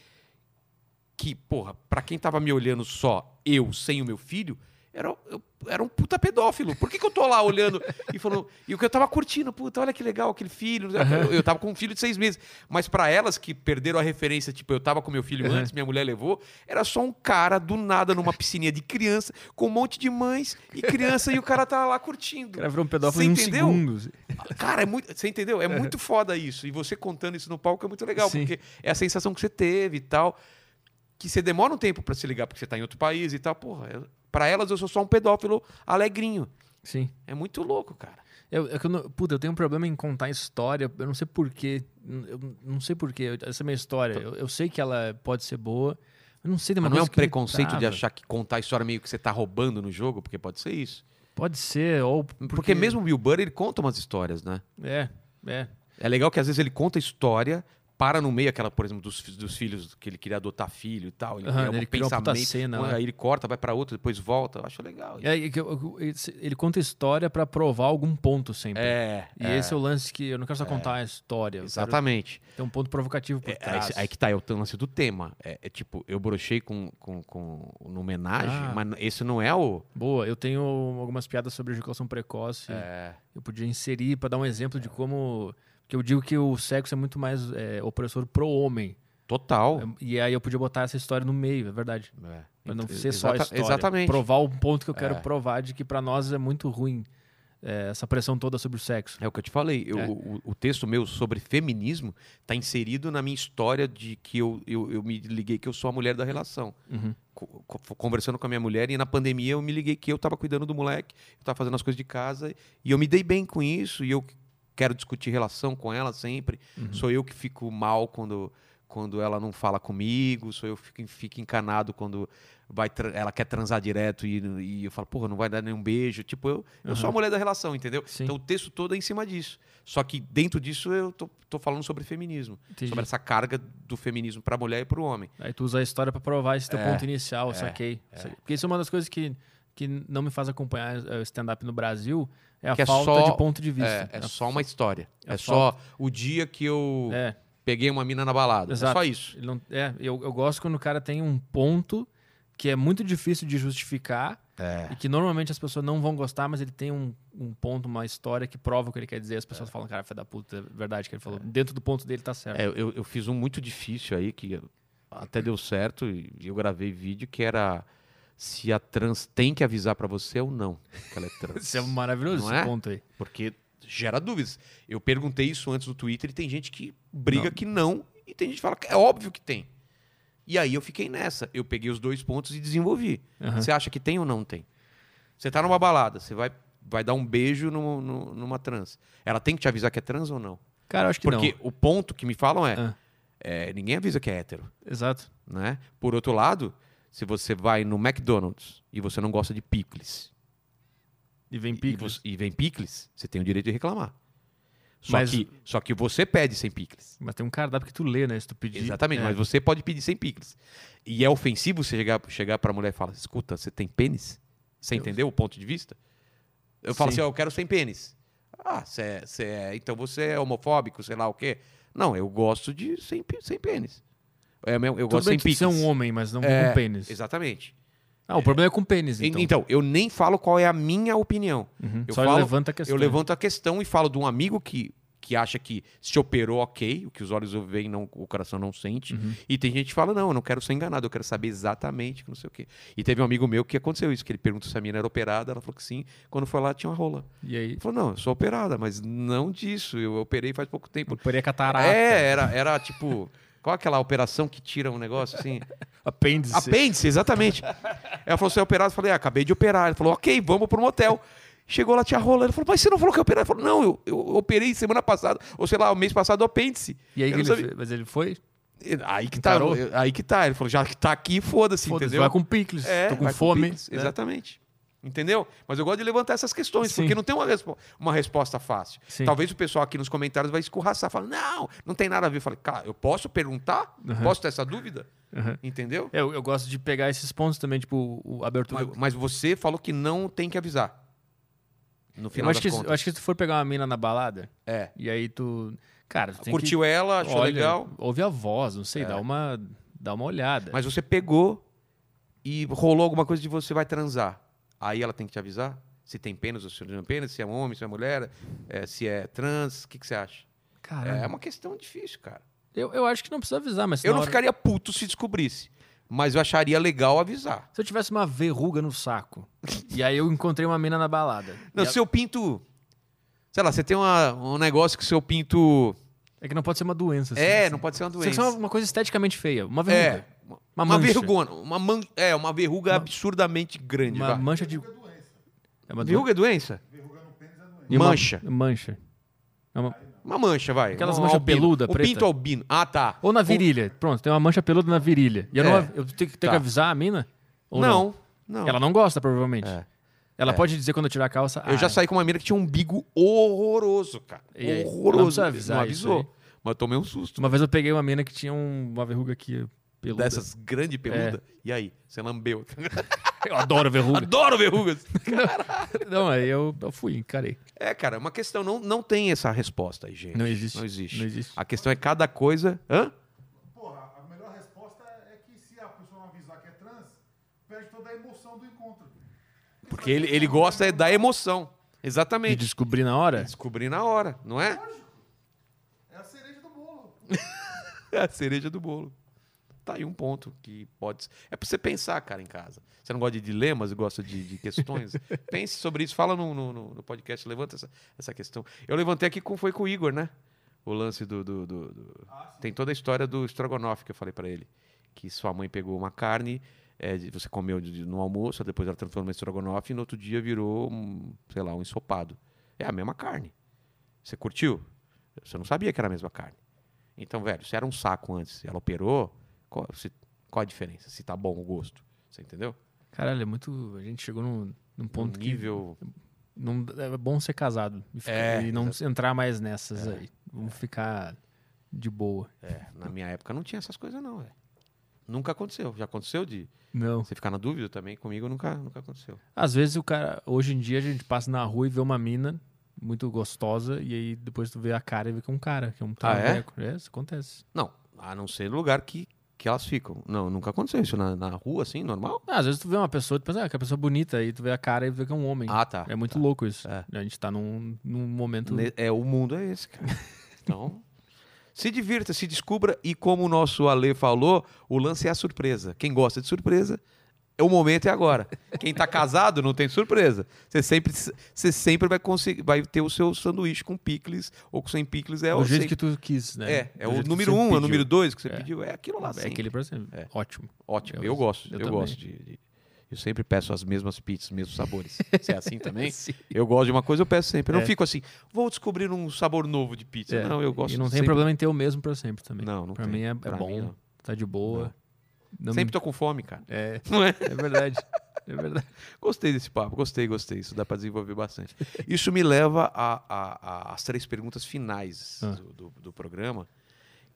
Speaker 1: que, porra, pra quem tava me olhando só, eu sem o meu filho, era, eu, era um puta pedófilo. Por que, que eu tô lá olhando e falando. E o que eu tava curtindo, puta, olha que legal aquele filho. Eu, eu tava com um filho de seis meses. Mas pra elas que perderam a referência, tipo, eu tava com meu filho
Speaker 2: Uhum.
Speaker 1: antes, minha mulher levou, era só um cara do nada numa piscininha de criança, com um monte de mães e criança, e o cara tá lá curtindo.
Speaker 2: O cara virou um pedófilo
Speaker 1: Você
Speaker 2: em um
Speaker 1: entendeu?
Speaker 2: segundo.
Speaker 1: Cara, é muito, você entendeu? É muito foda isso. E você contando isso no palco é muito legal,
Speaker 2: Sim.
Speaker 1: porque é a sensação que você teve e tal. Que você demora um tempo pra se ligar, porque você tá em outro país e tal. Porra, eu- pra elas eu sou só um pedófilo alegrinho.
Speaker 2: Sim.
Speaker 1: É muito louco, cara.
Speaker 2: Eu, é que eu não- puta, eu tenho um problema em contar história. Eu não sei porquê. Eu não sei porquê. Essa é a minha história. Eu, eu sei que ela pode ser boa. Eu não sei de uma
Speaker 1: Mas não é um
Speaker 2: coisa que eu
Speaker 1: preconceito de
Speaker 2: tava.
Speaker 1: achar que contar a história meio que você tá roubando no jogo, porque pode ser isso.
Speaker 2: Pode ser. Ou
Speaker 1: Porque, mesmo o Will Burr, ele conta umas histórias, né?
Speaker 2: É, é.
Speaker 1: É legal que às vezes ele conta história para no meio, aquela, por exemplo, dos, fi- dos filhos, que ele queria adotar filho e tal. Ele,
Speaker 2: Aham,
Speaker 1: é um
Speaker 2: ele criou uma puta
Speaker 1: pensamento.
Speaker 2: cena,
Speaker 1: um-
Speaker 2: né?
Speaker 1: aí ele corta, vai pra outro, depois volta. Eu acho legal.
Speaker 2: É, e que eu- eu- esse- ele conta história pra provar algum ponto sempre.
Speaker 1: É,
Speaker 2: E esse é o lance que eu não quero só contar a história. eu quero
Speaker 1: exatamente.
Speaker 2: ter um ponto provocativo por
Speaker 1: É, aí,
Speaker 2: trás.
Speaker 1: se- aí que tá, é o t- lance do tema. É, é tipo, eu brochei com, com, com no homenagem,
Speaker 2: Ah.
Speaker 1: mas esse não é o.
Speaker 2: Boa, eu tenho algumas piadas sobre ejaculação precoce.
Speaker 1: É.
Speaker 2: Eu podia inserir pra dar um exemplo de como. Porque eu digo que o sexo é muito mais é, opressor pro homem.
Speaker 1: Total.
Speaker 2: E aí eu podia botar essa história no meio, é verdade.
Speaker 1: É.
Speaker 2: Pra É, não
Speaker 1: Ent-
Speaker 2: ser só a
Speaker 1: exata-
Speaker 2: história.
Speaker 1: Exatamente.
Speaker 2: Provar um ponto que eu quero
Speaker 1: É.
Speaker 2: provar de que pra nós é muito ruim é, essa pressão toda sobre o sexo.
Speaker 1: É o que eu te falei. Eu-
Speaker 2: É.
Speaker 1: o, o texto meu sobre feminismo está inserido na minha história de que eu, eu, eu me liguei que eu sou a mulher da relação.
Speaker 2: Uhum.
Speaker 1: Co- co- Conversando com a minha mulher, e na pandemia eu me liguei que eu estava cuidando do moleque, eu estava fazendo as coisas de casa, e eu me dei bem com isso, e eu quero discutir relação com ela sempre.
Speaker 2: Uhum.
Speaker 1: Sou eu que fico mal quando, quando ela não fala comigo, sou eu que fico, fico encanado quando vai tra- ela quer transar direto e, e eu falo, porra, não vai dar nenhum beijo. Tipo, eu, eu sou a mulher da relação, entendeu?
Speaker 2: Uhum. Sim.
Speaker 1: Então o texto todo é em cima disso. Só que dentro disso eu tô, tô falando sobre feminismo,
Speaker 2: Entendi.
Speaker 1: sobre essa carga do feminismo para a mulher e para o homem.
Speaker 2: Aí tu usa a história pra provar esse teu
Speaker 1: É.
Speaker 2: ponto inicial, saquei. Saquei. Porque isso é uma das coisas que, que não me faz acompanhar é, o stand-up no Brasil, é a
Speaker 1: Que é
Speaker 2: falta
Speaker 1: só-
Speaker 2: de ponto de vista.
Speaker 1: É, é só uma história.
Speaker 2: é
Speaker 1: É, só o dia que eu
Speaker 2: É,
Speaker 1: peguei uma mina na balada.
Speaker 2: Exato.
Speaker 1: É só isso.
Speaker 2: ele não- é, eu, eu gosto quando o cara tem um ponto que é muito difícil de justificar
Speaker 1: É.
Speaker 2: e que normalmente as pessoas não vão gostar, mas ele tem um, um ponto, uma história que prova o que ele quer dizer. As pessoas falam, cara, filho da puta, é verdade que ele falou. Dentro do ponto dele tá certo.
Speaker 1: É, eu, eu fiz um muito difícil aí que até deu certo e eu gravei vídeo que era se a trans tem que avisar para você ou não que ela é trans.
Speaker 2: Isso é maravilhoso
Speaker 1: Não
Speaker 2: esse
Speaker 1: é?
Speaker 2: ponto aí.
Speaker 1: Porque gera dúvidas. Eu perguntei isso antes no Twitter e tem gente que briga que não e tem gente que fala que é óbvio que tem. E aí eu fiquei nessa. Eu peguei os dois pontos e desenvolvi.
Speaker 2: Aham.
Speaker 1: Você acha que tem ou não tem? Você tá numa balada, você vai, vai dar um beijo no- no- numa trans. Ela tem que te avisar que é trans ou não?
Speaker 2: Cara, eu acho que
Speaker 1: Porque o ponto que me falam é,
Speaker 2: Ah.
Speaker 1: é, ninguém avisa que é hétero,
Speaker 2: não. Exato.
Speaker 1: né? Por outro lado, se você vai no McDonald's e você não gosta de picles,
Speaker 2: E vem
Speaker 1: e,
Speaker 2: picos.
Speaker 1: você- e vem picles, você tem o direito de reclamar. Só,
Speaker 2: Mas-
Speaker 1: que, só que você pede sem picles.
Speaker 2: Mas tem um cardápio que tu lê, né? Se tu pedir.
Speaker 1: Exatamente,
Speaker 2: É.
Speaker 1: mas você pode pedir sem picles. E é ofensivo você chegar, chegar para a mulher e falar: escuta, você tem pênis? Você
Speaker 2: Eu-
Speaker 1: entendeu o ponto de vista? Eu falo
Speaker 2: Sim.
Speaker 1: assim: ó, eu quero sem pênis. Ah, você é, você é- então você é homofóbico, sei lá o quê? Não, eu gosto de sem, pê- sem pênis. É, meu- eu
Speaker 2: Tudo
Speaker 1: gosto sem
Speaker 2: bem que tu
Speaker 1: picles.
Speaker 2: ser um homem, mas não
Speaker 1: É,
Speaker 2: com pênis.
Speaker 1: Exatamente.
Speaker 2: Ah, o problema é com pênis,
Speaker 1: En- Então.
Speaker 2: então.
Speaker 1: eu nem falo qual é a minha opinião.
Speaker 2: Uhum.
Speaker 1: eu
Speaker 2: Só
Speaker 1: falo-
Speaker 2: levanta a questão.
Speaker 1: Eu levanto a questão e falo de um amigo que, que acha que se operou ok, o que os olhos veem, não, o coração não sente. E tem gente que fala, não, eu não quero ser enganado, eu quero saber exatamente que não sei o quê. E teve um amigo meu que aconteceu isso, que ele perguntou se a mina era operada, ela falou que sim. Quando foi lá, tinha uma rola.
Speaker 2: E aí?
Speaker 1: Ele falou, não, eu sou operada, mas não disso, eu operei faz pouco tempo.
Speaker 2: Porém, catarata.
Speaker 1: É, era, era tipo... Qual é aquela operação que tira um negócio assim?
Speaker 2: Apêndice.
Speaker 1: Apêndice, exatamente. Ela falou, você é operado? Eu falei, ah, acabei de operar. Ele falou, ok, vamos para um motel. Chegou lá, tinha rola. Ele falou, mas você não falou que operou? Ele falou, não, eu, eu operei semana passada, ou sei lá, o mês passado, o apêndice.
Speaker 2: E aí,
Speaker 1: Eu
Speaker 2: que ele
Speaker 1: não sabia.
Speaker 2: fez? mas ele foi?
Speaker 1: Aí que tá,
Speaker 2: Encarou?
Speaker 1: aí que tá. Ele falou, já que tá aqui, foda-se,
Speaker 2: Foda-se,
Speaker 1: entendeu?
Speaker 2: vai com picles.
Speaker 1: É,
Speaker 2: Tô com
Speaker 1: vai
Speaker 2: fome. né?
Speaker 1: picles, Exatamente. Entendeu? Mas eu gosto de levantar essas questões,
Speaker 2: Sim.
Speaker 1: porque não tem uma, respo- uma resposta fácil.
Speaker 2: Sim.
Speaker 1: Talvez o pessoal aqui nos comentários vai escorraçar, fala, não, não tem nada a ver. Eu falei, cara, eu posso perguntar? Posso ter essa dúvida?
Speaker 2: Uhum.
Speaker 1: Entendeu?
Speaker 2: É, Eu, eu gosto de pegar esses pontos também, tipo, o- a abertura.
Speaker 1: Mas, mas você falou que não tem que avisar. No final
Speaker 2: eu, acho que,
Speaker 1: das
Speaker 2: assim se-
Speaker 1: contas.
Speaker 2: eu acho que se tu for pegar uma mina na balada,
Speaker 1: É.
Speaker 2: e aí tu. Cara, tu tem
Speaker 1: Curtiu ela,
Speaker 2: que,
Speaker 1: achou
Speaker 2: olha,
Speaker 1: legal, É.
Speaker 2: Ouve a voz, não sei, dá, uma, dá uma olhada.
Speaker 1: mas você pegou e rolou alguma coisa de você vai transar. Aí ela tem que te avisar? Se tem pênis ou se não tem pênis, se é homem, se é mulher, é, se é trans, o que, que você acha?
Speaker 2: Caralho.
Speaker 1: É uma questão difícil, cara.
Speaker 2: eu, eu acho que não precisa avisar, Ah. mas.
Speaker 1: Eu
Speaker 2: na
Speaker 1: não
Speaker 2: hora-
Speaker 1: ficaria puto se descobrisse, mas eu acharia legal avisar.
Speaker 2: Se eu tivesse uma verruga no saco, e aí eu encontrei uma mina na balada.
Speaker 1: Não,
Speaker 2: e a-
Speaker 1: seu pinto. Sei lá, você tem uma- um negócio que seu pinto.
Speaker 2: É que não pode ser uma doença.
Speaker 1: É, não pode ser uma
Speaker 2: Tem
Speaker 1: doença.
Speaker 2: que ser uma, uma coisa esteticamente feia. Uma
Speaker 1: É.
Speaker 2: verruga. Uma,
Speaker 1: Uma,
Speaker 2: mancha.
Speaker 1: vergona. Uma man... É, uma verruga absurdamente grande.
Speaker 2: Uma
Speaker 1: vai.
Speaker 2: mancha de.
Speaker 3: Verruga é doença.
Speaker 2: É uma
Speaker 1: Verruga é doença?
Speaker 3: Verruga no pênis é doença.
Speaker 2: E uma-
Speaker 1: Mancha.
Speaker 2: Mancha. É uma-
Speaker 1: Uma mancha, vai.
Speaker 2: Aquelas
Speaker 1: Um
Speaker 2: manchas
Speaker 1: albino.
Speaker 2: peluda,
Speaker 1: o
Speaker 2: preta.
Speaker 1: pinto albino. Ah, tá.
Speaker 2: Ou na virilha. Pronto, tem uma mancha peluda na virilha. E eu, não
Speaker 1: É.
Speaker 2: av- eu tenho, que-
Speaker 1: Tá.
Speaker 2: tenho que avisar a mina? Ou não?
Speaker 1: Não, não.
Speaker 2: Ela não gosta, provavelmente.
Speaker 1: É.
Speaker 2: Ela pode dizer quando eu tirar a calça.
Speaker 1: Eu já saí com uma mina que tinha um umbigo horroroso, cara.
Speaker 2: Ah, é. E aí? Não
Speaker 1: Horroroso.
Speaker 2: precisa avisar
Speaker 1: avisou.
Speaker 2: isso
Speaker 1: mas eu tomei um susto.
Speaker 2: Uma vez eu peguei uma mina que tinha um- uma verruga aqui peluda. É.
Speaker 1: Dessas grande peluda. E aí, você lambeu.
Speaker 2: Eu adoro verruga.
Speaker 1: Adoro verrugas.
Speaker 2: não, aí eu, eu fui, encarei.
Speaker 1: É, cara, uma questão. Não, não tem essa resposta aí, gente.
Speaker 2: Não existe.
Speaker 1: Não existe.
Speaker 2: Não existe.
Speaker 1: A questão é cada coisa. Hã?
Speaker 3: Porra, a melhor resposta é que se a pessoa não avisar que é trans, perde toda a emoção do encontro.
Speaker 1: Porque ele, ele gosta é da emoção.
Speaker 2: E
Speaker 1: Exatamente.
Speaker 2: descobri na hora.
Speaker 1: Descobrir na hora, não é?
Speaker 3: É a cereja do bolo.
Speaker 1: É a cereja do bolo. Tá aí um ponto que pode. É pra você pensar, cara, em casa. Você não gosta de dilemas, gosta de, de questões? Pense sobre isso, fala no, no- no- no podcast, levanta essa, essa questão. Eu levantei aqui com foi com o Igor, né? O lance do. do- do- do-
Speaker 3: Ah, sim.
Speaker 1: Tem toda a história do estrogonofe que eu falei pra ele. Que sua mãe pegou uma carne, é, de- você comeu de- de- no almoço, aí depois ela transformou em estrogonofe e no outro dia virou, um, sei lá, um ensopado. É a mesma carne. Você curtiu? Você não sabia que era a mesma carne. Então, velho, se era um saco antes, ela operou, qual, se- qual a diferença? Se tá bom o gosto. Você entendeu?
Speaker 2: Caralho, é muito. A gente chegou num, num ponto
Speaker 1: Um
Speaker 2: que.
Speaker 1: nível.
Speaker 2: Não, é bom ser casado e, ficar-
Speaker 1: É,
Speaker 2: e não entrar mais nessas aí. Vamos ficar de boa.
Speaker 1: é, na minha época não tinha essas coisas, não, velho. Nunca aconteceu. Já aconteceu de
Speaker 2: Não.
Speaker 1: você ficar na dúvida também? Comigo nunca, nunca aconteceu.
Speaker 2: Às vezes o cara. Hoje em dia a gente passa na rua e vê uma mina muito gostosa e aí depois tu vê a cara e vê que é um cara, que é um
Speaker 1: Ah, é?
Speaker 2: traveco. é? isso acontece.
Speaker 1: Não, a não ser no lugar que, que elas ficam. Não, nunca aconteceu isso na, na rua, assim, normal.
Speaker 2: Ah, às vezes tu vê uma pessoa e tu pensa, ah, que é pessoa bonita, aí tu vê a cara e vê que é um homem.
Speaker 1: Ah, tá.
Speaker 2: é muito
Speaker 1: tá.
Speaker 2: louco isso.
Speaker 1: É.
Speaker 2: A gente tá num, num momento.
Speaker 1: Ne- É, o mundo é esse, cara. Então, se divirta, se descubra. E como o nosso Ale falou, o lance é a surpresa. Quem gosta de surpresa, é o momento é agora. Quem tá casado não tem surpresa. Você sempre, você sempre vai, conseguir, vai ter o seu sanduíche com picles ou com sem picles. É
Speaker 2: do
Speaker 1: o
Speaker 2: jeito
Speaker 1: sem-
Speaker 2: que tu quis, né?
Speaker 1: É, é
Speaker 2: Do
Speaker 1: o
Speaker 2: jeito que
Speaker 1: número
Speaker 2: tu
Speaker 1: um, é o
Speaker 2: pediu.
Speaker 1: número dois que você
Speaker 2: É.
Speaker 1: pediu. É aquilo lá,
Speaker 2: É
Speaker 1: sempre.
Speaker 2: aquele pra sempre.
Speaker 1: É.
Speaker 2: Ótimo.
Speaker 1: Ótimo, eu,
Speaker 2: Eu-
Speaker 1: gosto.
Speaker 2: eu
Speaker 1: Eu,
Speaker 2: também.
Speaker 1: gosto de, de- Eu sempre peço as mesmas pizzas, os mesmos sabores. Você é assim também?
Speaker 2: Sim.
Speaker 1: Eu gosto de uma coisa, eu peço sempre. Eu
Speaker 2: É.
Speaker 1: não fico assim, vou descobrir um sabor novo de pizza.
Speaker 2: É,
Speaker 1: Não, eu gosto
Speaker 2: E não tem
Speaker 1: sempre-
Speaker 2: problema em ter o mesmo pra sempre também.
Speaker 1: Não, não
Speaker 2: pra
Speaker 1: tem.
Speaker 2: mim é, é
Speaker 1: Pra
Speaker 2: bom,
Speaker 1: mim, não.
Speaker 2: tá de boa. Não me-
Speaker 1: Sempre tô com fome, cara.
Speaker 2: É,
Speaker 1: Não é?
Speaker 2: é verdade. É verdade.
Speaker 1: Gostei desse papo, gostei, gostei. Isso dá pra desenvolver bastante. Isso me leva a- a- a- às três perguntas finais
Speaker 2: Ah.
Speaker 1: do, do- do programa,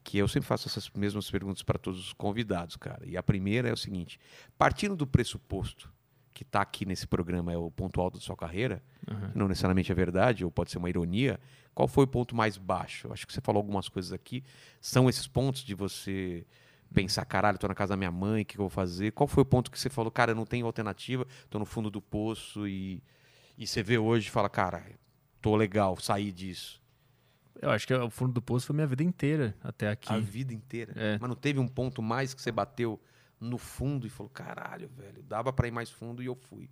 Speaker 1: que eu sempre faço essas mesmas perguntas para todos os convidados, cara. E a primeira é o seguinte: partindo do pressuposto que tá aqui nesse programa é o ponto alto da sua carreira,
Speaker 2: Aham.
Speaker 1: não necessariamente é verdade, ou pode ser uma ironia, qual foi o ponto mais baixo? Eu Acho que você falou algumas coisas aqui. São esses pontos de você pensar, caralho, tô na casa da minha mãe, o que, que eu vou fazer? Qual foi o ponto que você falou, cara, eu não tenho alternativa, tô no fundo do poço e, e você vê hoje e fala, cara, tô legal, saí disso.
Speaker 2: Eu acho que o fundo do poço foi minha vida inteira até aqui.
Speaker 1: A vida inteira.
Speaker 2: É.
Speaker 1: Mas não teve um ponto mais que você bateu no fundo e falou, caralho, velho, dava pra ir mais fundo e eu fui.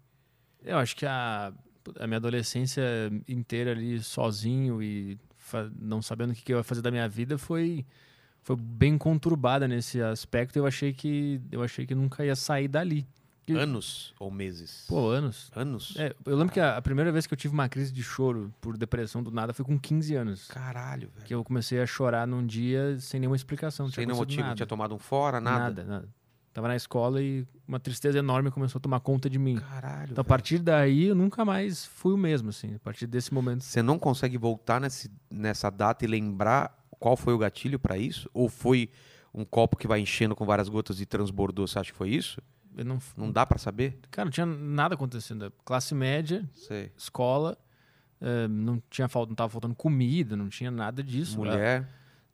Speaker 2: Eu acho que a, a minha adolescência inteira ali sozinho e fa- não sabendo o que, que eu ia fazer da minha vida foi foi bem conturbada nesse aspecto. Eu achei que eu achei que nunca ia sair dali. E-
Speaker 1: Anos ou meses?
Speaker 2: Pô, anos.
Speaker 1: Anos?
Speaker 2: É, eu lembro que a, a primeira vez que eu tive uma crise de choro por depressão do nada foi com 15 anos.
Speaker 1: Caralho, velho.
Speaker 2: Que eu comecei a chorar num dia sem nenhuma explicação. não tinha
Speaker 1: Sem nenhum
Speaker 2: acontecido
Speaker 1: motivo, não
Speaker 2: nada.
Speaker 1: tinha tomado um fora, nada.
Speaker 2: nada, nada. Tava na escola e uma tristeza enorme começou a tomar conta de mim.
Speaker 1: Caralho.
Speaker 2: Então, a
Speaker 1: velho.
Speaker 2: partir daí, eu nunca mais fui o mesmo, assim. A partir desse momento.
Speaker 1: Você não consegue voltar nesse- nessa data e lembrar qual foi o gatilho pra isso? Ou foi um copo que vai enchendo com várias gotas e transbordou? Você acha que foi isso?
Speaker 2: Eu não,
Speaker 1: Não dá pra saber?
Speaker 2: Cara, não tinha nada acontecendo. É Classe média,
Speaker 1: Sei.
Speaker 2: escola, eh, não tinha falta, não tava faltando comida, não tinha nada disso.
Speaker 1: Mulher,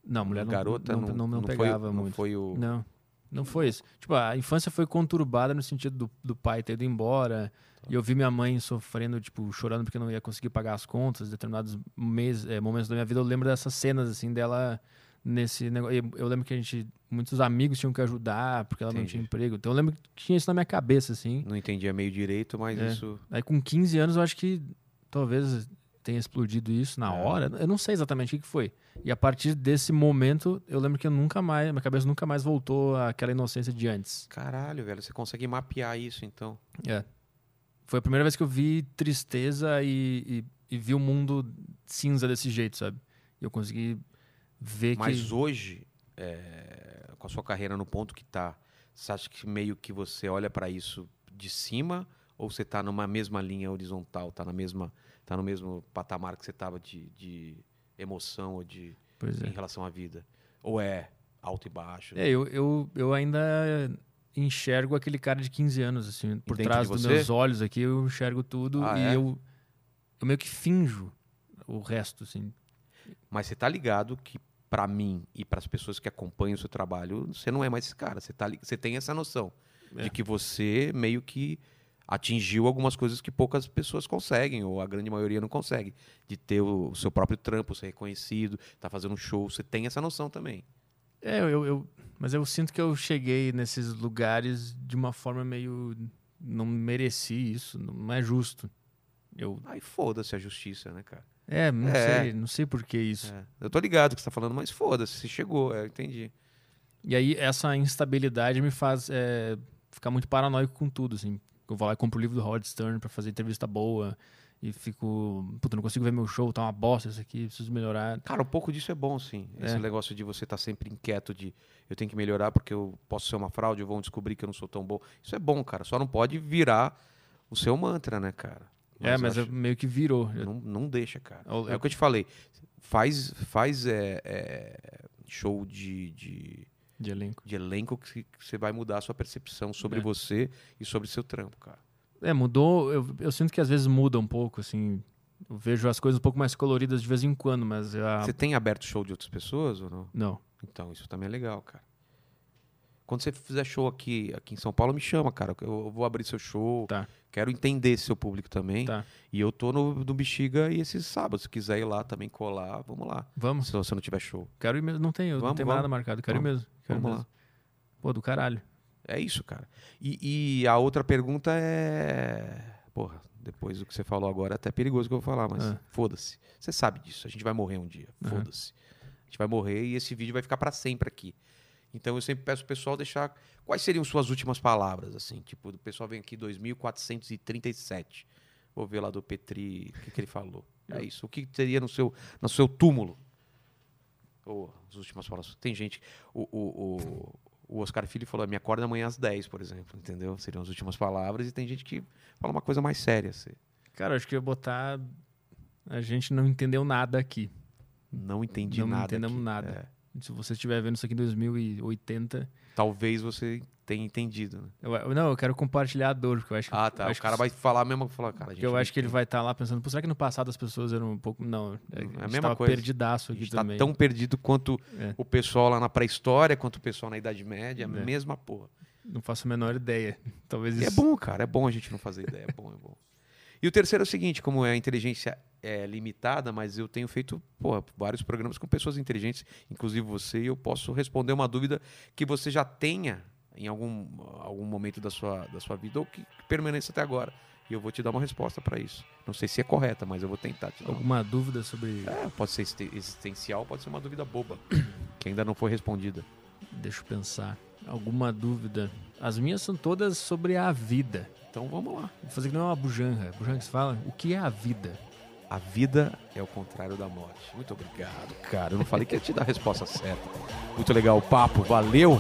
Speaker 2: Não, é. mulher não,
Speaker 1: garota,
Speaker 2: não,
Speaker 1: não,
Speaker 2: não, não
Speaker 1: não foi,
Speaker 2: pegava
Speaker 1: não
Speaker 2: muito.
Speaker 1: foi o.
Speaker 2: Não, não foi isso. Tipo, a infância foi conturbada no sentido do, do pai ter ido embora. E eu vi minha mãe sofrendo, tipo, chorando porque não ia conseguir pagar as contas. Determinados meses, eh, momentos da minha vida, eu lembro dessas cenas, assim, dela nesse negócio. E Eu lembro que a gente, muitos amigos tinham que ajudar porque ela não
Speaker 1: Entendi.
Speaker 2: tinha emprego. Então eu lembro que tinha isso na minha cabeça, assim.
Speaker 1: Não entendia meio direito, mas
Speaker 2: É.
Speaker 1: isso.
Speaker 2: Aí com 15 anos eu acho que talvez tenha explodido isso na
Speaker 1: É.
Speaker 2: hora. Eu não sei exatamente o que que foi. E a partir desse momento, eu lembro que eu nunca mais, minha cabeça nunca mais voltou àquela inocência de antes.
Speaker 1: Caralho, velho, você consegue mapear isso então.
Speaker 2: É. Foi a primeira vez que eu vi tristeza e, e- e vi o mundo cinza desse jeito, sabe? E eu consegui ver
Speaker 1: Mas
Speaker 2: que.
Speaker 1: hoje, é, com a sua carreira no ponto que tá, você acha que meio que você olha pra isso de cima ou você tá numa mesma linha horizontal, tá na mesma, tá no mesmo patamar que você tava de, de emoção ou de
Speaker 2: Pois é.
Speaker 1: em relação à vida. Ou é alto e baixo.
Speaker 2: É, eu, eu, eu ainda enxergo aquele cara de 15 anos, assim, por
Speaker 1: Dentro
Speaker 2: trás
Speaker 1: de
Speaker 2: dos
Speaker 1: você?
Speaker 2: meus olhos aqui, eu enxergo tudo
Speaker 1: Ah,
Speaker 2: e
Speaker 1: é?
Speaker 2: eu, eu meio que finjo o resto, assim.
Speaker 1: Mas você tá ligado que pra mim e pras pessoas que acompanham o seu trabalho, você não é mais esse cara. Você, tá li- você tem essa noção
Speaker 2: É.
Speaker 1: de que você meio que atingiu algumas coisas que poucas pessoas conseguem, ou a grande maioria não consegue, de ter o, o seu próprio trampo, ser reconhecido, tá fazendo um show. Você tem essa noção também.
Speaker 2: É, eu, eu, mas eu sinto que eu cheguei nesses lugares de uma forma meio... Não mereci isso, não é justo. Eu,
Speaker 1: Aí foda-se a justiça, né, cara?
Speaker 2: é, não
Speaker 1: É.
Speaker 2: sei, não sei por que isso.
Speaker 1: É. Eu tô ligado que você tá falando, mas foda-se, você chegou, é, eu entendi.
Speaker 2: E aí essa instabilidade me faz é, ficar muito paranoico com tudo, assim. Eu vou lá e compro o livro do Howard Stern pra fazer entrevista boa e fico, puta, não consigo ver meu show, tá uma bosta isso aqui, preciso melhorar.
Speaker 1: Cara, um pouco disso é bom, sim. Esse
Speaker 2: É.
Speaker 1: negócio de você estar sempre inquieto de eu tenho que melhorar porque eu posso ser uma fraude, vão descobrir que eu não sou tão bom. Isso é bom, cara. Só não pode virar o seu mantra, né, cara?
Speaker 2: é, mas
Speaker 1: eu
Speaker 2: eu- meio que virou.
Speaker 1: acho-
Speaker 2: Eu-
Speaker 1: não, não deixa, cara.
Speaker 2: Eu-
Speaker 1: É o que eu te falei. Faz, faz é, é, show de, de,
Speaker 2: de elenco.
Speaker 1: de elenco que que você vai mudar a sua percepção sobre
Speaker 2: É.
Speaker 1: você e sobre seu trampo, cara.
Speaker 2: É, mudou. Eu, eu sinto que às vezes muda um pouco, assim. Eu vejo as coisas um pouco mais coloridas de vez em quando, mas a...
Speaker 1: Você tem aberto show de outras pessoas ou não?
Speaker 2: não.
Speaker 1: Então, isso também é legal, cara. Quando você fizer show aqui, aqui em São Paulo, me chama, cara. Eu eu vou abrir seu show.
Speaker 2: Tá.
Speaker 1: Quero entender seu público também.
Speaker 2: Tá.
Speaker 1: E eu tô no, no Bexiga e esses sábados. Se quiser ir lá também colar, vamos lá.
Speaker 2: Vamos.
Speaker 1: Se você não tiver show.
Speaker 2: Quero ir mesmo. Não tenho, não
Speaker 1: Vamos,
Speaker 2: tenho mais
Speaker 1: vamos.
Speaker 2: nada marcado. Quero ir mesmo. Quero ir
Speaker 1: vamos
Speaker 2: mesmo. Pô, do caralho.
Speaker 1: É isso, cara. E, e a outra pergunta é. Porra, depois do que você falou agora, é até perigoso que eu vou falar, mas
Speaker 2: Ah.
Speaker 1: foda-se. Você sabe disso. A gente vai morrer um dia.
Speaker 2: Aham.
Speaker 1: Foda-se. A gente vai morrer e esse vídeo vai ficar pra sempre aqui. Então eu sempre peço ao pessoal deixar. Quais seriam suas últimas palavras, assim? Tipo, o pessoal vem aqui 2437. Vou ver lá do Petri o que, que ele falou. É isso. O que teria no seu, no seu túmulo? Ou as últimas palavras. Tem gente. O, o, o, o Oscar Filho falou: me acorda é amanhã às 10, por exemplo. Entendeu? Seriam as últimas palavras. E tem gente que fala uma coisa mais séria. assim. Você
Speaker 2: Cara, acho que eu ia botar. A gente não entendeu nada aqui.
Speaker 1: não entendi
Speaker 2: não
Speaker 1: nada.
Speaker 2: entendemos
Speaker 1: aqui.
Speaker 2: nada.
Speaker 1: É.
Speaker 2: Se você estiver vendo isso aqui em 2080.
Speaker 1: Talvez você tenha entendido, né?
Speaker 2: eu- eu- não, eu quero compartilhar a dor, porque eu acho que.
Speaker 1: Ah, tá.
Speaker 2: eu
Speaker 1: O
Speaker 2: acho
Speaker 1: cara
Speaker 2: que,
Speaker 1: vai falar mesmo falar, cara. a gente
Speaker 2: Porque eu
Speaker 1: não
Speaker 2: acho que ele
Speaker 1: entende.
Speaker 2: vai estar lá pensando, Pô, será que no passado as pessoas eram um pouco. Não, a,
Speaker 1: É a
Speaker 2: gente
Speaker 1: mesma
Speaker 2: tava
Speaker 1: coisa.
Speaker 2: perdidaço
Speaker 1: A
Speaker 2: aqui
Speaker 1: gente tá
Speaker 2: também.
Speaker 1: tão perdido quanto
Speaker 2: É.
Speaker 1: o pessoal lá na pré-história, quanto o pessoal na Idade Média, é a
Speaker 2: É.
Speaker 1: mesma porra.
Speaker 2: Não faço a menor ideia. Talvez
Speaker 1: E
Speaker 2: isso.
Speaker 1: é bom, cara, é bom a gente não fazer ideia, é bom, é bom. E o terceiro é o seguinte, como é a inteligência é limitada, mas eu tenho feito porra, vários programas com pessoas inteligentes, inclusive você, e eu posso responder uma dúvida que você já tenha em algum, algum momento da sua, da sua vida ou que permaneça até agora. E eu vou te dar uma resposta para isso. Não sei se é correta, mas eu vou tentar te dar uma
Speaker 2: Alguma dúvida sobre.
Speaker 1: É, pode ser existe- existencial, pode ser uma dúvida boba, que ainda não foi respondida.
Speaker 2: Deixa eu pensar. Alguma dúvida. As minhas são todas sobre a vida.
Speaker 1: Então vamos lá.
Speaker 2: Vou fazer que não é uma bujanra. Bujanra que se fala? O que é a vida?
Speaker 1: A vida é o contrário da morte. Muito obrigado, cara. Eu não falei que ia te dar a resposta certa. Muito legal o papo, valeu.